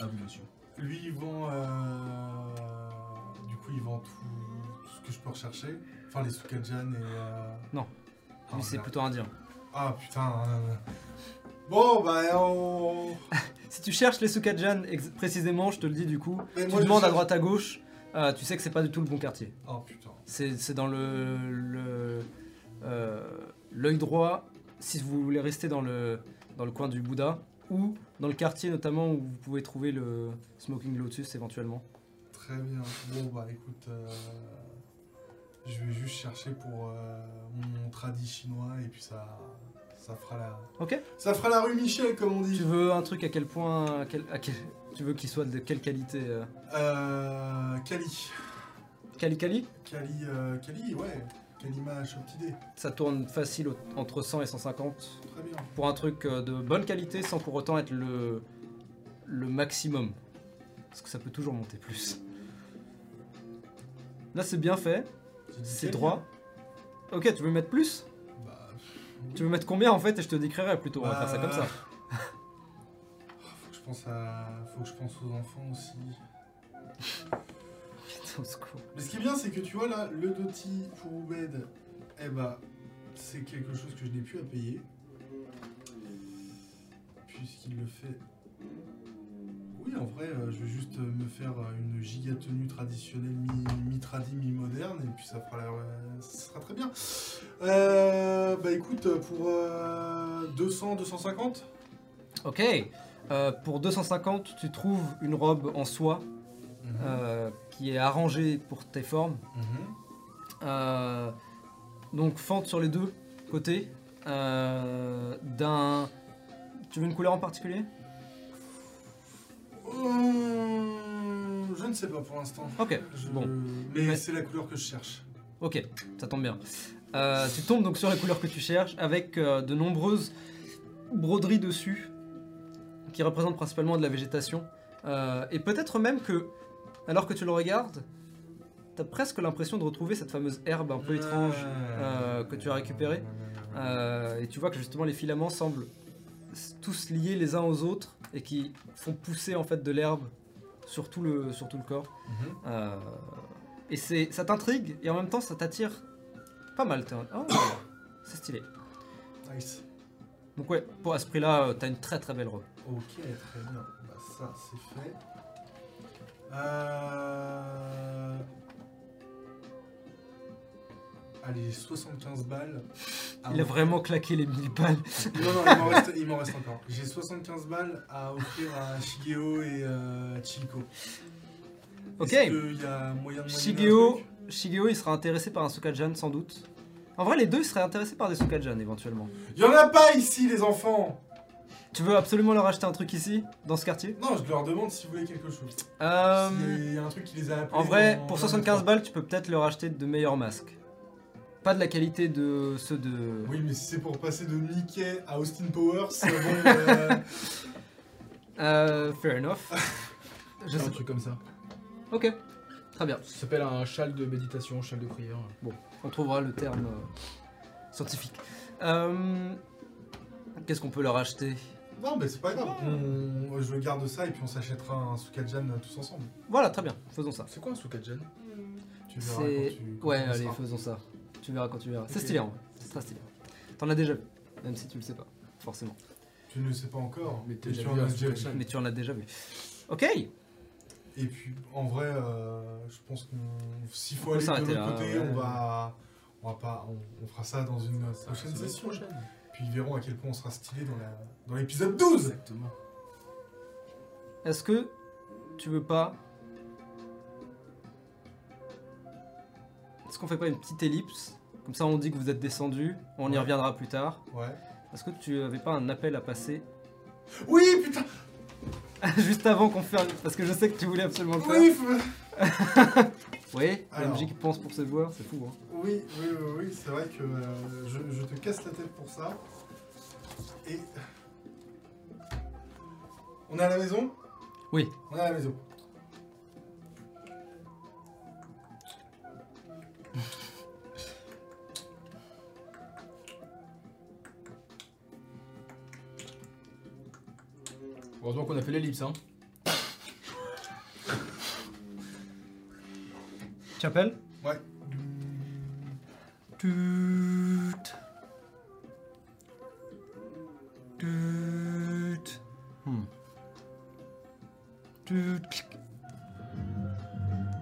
[SPEAKER 2] Ah oui, monsieur.
[SPEAKER 3] Lui, il vend. euh, Du coup, il vend tout, tout ce que je peux rechercher. Enfin, les Sukajan et. euh,
[SPEAKER 1] Non.
[SPEAKER 3] Ah,
[SPEAKER 1] lui, c'est
[SPEAKER 3] merde.
[SPEAKER 1] plutôt indien.
[SPEAKER 3] Ah putain. euh, Bon, bah, on.
[SPEAKER 1] Si tu cherches les Sukajan ex- précisément, je te le dis du coup,
[SPEAKER 3] Mais
[SPEAKER 1] tu
[SPEAKER 3] moi, je
[SPEAKER 1] demandes à
[SPEAKER 3] cherche-
[SPEAKER 1] droite à gauche, euh, tu sais que c'est pas du tout le bon quartier.
[SPEAKER 3] Oh putain.
[SPEAKER 1] C'est c'est dans le. le- euh, L'œil droit, si vous voulez rester dans le, dans le coin du Bouddha, ou dans le quartier notamment où vous pouvez trouver le Smoking Lotus éventuellement.
[SPEAKER 3] Très bien. Bon, bah écoute, euh, je vais juste chercher pour euh, mon tradit chinois et puis ça, ça fera la.
[SPEAKER 1] Ok.
[SPEAKER 3] Ça fera la rue Michel, comme on
[SPEAKER 1] Tu
[SPEAKER 3] dit.
[SPEAKER 1] veux un truc à quel point. à quel- à quel- tu veux qu'il soit de quelle qualité euh,
[SPEAKER 3] Euh, Kali.
[SPEAKER 1] Cali Cali
[SPEAKER 3] Kali, euh, Kali, ouais. Kalima Choptidé.
[SPEAKER 1] Ça tourne facile au- entre 100 et 150.
[SPEAKER 3] Très bien.
[SPEAKER 1] pour un truc euh, de bonne qualité sans pour autant être le, le maximum. Parce que ça peut toujours monter plus. Là, c'est bien fait,
[SPEAKER 3] J'ai dit
[SPEAKER 1] c'est
[SPEAKER 3] Kali,
[SPEAKER 1] droit. Ok, tu veux mettre plus
[SPEAKER 3] hein. Bah,
[SPEAKER 1] Tu veux mettre combien en fait Et je te décrirai plutôt, on va
[SPEAKER 3] Bah, Oh,
[SPEAKER 1] faire ça comme ça. [laughs]
[SPEAKER 3] faut que je pense à. Faut que je pense aux enfants aussi.
[SPEAKER 1] Euh, [laughs] au secours.
[SPEAKER 3] Mais ce qui est bien, c'est que tu vois là, le doti pour Oubed, eh bah, c'est quelque chose que je n'ai plus à payer. Puisqu'il le fait. Oui, en vrai, euh, je vais juste euh, me faire euh, une giga tenue traditionnelle, mi- mi-tradi, mi-moderne, et puis ça fera la- euh, ça sera très bien. Euh, bah écoute, pour euh, 200, 250
[SPEAKER 1] Ok. Euh, pour 250, tu trouves une robe en soie euh, qui est arrangée pour tes formes. Euh, donc fente sur les deux côtés. euh, D'un. Tu veux une couleur en particulier
[SPEAKER 3] Euh, Je ne sais pas pour l'instant.
[SPEAKER 1] Ok.
[SPEAKER 3] Je-
[SPEAKER 1] Bon.
[SPEAKER 3] Mais,
[SPEAKER 1] Mais-
[SPEAKER 3] c'est la couleur que je cherche.
[SPEAKER 1] Ok, ça tombe bien. Euh, tu tombes donc sur les couleurs que tu cherches avec euh, de nombreuses broderies dessus qui représentent principalement de la végétation. Euh, et peut-être même que, alors que tu le regardes, t'as presque l'impression de retrouver cette fameuse herbe un peu étrange euh, que tu as récupérée. Euh, et tu vois que justement les filaments semblent s- tous liés les uns aux autres et qui font pousser en fait de l'herbe sur tout le, sur tout le corps. Euh, et c'est, ça t'intrigue et en même temps ça t'attire pas mal. t'es en- Oh, [coughs] ouais, c'est stylé.
[SPEAKER 3] Nice.
[SPEAKER 1] Donc ouais, pour à ce prix-là, euh, t'as une très très belle robe.
[SPEAKER 3] Ok, très bien. Bah, ça, c'est fait. Euh... Allez, 75 balles. à
[SPEAKER 1] Il a
[SPEAKER 3] offrir-
[SPEAKER 1] vraiment claqué les 1000 balles.
[SPEAKER 3] Non, non, il m'en reste, il m'en reste encore. J'ai 75 balles à offrir à Shigeo et euh, à Chico.
[SPEAKER 1] Ok.
[SPEAKER 3] Est-ce qu'il y a moyen de moyenner un
[SPEAKER 1] Shigeo,
[SPEAKER 3] truc
[SPEAKER 1] Shigeo, il sera intéressé par un Sokajan sans doute. En vrai, les deux seraient intéressés par des Sokajan éventuellement.
[SPEAKER 3] Il y en a pas ici, les enfants
[SPEAKER 1] Tu veux absolument leur acheter un truc ici, dans ce quartier
[SPEAKER 3] Non, je leur demande s'ils voulaient quelque chose.
[SPEAKER 1] Euh,
[SPEAKER 3] Il y a un truc qui les a appelés.
[SPEAKER 1] En vrai,
[SPEAKER 3] dans-
[SPEAKER 1] pour
[SPEAKER 3] dans le
[SPEAKER 1] 75
[SPEAKER 3] train.
[SPEAKER 1] balles, tu peux peut-être leur acheter de meilleurs masques. Pas de la qualité de ceux de...
[SPEAKER 3] Oui, mais si c'est pour passer de Mickey à Austin Powers, euh, bon,
[SPEAKER 1] [laughs]
[SPEAKER 3] euh,
[SPEAKER 1] Euh, fair
[SPEAKER 3] [laughs]
[SPEAKER 1] enough. Je
[SPEAKER 12] un
[SPEAKER 1] sais.
[SPEAKER 12] truc comme ça.
[SPEAKER 1] Ok, très bien.
[SPEAKER 12] Ça s'appelle un châle de méditation, châle de prière.
[SPEAKER 1] On trouvera le terme euh, scientifique. Euh, Qu'est-ce qu'on peut leur acheter
[SPEAKER 3] Non, mais c'est pas grave. On- euh, Je garde ça et puis on s'achètera un Sukajan tous ensemble.
[SPEAKER 1] Voilà, très bien, faisons ça.
[SPEAKER 12] C'est quoi un Sukajan
[SPEAKER 3] Tu verras quand
[SPEAKER 1] C'est...
[SPEAKER 3] tu. quand
[SPEAKER 1] Ouais,
[SPEAKER 3] tu
[SPEAKER 1] allez,
[SPEAKER 3] passeras.
[SPEAKER 1] faisons ça. Tu verras quand tu verras. C'est
[SPEAKER 3] Ok.
[SPEAKER 1] stylé, en vrai. C'est très stylé. T'en as déjà vu, même si tu le sais pas, forcément.
[SPEAKER 3] Tu ne le sais pas encore.
[SPEAKER 12] Mais t'as
[SPEAKER 3] et,
[SPEAKER 12] déjà
[SPEAKER 3] tu en
[SPEAKER 12] vu
[SPEAKER 3] as
[SPEAKER 12] un
[SPEAKER 3] déjà
[SPEAKER 12] Sukajan.
[SPEAKER 3] vu.
[SPEAKER 1] Mais tu en as déjà vu. Ok,
[SPEAKER 3] et puis, en vrai, euh, je pense qu'on. S'il faut
[SPEAKER 1] peut
[SPEAKER 3] aller de
[SPEAKER 1] s'arrêter
[SPEAKER 3] l'autre
[SPEAKER 1] là,
[SPEAKER 3] côté,
[SPEAKER 1] ouais.
[SPEAKER 3] on va. On va pas. On, on fera ça dans une prochaine session. Puis ils verront à quel point on sera stylé dans la- dans l'épisode 12.
[SPEAKER 12] Exactement.
[SPEAKER 1] est-ce que tu veux pas... Est-ce qu'on fait pas une petite ellipse Comme ça on dit que vous êtes descendu, on y
[SPEAKER 3] Ouais.
[SPEAKER 1] reviendra plus tard.
[SPEAKER 3] Ouais.
[SPEAKER 1] Est-ce que tu avais pas un appel à passer
[SPEAKER 3] Oui, putain
[SPEAKER 1] [laughs] Juste avant qu'on fasse, parce que je sais que tu voulais absolument le faire.
[SPEAKER 3] Oui, f-
[SPEAKER 1] Oui,
[SPEAKER 3] Alors.
[SPEAKER 1] MJ qui pense pour ce joueur, c'est fou. Hein.
[SPEAKER 3] oui, oui, oui, oui, c'est vrai que euh, je, je te casse la tête pour ça. Et. On est à la maison
[SPEAKER 1] Oui.
[SPEAKER 3] On est à la maison. [laughs]
[SPEAKER 12] Heureusement qu'on a fait l'ellipse, hein.
[SPEAKER 1] Tu appelles
[SPEAKER 3] Ouais.
[SPEAKER 1] Tut. Tut. Hmm. Tut.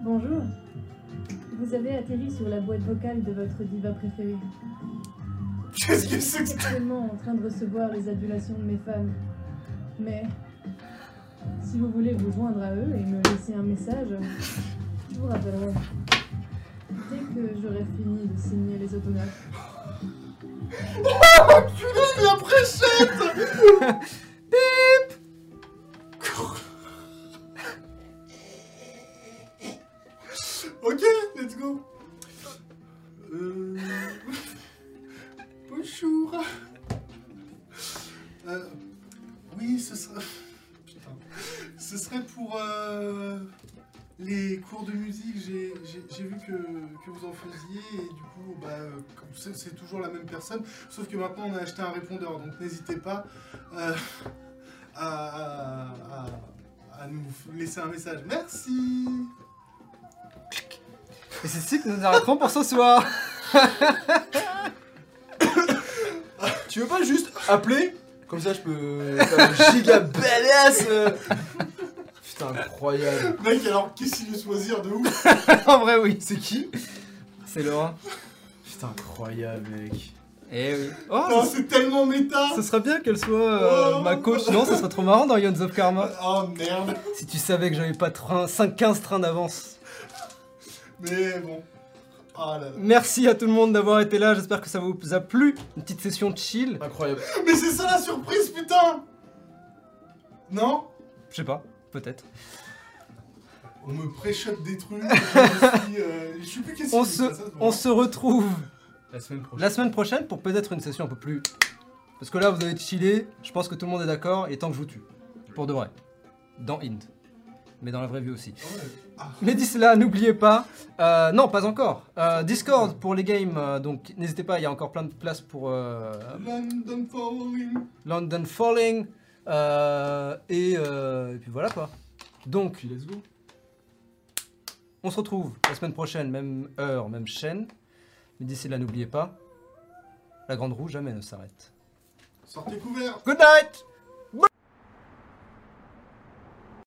[SPEAKER 18] Bonjour. Vous avez atterri sur la boîte vocale de votre diva préférée.
[SPEAKER 3] Qu'est-ce que c'est
[SPEAKER 18] Je suis actuellement en train de recevoir les adulations de mes fans. Mais si vous voulez vous joindre à eux et me laisser un message, je vous rappellerai. Dès que j'aurai fini de signer les autographes.
[SPEAKER 3] Ok, let's go. Euh... Bonjour. Euh, Oui, ce serait. Putain. Ce serait pour euh, les cours de musique. J'ai j'ai- j'ai vu que, que vous en faisiez et du coup, bah, euh, comme c'est c'est toujours la même personne. Sauf que maintenant, on a acheté un répondeur, donc n'hésitez pas euh, à, à- à- à nous laisser un message. Merci.
[SPEAKER 1] Et c'est ici que nous arrêterons pour ce soir. [laughs]
[SPEAKER 2] Tu veux pas juste appeler Comme ça, je peux faire un giga badass euh. Putain, incroyable.
[SPEAKER 3] Mec, alors qu'est-ce qu'il veut choisir de ouf
[SPEAKER 1] en vrai, oui.
[SPEAKER 2] C'est qui
[SPEAKER 1] C'est Laurent.
[SPEAKER 2] Putain, incroyable, mec.
[SPEAKER 1] Eh oui. Oh,
[SPEAKER 3] Non, c'est tellement méta
[SPEAKER 1] ce serait bien qu'elle soit euh,
[SPEAKER 3] Oh.
[SPEAKER 1] ma coach. Non, ce serait trop marrant dans Ions of Karma.
[SPEAKER 3] Oh merde
[SPEAKER 1] Si tu savais que j'avais pas train, 5, 15 trains d'avance.
[SPEAKER 3] Mais bon. Ah là là.
[SPEAKER 1] Merci à tout le monde d'avoir été là. J'espère que ça vous a plu. Une petite session de chill.
[SPEAKER 2] Incroyable.
[SPEAKER 3] Mais c'est ça la surprise, putain Non
[SPEAKER 1] Je sais pas, peut-être.
[SPEAKER 3] On me préchote des trucs, je suis, euh, je suis plus qu'est-ce
[SPEAKER 1] On
[SPEAKER 3] qu'il
[SPEAKER 1] se-
[SPEAKER 3] dit, ça, ça voit.
[SPEAKER 1] On se retrouve
[SPEAKER 12] La semaine prochaine.
[SPEAKER 1] la semaine prochaine pour peut-être une session un peu plus. Parce que là, vous avez chillé. Je pense que tout le monde est d'accord. Il est temps que je vous tue. Pour de vrai. Dans Inde. Mais dans la vraie vie aussi. Mais d'ici là, n'oubliez pas. euh, non, pas encore. euh, Discord pour les games. euh, donc n'hésitez pas, il y a encore plein de places pour euh,
[SPEAKER 3] London Falling
[SPEAKER 1] London Falling. euh, et, euh, et puis voilà quoi. Donc,
[SPEAKER 2] Puis let's go.
[SPEAKER 1] on se retrouve la semaine prochaine, même heure, même chaîne. Mais d'ici là, n'oubliez pas. La grande roue jamais ne s'arrête.
[SPEAKER 3] Sortez couverts
[SPEAKER 1] Good night!